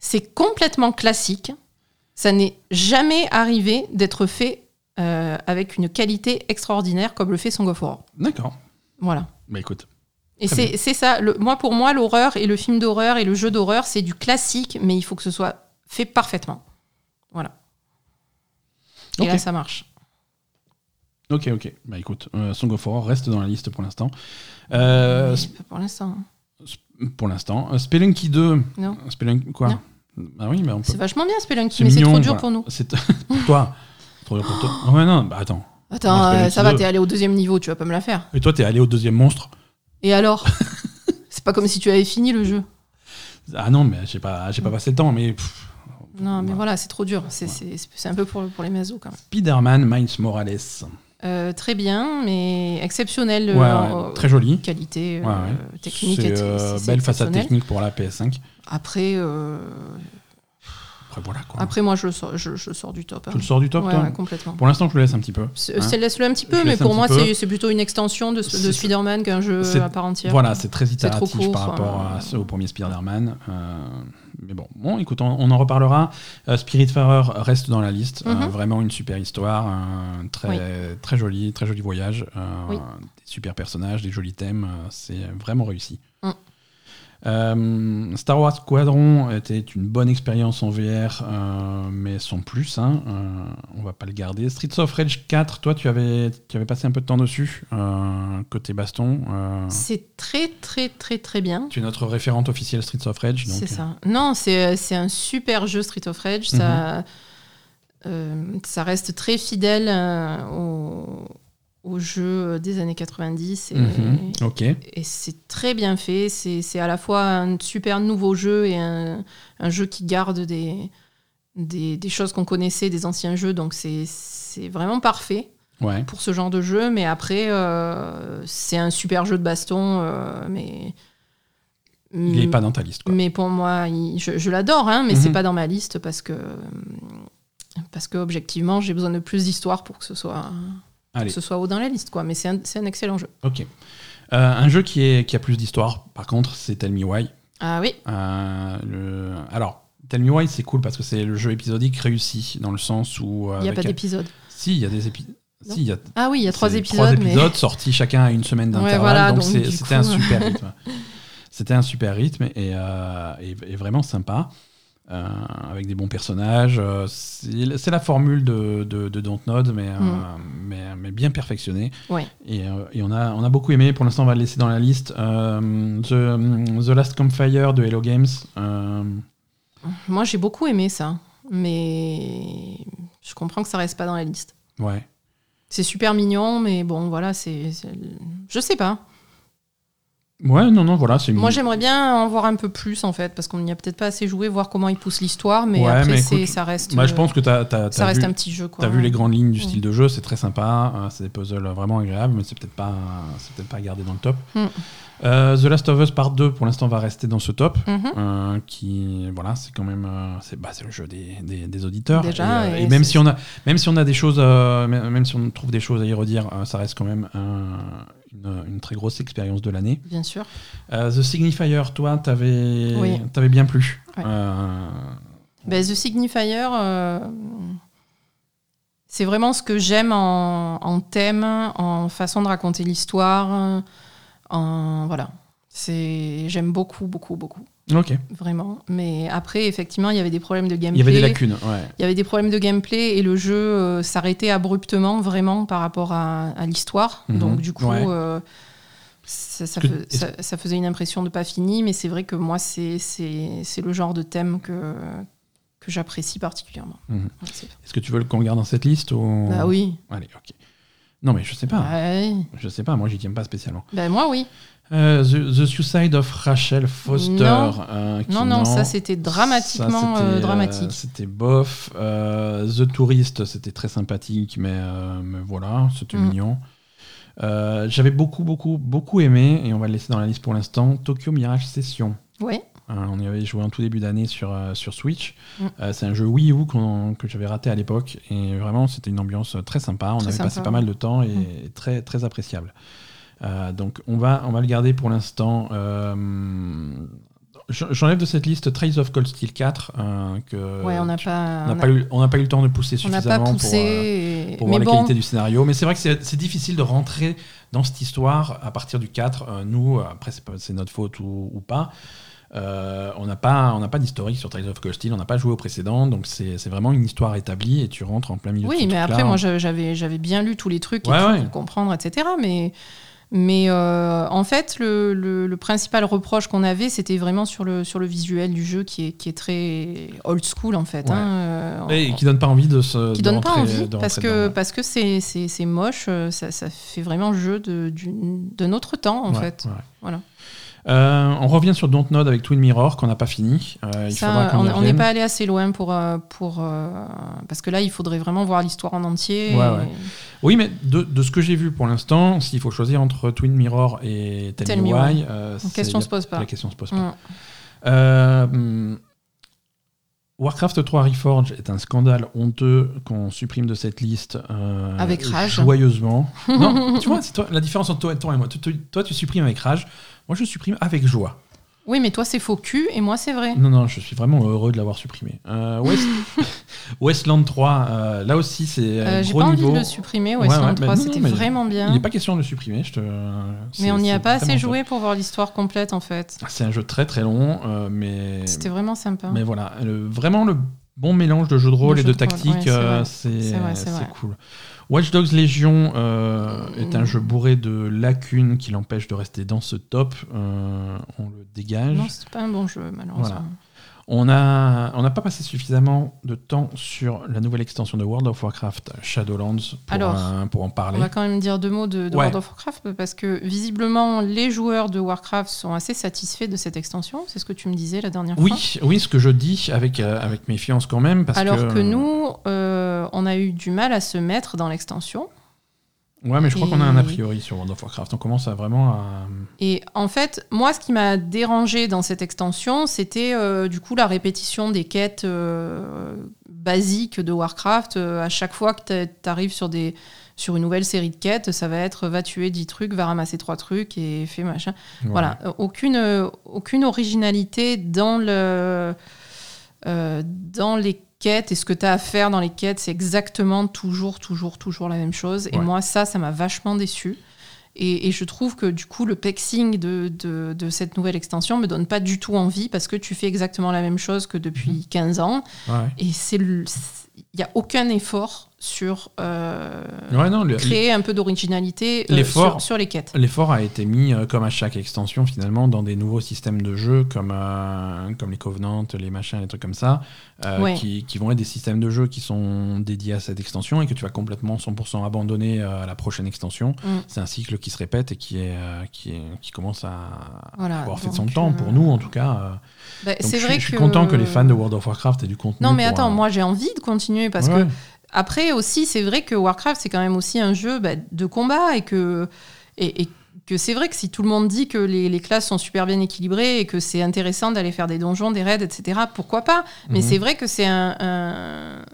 [SPEAKER 2] c'est complètement classique. Ça n'est jamais arrivé d'être fait euh, avec une qualité extraordinaire comme le fait Song of Horror.
[SPEAKER 1] D'accord.
[SPEAKER 2] Voilà.
[SPEAKER 1] Bah écoute.
[SPEAKER 2] Et
[SPEAKER 1] Très
[SPEAKER 2] c'est c'est ça. Le- moi pour moi l'horreur et le film d'horreur et le jeu d'horreur c'est du classique, mais il faut que ce soit fait parfaitement. Voilà. Et
[SPEAKER 1] Ok.
[SPEAKER 2] là ça marche.
[SPEAKER 1] Ok, ok. Bah écoute, euh, Song of Horror reste dans la liste pour l'instant. Euh,
[SPEAKER 2] Mais pas pour l'instant. hein.
[SPEAKER 1] sp- pour l'instant. Euh, Spelunky 2.
[SPEAKER 2] Non.
[SPEAKER 1] Spelunky, quoi Ah oui, mais on peut.
[SPEAKER 2] C'est vachement bien Spelunky,
[SPEAKER 1] C'est
[SPEAKER 2] mais c'est
[SPEAKER 1] mignon,
[SPEAKER 2] trop dur
[SPEAKER 1] voilà.
[SPEAKER 2] pour nous.
[SPEAKER 1] C'est pour toi. Trop dur pour toi. Ah Ouais, non, bah attends.
[SPEAKER 2] Attends,
[SPEAKER 1] Moi, je fais
[SPEAKER 2] euh,
[SPEAKER 1] le
[SPEAKER 2] ça va,
[SPEAKER 1] petit
[SPEAKER 2] t'es allé au deuxième niveau, tu vas pas me la faire.
[SPEAKER 1] Et toi, t'es allé au deuxième monstre
[SPEAKER 2] Et alors C'est pas comme si tu avais fini le jeu.
[SPEAKER 1] Ah non, mais j'ai pas, j'ai pas passé le temps, mais. pff.
[SPEAKER 2] Non, mais
[SPEAKER 1] bah. Voilà.
[SPEAKER 2] voilà, c'est trop dur. C'est c'est- c'est- c'est un peu pour, pour les masos quand même.
[SPEAKER 1] Spider-Man Miles Morales.
[SPEAKER 2] Euh, très bien, mais exceptionnel.
[SPEAKER 1] ouais,
[SPEAKER 2] euh,
[SPEAKER 1] ouais, très joli.
[SPEAKER 2] Qualité euh,
[SPEAKER 1] Ouais, ouais.
[SPEAKER 2] technique et
[SPEAKER 1] C'est
[SPEAKER 2] t-
[SPEAKER 1] euh,
[SPEAKER 2] c'est
[SPEAKER 1] belle façade
[SPEAKER 2] exceptionnel.
[SPEAKER 1] technique pour la PS5.
[SPEAKER 2] Après, euh,
[SPEAKER 1] Après, voilà quoi.
[SPEAKER 2] après moi, je le sors, je, je le sors du top. hein.
[SPEAKER 1] tu le sors du top,
[SPEAKER 2] Ouais,
[SPEAKER 1] toi
[SPEAKER 2] ouais, complètement.
[SPEAKER 1] Pour l'instant, je le laisse un petit peu.
[SPEAKER 2] C'est-
[SPEAKER 1] hein.
[SPEAKER 2] c'est- Laisse-le un petit
[SPEAKER 1] Je
[SPEAKER 2] peu, mais
[SPEAKER 1] laisse un
[SPEAKER 2] pour
[SPEAKER 1] petit
[SPEAKER 2] moi,
[SPEAKER 1] peu.
[SPEAKER 2] c'est c'est plutôt une extension de,
[SPEAKER 1] C'est-
[SPEAKER 2] de Spider-Man qu'un
[SPEAKER 1] c'est-
[SPEAKER 2] jeu à part entière.
[SPEAKER 1] Voilà, c'est très
[SPEAKER 2] C'est trop
[SPEAKER 1] itératif
[SPEAKER 2] court,
[SPEAKER 1] par rapport
[SPEAKER 2] enfin,
[SPEAKER 1] à
[SPEAKER 2] euh,
[SPEAKER 1] ce- au premier Spider-Man. Euh, mais bon, bon, écoute, on, on en reparlera. Euh, Spiritfarer reste dans la liste. Euh,
[SPEAKER 2] Mhm.
[SPEAKER 1] vraiment une super histoire, un très, très joli, très joli voyage, euh,
[SPEAKER 2] Oui.
[SPEAKER 1] des super personnages, des jolis thèmes. euh, c'est vraiment réussi.
[SPEAKER 2] Mm.
[SPEAKER 1] Euh, Star Wars Squadron était une bonne expérience en VR, euh, mais sans plus. Hein, euh, on va pas le garder. Streets of Rage 4, toi, tu avais, tu avais passé un peu de temps dessus, euh, côté baston. euh,
[SPEAKER 2] C'est très, très, très, très bien.
[SPEAKER 1] tu es notre référente officielle Streets of Rage. donc,
[SPEAKER 2] C'est
[SPEAKER 1] euh,
[SPEAKER 2] ça. Non, c'est euh, c'est un super jeu Street of Rage. Ça,
[SPEAKER 1] Mhm.
[SPEAKER 2] euh, ça reste très fidèle euh, au, au jeu euh, des années 90 et,
[SPEAKER 1] mhm, Ok.
[SPEAKER 2] et c'est très bien fait. C'est c'est à la fois un super nouveau jeu et un, un jeu qui garde des, des, des choses qu'on connaissait des anciens jeux. Donc c'est- c'est vraiment parfait
[SPEAKER 1] Ouais.
[SPEAKER 2] pour ce genre de jeu, mais après, euh, c'est un super jeu de baston, euh, mais.
[SPEAKER 1] Il n'est pas dans ta liste. Quoi.
[SPEAKER 2] Mm. Mais pour moi, il- je, je l'adore, hein, mais c'est
[SPEAKER 1] Mhm.
[SPEAKER 2] pas dans ma liste parce que. Parce que, objectivement, j'ai besoin de plus d'histoire pour que ce soit,
[SPEAKER 1] Allez.
[SPEAKER 2] que ce soit haut dans la liste, quoi. Mais c'est un, c'est un excellent jeu.
[SPEAKER 1] Ok. Euh, un jeu qui, est, qui a plus d'histoire, par contre, c'est Tell Me Why.
[SPEAKER 2] Ah oui,
[SPEAKER 1] Euh, le- Alors, Tell Me Why, c'est cool parce que c'est le jeu épisodique réussi, dans le sens où. euh,
[SPEAKER 2] il n'y a
[SPEAKER 1] avec
[SPEAKER 2] pas
[SPEAKER 1] un-
[SPEAKER 2] d'épisode.
[SPEAKER 1] Si, il y a des épisodes.
[SPEAKER 2] Non.
[SPEAKER 1] Si, il y a
[SPEAKER 2] Ah oui, il y a
[SPEAKER 1] c'est
[SPEAKER 2] trois épisodes, mais.
[SPEAKER 1] sortis chacun à une semaine
[SPEAKER 2] Ouais,
[SPEAKER 1] d'intervalle.
[SPEAKER 2] voilà,
[SPEAKER 1] donc
[SPEAKER 2] donc
[SPEAKER 1] c'est-
[SPEAKER 2] du
[SPEAKER 1] c'était
[SPEAKER 2] coup,
[SPEAKER 1] un super rythme. C'était un super rythme et, euh, et- et vraiment sympa. euh, avec des bons personnages. euh, c'est c'est la formule de, de, de Dontnod, mais, euh,
[SPEAKER 2] Mm.
[SPEAKER 1] mais, mais bien perfectionnée.
[SPEAKER 2] Ouais.
[SPEAKER 1] Et, euh, et on, a, on a beaucoup aimé. Pour l'instant, on va le laisser dans la liste. Euh, The, The Last Campfire de Hello Games. euh,
[SPEAKER 2] Moi, j'ai beaucoup aimé ça, mais. Je comprends que ça reste pas dans la liste.
[SPEAKER 1] ouais.
[SPEAKER 2] C'est super mignon, mais bon, voilà, c'est. c'est- Je sais pas.
[SPEAKER 1] Ouais, non, non, voilà. c'est une-
[SPEAKER 2] Moi, j'aimerais bien en voir un peu plus, en fait, parce qu'on n'y a peut-être pas assez joué, voir comment ils poussent l'histoire, mais
[SPEAKER 1] Ouais,
[SPEAKER 2] après,
[SPEAKER 1] mais
[SPEAKER 2] c'est-
[SPEAKER 1] écoute,
[SPEAKER 2] ça reste,
[SPEAKER 1] Bah, je pense que tu as,
[SPEAKER 2] ça reste un petit jeu. quoi.
[SPEAKER 1] T'as vu les grandes lignes du style
[SPEAKER 2] Ouais.
[SPEAKER 1] de jeu, c'est très sympa, euh, c'est des puzzles vraiment agréables, mais c'est peut-être pas, c'est peut-être pas gardé dans le top.
[SPEAKER 2] Mm.
[SPEAKER 1] Euh, The Last of Us Part 2 pour l'instant va rester dans ce top,
[SPEAKER 2] Mhm.
[SPEAKER 1] euh, qui voilà, c'est quand même, euh, c'est bah, c'est le jeu des, des- des auditeurs.
[SPEAKER 2] Déjà,
[SPEAKER 1] et, euh,
[SPEAKER 2] et
[SPEAKER 1] et même
[SPEAKER 2] c'est-
[SPEAKER 1] si on a, même si on a des choses, euh, même même si on trouve des choses à y redire, euh, ça reste quand même un- une, une très grosse expérience de l'année.
[SPEAKER 2] Bien sûr.
[SPEAKER 1] Euh, The Signifier, toi, t'avais,
[SPEAKER 2] Oui.
[SPEAKER 1] t'avais bien plu.
[SPEAKER 2] Ouais.
[SPEAKER 1] Euh,
[SPEAKER 2] Bah, The Signifier, euh, c'est vraiment ce que j'aime en, en thème, en façon de raconter l'histoire. En, voilà. C'est- J'aime beaucoup, beaucoup, beaucoup.
[SPEAKER 1] ok.
[SPEAKER 2] Vraiment. Mais après, effectivement, il y avait des problèmes de
[SPEAKER 1] Il
[SPEAKER 2] gameplay.
[SPEAKER 1] y avait des lacunes. Ouais.
[SPEAKER 2] Il y avait des problèmes de gameplay et le jeu euh, s'arrêtait abruptement vraiment par rapport à, à l'histoire.
[SPEAKER 1] Mhm.
[SPEAKER 2] Donc du coup,
[SPEAKER 1] Ouais.
[SPEAKER 2] euh, ça, ça
[SPEAKER 1] Que-
[SPEAKER 2] fais- ça- ça faisait une impression de pas fini, mais c'est vrai que moi, c'est- c'est c'est le genre de thème que, que j'apprécie particulièrement.
[SPEAKER 1] Mhm.
[SPEAKER 2] Ouais, c'est-
[SPEAKER 1] Est-ce que tu veux qu'on le garde dans cette liste ou...
[SPEAKER 2] Bah oui, Bah
[SPEAKER 1] Allez, ok. Non, mais je sais pas.
[SPEAKER 2] Ouais.
[SPEAKER 1] Je sais pas, moi j'y tiens pas spécialement.
[SPEAKER 2] Ben moi oui.
[SPEAKER 1] Euh, The, The Suicide of Rachel Foster.
[SPEAKER 2] Non.
[SPEAKER 1] euh, qui,
[SPEAKER 2] Non, non, ça c'était dramatiquement
[SPEAKER 1] ça,
[SPEAKER 2] euh,
[SPEAKER 1] c'était, euh,
[SPEAKER 2] dramatique.
[SPEAKER 1] c'était bof. Euh, The Tourist, c'était très sympathique, mais, euh, mais voilà, c'était
[SPEAKER 2] Mm.
[SPEAKER 1] mignon. Euh, J'avais beaucoup, beaucoup, beaucoup aimé, et on va le laisser dans la liste pour l'instant, Tokyo Mirage Session.
[SPEAKER 2] Ouais.
[SPEAKER 1] Hein, on y avait joué en tout début d'année sur, euh, sur Switch.
[SPEAKER 2] Mm.
[SPEAKER 1] Euh, c'est un jeu Wii U qu'on- que j'avais raté à l'époque. Et vraiment, c'était une ambiance très sympa. On
[SPEAKER 2] Très
[SPEAKER 1] avait passé
[SPEAKER 2] sympa.
[SPEAKER 1] pas mal de temps et
[SPEAKER 2] Mm.
[SPEAKER 1] très, très appréciable. Euh, donc, on va, on va le garder pour l'instant. Euh, j'en- J'enlève de cette liste Trails of Cold Steel 4 euh, que
[SPEAKER 2] ouais, on n'a pas.
[SPEAKER 1] on n'a pas, eu- on n'a pas eu le temps de pousser
[SPEAKER 2] on n'a
[SPEAKER 1] suffisamment
[SPEAKER 2] pas
[SPEAKER 1] pour, euh,
[SPEAKER 2] poussé. et-
[SPEAKER 1] pour
[SPEAKER 2] mais
[SPEAKER 1] voir les
[SPEAKER 2] bon,
[SPEAKER 1] qualités du scénario. Mais c'est vrai que c'est c'est difficile de rentrer dans cette histoire à partir du 4. Euh, nous, euh, après, c'est pas- c'est notre faute ou, ou pas. euh, on n'a pas, on n'a pas d'historique sur Tales of Cold Steel, on n'a pas joué au précédent, donc c'est c'est vraiment une histoire établie et tu rentres en plein milieu de
[SPEAKER 2] oui,
[SPEAKER 1] ce
[SPEAKER 2] mais
[SPEAKER 1] truc-là.
[SPEAKER 2] après, moi j'a- j'avais j'avais bien lu tous les trucs
[SPEAKER 1] Ouais,
[SPEAKER 2] et tout
[SPEAKER 1] ouais.
[SPEAKER 2] pour comprendre, etc. Mais, mais euh, en fait, le, le- le principal reproche qu'on avait, c'était vraiment sur le, sur le visuel du jeu qui est, qui est très old school, en fait.
[SPEAKER 1] Ouais.
[SPEAKER 2] hein, euh,
[SPEAKER 1] Et
[SPEAKER 2] en-
[SPEAKER 1] qui donne pas envie de se.
[SPEAKER 2] qui
[SPEAKER 1] de
[SPEAKER 2] donne pas
[SPEAKER 1] rentrer-
[SPEAKER 2] envie
[SPEAKER 1] de
[SPEAKER 2] parce
[SPEAKER 1] rentrer
[SPEAKER 2] que,
[SPEAKER 1] dedans.
[SPEAKER 2] parce que c'est- c'est c'est moche, euh, ça, ça fait vraiment jeu de- d'une- d'un autre temps en
[SPEAKER 1] Ouais,
[SPEAKER 2] fait.
[SPEAKER 1] ouais.
[SPEAKER 2] Voilà.
[SPEAKER 1] Euh, on revient sur Dontnod avec Twin Mirror qu'on n'a pas fini. Euh, il
[SPEAKER 2] Ça,
[SPEAKER 1] faudra qu'on y
[SPEAKER 2] on on n'est
[SPEAKER 1] revienne.
[SPEAKER 2] pas allé assez loin pour, euh, pour euh, parce que là il faudrait vraiment voir l'histoire en entier.
[SPEAKER 1] Ouais,
[SPEAKER 2] et-
[SPEAKER 1] ouais. Oui, mais de, de ce que j'ai vu pour l'instant, s'il faut choisir entre Twin Mirror et Tell, Me Why, euh,
[SPEAKER 2] Donc,
[SPEAKER 1] c'est-
[SPEAKER 2] question
[SPEAKER 1] y a-
[SPEAKER 2] se pose pas.
[SPEAKER 1] la question se pose pas.
[SPEAKER 2] Mm.
[SPEAKER 1] Euh, hum, Warcraft 3 Reforged est un scandale honteux qu'on supprime de cette liste euh,
[SPEAKER 2] Avec rage.
[SPEAKER 1] joyeusement. non, tu vois, c'est toi, la différence entre toi, toi et moi. Toi, tu- toi, tu supprimes avec rage. Moi, je supprime avec joie.
[SPEAKER 2] Oui, mais toi c'est faux cul et moi c'est vrai.
[SPEAKER 1] Non, non, je suis vraiment heureux de l'avoir supprimé. Euh, West- Westland 3, euh, là aussi, c'est un
[SPEAKER 2] Euh, J'ai
[SPEAKER 1] gros
[SPEAKER 2] pas
[SPEAKER 1] niveau.
[SPEAKER 2] envie de le supprimer,
[SPEAKER 1] Ouais,
[SPEAKER 2] ouais,
[SPEAKER 1] ouais, bah non,
[SPEAKER 2] 3 c'était
[SPEAKER 1] mais
[SPEAKER 2] vraiment
[SPEAKER 1] Il n'est
[SPEAKER 2] bien.
[SPEAKER 1] pas question de le supprimer. Je te...
[SPEAKER 2] Mais
[SPEAKER 1] c'est-
[SPEAKER 2] on n'y a
[SPEAKER 1] c'est
[SPEAKER 2] pas assez
[SPEAKER 1] vraiment
[SPEAKER 2] joué pour voir l'histoire complète en fait.
[SPEAKER 1] top. C'est un jeu très très long, euh, mais
[SPEAKER 2] C'était vraiment sympa.
[SPEAKER 1] Mais voilà, le- vraiment le bon mélange de jeu de rôle
[SPEAKER 2] De
[SPEAKER 1] et
[SPEAKER 2] jeu
[SPEAKER 1] de
[SPEAKER 2] de rôle, ouais,
[SPEAKER 1] tactique,
[SPEAKER 2] c'est
[SPEAKER 1] euh,
[SPEAKER 2] vrai.
[SPEAKER 1] c'est
[SPEAKER 2] C'est vrai, c'est
[SPEAKER 1] c'est
[SPEAKER 2] vrai.
[SPEAKER 1] cool. Watch Dogs Legion euh, est un
[SPEAKER 2] Mm.
[SPEAKER 1] jeu bourré de lacunes qui l'empêche de rester dans ce top. Euh, on le dégage.
[SPEAKER 2] Non, c'est pas un bon jeu malheureusement.
[SPEAKER 1] On n'a on n'a pas passé suffisamment de temps sur la nouvelle extension de World of Warcraft, Shadowlands, pour,
[SPEAKER 2] Alors,
[SPEAKER 1] un- pour en parler.
[SPEAKER 2] On va quand même dire deux mots de, de
[SPEAKER 1] Ouais.
[SPEAKER 2] World of Warcraft parce que visiblement les joueurs de Warcraft sont assez satisfaits de cette extension. C'est ce que tu me disais la dernière fois.
[SPEAKER 1] Oui, oui, ce que je dis avec, euh, avec méfiance quand même. Parce
[SPEAKER 2] Alors que, nous, euh, on a eu du mal à se mettre dans l'extension.
[SPEAKER 1] euh, Ouais, mais je crois qu'on a un a
[SPEAKER 2] Et-
[SPEAKER 1] priori sur World of Warcraft. On commence à vraiment à.
[SPEAKER 2] Et en fait, moi, ce qui m'a dérangé dans cette extension, c'était euh, du coup la répétition des quêtes euh, basiques de Warcraft. Euh, à chaque fois que tu arrives sur, des, sur une nouvelle série de quêtes, ça va être va tuer 10 trucs, va ramasser 3 trucs et fais machin. Voilà, Euh, aucune, euh, aucune originalité dans, le, euh, dans les quêtes et ce que tu as à faire dans les quêtes, c'est exactement toujours, toujours, toujours la même chose. Et
[SPEAKER 1] Ouais.
[SPEAKER 2] moi, ça, ça m'a vachement déçu. Et, et je trouve que du coup, le pexing de, de, de cette nouvelle extension me donne pas du tout envie parce que tu fais exactement la même chose que
[SPEAKER 1] Mm-hmm.
[SPEAKER 2] depuis 15 ans.
[SPEAKER 1] Ouais.
[SPEAKER 2] Et c'est le- c'est- il n'y a aucun effort sur euh,
[SPEAKER 1] Ouais, non, le-
[SPEAKER 2] créer un peu d'originalité euh,
[SPEAKER 1] L'effort-
[SPEAKER 2] sur, sur les quêtes.
[SPEAKER 1] L'effort a été mis, euh, comme à chaque extension finalement, dans des nouveaux systèmes de jeu comme, euh, comme les Covenants, les machins, les trucs comme ça, euh,
[SPEAKER 2] Ouais.
[SPEAKER 1] qui, qui vont être des systèmes de jeu qui sont dédiés à cette extension et que tu vas complètement 100% abandonner euh, à la prochaine extension.
[SPEAKER 2] Mm.
[SPEAKER 1] C'est un cycle qui se répète et qui, est, euh, qui, est- qui commence à
[SPEAKER 2] Voilà,
[SPEAKER 1] avoir fait de
[SPEAKER 2] donc,
[SPEAKER 1] son temps,
[SPEAKER 2] euh,
[SPEAKER 1] pour nous en tout cas. euh.
[SPEAKER 2] bah,
[SPEAKER 1] Donc
[SPEAKER 2] c'est
[SPEAKER 1] je,
[SPEAKER 2] vrai
[SPEAKER 1] suis- je suis
[SPEAKER 2] que-
[SPEAKER 1] content que les fans de World of Warcraft aient du contenu.
[SPEAKER 2] Non, mais
[SPEAKER 1] pour,
[SPEAKER 2] attends,
[SPEAKER 1] euh,
[SPEAKER 2] moi j'ai envie de continuer parce
[SPEAKER 1] ouais.
[SPEAKER 2] que après aussi, c'est vrai que Warcraft c'est quand même aussi un jeu bah, de combat et que et, et que c'est vrai que si tout le monde dit que les, les classes sont super bien équilibrées et que c'est intéressant d'aller faire des donjons, des raids, etc., pourquoi pas Mais
[SPEAKER 1] Mhm.
[SPEAKER 2] c'est vrai que c'est un. un-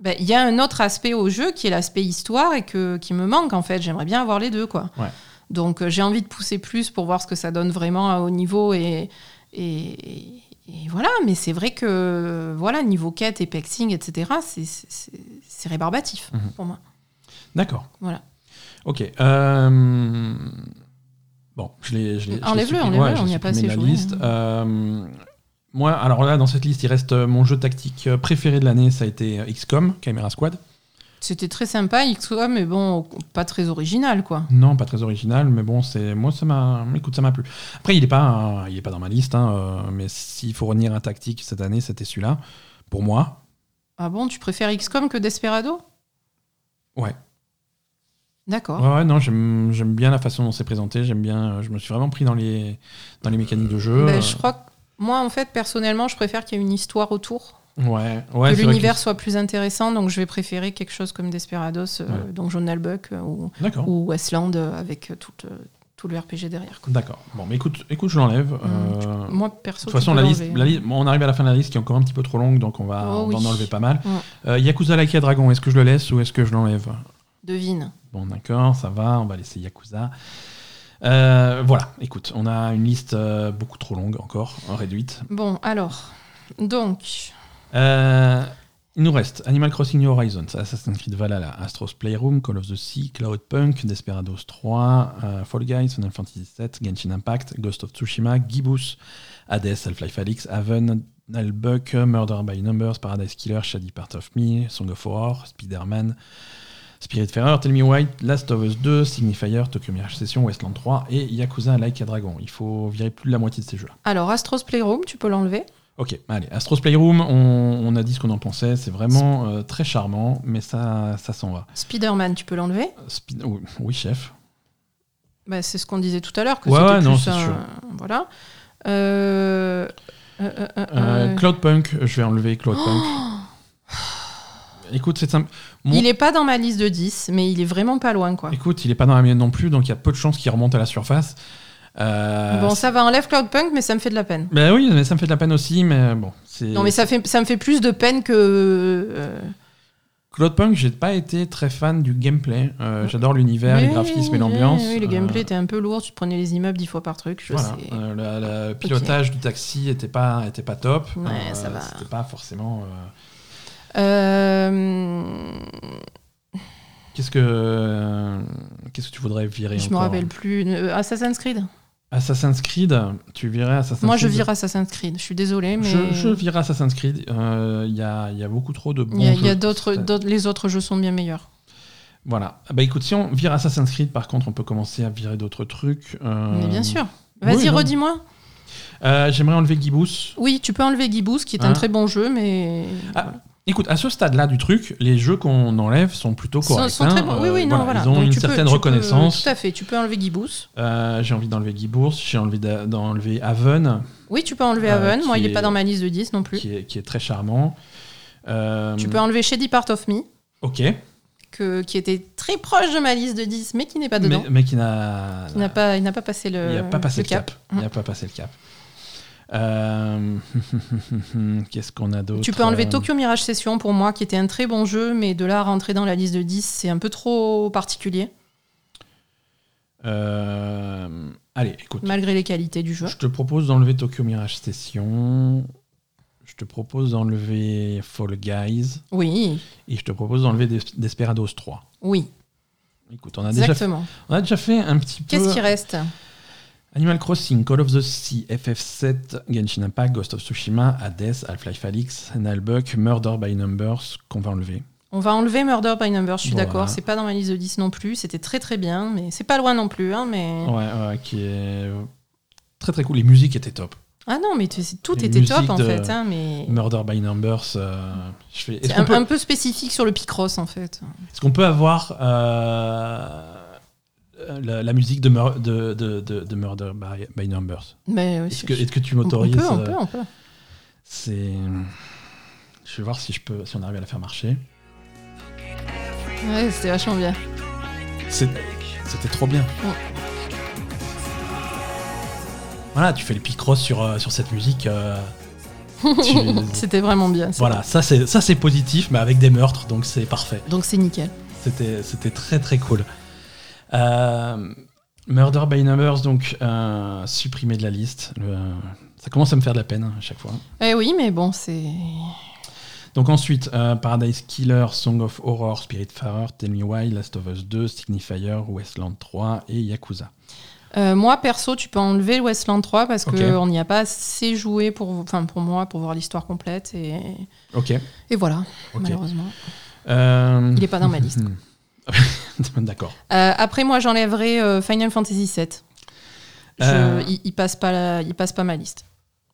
[SPEAKER 2] bah, Il y a un autre aspect au jeu qui est l'aspect histoire et que, qui me manque en fait. J'aimerais bien avoir les deux quoi.
[SPEAKER 1] Ouais.
[SPEAKER 2] Donc euh, j'ai envie de pousser plus pour voir ce que ça donne vraiment à haut niveau et, et, et voilà. Mais c'est vrai que voilà niveau quête et pexing etc. c'est- c'est- c'est c'est rébarbatif
[SPEAKER 1] Mhm.
[SPEAKER 2] pour moi.
[SPEAKER 1] D'accord.
[SPEAKER 2] Voilà.
[SPEAKER 1] Ok. euh, Bon, je l'ai. je l'ai- je l'ai
[SPEAKER 2] Enlève-le,
[SPEAKER 1] supprimé.
[SPEAKER 2] enlève-le,
[SPEAKER 1] Ouais, je
[SPEAKER 2] on
[SPEAKER 1] l'ai
[SPEAKER 2] y a pas
[SPEAKER 1] supprimé
[SPEAKER 2] assez
[SPEAKER 1] de la
[SPEAKER 2] joué. hein.
[SPEAKER 1] liste. Euh, Moi, alors là, dans cette liste, il reste euh, mon jeu tactique préféré de l'année, ça a été euh, XCOM, Camera Squad.
[SPEAKER 2] C'était très sympa XCOM mais bon pas très original quoi.
[SPEAKER 1] Non, pas très original, mais bon, c'est moi ça m'a, écoute, ça m'a plu. Après, il est pas, euh, il est pas dans ma liste, hein, euh, mais s'il faut retenir un tactique cette année, c'était celui-là pour moi.
[SPEAKER 2] Ah bon tu préfères XCOM que Desperado
[SPEAKER 1] Ouais.
[SPEAKER 2] D'accord.
[SPEAKER 1] Ouais, ouais, non, j'aime j'aime bien la façon dont c'est présenté. J'aime bien. euh, Je me suis vraiment pris dans les, dans les mécaniques de jeu.
[SPEAKER 2] Ben,
[SPEAKER 1] euh,
[SPEAKER 2] je crois que moi, en fait, personnellement, je préfère qu'il y ait une histoire autour,
[SPEAKER 1] Ouais, ouais.
[SPEAKER 2] que
[SPEAKER 1] c'est vrai
[SPEAKER 2] l'univers soit plus intéressant. Donc, je vais préférer quelque chose comme Desperados, euh,
[SPEAKER 1] Ouais. Ah.
[SPEAKER 2] donc Jonal Buck euh, ou,
[SPEAKER 1] D'accord.
[SPEAKER 2] ou Westland euh, avec euh, tout, euh, tout le RPG derrière. quoi.
[SPEAKER 1] D'accord. Bon, mais écoute, écoute, je l'enlève.
[SPEAKER 2] Mm.
[SPEAKER 1] euh,
[SPEAKER 2] Moi, perso,
[SPEAKER 1] de toute façon,
[SPEAKER 2] tu peux
[SPEAKER 1] la liste,
[SPEAKER 2] l'enlever.
[SPEAKER 1] la liste- bon, on arrive à la fin de la liste qui est encore un petit peu trop longue, donc on va,
[SPEAKER 2] Oh
[SPEAKER 1] on
[SPEAKER 2] oui.
[SPEAKER 1] va en enlever pas mal.
[SPEAKER 2] Mm.
[SPEAKER 1] Euh, Yakuza Laika Dragon, est-ce que je le laisse ou est-ce que je l'enlève
[SPEAKER 2] devine.
[SPEAKER 1] Bon, d'accord, ça va, on va laisser Yakuza. Euh, voilà, écoute, on a une liste euh, beaucoup trop longue encore, en réduite.
[SPEAKER 2] Bon, alors, donc,
[SPEAKER 1] Euh, il nous reste Animal Crossing New Horizons, Assassin's Creed Valhalla, Astro's Playroom, Call of the Sea, Cloud Punk, Desperados 3, euh, Fall Guys, Final Fantasy VII, Genshin Impact, Ghost of Tsushima, Gibus, Hades, Half-Life Alyx, Haven, Nalbuck, Murder by Numbers, Paradise Killer, Shady Part of Me, Song of Horror, Spider-Man, Spiritfarer, Tell Me Why, Last of Us 2, Signifier, Tokyo Mirage Session, Westland 3 et Yakuza Like a Dragon. Il faut virer plus de la moitié de ces jeux.
[SPEAKER 2] alors Astros Playroom, tu peux l'enlever.
[SPEAKER 1] Ok, allez, Astros Playroom, on, on a dit ce qu'on en pensait, c'est vraiment euh, très charmant, mais ça, ça s'en va.
[SPEAKER 2] Spider-Man, tu peux l'enlever.
[SPEAKER 1] Speed- oui, oui, chef.
[SPEAKER 2] Bah, c'est ce qu'on disait tout à l'heure, que
[SPEAKER 1] Ouais,
[SPEAKER 2] c'était
[SPEAKER 1] ouais, non,
[SPEAKER 2] plus
[SPEAKER 1] c'est
[SPEAKER 2] un-
[SPEAKER 1] sûr.
[SPEAKER 2] Voilà. Euh, euh, euh, euh,
[SPEAKER 1] Euh,
[SPEAKER 2] euh,
[SPEAKER 1] Cloudpunk, je vais enlever Cloudpunk. Écoute, c'est simple. Mon-
[SPEAKER 2] Il est pas dans ma liste de 10, mais il est vraiment pas loin, quoi.
[SPEAKER 1] Écoute, il est pas dans la mienne non plus, donc il y a peu de chances qu'il remonte à la surface. Euh,
[SPEAKER 2] bon, ça va, enlève Cloudpunk, mais ça me fait de la peine.
[SPEAKER 1] Ben oui, mais ça me fait de la peine aussi, mais bon. c'est-
[SPEAKER 2] Non, mais ça, fait, ça me fait plus de peine que. euh,
[SPEAKER 1] Cloudpunk, j'ai pas été très fan du gameplay. Euh, J'adore l'univers, les
[SPEAKER 2] oui,
[SPEAKER 1] graphismes et
[SPEAKER 2] oui,
[SPEAKER 1] l'ambiance.
[SPEAKER 2] Oui, le
[SPEAKER 1] Euh,
[SPEAKER 2] gameplay était un peu lourd, tu te prenais les immeubles 10 fois par truc, je
[SPEAKER 1] Voilà,
[SPEAKER 2] sais.
[SPEAKER 1] euh, la- le, pilotage du taxi était pas, était pas top. Euh,
[SPEAKER 2] Ouais, ça va.
[SPEAKER 1] C'était pas forcément. euh,
[SPEAKER 2] Euh,
[SPEAKER 1] Qu'est-ce que euh, qu'est-ce que tu voudrais virer
[SPEAKER 2] je me
[SPEAKER 1] encore
[SPEAKER 2] rappelle plus. Euh, Assassin's Creed
[SPEAKER 1] Assassin's Creed, tu virais Assassin's
[SPEAKER 2] Moi, je
[SPEAKER 1] Creed.
[SPEAKER 2] vire Assassin's Creed, je suis désolée, mais.
[SPEAKER 1] Je, je virais Assassin's Creed. Euh, Il y, a, il y a beaucoup trop de bons
[SPEAKER 2] Il y a, il
[SPEAKER 1] jeux.
[SPEAKER 2] y a d'autres, d'autres- les autres jeux sont bien meilleurs.
[SPEAKER 1] Voilà. Bah écoute, si on vire Assassin's Creed, par contre, on peut commencer à virer d'autres trucs. euh,
[SPEAKER 2] Mais bien sûr.
[SPEAKER 1] oui,
[SPEAKER 2] Vas-y,
[SPEAKER 1] non.
[SPEAKER 2] redis-moi.
[SPEAKER 1] euh, J'aimerais enlever Gibus.
[SPEAKER 2] Oui, tu peux enlever Gibous, qui est
[SPEAKER 1] Hein
[SPEAKER 2] un très bon jeu, mais.
[SPEAKER 1] Ah, Écoute, à ce stade-là du truc, les jeux qu'on enlève sont plutôt
[SPEAKER 2] Sont-
[SPEAKER 1] corrects.
[SPEAKER 2] sont très
[SPEAKER 1] hein.
[SPEAKER 2] bons. Oui, oui,
[SPEAKER 1] Euh, voilà,
[SPEAKER 2] non, voilà.
[SPEAKER 1] Ils ont
[SPEAKER 2] Donc,
[SPEAKER 1] une
[SPEAKER 2] tu peux-
[SPEAKER 1] certaine
[SPEAKER 2] tu peux-
[SPEAKER 1] reconnaissance.
[SPEAKER 2] tout à fait, tu peux enlever Gibous.
[SPEAKER 1] Euh, j'ai envie d'enlever Guy Bourse, j'ai envie d'a- d'enlever Haven,
[SPEAKER 2] Oui, tu peux enlever
[SPEAKER 1] Euh,
[SPEAKER 2] Haven. Moi,
[SPEAKER 1] qui
[SPEAKER 2] il n'est
[SPEAKER 1] est-
[SPEAKER 2] pas dans ma liste de 10 non plus.
[SPEAKER 1] qui est, qui est très charmant. Euh,
[SPEAKER 2] Tu peux enlever Shady Part of Me,
[SPEAKER 1] Ok,
[SPEAKER 2] que, qui était très proche de ma liste de 10, mais qui n'est pas dedans.
[SPEAKER 1] mais, mais qui n'a
[SPEAKER 2] Qui n'a pas, il n'a pas passé le,
[SPEAKER 1] il a pas passé
[SPEAKER 2] le
[SPEAKER 1] le cap. Il a pas passé le cap. Euh, Qu'est-ce qu'on a d'autre
[SPEAKER 2] Tu peux enlever
[SPEAKER 1] Euh,
[SPEAKER 2] Tokyo Mirage Session pour moi, qui était un très bon jeu, mais de là à rentrer dans la liste de 10, c'est un peu trop particulier,
[SPEAKER 1] euh, Allez, écoute.
[SPEAKER 2] malgré les qualités du jeu.
[SPEAKER 1] Je te propose d'enlever Tokyo Mirage Station. Je te propose d'enlever Fall Guys.
[SPEAKER 2] Oui,
[SPEAKER 1] Et je te propose d'enlever Des- Desperados 3.
[SPEAKER 2] oui,
[SPEAKER 1] Écoute, on a, Ah, déjà fait,
[SPEAKER 2] exactement.
[SPEAKER 1] on a déjà fait un petit peu.
[SPEAKER 2] Qu'est-ce qui reste
[SPEAKER 1] Animal Crossing, Call of the Sea, FF7, Genshin Impact, Ghost of Tsushima, Hades, Half-Life Alyx, Nalbuck, Murder by Numbers, qu'on va enlever.
[SPEAKER 2] On va enlever Murder by Number, je suis
[SPEAKER 1] Voilà.
[SPEAKER 2] d'accord, c'est pas dans ma liste de 10 non plus, c'était très très bien, mais c'est pas loin non plus, hein, mais...
[SPEAKER 1] Ouais, ouais, qui est très très cool. Les musiques étaient top.
[SPEAKER 2] Ah non, mais tu- c'est- tout
[SPEAKER 1] Les
[SPEAKER 2] était top
[SPEAKER 1] musiques
[SPEAKER 2] en
[SPEAKER 1] de-
[SPEAKER 2] fait, hein, mais...
[SPEAKER 1] Murder by Numbers, euh, je fais. Est-ce
[SPEAKER 2] C'est
[SPEAKER 1] qu'on
[SPEAKER 2] un,
[SPEAKER 1] peut,
[SPEAKER 2] un peu spécifique sur le Picross en fait.
[SPEAKER 1] est-ce qu'on peut avoir euh, la, la musique de, Mur- de, de- de- de Murder by, by Numbers
[SPEAKER 2] Mais euh,
[SPEAKER 1] Est-ce que, est-ce que tu m'autorises
[SPEAKER 2] on, peut, on
[SPEAKER 1] euh,
[SPEAKER 2] peut, on peut.
[SPEAKER 1] C'est. Je vais voir si je peux, si on arrive à la faire marcher.
[SPEAKER 2] Ouais, c'était vachement bien.
[SPEAKER 1] C'est- C'était trop bien.
[SPEAKER 2] Ouais.
[SPEAKER 1] Voilà, tu fais le picross sur, euh, sur cette musique. euh, tu-
[SPEAKER 2] C'était vraiment bien. c'était-
[SPEAKER 1] voilà, ça c'est ça c'est positif, mais avec des meurtres, donc c'est parfait.
[SPEAKER 2] Donc c'est nickel.
[SPEAKER 1] C'était c'était très très cool. Euh, Murder by Numbers, donc euh, supprimé de la liste. Le- ça commence à me faire de la peine hein, à chaque fois.
[SPEAKER 2] Eh oui, mais bon, c'est...
[SPEAKER 1] Donc ensuite, euh, Paradise Killer, Song of Horror, Spiritfarer, Tell Me Why, Last of Us 2, Signifier, Westland 3 et Yakuza.
[SPEAKER 2] Euh, moi, perso, tu peux enlever Westland 3 parce
[SPEAKER 1] Ok.
[SPEAKER 2] qu'on n'y a pas assez joué pour, enfin, pour moi, pour voir l'histoire complète. Et,
[SPEAKER 1] Ok.
[SPEAKER 2] et voilà,
[SPEAKER 1] ok.
[SPEAKER 2] malheureusement.
[SPEAKER 1] Euh, Hmm.
[SPEAKER 2] Il est pas dans ma liste.
[SPEAKER 1] D'accord.
[SPEAKER 2] Euh, après, moi, j'enlèverai euh, Final Fantasy VII. Je-
[SPEAKER 1] Euh.
[SPEAKER 2] il, il passe pas la- il passe pas ma liste.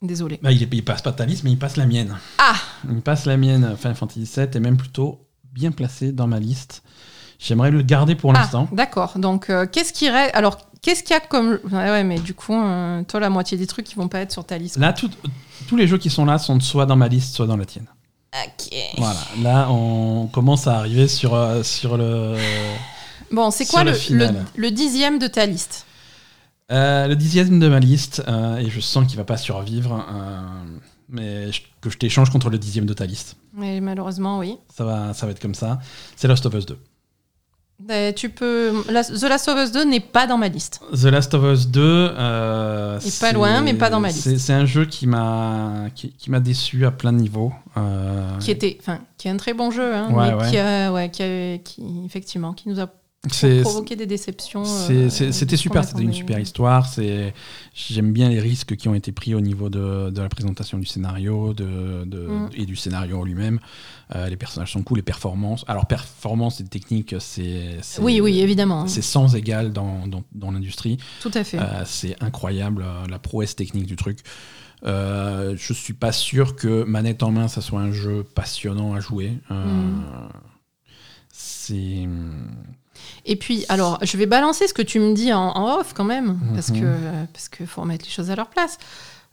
[SPEAKER 2] Désolé.
[SPEAKER 1] Bah, il, est- il passe pas ta liste, mais il passe la mienne.
[SPEAKER 2] Ah
[SPEAKER 1] Il passe la mienne, Final Fantasy VII, et même plutôt bien placé dans ma liste. J'aimerais le garder pour
[SPEAKER 2] Ah,
[SPEAKER 1] l'instant.
[SPEAKER 2] D'accord. Donc, euh, qu'est-ce qui reste Alors, qu'est-ce qu'il y a comme. Ouais, ouais, mais du coup, euh, toi, la moitié des trucs qui vont pas être sur ta liste.
[SPEAKER 1] Là, tout- tous les jeux qui sont là sont soit dans ma liste, soit dans la tienne.
[SPEAKER 2] Ok.
[SPEAKER 1] Voilà. Là, on commence à arriver sur, euh, sur le.
[SPEAKER 2] Bon, c'est
[SPEAKER 1] Sur
[SPEAKER 2] quoi
[SPEAKER 1] la
[SPEAKER 2] le, le,
[SPEAKER 1] finale.
[SPEAKER 2] le dixième de ta liste
[SPEAKER 1] Euh, le dixième de ma liste, euh, et je sens qu'il va pas survivre, euh, mais je- que je t'échange contre le dixième de ta liste.
[SPEAKER 2] Mais Malheureusement, oui.
[SPEAKER 1] Ça va, ça va être comme ça. C'est Last of Us 2.
[SPEAKER 2] Euh, tu peux. la- The Last of Us 2 n'est pas dans ma liste.
[SPEAKER 1] The Last of Us 2. euh,
[SPEAKER 2] Il est
[SPEAKER 1] c'est-
[SPEAKER 2] pas loin, mais pas dans ma liste.
[SPEAKER 1] c'est- C'est un jeu qui m'a qui, qui m'a déçu à plein de niveaux. euh,
[SPEAKER 2] Qui était. Enfin, qui est un très bon jeu, hein,
[SPEAKER 1] Ouais,
[SPEAKER 2] mais
[SPEAKER 1] ouais.
[SPEAKER 2] qui a. Ouais, qui a- qui, effectivement, qui nous a
[SPEAKER 1] c'est-
[SPEAKER 2] provoqué des déceptions.
[SPEAKER 1] c'est-
[SPEAKER 2] euh,
[SPEAKER 1] c'est- C'était
[SPEAKER 2] qu'on
[SPEAKER 1] super, c'était une
[SPEAKER 2] attendait.
[SPEAKER 1] super histoire. c'est- J'aime bien les risques qui ont été pris au niveau de, de la présentation du scénario de, de-
[SPEAKER 2] Mm.
[SPEAKER 1] et du scénario en lui-même. Euh, les personnages sont cool, les performances. Alors, performance et technique, c'est. c'est-
[SPEAKER 2] Oui, oui, évidemment. hein.
[SPEAKER 1] C'est sans égal dans, dans- dans l'industrie.
[SPEAKER 2] Tout à fait.
[SPEAKER 1] Euh, c'est incroyable euh, la prouesse technique du truc. Euh, je suis pas sûr que manette en main, ça soit un jeu passionnant à jouer. Euh,
[SPEAKER 2] Mm.
[SPEAKER 1] C'est
[SPEAKER 2] Et puis, alors, je vais balancer ce que tu me dis en, en off quand même, parce
[SPEAKER 1] Mhm.
[SPEAKER 2] que euh, parce que faut remettre les choses à leur place.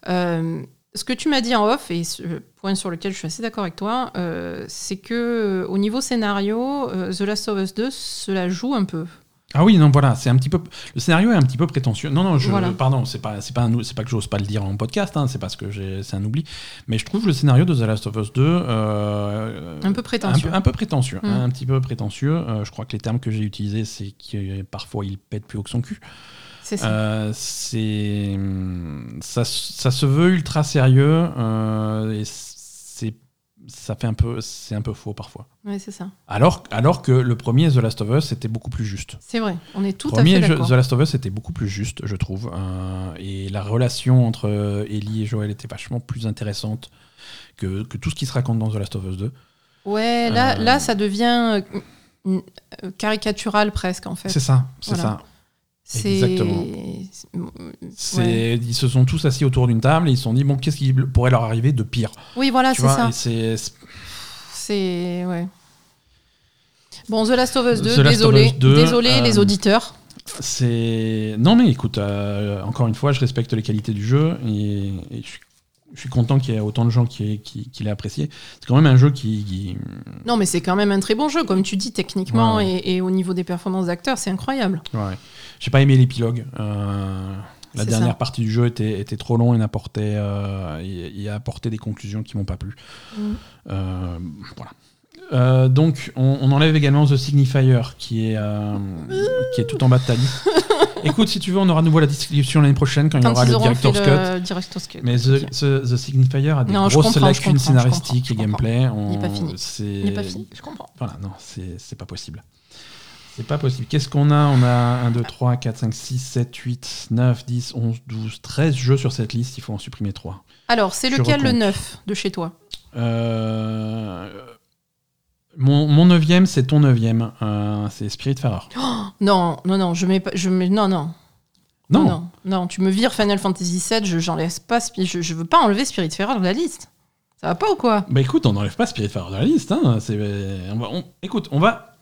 [SPEAKER 2] Euh, ce que tu m'as dit en off, et ce point sur lequel je suis assez d'accord avec toi, euh, c'est que euh, au niveau scénario, euh, The Last of Us 2 cela joue un peu.
[SPEAKER 1] ah oui non voilà c'est un petit peu le scénario est un petit peu prétentieux non non je
[SPEAKER 2] Voilà.
[SPEAKER 1] pardon c'est pas c'est pas un- c'est pas que j'ose pas le dire en podcast hein, c'est parce que j'ai- c'est un oubli mais je trouve le scénario de The Last of Us 2 euh,
[SPEAKER 2] Un peu prétentieux.
[SPEAKER 1] Un peu, un peu prétentieux,
[SPEAKER 2] Mm.
[SPEAKER 1] hein, un petit peu prétentieux. Euh, je crois que les termes que j'ai utilisés, c'est que euh, parfois il pète plus haut que son cul.
[SPEAKER 2] C'est ça.
[SPEAKER 1] Euh, c'est ça, se- ça se veut ultra sérieux euh, et c'est ça fait un peu c'est un peu faux parfois.
[SPEAKER 2] Ouais, c'est ça.
[SPEAKER 1] Alors alors que le premier The Last of Us était beaucoup plus juste.
[SPEAKER 2] C'est vrai. On est tout
[SPEAKER 1] premier
[SPEAKER 2] à fait
[SPEAKER 1] jeu,
[SPEAKER 2] d'accord.
[SPEAKER 1] The Last of Us était beaucoup plus juste, je trouve, euh, et la relation entre euh, Ellie et Joël était vachement plus intéressante que, que tout ce qui se raconte dans The Last of Us 2.
[SPEAKER 2] Ouais, là,
[SPEAKER 1] Euh,
[SPEAKER 2] là, ça devient euh, une- euh, caricatural presque en fait.
[SPEAKER 1] C'est ça, c'est
[SPEAKER 2] Voilà.
[SPEAKER 1] ça.
[SPEAKER 2] C'est-
[SPEAKER 1] exactement. C'est- Ils se sont tous assis autour d'une table et ils se sont dit bon qu'est-ce qui pourrait leur arriver de pire.
[SPEAKER 2] Oui, voilà,
[SPEAKER 1] tu
[SPEAKER 2] Ah, c'est
[SPEAKER 1] vois,
[SPEAKER 2] ça.
[SPEAKER 1] et c'est
[SPEAKER 2] C'est. Ouais. Bon, The Last of Us 2,
[SPEAKER 1] The Last
[SPEAKER 2] désolé.
[SPEAKER 1] of Us 2,
[SPEAKER 2] désolé,
[SPEAKER 1] euh,
[SPEAKER 2] les auditeurs.
[SPEAKER 1] C'est. Non, mais écoute, euh, encore une fois, je respecte les qualités du jeu et, et je, suis, je suis content qu'il y ait autant de gens qui, qui, qui l'aient apprécié. C'est quand même un jeu qui. qui-
[SPEAKER 2] Non, mais c'est quand même un très bon jeu, comme tu dis, techniquement
[SPEAKER 1] Ouais,
[SPEAKER 2] Et, et au niveau des performances d'acteurs, c'est incroyable.
[SPEAKER 1] Ouais. J'ai pas aimé l'épilogue. euh, la
[SPEAKER 2] C'est
[SPEAKER 1] dernière
[SPEAKER 2] ça.
[SPEAKER 1] partie du jeu était, était trop long et n'apportait. euh, et- et a apporté des conclusions qui m'ont pas plu.
[SPEAKER 2] Mm.
[SPEAKER 1] Euh, voilà. Euh, donc, on, on enlève également The Signifier, qui est, euh, qui est tout en bas de ta liste. Écoute, si tu veux, on aura à nouveau la discussion l'année prochaine quand, il y
[SPEAKER 2] Quand
[SPEAKER 1] aura
[SPEAKER 2] ils
[SPEAKER 1] le
[SPEAKER 2] auront fait
[SPEAKER 1] Director's Cut.
[SPEAKER 2] le Director's Cut.
[SPEAKER 1] Mais The, The- The Signifier a des
[SPEAKER 2] Non, je
[SPEAKER 1] grosses
[SPEAKER 2] comprends, je
[SPEAKER 1] lacunes
[SPEAKER 2] comprends, je
[SPEAKER 1] scénaristiques
[SPEAKER 2] comprends, je
[SPEAKER 1] et gameplay. On-
[SPEAKER 2] n'est pas fini.
[SPEAKER 1] c'est-
[SPEAKER 2] Il n'est pas fini, je comprends.
[SPEAKER 1] Voilà, non, c'est c'est pas possible. C'est pas possible. Qu'est-ce qu'on a On a 1, 2, 3, 4, 5, 6, 7, 8, 9, 10, 11, 12, 13 jeux sur cette liste. Il faut en supprimer 3.
[SPEAKER 2] Alors, c'est
[SPEAKER 1] Je
[SPEAKER 2] lequel le
[SPEAKER 1] recompte.
[SPEAKER 2] 9 de chez toi
[SPEAKER 1] Euh, Mon, mon neuvième, c'est ton neuvième. Euh, c'est Spiritfarer.
[SPEAKER 2] Oh Non, non, non, je mets pas. Je mets, non, non.
[SPEAKER 1] non,
[SPEAKER 2] non, non, tu me vires Final Fantasy VII, je, j'en laisse pas. Spi- Je, je veux pas enlever Spiritfarer de la liste. Ça va pas ou quoi
[SPEAKER 1] Bah écoute, on n'enlève pas Spiritfarer de la liste. hein. C'est- on va- on- écoute, on va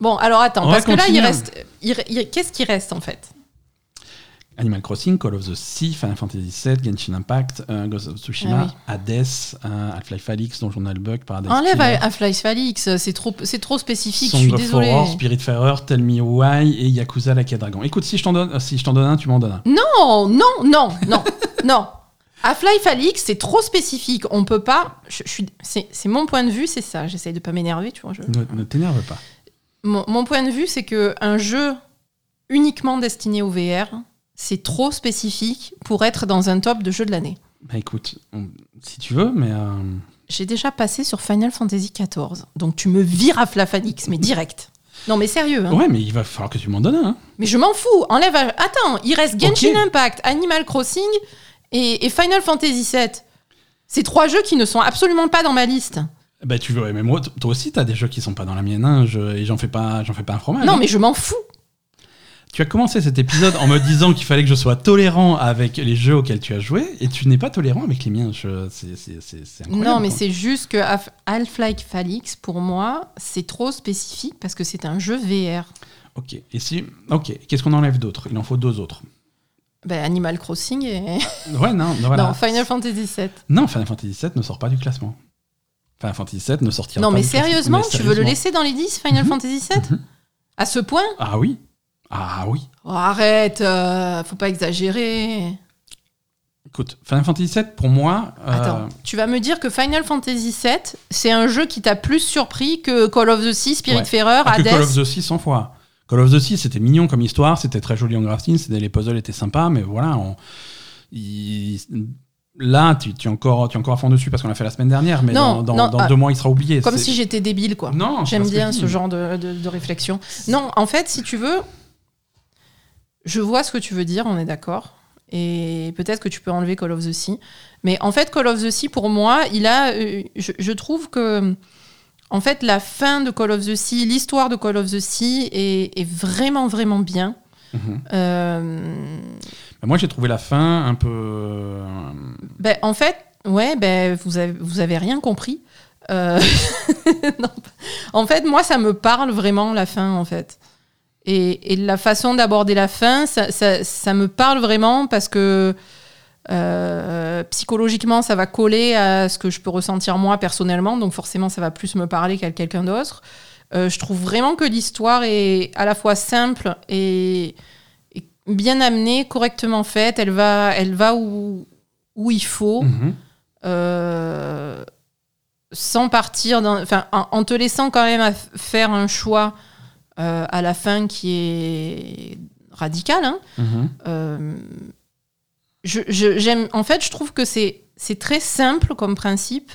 [SPEAKER 2] Bon, alors attends,
[SPEAKER 1] On va
[SPEAKER 2] parce que là, il
[SPEAKER 1] continuer.
[SPEAKER 2] reste. il- il- qu'est-ce qui reste en fait
[SPEAKER 1] Animal Crossing, Call of the Sea, Final Fantasy VII, Genshin Impact, euh, Ghost of
[SPEAKER 2] Ah
[SPEAKER 1] Tsushima,
[SPEAKER 2] oui.
[SPEAKER 1] Hades, euh, Half-Life Alix, Donjon Bug, Paradise
[SPEAKER 2] Enlève
[SPEAKER 1] Killer,
[SPEAKER 2] à, à Fly Falix, c'est trop, c'est trop spécifique, je
[SPEAKER 1] Song
[SPEAKER 2] suis
[SPEAKER 1] of
[SPEAKER 2] désolée.
[SPEAKER 1] Horror, Spiritfarer, Tell Me Why et Yakuza la Quai Dragon. Écoute, si je t'en donne, euh, si je t'en donne un, tu m'en donnes un.
[SPEAKER 2] Non, non, non, non, non. À Fly Falix, c'est trop spécifique, on peut pas. Je, je suis, c'est, c'est mon point de vue, c'est ça. J'essaye de pas m'énerver, tu vois. je-
[SPEAKER 1] Ne, ne t'énerve pas.
[SPEAKER 2] Mon, mon point de vue, c'est que un jeu uniquement destiné au VR, c'est trop spécifique pour être dans un top de jeu de l'année.
[SPEAKER 1] Bah écoute, on- si tu veux, mais euh,
[SPEAKER 2] J'ai déjà passé sur Final Fantasy XIV, donc tu me vires à Fly Falix, mais direct. Non, mais sérieux. Hein.
[SPEAKER 1] ouais, mais il va falloir que tu m'en donnes un. hein.
[SPEAKER 2] Mais je m'en fous, enlève. à- Attends, il reste Genshin
[SPEAKER 1] Ok.
[SPEAKER 2] Impact, Animal Crossing et, et Final Fantasy VII. Ces trois jeux qui ne sont absolument pas dans ma liste.
[SPEAKER 1] Bah tu veux, ouais, mais moi, t- toi aussi, t'as des jeux qui sont pas dans la mienne, hein, je- et j'en fais pas, j'en fais pas un fromage.
[SPEAKER 2] Non,
[SPEAKER 1] hein.
[SPEAKER 2] mais je m'en fous.
[SPEAKER 1] Tu as commencé cet épisode en me disant qu'il fallait que je sois tolérant avec les jeux auxquels tu as joué, et tu n'es pas tolérant avec les miens. Je- c'est- C'est c'est- c'est incroyable.
[SPEAKER 2] Non, mais c'est juste que Half- Half-Life Falix, pour moi, c'est trop spécifique parce que c'est un jeu VR.
[SPEAKER 1] Ok, et si... Ok, qu'est-ce qu'on enlève d'autre Il en faut deux autres.
[SPEAKER 2] Ben, Animal Crossing et
[SPEAKER 1] Ouais, non, non, voilà.
[SPEAKER 2] non, Final Fantasy VII.
[SPEAKER 1] Non, Final Fantasy VII ne sort pas du classement. Final Fantasy VII ne sortira
[SPEAKER 2] Non,
[SPEAKER 1] pas
[SPEAKER 2] mais
[SPEAKER 1] du classement.
[SPEAKER 2] sérieusement,
[SPEAKER 1] Mais
[SPEAKER 2] tu veux le
[SPEAKER 1] sérieusement.
[SPEAKER 2] laisser dans les 10 Final
[SPEAKER 1] Mhm.
[SPEAKER 2] Fantasy VII
[SPEAKER 1] Mhm.
[SPEAKER 2] À ce point
[SPEAKER 1] Ah oui Ah oui
[SPEAKER 2] Oh, Arrête, euh, faut pas exagérer.
[SPEAKER 1] Écoute, Final Fantasy VII, pour moi... euh,
[SPEAKER 2] Attends, tu vas me dire que Final Fantasy VII, c'est un jeu qui t'a plus surpris que Call of the Sea,
[SPEAKER 1] Ouais.
[SPEAKER 2] Spiritfarer,
[SPEAKER 1] Ah, que Call of
[SPEAKER 2] Hades
[SPEAKER 1] the Sea 100 fois. Call of the Sea, c'était mignon comme histoire, c'était très joli en graphisme, c'était- les puzzles étaient sympas, mais voilà, on- il- là, tu, tu es encore, tu es encore à fond dessus parce qu'on l'a fait la semaine dernière, mais
[SPEAKER 2] Non,
[SPEAKER 1] dans, dans-
[SPEAKER 2] non,
[SPEAKER 1] dans
[SPEAKER 2] ah,
[SPEAKER 1] deux mois, il sera oublié.
[SPEAKER 2] Comme
[SPEAKER 1] C'est-
[SPEAKER 2] si j'étais débile, quoi.
[SPEAKER 1] Non, c'est
[SPEAKER 2] J'aime
[SPEAKER 1] pas que
[SPEAKER 2] bien
[SPEAKER 1] je
[SPEAKER 2] ce
[SPEAKER 1] dis.
[SPEAKER 2] genre de, de- de réflexion. Non, en fait, si tu veux, je vois ce que tu veux dire, on est d'accord. Et peut-être que tu peux enlever Call of the Sea. Mais en fait, Call of the Sea, pour moi, il a. euh, Je, je trouve que. En fait, la fin de Call of the Sea, l'histoire de Call of the Sea est, est vraiment, vraiment bien.
[SPEAKER 1] Mhm.
[SPEAKER 2] Euh,
[SPEAKER 1] Mais Moi, j'ai trouvé la fin un peu. euh,
[SPEAKER 2] ben, en fait, ouais, ben, vous, avez, vous avez rien compris. Euh, non. En fait, moi, ça me parle vraiment la fin, en fait. Et, et la façon d'aborder la fin, ça, ça- ça me parle vraiment parce que euh, psychologiquement, ça va coller à ce que je peux ressentir moi personnellement. Donc forcément, ça va plus me parler qu'à quelqu'un d'autre. Euh, je trouve vraiment que l'histoire est à la fois simple et, et bien amenée, correctement faite. Elle va, elle va où, où il faut
[SPEAKER 1] mhm.
[SPEAKER 2] euh, sans partir, dans- enfin, en, en te laissant quand même à f- faire un choix euh, à la fin qui est radical. hein,
[SPEAKER 1] Mhm.
[SPEAKER 2] euh, je- je- j'aime, en fait, je trouve que c'est c'est très simple comme principe.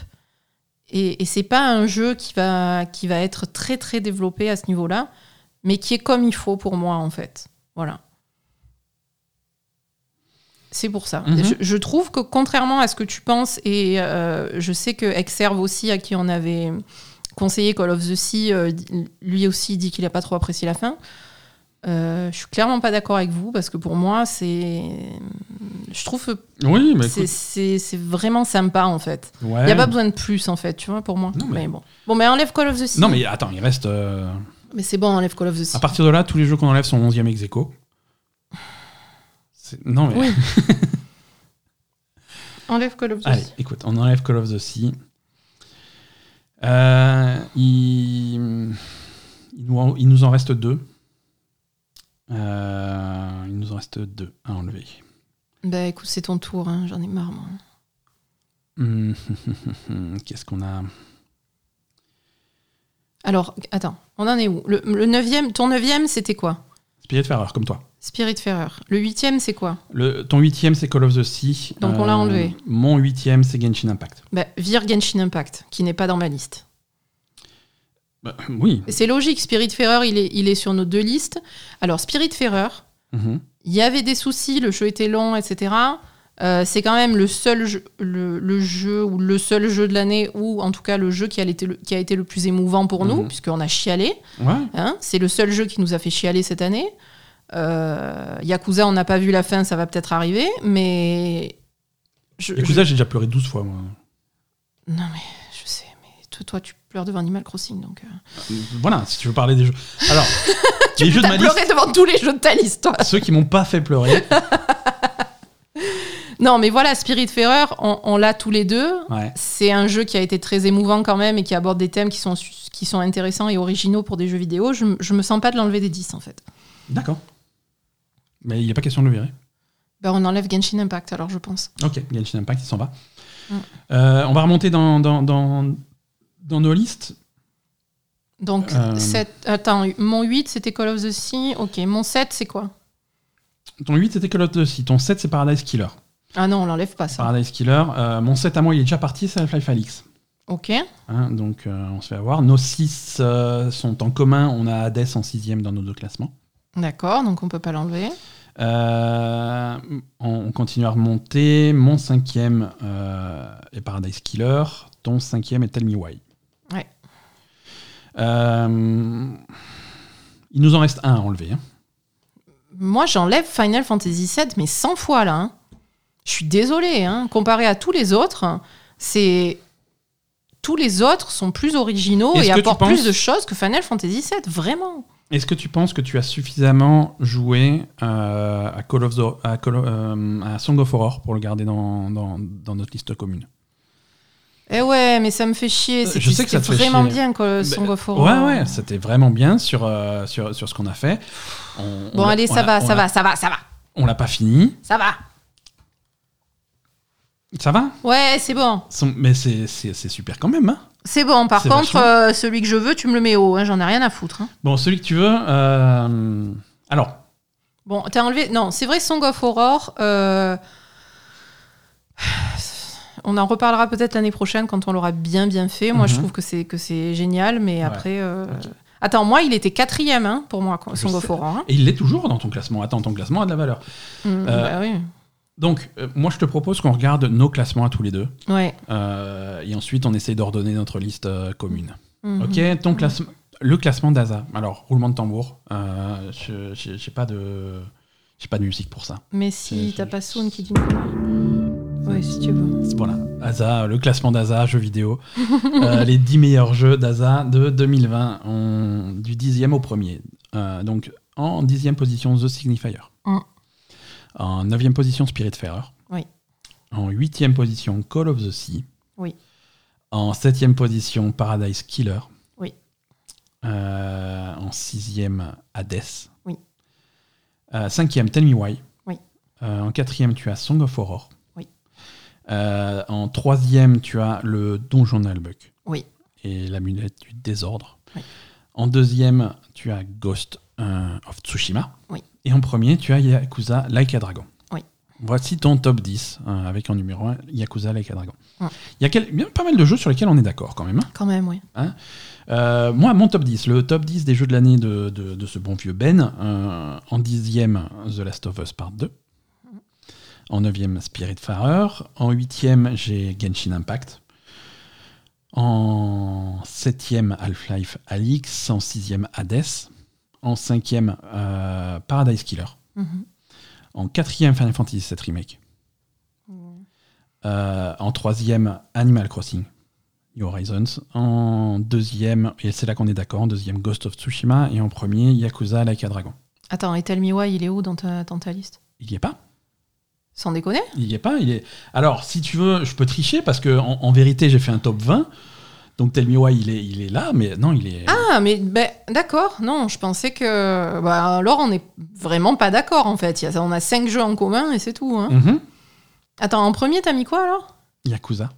[SPEAKER 2] Et, et c'est pas un jeu qui va, qui va être très très développé à ce niveau-là, mais qui est comme il faut pour moi en fait. Voilà. C'est pour ça.
[SPEAKER 1] Mhm.
[SPEAKER 2] je, je trouve que contrairement à ce que tu penses, et euh, je sais que Exerve aussi, à qui on avait conseillé Call of the Sea, euh, di- lui aussi dit qu'il a pas trop apprécié la fin. Euh, je suis clairement pas d'accord avec vous parce que pour moi, c'est. Je trouve que
[SPEAKER 1] Oui, mais. Bah,
[SPEAKER 2] c'est-
[SPEAKER 1] écoute,
[SPEAKER 2] c'est c'est vraiment sympa en fait. Il
[SPEAKER 1] ouais.
[SPEAKER 2] n'y a pas besoin de plus en fait, tu vois, pour moi.
[SPEAKER 1] Non, mais-
[SPEAKER 2] mais... bon. Bon, mais enlève Call of the Sea.
[SPEAKER 1] Non, mais attends, il reste. euh,
[SPEAKER 2] Mais c'est bon, enlève Call of the Sea.
[SPEAKER 1] À partir de là, tous les jeux qu'on enlève sont 11e ex aequo. C'est- Non, mais.
[SPEAKER 2] Oui. Enlève Call of the
[SPEAKER 1] Allez,
[SPEAKER 2] Sea.
[SPEAKER 1] écoute, on enlève Call of the Sea. Euh, il... il nous en, il nous en reste deux. Euh, il nous en reste deux à enlever.
[SPEAKER 2] Bah écoute, c'est ton tour, hein, j'en ai marre moi.
[SPEAKER 1] Hum, Qu'est-ce qu'on a
[SPEAKER 2] Alors, attends, on en est où le, le neuvième, ton neuvième, c'était quoi
[SPEAKER 1] Spiritfarer, comme toi.
[SPEAKER 2] Spiritfarer. Le huitième, c'est quoi
[SPEAKER 1] Le, ton huitième, c'est Call of the Sea. Euh,
[SPEAKER 2] Donc, on l'a enlevé.
[SPEAKER 1] Mon huitième, c'est Genshin Impact.
[SPEAKER 2] bah, Vire Genshin Impact, qui n'est pas dans ma liste.
[SPEAKER 1] Bah, oui.
[SPEAKER 2] Et C'est logique, Spiritfarer, il est, il est sur nos deux listes. Alors, Spiritfarer,
[SPEAKER 1] Mhm.
[SPEAKER 2] Il y avait des soucis, le jeu était long, etc. Euh, c'est quand même le seul jeu, le, le jeu ou le seul jeu de l'année ou en tout cas le jeu qui a été le, qui a été le plus émouvant pour nous
[SPEAKER 1] Mhm.
[SPEAKER 2] puisqu'on a chialé.
[SPEAKER 1] Ouais.
[SPEAKER 2] hein. c'est le seul jeu qui nous a fait chialer cette année. Euh, Yakuza, on n'a pas vu la fin, ça va peut-être arriver, mais je,
[SPEAKER 1] Yakuza, j'ai déjà pleuré 12 fois, moi.
[SPEAKER 2] je- non mais je sais, mais toi, toi, tu pleures devant Animal Crossing donc. euh.
[SPEAKER 1] Voilà, si tu veux parler des jeux. Alors, les jeux de
[SPEAKER 2] T'as
[SPEAKER 1] ma liste,
[SPEAKER 2] pleuré devant tous les jeux de ta liste, toi.
[SPEAKER 1] ceux qui m'ont pas fait pleurer,
[SPEAKER 2] Non mais voilà, Spiritfarer, on, on l'a tous les deux.
[SPEAKER 1] ouais.
[SPEAKER 2] C'est un jeu qui a été très émouvant quand même et qui aborde des thèmes qui sont, su- qui sont intéressants et originaux pour des jeux vidéo. Je, m- je me sens pas de l'enlever des 10 en fait.
[SPEAKER 1] D'accord. Mais il n'est pas question de le virer.
[SPEAKER 2] Ben, on enlève Genshin Impact alors je pense.
[SPEAKER 1] Ok, Genshin Impact, il s'en va.
[SPEAKER 2] Mm.
[SPEAKER 1] Euh, on va remonter dans, dans, dans, dans nos listes.
[SPEAKER 2] Donc
[SPEAKER 1] Euh.
[SPEAKER 2] sept- attends, mon 8 c'était Call of the Sea. Ok, mon 7 c'est quoi
[SPEAKER 1] Ton 8, c'était Call of Duty. Ton 7, c'est Paradise Killer.
[SPEAKER 2] Ah non, on l'enlève pas ça.
[SPEAKER 1] Paradise Killer. euh, mon 7 à moi, il est déjà parti, c'est Half-Life Alix.
[SPEAKER 2] Ok.
[SPEAKER 1] Hein, donc, euh, on se fait avoir. Nos 6 sont en commun. On a Hades en 6 dans nos deux classements.
[SPEAKER 2] D'accord, donc on peut pas l'enlever.
[SPEAKER 1] Euh, on, on continue à remonter. Mon 5 est Paradise Killer. Ton 5 est Tell Me Why.
[SPEAKER 2] Ouais.
[SPEAKER 1] Euh, il nous en reste un à enlever. hein.
[SPEAKER 2] moi, j'enlève Final Fantasy VII, mais 100 fois là. hein. Je suis désolée. hein. Comparé à tous les autres, c'est. Tous les autres sont plus originaux
[SPEAKER 1] Est-ce que
[SPEAKER 2] et
[SPEAKER 1] tu
[SPEAKER 2] apportent
[SPEAKER 1] penses-
[SPEAKER 2] plus de choses que Final Fantasy VII, vraiment.
[SPEAKER 1] Est-ce que tu penses que tu as suffisamment joué euh, à, Call of the- à, Call of- euh, à Song of Horror pour le garder dans, dans- dans notre liste commune
[SPEAKER 2] Eh ouais, mais ça me fait chier.
[SPEAKER 1] Euh,
[SPEAKER 2] c'est
[SPEAKER 1] je sais que ça
[SPEAKER 2] c'était
[SPEAKER 1] te fait
[SPEAKER 2] vraiment
[SPEAKER 1] chier. Bah, euh,
[SPEAKER 2] bien que Euh, Song of Horror.
[SPEAKER 1] Ouais, ouais, c'était vraiment bien sur, euh, sur, sur ce qu'on a fait. On- on
[SPEAKER 2] Bon,
[SPEAKER 1] l'a-
[SPEAKER 2] allez,
[SPEAKER 1] on
[SPEAKER 2] ça
[SPEAKER 1] l'a-
[SPEAKER 2] va,
[SPEAKER 1] on
[SPEAKER 2] ça
[SPEAKER 1] l'a-
[SPEAKER 2] va, ça va, ça va,
[SPEAKER 1] On l'a pas fini.
[SPEAKER 2] ça va.
[SPEAKER 1] Ça va
[SPEAKER 2] Ouais, c'est bon.
[SPEAKER 1] Son- Mais c'est c'est- c'est super quand même. hein.
[SPEAKER 2] C'est bon, par
[SPEAKER 1] C'est
[SPEAKER 2] contre,
[SPEAKER 1] vachement.
[SPEAKER 2] euh, celui que je veux, tu me le mets haut, hein, j'en ai rien à foutre. hein.
[SPEAKER 1] Bon, celui que tu veux. euh, Alors,
[SPEAKER 2] Bon, t'as enlevé. Non, c'est vrai, Song of Horror. euh, On en reparlera peut-être l'année prochaine quand on l'aura bien bien fait. Moi, je
[SPEAKER 1] Mhm.
[SPEAKER 2] trouve que c'est que c'est génial, mais après. euh,
[SPEAKER 1] Ok.
[SPEAKER 2] Attends, moi, il était quatrième hein, pour moi, quoi,
[SPEAKER 1] Je
[SPEAKER 2] Song of
[SPEAKER 1] sais.
[SPEAKER 2] Horror. hein.
[SPEAKER 1] et il l'est toujours dans ton classement. Attends, ton classement a de la valeur.
[SPEAKER 2] Mm,
[SPEAKER 1] Euh,
[SPEAKER 2] bah oui.
[SPEAKER 1] Donc, euh, moi, je te propose qu'on regarde nos classements à tous les deux.
[SPEAKER 2] Ouais.
[SPEAKER 1] euh, et ensuite, on essaye d'ordonner notre liste euh, commune.
[SPEAKER 2] Mhm.
[SPEAKER 1] Ok, ton classement. Le classement d'Aza. Alors, roulement de tambour. Euh, je- je- J'ai pas de. J'ai pas de musique pour ça.
[SPEAKER 2] Mais
[SPEAKER 1] C'est-
[SPEAKER 2] si
[SPEAKER 1] je-
[SPEAKER 2] t'as pas Soon qui dit. Ouais, si tu veux.
[SPEAKER 1] Voilà. Aza, le classement d'Aza, jeux vidéo. Euh, les 10 meilleurs jeux d'Aza de 2020. On- Du 10e au premier. Euh, donc, en 10e position, The Signifier.
[SPEAKER 2] Mm.
[SPEAKER 1] En 9e position, Spiritfarer.
[SPEAKER 2] Oui.
[SPEAKER 1] En 8e position, Call of the Sea.
[SPEAKER 2] Oui.
[SPEAKER 1] En 7e position, Paradise Killer.
[SPEAKER 2] Oui.
[SPEAKER 1] Euh, en 6e, Hades.
[SPEAKER 2] Oui.
[SPEAKER 1] Euh, 5e, Tell Me Why.
[SPEAKER 2] Oui.
[SPEAKER 1] Euh, en 4e, tu as Song of Horror.
[SPEAKER 2] Oui.
[SPEAKER 1] Euh, en 3e, tu as le Donjon d'Albuck.
[SPEAKER 2] Oui.
[SPEAKER 1] Et l'amulette du désordre.
[SPEAKER 2] Oui.
[SPEAKER 1] En 2e, tu as Ghost euh, of Tsushima.
[SPEAKER 2] Oui.
[SPEAKER 1] Et en premier, tu as Yakuza Like a Dragon.
[SPEAKER 2] Oui.
[SPEAKER 1] Voici ton top 10 euh, avec en numéro 1 Yakuza Like a Dragon.
[SPEAKER 2] Ouais.
[SPEAKER 1] Il y a quel- il y a pas mal de jeux sur lesquels on est d'accord quand même. hein.
[SPEAKER 2] Quand même, oui.
[SPEAKER 1] Euh, moi, mon top 10, le top 10 des jeux de l'année de, de- de ce bon vieux Ben. euh, en dixième, The Last of Us Part 2. En neuvième, Spiritfarer. En huitième, j'ai Genshin Impact. En septième, Half-Life Alix. En sixième, Hades. En cinquième, euh, Paradise Killer.
[SPEAKER 2] Mhm.
[SPEAKER 1] En quatrième, Final Fantasy VII Remake. Euh, en troisième, Animal Crossing, New Horizons. En deuxième, et c'est là qu'on est d'accord, en deuxième, Ghost of Tsushima. Et en premier, Yakuza Like a Dragon.
[SPEAKER 2] Attends, et Tell Me Why, il est où dans ta, dans ta liste
[SPEAKER 1] Il y est pas
[SPEAKER 2] Sans déconner
[SPEAKER 1] Il y est pas il est... Alors, si tu veux, je peux tricher parce que en, en vérité, j'ai fait un top 20. Donc Tell Me Why, il est, il est là, mais non, il est...
[SPEAKER 2] Ah, mais ben, d'accord, non, je pensais que. bah, alors, on n'est vraiment pas d'accord en fait. Il y a- on a cinq jeux en commun et c'est tout. hein.
[SPEAKER 1] Mhm.
[SPEAKER 2] Attends, en premier, t'as mis quoi alors
[SPEAKER 1] Yakuza.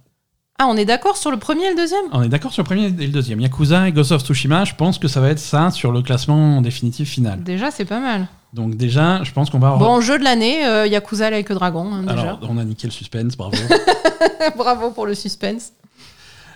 [SPEAKER 2] Ah, on est d'accord sur le premier et le deuxième
[SPEAKER 1] On est d'accord sur le premier et le deuxième. Yakuza et Ghost of Tsushima, je pense que ça va être ça sur le classement définitif final.
[SPEAKER 2] Déjà, c'est pas mal.
[SPEAKER 1] Donc déjà, je pense qu'on va...
[SPEAKER 2] Bon, jeu de l'année, euh, Yakuza avec le dragon, hein, déjà.
[SPEAKER 1] Ah. Alors, on a niqué le suspense, bravo.
[SPEAKER 2] Bravo pour le suspense.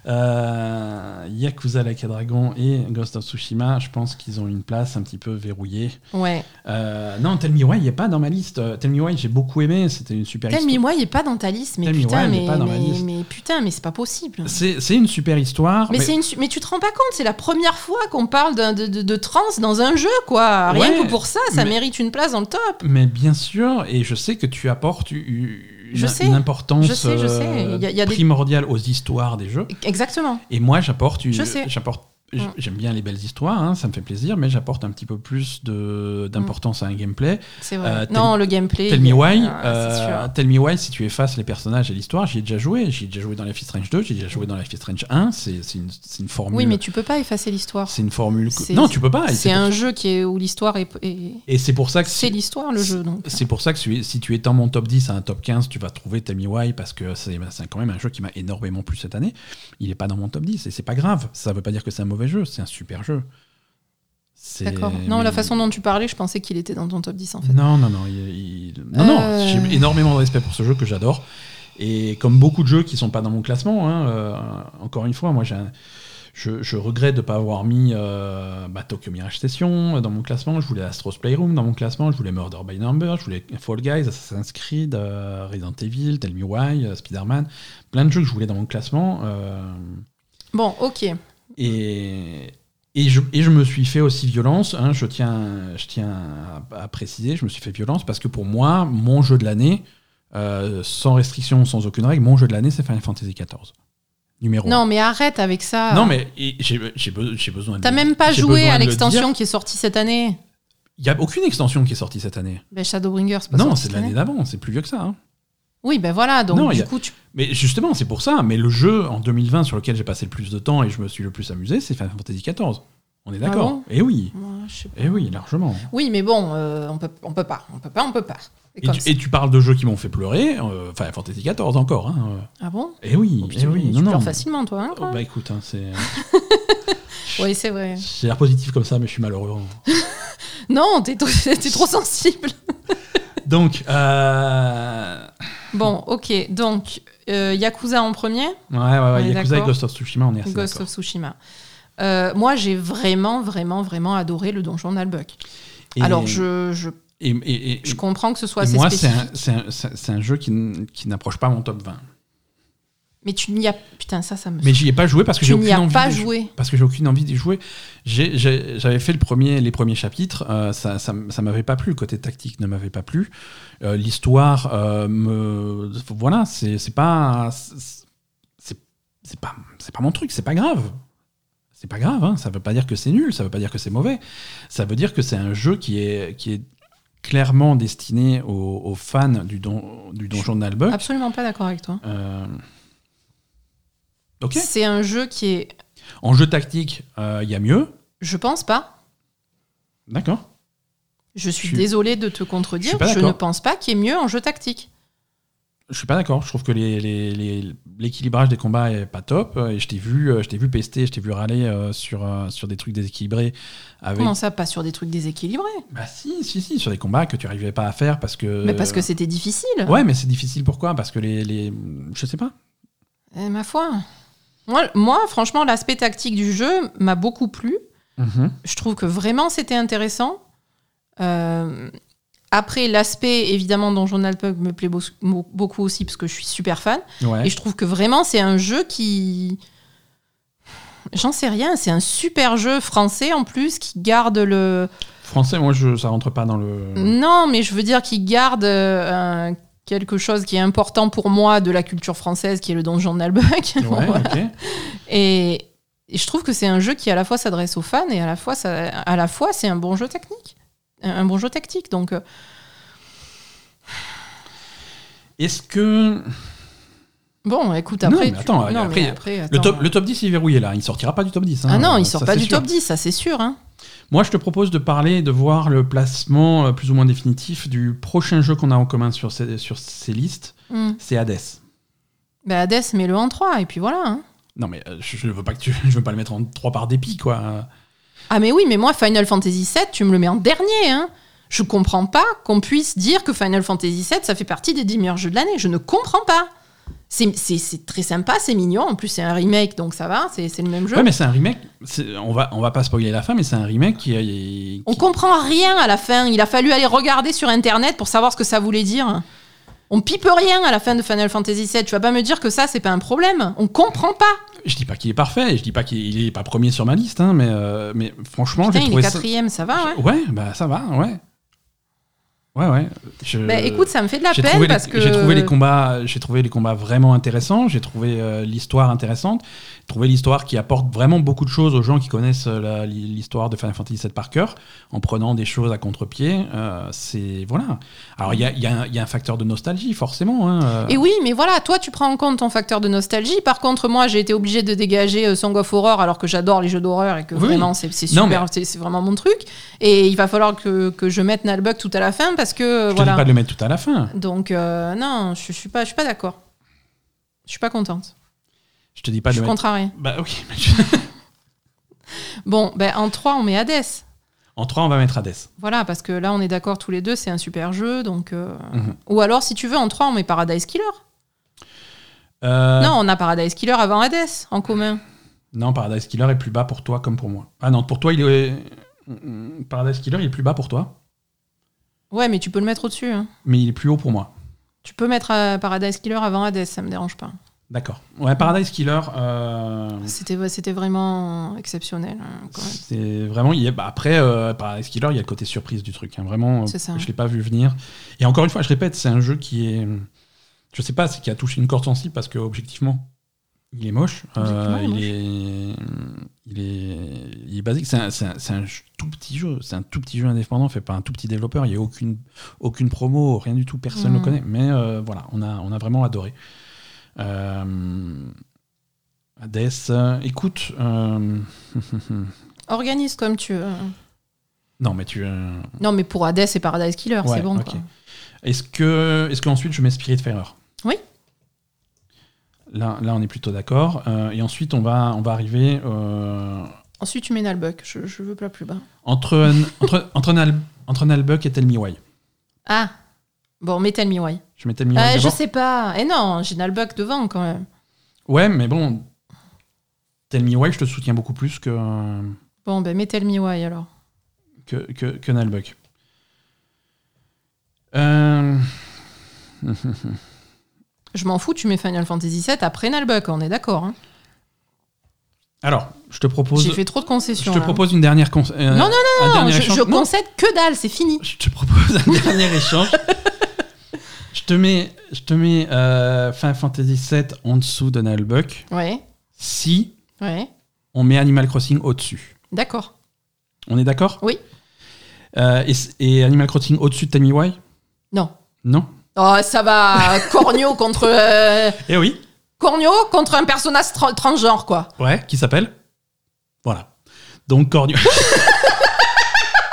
[SPEAKER 1] Euh, Yakuza Like a Dragon et Ghost of Tsushima, je pense qu'ils ont une place un petit peu verrouillée.
[SPEAKER 2] Ouais.
[SPEAKER 1] Euh, non, Tell Me Why, il n'est pas dans ma liste. Euh, Tell Me Why, j'ai beaucoup aimé, c'était une super
[SPEAKER 2] Tell
[SPEAKER 1] histoire.
[SPEAKER 2] Me Why, il est pas dans ta liste, mais
[SPEAKER 1] Tell Me Why,
[SPEAKER 2] putain,
[SPEAKER 1] il est
[SPEAKER 2] mais,
[SPEAKER 1] pas dans ma
[SPEAKER 2] mais-
[SPEAKER 1] liste.
[SPEAKER 2] mais putain, mais c'est pas possible.
[SPEAKER 1] C'est c'est une super histoire.
[SPEAKER 2] Mais, c'est une su- mais tu te rends pas compte, c'est la première fois qu'on parle d'un- de, de, de trans dans un jeu, quoi. Rien
[SPEAKER 1] Ouais,
[SPEAKER 2] que pour ça, ça
[SPEAKER 1] mais-
[SPEAKER 2] mérite une place dans le top.
[SPEAKER 1] mais bien sûr, et je sais que tu apportes u- une,
[SPEAKER 2] Je sais.
[SPEAKER 1] une importance euh,
[SPEAKER 2] Je sais, je sais. Il y a- il y a des-
[SPEAKER 1] primordiale aux histoires des jeux.
[SPEAKER 2] Exactement.
[SPEAKER 1] Et moi, j'apporte. une-
[SPEAKER 2] Je sais.
[SPEAKER 1] J'apporte. j-
[SPEAKER 2] Mm.
[SPEAKER 1] J'aime bien les belles histoires, hein, ça me fait plaisir, mais j'apporte un petit peu plus de- d'importance à un gameplay.
[SPEAKER 2] C'est vrai.
[SPEAKER 1] Euh,
[SPEAKER 2] non, le gameplay.
[SPEAKER 1] Tell
[SPEAKER 2] il est-
[SPEAKER 1] Me Why,
[SPEAKER 2] Ah, c'est
[SPEAKER 1] euh,
[SPEAKER 2] sûr.
[SPEAKER 1] Tell Me Why, si tu effaces les personnages et l'histoire, j'y ai déjà joué. J'y ai déjà joué dans Life is Strange 2, j'y ai déjà joué dans Life is Strange 1. C'est c'est une, c'est une formule.
[SPEAKER 2] Oui, mais tu peux pas effacer l'histoire.
[SPEAKER 1] C'est une formule. que-
[SPEAKER 2] C'est-
[SPEAKER 1] Non, tu peux pas. et
[SPEAKER 2] C'est
[SPEAKER 1] pour-
[SPEAKER 2] un jeu qui est où l'histoire est. est-
[SPEAKER 1] Et c'est pour ça que.
[SPEAKER 2] C'est
[SPEAKER 1] si-
[SPEAKER 2] l'histoire, le jeu. Donc.
[SPEAKER 1] C'est pour ça que si si tu es dans mon top 10 à un top 15, tu vas trouver Tell Me Why parce que c'est bah, c'est quand même un jeu qui m'a énormément plu cette année. Il n'est pas dans mon top 10 et c'est pas grave. Ça veut pas dire que c'est un mauvais jeu, c'est un super jeu. C'est-
[SPEAKER 2] D'accord. Non,
[SPEAKER 1] mais-
[SPEAKER 2] la façon dont tu parlais, je pensais qu'il était dans ton top 10 en fait.
[SPEAKER 1] Non, non, non. il- il- Non, non,
[SPEAKER 2] Euh.
[SPEAKER 1] j'ai énormément de respect pour ce jeu que j'adore. Et comme beaucoup de jeux qui sont pas dans mon classement, hein, euh, encore une fois, moi j'ai un- Je, je regrette de ne pas avoir mis euh, bah, Tokyo Mirage Session dans mon classement. Je voulais Astro's Playroom dans mon classement. Je voulais Murder by Number. Je voulais Fall Guys, Assassin's Creed, euh, Resident Evil, Tell Me Why, euh, Spider-Man. Plein de jeux que je voulais dans mon classement. euh,
[SPEAKER 2] Bon, ok.
[SPEAKER 1] et, Et je, et je me suis fait aussi violence, hein, je tiens, je tiens à, à préciser, je me suis fait violence parce que pour moi, mon jeu de l'année, euh, sans restriction, sans aucune règle, mon jeu de l'année, c'est Final Fantasy XIV. Numéro un.
[SPEAKER 2] Non, mais arrête avec ça.
[SPEAKER 1] Non, mais et j'ai j'ai be- j'ai besoin de.
[SPEAKER 2] T'as même pas
[SPEAKER 1] j'ai
[SPEAKER 2] joué
[SPEAKER 1] besoin de
[SPEAKER 2] à
[SPEAKER 1] le
[SPEAKER 2] l'extension
[SPEAKER 1] dire.
[SPEAKER 2] qui est sortie cette année.
[SPEAKER 1] Il n'y a aucune extension qui est sortie cette année.
[SPEAKER 2] Ben Shadowbringer, c'est pas
[SPEAKER 1] Non,
[SPEAKER 2] sorti
[SPEAKER 1] c'est de
[SPEAKER 2] cette
[SPEAKER 1] l'année
[SPEAKER 2] année.
[SPEAKER 1] d'avant, c'est plus vieux que ça. hein.
[SPEAKER 2] Oui, ben voilà, donc
[SPEAKER 1] Non, il y
[SPEAKER 2] du
[SPEAKER 1] a-
[SPEAKER 2] coup, tu...
[SPEAKER 1] Mais justement, c'est pour ça. Mais le jeu en 2020 sur lequel j'ai passé le plus de temps et je me suis le plus amusé, c'est Final Fantasy XIV. On est d'accord
[SPEAKER 2] Ah bon
[SPEAKER 1] Eh oui,
[SPEAKER 2] Moi, je sais pas.
[SPEAKER 1] eh oui, largement.
[SPEAKER 2] Oui, mais bon, euh, on, peut, on peut pas, on peut pas, on peut pas. C'est
[SPEAKER 1] Et
[SPEAKER 2] comme
[SPEAKER 1] tu,
[SPEAKER 2] ça.
[SPEAKER 1] et tu parles de jeux qui m'ont fait pleurer, euh, Final Fantasy XIV encore. Hein, euh.
[SPEAKER 2] Ah bon
[SPEAKER 1] Eh oui,
[SPEAKER 2] Oh, putain,
[SPEAKER 1] eh oui,
[SPEAKER 2] Tu
[SPEAKER 1] non,
[SPEAKER 2] pleures
[SPEAKER 1] non.
[SPEAKER 2] facilement, toi. Hein,
[SPEAKER 1] Oh, bah écoute, hein, c'est.
[SPEAKER 2] bah. oui, c'est vrai.
[SPEAKER 1] J'ai l'air positif comme ça, mais je suis malheureux. hein.
[SPEAKER 2] Non, t'es trop, t'es trop sensible.
[SPEAKER 1] Donc, euh...
[SPEAKER 2] Bon, ok, donc euh, Yakuza en premier,
[SPEAKER 1] ouais, ouais,
[SPEAKER 2] est
[SPEAKER 1] ouais, Yakuza et
[SPEAKER 2] d'accord.
[SPEAKER 1] Ghost of Tsushima, on est assez
[SPEAKER 2] Ghost
[SPEAKER 1] Ah, d'accord.
[SPEAKER 2] of Tsushima. Euh, moi, j'ai vraiment, vraiment, vraiment adoré le donjon d'Albuck.
[SPEAKER 1] Et-
[SPEAKER 2] Alors, je, je,
[SPEAKER 1] et- et- et-
[SPEAKER 2] je comprends que ce soit
[SPEAKER 1] et
[SPEAKER 2] assez
[SPEAKER 1] moi, c'est
[SPEAKER 2] spécifique.
[SPEAKER 1] un, c'est un- c'est un- c'est un jeu qui, n- qui n'approche pas mon top 20.
[SPEAKER 2] Mais tu n'y as. Putain, ça, ça me.
[SPEAKER 1] Mais j'y ai pas joué parce que j'ai
[SPEAKER 2] tu n'y
[SPEAKER 1] aucune
[SPEAKER 2] as
[SPEAKER 1] envie.
[SPEAKER 2] pas
[SPEAKER 1] d'y-
[SPEAKER 2] joué.
[SPEAKER 1] Parce que j'ai aucune envie d'y jouer. J'ai- j'ai- J'avais fait le premier, les premiers chapitres, euh, ça, ça, m- ça m'avait pas plu, le côté tactique ne m'avait pas plu. Euh, L'histoire, euh, me, voilà, c'est c'est pas, c'est- c'est c'est pas, c'est pas mon truc, c'est pas grave. C'est pas grave, hein, ça veut pas dire que c'est nul, ça veut pas dire que c'est mauvais. Ça veut dire que c'est un jeu qui est, qui est clairement destiné aux, aux fans du, don, du donjon de Nalbuck.
[SPEAKER 2] Absolument pas d'accord avec toi.
[SPEAKER 1] Euh, Ok.
[SPEAKER 2] C'est un jeu qui est.
[SPEAKER 1] En jeu tactique, euh, il y a mieux.
[SPEAKER 2] Je pense pas.
[SPEAKER 1] D'accord.
[SPEAKER 2] Je suis
[SPEAKER 1] Je suis-
[SPEAKER 2] désolée de te
[SPEAKER 1] je suis
[SPEAKER 2] contredire.
[SPEAKER 1] pas
[SPEAKER 2] Je, ne
[SPEAKER 1] d'accord.
[SPEAKER 2] pense pas qu'il y ait mieux en jeu tactique.
[SPEAKER 1] Je suis pas d'accord. Je trouve que les- les- les- l'équilibrage des combats est pas top. Et je t'ai vu, euh, je t'ai vu pester, je t'ai vu râler euh, sur, euh, sur des trucs déséquilibrés. Avec...
[SPEAKER 2] Comment ça, pas sur des trucs déséquilibrés
[SPEAKER 1] Bah si, si, si, sur des combats que tu arrivais pas à faire parce que.
[SPEAKER 2] Mais parce que c'était difficile.
[SPEAKER 1] Euh, Ouais, mais c'est difficile. Pourquoi Parce que les, les, je sais pas.
[SPEAKER 2] Eh, ma foi. Moi, moi, franchement, l'aspect tactique du jeu m'a beaucoup plu.
[SPEAKER 1] Mm-hmm.
[SPEAKER 2] Je trouve que vraiment c'était intéressant. Euh, après, l'aspect évidemment dont Journal Pug me plaît beau- mo- beaucoup aussi parce que je suis super fan.
[SPEAKER 1] Ouais.
[SPEAKER 2] Et je trouve que vraiment c'est un jeu qui. J'en sais rien, c'est un super jeu français en plus qui garde le.
[SPEAKER 1] Français, moi, je, ça rentre pas dans le.
[SPEAKER 2] Non, mais je veux dire qui garde euh, un- quelque chose qui est important pour moi de la culture française qui est le donjon d'Albuck.
[SPEAKER 1] Ouais, ok.
[SPEAKER 2] Et, et je trouve que c'est un jeu qui à la fois s'adresse aux fans et à la fois, ça- à la fois c'est un bon jeu technique. Un un bon jeu tactique. Donc, euh,
[SPEAKER 1] Est-ce que
[SPEAKER 2] bon, écoute,
[SPEAKER 1] Non,
[SPEAKER 2] après.
[SPEAKER 1] mais attends,
[SPEAKER 2] tu... non,
[SPEAKER 1] après,
[SPEAKER 2] mais après,
[SPEAKER 1] le
[SPEAKER 2] attends.
[SPEAKER 1] top, le top 10 est verrouillé là Il sortira pas du top 10. hein.
[SPEAKER 2] Ah non,
[SPEAKER 1] Euh,
[SPEAKER 2] il sort
[SPEAKER 1] ça,
[SPEAKER 2] pas
[SPEAKER 1] c'est
[SPEAKER 2] du
[SPEAKER 1] sûr.
[SPEAKER 2] top 10, ça c'est sûr. hein.
[SPEAKER 1] Moi, je te propose de parler et de voir le placement euh, plus ou moins définitif du prochain jeu qu'on a en commun sur ces, sur ces listes.
[SPEAKER 2] Hmm.
[SPEAKER 1] C'est Hades.
[SPEAKER 2] Ben, Hades, mets-le en 3, et puis voilà. hein.
[SPEAKER 1] Non, mais euh, je ne veux pas que tu, je veux pas le mettre en trois par dépit, quoi.
[SPEAKER 2] Ah, mais oui, mais moi, Final Fantasy VII, tu me le mets en dernier. Hein. Je comprends pas qu'on puisse dire que Final Fantasy VII, ça fait partie des 10 meilleurs jeux de l'année. Je ne comprends pas. C'est- C'est c'est très sympa, c'est mignon. En plus, c'est un remake, donc ça va, c'est c'est le même jeu.
[SPEAKER 1] Ouais, mais c'est un remake. c'est- On va, on va pas spoiler la fin, mais c'est un remake qui, est- qui-
[SPEAKER 2] On comprend rien à la fin. Il a fallu aller regarder sur internet pour savoir ce que ça voulait dire. On pipe rien à la fin de Final Fantasy VII. Tu vas pas me dire que ça, c'est pas un problème. On comprend pas.
[SPEAKER 1] Je dis pas qu'il est parfait, je dis pas qu'il il est pas premier sur ma liste, hein, mais, euh, mais franchement,
[SPEAKER 2] Putain,
[SPEAKER 1] j'ai
[SPEAKER 2] il est
[SPEAKER 1] trouvé ça.
[SPEAKER 2] quatrième, ça va. Ouais.
[SPEAKER 1] Ouais, bah ça va, ouais. Ouais, ouais. Je-
[SPEAKER 2] Bah, écoute, ça me fait de la
[SPEAKER 1] J'ai
[SPEAKER 2] peine
[SPEAKER 1] trouvé,
[SPEAKER 2] parce
[SPEAKER 1] les,
[SPEAKER 2] que.
[SPEAKER 1] j'ai trouvé les combats, j'ai trouvé les combats vraiment intéressants. J'ai trouvé euh, l'histoire intéressante. J'ai trouvé l'histoire qui apporte vraiment beaucoup de choses aux gens qui connaissent euh, la- l'histoire de Final Fantasy VII par cœur, en prenant des choses à contre-pied. euh, c'est voilà. Alors il y a, il y a un- il y a un facteur de nostalgie forcément. hein, euh,
[SPEAKER 2] Et oui, mais voilà, toi, tu prends en compte ton facteur de nostalgie. Par contre, moi, j'ai été obligée de dégager euh, Song of Horror alors que j'adore les jeux d'horreur et que
[SPEAKER 1] Oui.
[SPEAKER 2] vraiment, c'est c'est
[SPEAKER 1] Non,
[SPEAKER 2] super, c'est- c'est vraiment mon truc. Et il va falloir que, que je mette Nalbuck tout à la fin parce que. euh,
[SPEAKER 1] je te
[SPEAKER 2] voilà.
[SPEAKER 1] dis pas de le mettre tout à la fin.
[SPEAKER 2] Donc, euh, non, je, je suis pas, je suis pas d'accord. Je suis pas contente.
[SPEAKER 1] Je te dis pas de
[SPEAKER 2] je suis
[SPEAKER 1] le mettre.
[SPEAKER 2] contrariée.
[SPEAKER 1] Bah ok. mais je-
[SPEAKER 2] Bon, ben, en 3, on met Hades.
[SPEAKER 1] en 3 on va mettre Hades.
[SPEAKER 2] Voilà, parce que là, on est d'accord tous les deux, c'est un super jeu. donc... euh,
[SPEAKER 1] Mhm.
[SPEAKER 2] Ou alors, si tu veux, en 3, on met Paradise Killer.
[SPEAKER 1] Euh,
[SPEAKER 2] Non, on a Paradise Killer avant Hades en commun.
[SPEAKER 1] non, Paradise Killer est plus bas pour toi comme pour moi. Ah non, pour toi il est euh, Paradise Killer il est plus bas pour toi,
[SPEAKER 2] Ouais, mais tu peux le mettre au-dessus. hein.
[SPEAKER 1] mais il est plus haut pour moi.
[SPEAKER 2] Tu peux mettre euh, Paradise Killer avant Hades, ça me dérange pas.
[SPEAKER 1] D'accord. Ouais, Paradise Killer, euh,
[SPEAKER 2] C'était ouais, c'était vraiment exceptionnel. hein, quand même.
[SPEAKER 1] c'est vraiment. il y a- bah, après, euh, Paradise Killer, il y a le côté surprise du truc. hein. Vraiment, euh,
[SPEAKER 2] C'est ça.
[SPEAKER 1] je l'ai pas vu venir. Et encore une fois, je répète, c'est un jeu qui est. Je sais pas, c'est qui a touché une corde sensible parce que, objectivement, il est moche. Euh,
[SPEAKER 2] Objectivement, il est
[SPEAKER 1] il, est, il, est, il est basique. C'est un, c'est un- c'est un ch- tout petit jeu. C'est un tout petit jeu indépendant fait par un tout petit développeur. Il n'y a aucune, aucune promo, rien du tout. Personne ne
[SPEAKER 2] Mm.
[SPEAKER 1] le connaît. Mais euh, voilà, on a, on a vraiment adoré. Euh, Hades, euh, écoute. euh,
[SPEAKER 2] Organise comme tu veux.
[SPEAKER 1] non, mais tu. euh,
[SPEAKER 2] Non, mais pour Hades et Paradise Killer,
[SPEAKER 1] Ouais,
[SPEAKER 2] c'est bon.
[SPEAKER 1] ok.
[SPEAKER 2] quoi.
[SPEAKER 1] Est-ce que, est-ce qu'ensuite je mets Spiritfarer
[SPEAKER 2] Oui.
[SPEAKER 1] Là, là, on est plutôt d'accord. Euh, et ensuite, on va, on va arriver euh,
[SPEAKER 2] Ensuite, tu mets Nalbuck. Je, je veux pas plus bas.
[SPEAKER 1] entre un- entre entre un, al- entre un Albuck et Tell Me Why.
[SPEAKER 2] Ah Bon, mais Tell Me Why.
[SPEAKER 1] Je mets Tell Me Why
[SPEAKER 2] Ah, je
[SPEAKER 1] d'abord.
[SPEAKER 2] sais pas. Eh non, j'ai Nalbuck devant quand même.
[SPEAKER 1] Ouais, mais bon, Tell Me Why, je te soutiens beaucoup plus que
[SPEAKER 2] Bon, ben, mets Tell Me Why alors.
[SPEAKER 1] que que, que Nalbuck. Euh,
[SPEAKER 2] Je m'en fous, tu mets Final Fantasy VII après Nalbuck, on est d'accord. hein.
[SPEAKER 1] alors, je te propose.
[SPEAKER 2] J'ai fait trop de
[SPEAKER 1] Je
[SPEAKER 2] concessions.
[SPEAKER 1] te
[SPEAKER 2] là.
[SPEAKER 1] propose une dernière. cons- euh,
[SPEAKER 2] Non, non,
[SPEAKER 1] un
[SPEAKER 2] Non,
[SPEAKER 1] dernier
[SPEAKER 2] je,
[SPEAKER 1] échange.
[SPEAKER 2] je
[SPEAKER 1] Non,
[SPEAKER 2] concède que dalle, c'est fini.
[SPEAKER 1] Je te propose un dernier échange. Je te mets, je te mets euh, Final Fantasy VII en dessous de Nile Buck
[SPEAKER 2] Ouais,
[SPEAKER 1] si
[SPEAKER 2] ouais,
[SPEAKER 1] on met Animal Crossing au-dessus.
[SPEAKER 2] d'accord.
[SPEAKER 1] On est d'accord
[SPEAKER 2] Oui.
[SPEAKER 1] Euh, et, c- et Animal Crossing au-dessus de Tammy Why
[SPEAKER 2] Non.
[SPEAKER 1] Non
[SPEAKER 2] Oh, ça va, Cornio contre. euh,
[SPEAKER 1] Eh oui
[SPEAKER 2] Cornio contre un personnage tra- transgenre, quoi.
[SPEAKER 1] Ouais, qui s'appelle Voilà. Donc Cornu.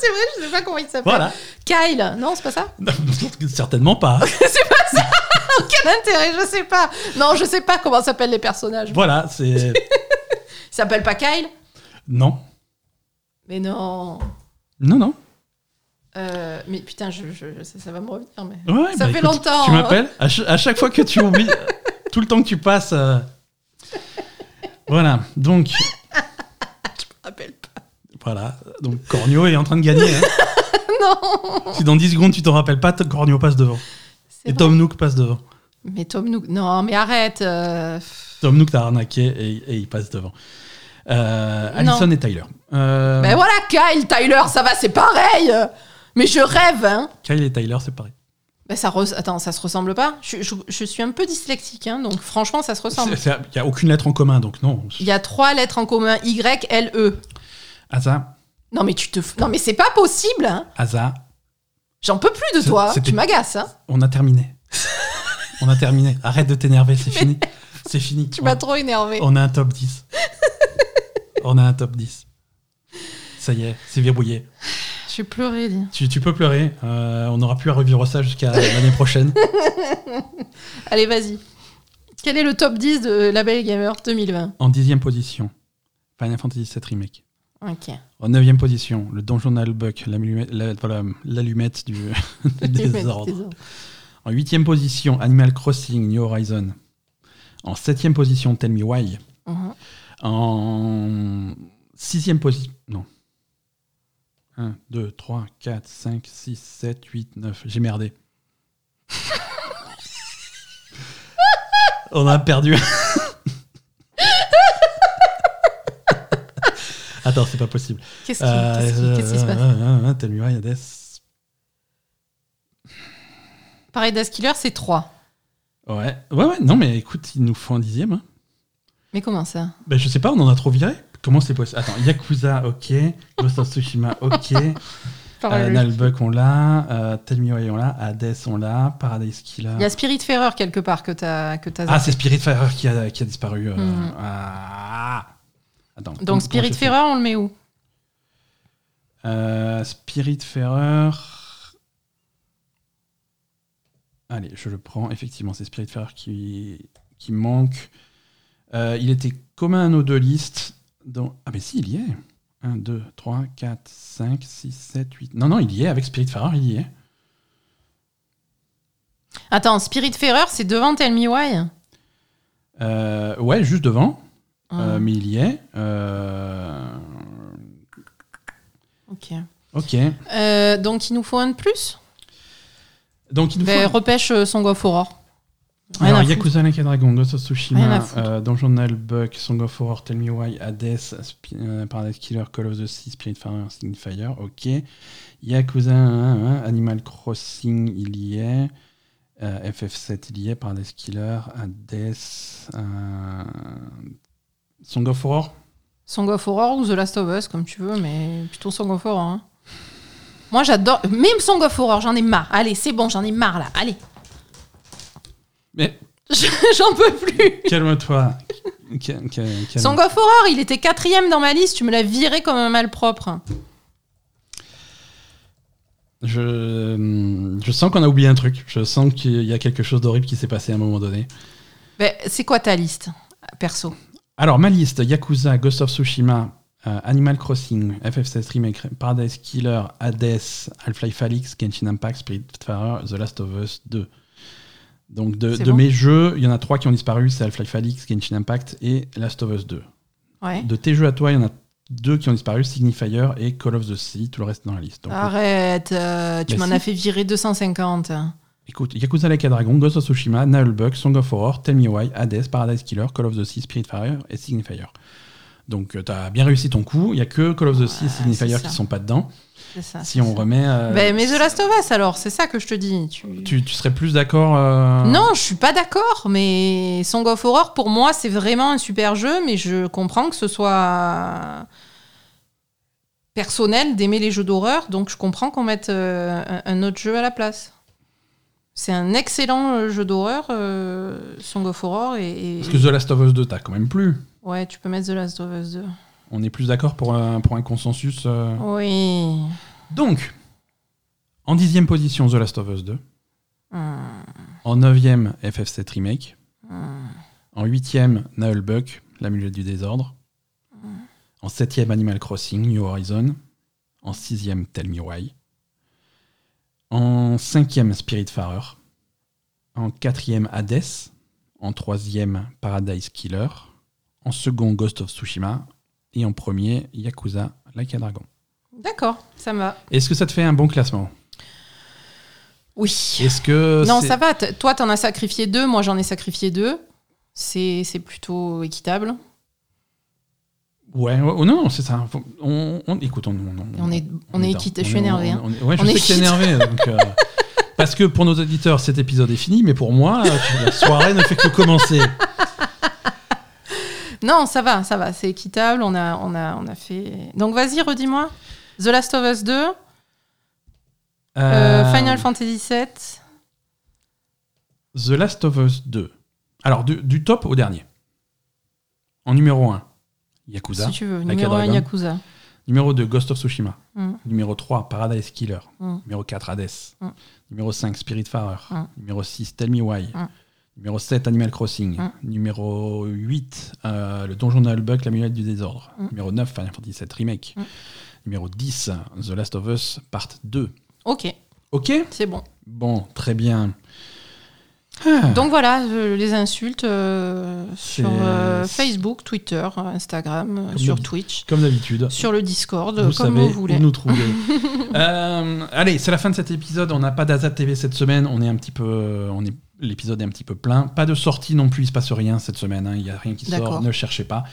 [SPEAKER 2] C'est vrai, je sais pas comment il s'appelle.
[SPEAKER 1] voilà.
[SPEAKER 2] Kyle, non, c'est pas ça
[SPEAKER 1] Non, Certainement pas.
[SPEAKER 2] Quel intérêt, je sais pas. Non, je sais pas comment s'appellent les personnages.
[SPEAKER 1] voilà, c'est.
[SPEAKER 2] Ils s'appellent pas Kyle
[SPEAKER 1] Non.
[SPEAKER 2] Mais non.
[SPEAKER 1] Non, non.
[SPEAKER 2] Euh, mais putain, je, je- ça, ça va me revenir. Mais...
[SPEAKER 1] Ouais, bah,
[SPEAKER 2] Ça fait longtemps,
[SPEAKER 1] Tu
[SPEAKER 2] hein.
[SPEAKER 1] m'appelles à, ch- à chaque fois que tu oublies, euh, tout le temps que tu passes. euh, Voilà, donc
[SPEAKER 2] Appelle pas.
[SPEAKER 1] voilà, donc Cornio est en train de gagner. hein.
[SPEAKER 2] Non
[SPEAKER 1] Si dans 10 secondes tu t'en rappelles pas, t- Cornio passe devant.
[SPEAKER 2] C'est
[SPEAKER 1] Et
[SPEAKER 2] vrai.
[SPEAKER 1] Tom Nook passe devant.
[SPEAKER 2] Mais Tom Nook. Non, mais arrête. euh, pff.
[SPEAKER 1] Tom Nook t'a arnaqué et, et il passe devant. Euh,
[SPEAKER 2] Non.
[SPEAKER 1] Allison et Tyler. Euh,
[SPEAKER 2] Ben voilà, Kyle, Tyler, ça va, c'est pareil. Mais je rêve, hein.
[SPEAKER 1] Kyle et Tyler, c'est pareil.
[SPEAKER 2] Ben ça res- Attends, ça se ressemble pas je, je- je suis un peu dyslexique, hein, donc franchement, ça se ressemble.
[SPEAKER 1] Il n'y a aucune lettre en commun, donc non.
[SPEAKER 2] Il y a trois lettres en commun Y, L, E.
[SPEAKER 1] Asa,
[SPEAKER 2] Non, mais tu te. f- Non, mais c'est pas possible, hein.
[SPEAKER 1] Asa,
[SPEAKER 2] J'en peux plus de
[SPEAKER 1] C'est-
[SPEAKER 2] toi, hein.
[SPEAKER 1] c'était- Oh.
[SPEAKER 2] tu m'agaces, hein.
[SPEAKER 1] on a terminé. on a terminé. Arrête de t'énerver, c'est fini. C'est fini.
[SPEAKER 2] Tu
[SPEAKER 1] On-
[SPEAKER 2] m'as trop énervé.
[SPEAKER 1] On a un top 10. On a un top 10. Ça y est, c'est verrouillé.
[SPEAKER 2] Je vais pleurer, dis.
[SPEAKER 1] Tu, tu peux pleurer. euh, on n'aura plus à revivre ça jusqu'à l'année prochaine.
[SPEAKER 2] Allez, vas-y. Quel est le top 10 de La Belle Gamer 2020
[SPEAKER 1] En dixième position, Final Fantasy VII Remake.
[SPEAKER 2] Ok.
[SPEAKER 1] En neuvième position, le Donjon Albuck, l'allumette la- voilà, l'allumette du du désordre. En huitième position, Animal Crossing New Horizon. En septième position, Tell Me Why.
[SPEAKER 2] Mhm.
[SPEAKER 1] En sixième position. Non. 1, 2, 3, 4, 5, 6, 7, 8, 9. J'ai merdé. On a perdu. Attends, c'est pas possible.
[SPEAKER 2] Qu'est-ce qui,
[SPEAKER 1] Euh,
[SPEAKER 2] qu'est-ce qui- qu'est-ce qui se passe
[SPEAKER 1] passe euh, Tell me why, Hades.
[SPEAKER 2] Paradise Killer, c'est 3.
[SPEAKER 1] Ouais. ouais, ouais, non, mais écoute, il nous faut un dixième. hein.
[SPEAKER 2] Mais comment ça
[SPEAKER 1] Ben, je sais pas, on en a trop viré. Comment c'est possible Attends, Yakuza, ok. Ghost of Tsushima, ok. Euh, Nalbuck, on l'a. Euh, Tell Me Why, on l'a. Hades, on l'a. Paradise Killer.
[SPEAKER 2] Il y a Spirit Ferrer quelque part que t'as. Que t'as
[SPEAKER 1] Ah, c'est Spirit qui a, qui a disparu. euh,
[SPEAKER 2] Hmm.
[SPEAKER 1] ah. Attends, comment-
[SPEAKER 2] Donc Spirit
[SPEAKER 1] comment je fais
[SPEAKER 2] Ferrer, on le met où
[SPEAKER 1] Euh, Spirit Ferrer. Allez, je le prends. Effectivement, c'est Spirit Ferrer qui, qui manque. Euh, il était commun à nos deux listes. dans- Ah, mais si, il y est. 1, 2, 3, 4, 5, 6, 7, 8. Non, non, il y est. Avec Spirit Ferrer, il y est.
[SPEAKER 2] Attends, Spirit Ferrer, c'est devant Tell Me Why
[SPEAKER 1] Euh, ouais, juste devant. Euh,
[SPEAKER 2] Ah,
[SPEAKER 1] mais il y est. Euh,
[SPEAKER 2] Ok.
[SPEAKER 1] Ok.
[SPEAKER 2] Euh, donc il nous faut un de plus
[SPEAKER 1] Donc, il nous
[SPEAKER 2] Ben,
[SPEAKER 1] faut.
[SPEAKER 2] Repêche euh, Song of Horror. Rien
[SPEAKER 1] Alors,
[SPEAKER 2] à foutre.
[SPEAKER 1] Yakuza Like a Dragon, Ghost of
[SPEAKER 2] Rien à
[SPEAKER 1] Tsushima,
[SPEAKER 2] foutre.
[SPEAKER 1] euh, Dungeon Hell, Buck, Song of Horror, Tell Me Why, Hades, Spi- euh, Paradise Killer, Call of the Sea, Spiritfarer, Signfire, ok. Yakuza 1, 1, 1, Animal Crossing, il y est. Euh, FF7, il y est. Paradise Killer, Hades, euh, Song of Horror.
[SPEAKER 2] Song of Horror ou The Last of Us, comme tu veux, mais plutôt Song of Horror. hein. Moi, j'adore. Même Song of Horror, j'en ai marre. Allez, c'est bon, j'en ai marre là. Allez,
[SPEAKER 1] Mais
[SPEAKER 2] j'en peux plus.
[SPEAKER 1] calme-toi. Cal- cal- calme.
[SPEAKER 2] Song of Horror, il était quatrième dans ma liste. Tu me l'as viré comme un malpropre.
[SPEAKER 1] Je, je sens qu'on a oublié un truc. Je sens qu'il y a quelque chose d'horrible qui s'est passé à un moment donné.
[SPEAKER 2] Ben, c'est quoi ta liste, perso
[SPEAKER 1] Alors, ma liste Yakuza, Ghost of Tsushima, euh, Animal Crossing, FF16 Remake, Paradise Killer, Hades, Half-Life Alix, Genshin Impact, Spiritfarer, The Last of Us 2. Donc, de,
[SPEAKER 2] C'est
[SPEAKER 1] de
[SPEAKER 2] bon.
[SPEAKER 1] mes jeux, il y en a trois qui ont disparu c'est Half-Life Alix, Genshin Impact et Last of Us 2.
[SPEAKER 2] Ouais.
[SPEAKER 1] De tes jeux à toi, il y en a deux qui ont disparu Signifier et Call of the Sea, tout le reste est dans la liste. Donc,
[SPEAKER 2] Ah, Arrête, euh, tu
[SPEAKER 1] Ben
[SPEAKER 2] m'en
[SPEAKER 1] si.
[SPEAKER 2] as fait virer 250.
[SPEAKER 1] Écoute, Yakuza Like a Dragon, Ghost of Tsushima, Naulbug, Song of Horror, Tell Me Why, Hades, Paradise Killer, Call of the Sea, Spiritfarer et Signifier. Donc euh, t'as bien réussi ton coup, il y a que Call of the Sea et Signifier
[SPEAKER 2] c'est ça. Ah,
[SPEAKER 1] qui sont pas dedans.
[SPEAKER 2] C'est ça.
[SPEAKER 1] si on remet... euh,
[SPEAKER 2] Ben, mais The Last of Us, alors, c'est ça que je te dis. Tu-
[SPEAKER 1] tu, tu serais plus d'accord... euh,
[SPEAKER 2] Non, je suis pas d'accord, mais Song of Horror, pour moi, c'est vraiment un super jeu, mais je comprends que ce soit personnel d'aimer les jeux d'horreur, donc je comprends qu'on mette euh, un- un autre jeu à la place. C'est un excellent euh, jeu d'horreur, euh, Song of Horror, et, et-
[SPEAKER 1] Parce que The Last of Us 2, t'as quand même plus.
[SPEAKER 2] Ouais, tu peux mettre The Last of Us 2.
[SPEAKER 1] On est plus d'accord pour, un- pour un consensus. euh.
[SPEAKER 2] Oui.
[SPEAKER 1] Donc, en dixième position, The Last of Us 2.
[SPEAKER 2] Hum,
[SPEAKER 1] En neuvième, FF7 Remake.
[SPEAKER 2] hum.
[SPEAKER 1] En huitième, Naulbug, l'amulette du désordre. En septième, Animal Crossing, New Horizon. En sixième, Tell Me Why. En cinquième, Spiritfarer. En quatrième, Hades. En troisième, Paradise Killer. En second, Ghost of Tsushima. Et en premier, Yakuza, Like a Dragon.
[SPEAKER 2] D'accord, ça me va.
[SPEAKER 1] Est-ce que ça te fait un bon classement
[SPEAKER 2] Oui.
[SPEAKER 1] Est-ce que
[SPEAKER 2] Non,
[SPEAKER 1] c'est-
[SPEAKER 2] ça va. t- Toi, t'en as sacrifié deux. Moi, j'en ai sacrifié deux. C'est c'est plutôt équitable.
[SPEAKER 1] Ouais, ouais, oh non, non, c'est ça. Faut- On, on- écoute, on, on- on-
[SPEAKER 2] Et On est, on est
[SPEAKER 1] dedans.
[SPEAKER 2] équitable. Je
[SPEAKER 1] On
[SPEAKER 2] suis
[SPEAKER 1] est-
[SPEAKER 2] énervée. hein.
[SPEAKER 1] on- on- ouais, je
[SPEAKER 2] On
[SPEAKER 1] sais
[SPEAKER 2] est
[SPEAKER 1] que t'es énervée. donc, euh, parce que pour nos auditeurs, cet épisode est fini, mais pour moi, euh, la soirée ne fait que commencer.
[SPEAKER 2] Non, ça va, ça va. C'est équitable. On a, on a, on a fait. Donc, vas-y, redis-moi. The Last of Us 2, euh,
[SPEAKER 1] Euh,
[SPEAKER 2] Final Fantasy VII.
[SPEAKER 1] The Last of Us 2. Alors, du, du top au dernier. En numéro 1, Yakuza.
[SPEAKER 2] Si tu veux.
[SPEAKER 1] Like
[SPEAKER 2] Numéro
[SPEAKER 1] a
[SPEAKER 2] 1,
[SPEAKER 1] Dragon.
[SPEAKER 2] Yakuza.
[SPEAKER 1] Numéro 2, Ghost of Tsushima.
[SPEAKER 2] Mm.
[SPEAKER 1] Numéro 3, Paradise Killer.
[SPEAKER 2] Mm.
[SPEAKER 1] Numéro 4, Hades.
[SPEAKER 2] Mm.
[SPEAKER 1] Numéro 5, Spiritfarer.
[SPEAKER 2] Mm.
[SPEAKER 1] Numéro 6, Tell Me Why.
[SPEAKER 2] Mm.
[SPEAKER 1] Numéro 7, Animal Crossing.
[SPEAKER 2] Mm.
[SPEAKER 1] Numéro 8, euh, Le Donjon de Nullbuck, l'amulette du désordre.
[SPEAKER 2] Mm.
[SPEAKER 1] Numéro 9, Final Fantasy VII Remake.
[SPEAKER 2] Mm.
[SPEAKER 1] Numéro 10, The Last of Us Part 2.
[SPEAKER 2] Ok,
[SPEAKER 1] Ok
[SPEAKER 2] c'est bon.
[SPEAKER 1] Bon, très bien. Ah,
[SPEAKER 2] Donc voilà, je les insultes euh, sur
[SPEAKER 1] C'est-
[SPEAKER 2] euh, Facebook, Twitter, Instagram, euh,
[SPEAKER 1] Comme
[SPEAKER 2] sur
[SPEAKER 1] d'habitude.
[SPEAKER 2] Twitch,
[SPEAKER 1] comme d'habitude.
[SPEAKER 2] sur le Discord,
[SPEAKER 1] Vous
[SPEAKER 2] euh, comme
[SPEAKER 1] savez
[SPEAKER 2] vous voulez.
[SPEAKER 1] où nous trouver. Euh, allez, c'est la fin de cet épisode. On n'a pas d'Azat TV cette semaine. On est un petit peu, euh, on est, l'épisode est un petit peu plein. Pas de sortie non plus. Il se passe rien cette semaine. hein. Il n'y a rien qui
[SPEAKER 2] D'accord.
[SPEAKER 1] sort. Ne le cherchez pas.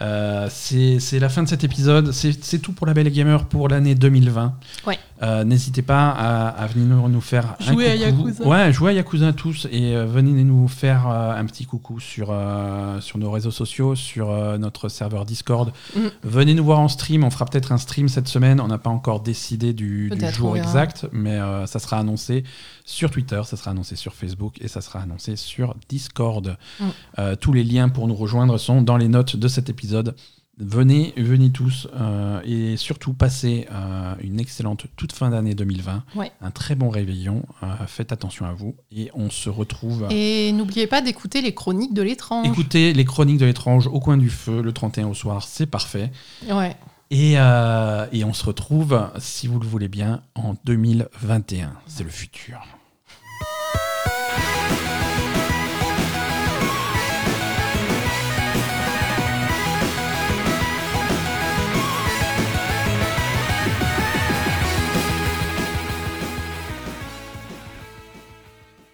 [SPEAKER 1] Euh, c'est c'est la fin de cet épisode. C'est c'est tout pour la Belle et Gamer pour l'année 2020.
[SPEAKER 2] Ouais.
[SPEAKER 1] Euh, N'hésitez pas à, à venir nous faire
[SPEAKER 2] Jouer à
[SPEAKER 1] un coucou.
[SPEAKER 2] Yakuza.
[SPEAKER 1] Ouais, jouez à Yakuza tous et euh, venez nous faire euh, un petit coucou sur, euh, sur nos réseaux sociaux, sur euh, notre serveur Discord.
[SPEAKER 2] Mm.
[SPEAKER 1] Venez nous voir en stream. On fera peut-être un stream cette semaine. On n'a pas encore décidé du, du
[SPEAKER 2] Peut-être, on
[SPEAKER 1] jour
[SPEAKER 2] verra.
[SPEAKER 1] exact, mais euh, ça sera annoncé sur Twitter, ça sera annoncé sur Facebook et ça sera annoncé sur Discord.
[SPEAKER 2] Mm.
[SPEAKER 1] Euh, tous les liens pour nous rejoindre sont dans les notes de cet épisode. Venez, venez tous euh, et surtout passez euh, une excellente toute fin d'année 2020.
[SPEAKER 2] Ouais.
[SPEAKER 1] Un très bon réveillon. Euh, faites attention à vous et on se retrouve.
[SPEAKER 2] Et n'oubliez pas d'écouter les chroniques de l'étrange.
[SPEAKER 1] Écoutez les chroniques de l'étrange au coin du feu le 31 au soir, c'est parfait.
[SPEAKER 2] Ouais.
[SPEAKER 1] Et, euh, et on se retrouve, si vous le voulez bien, en 2021. C'est le futur.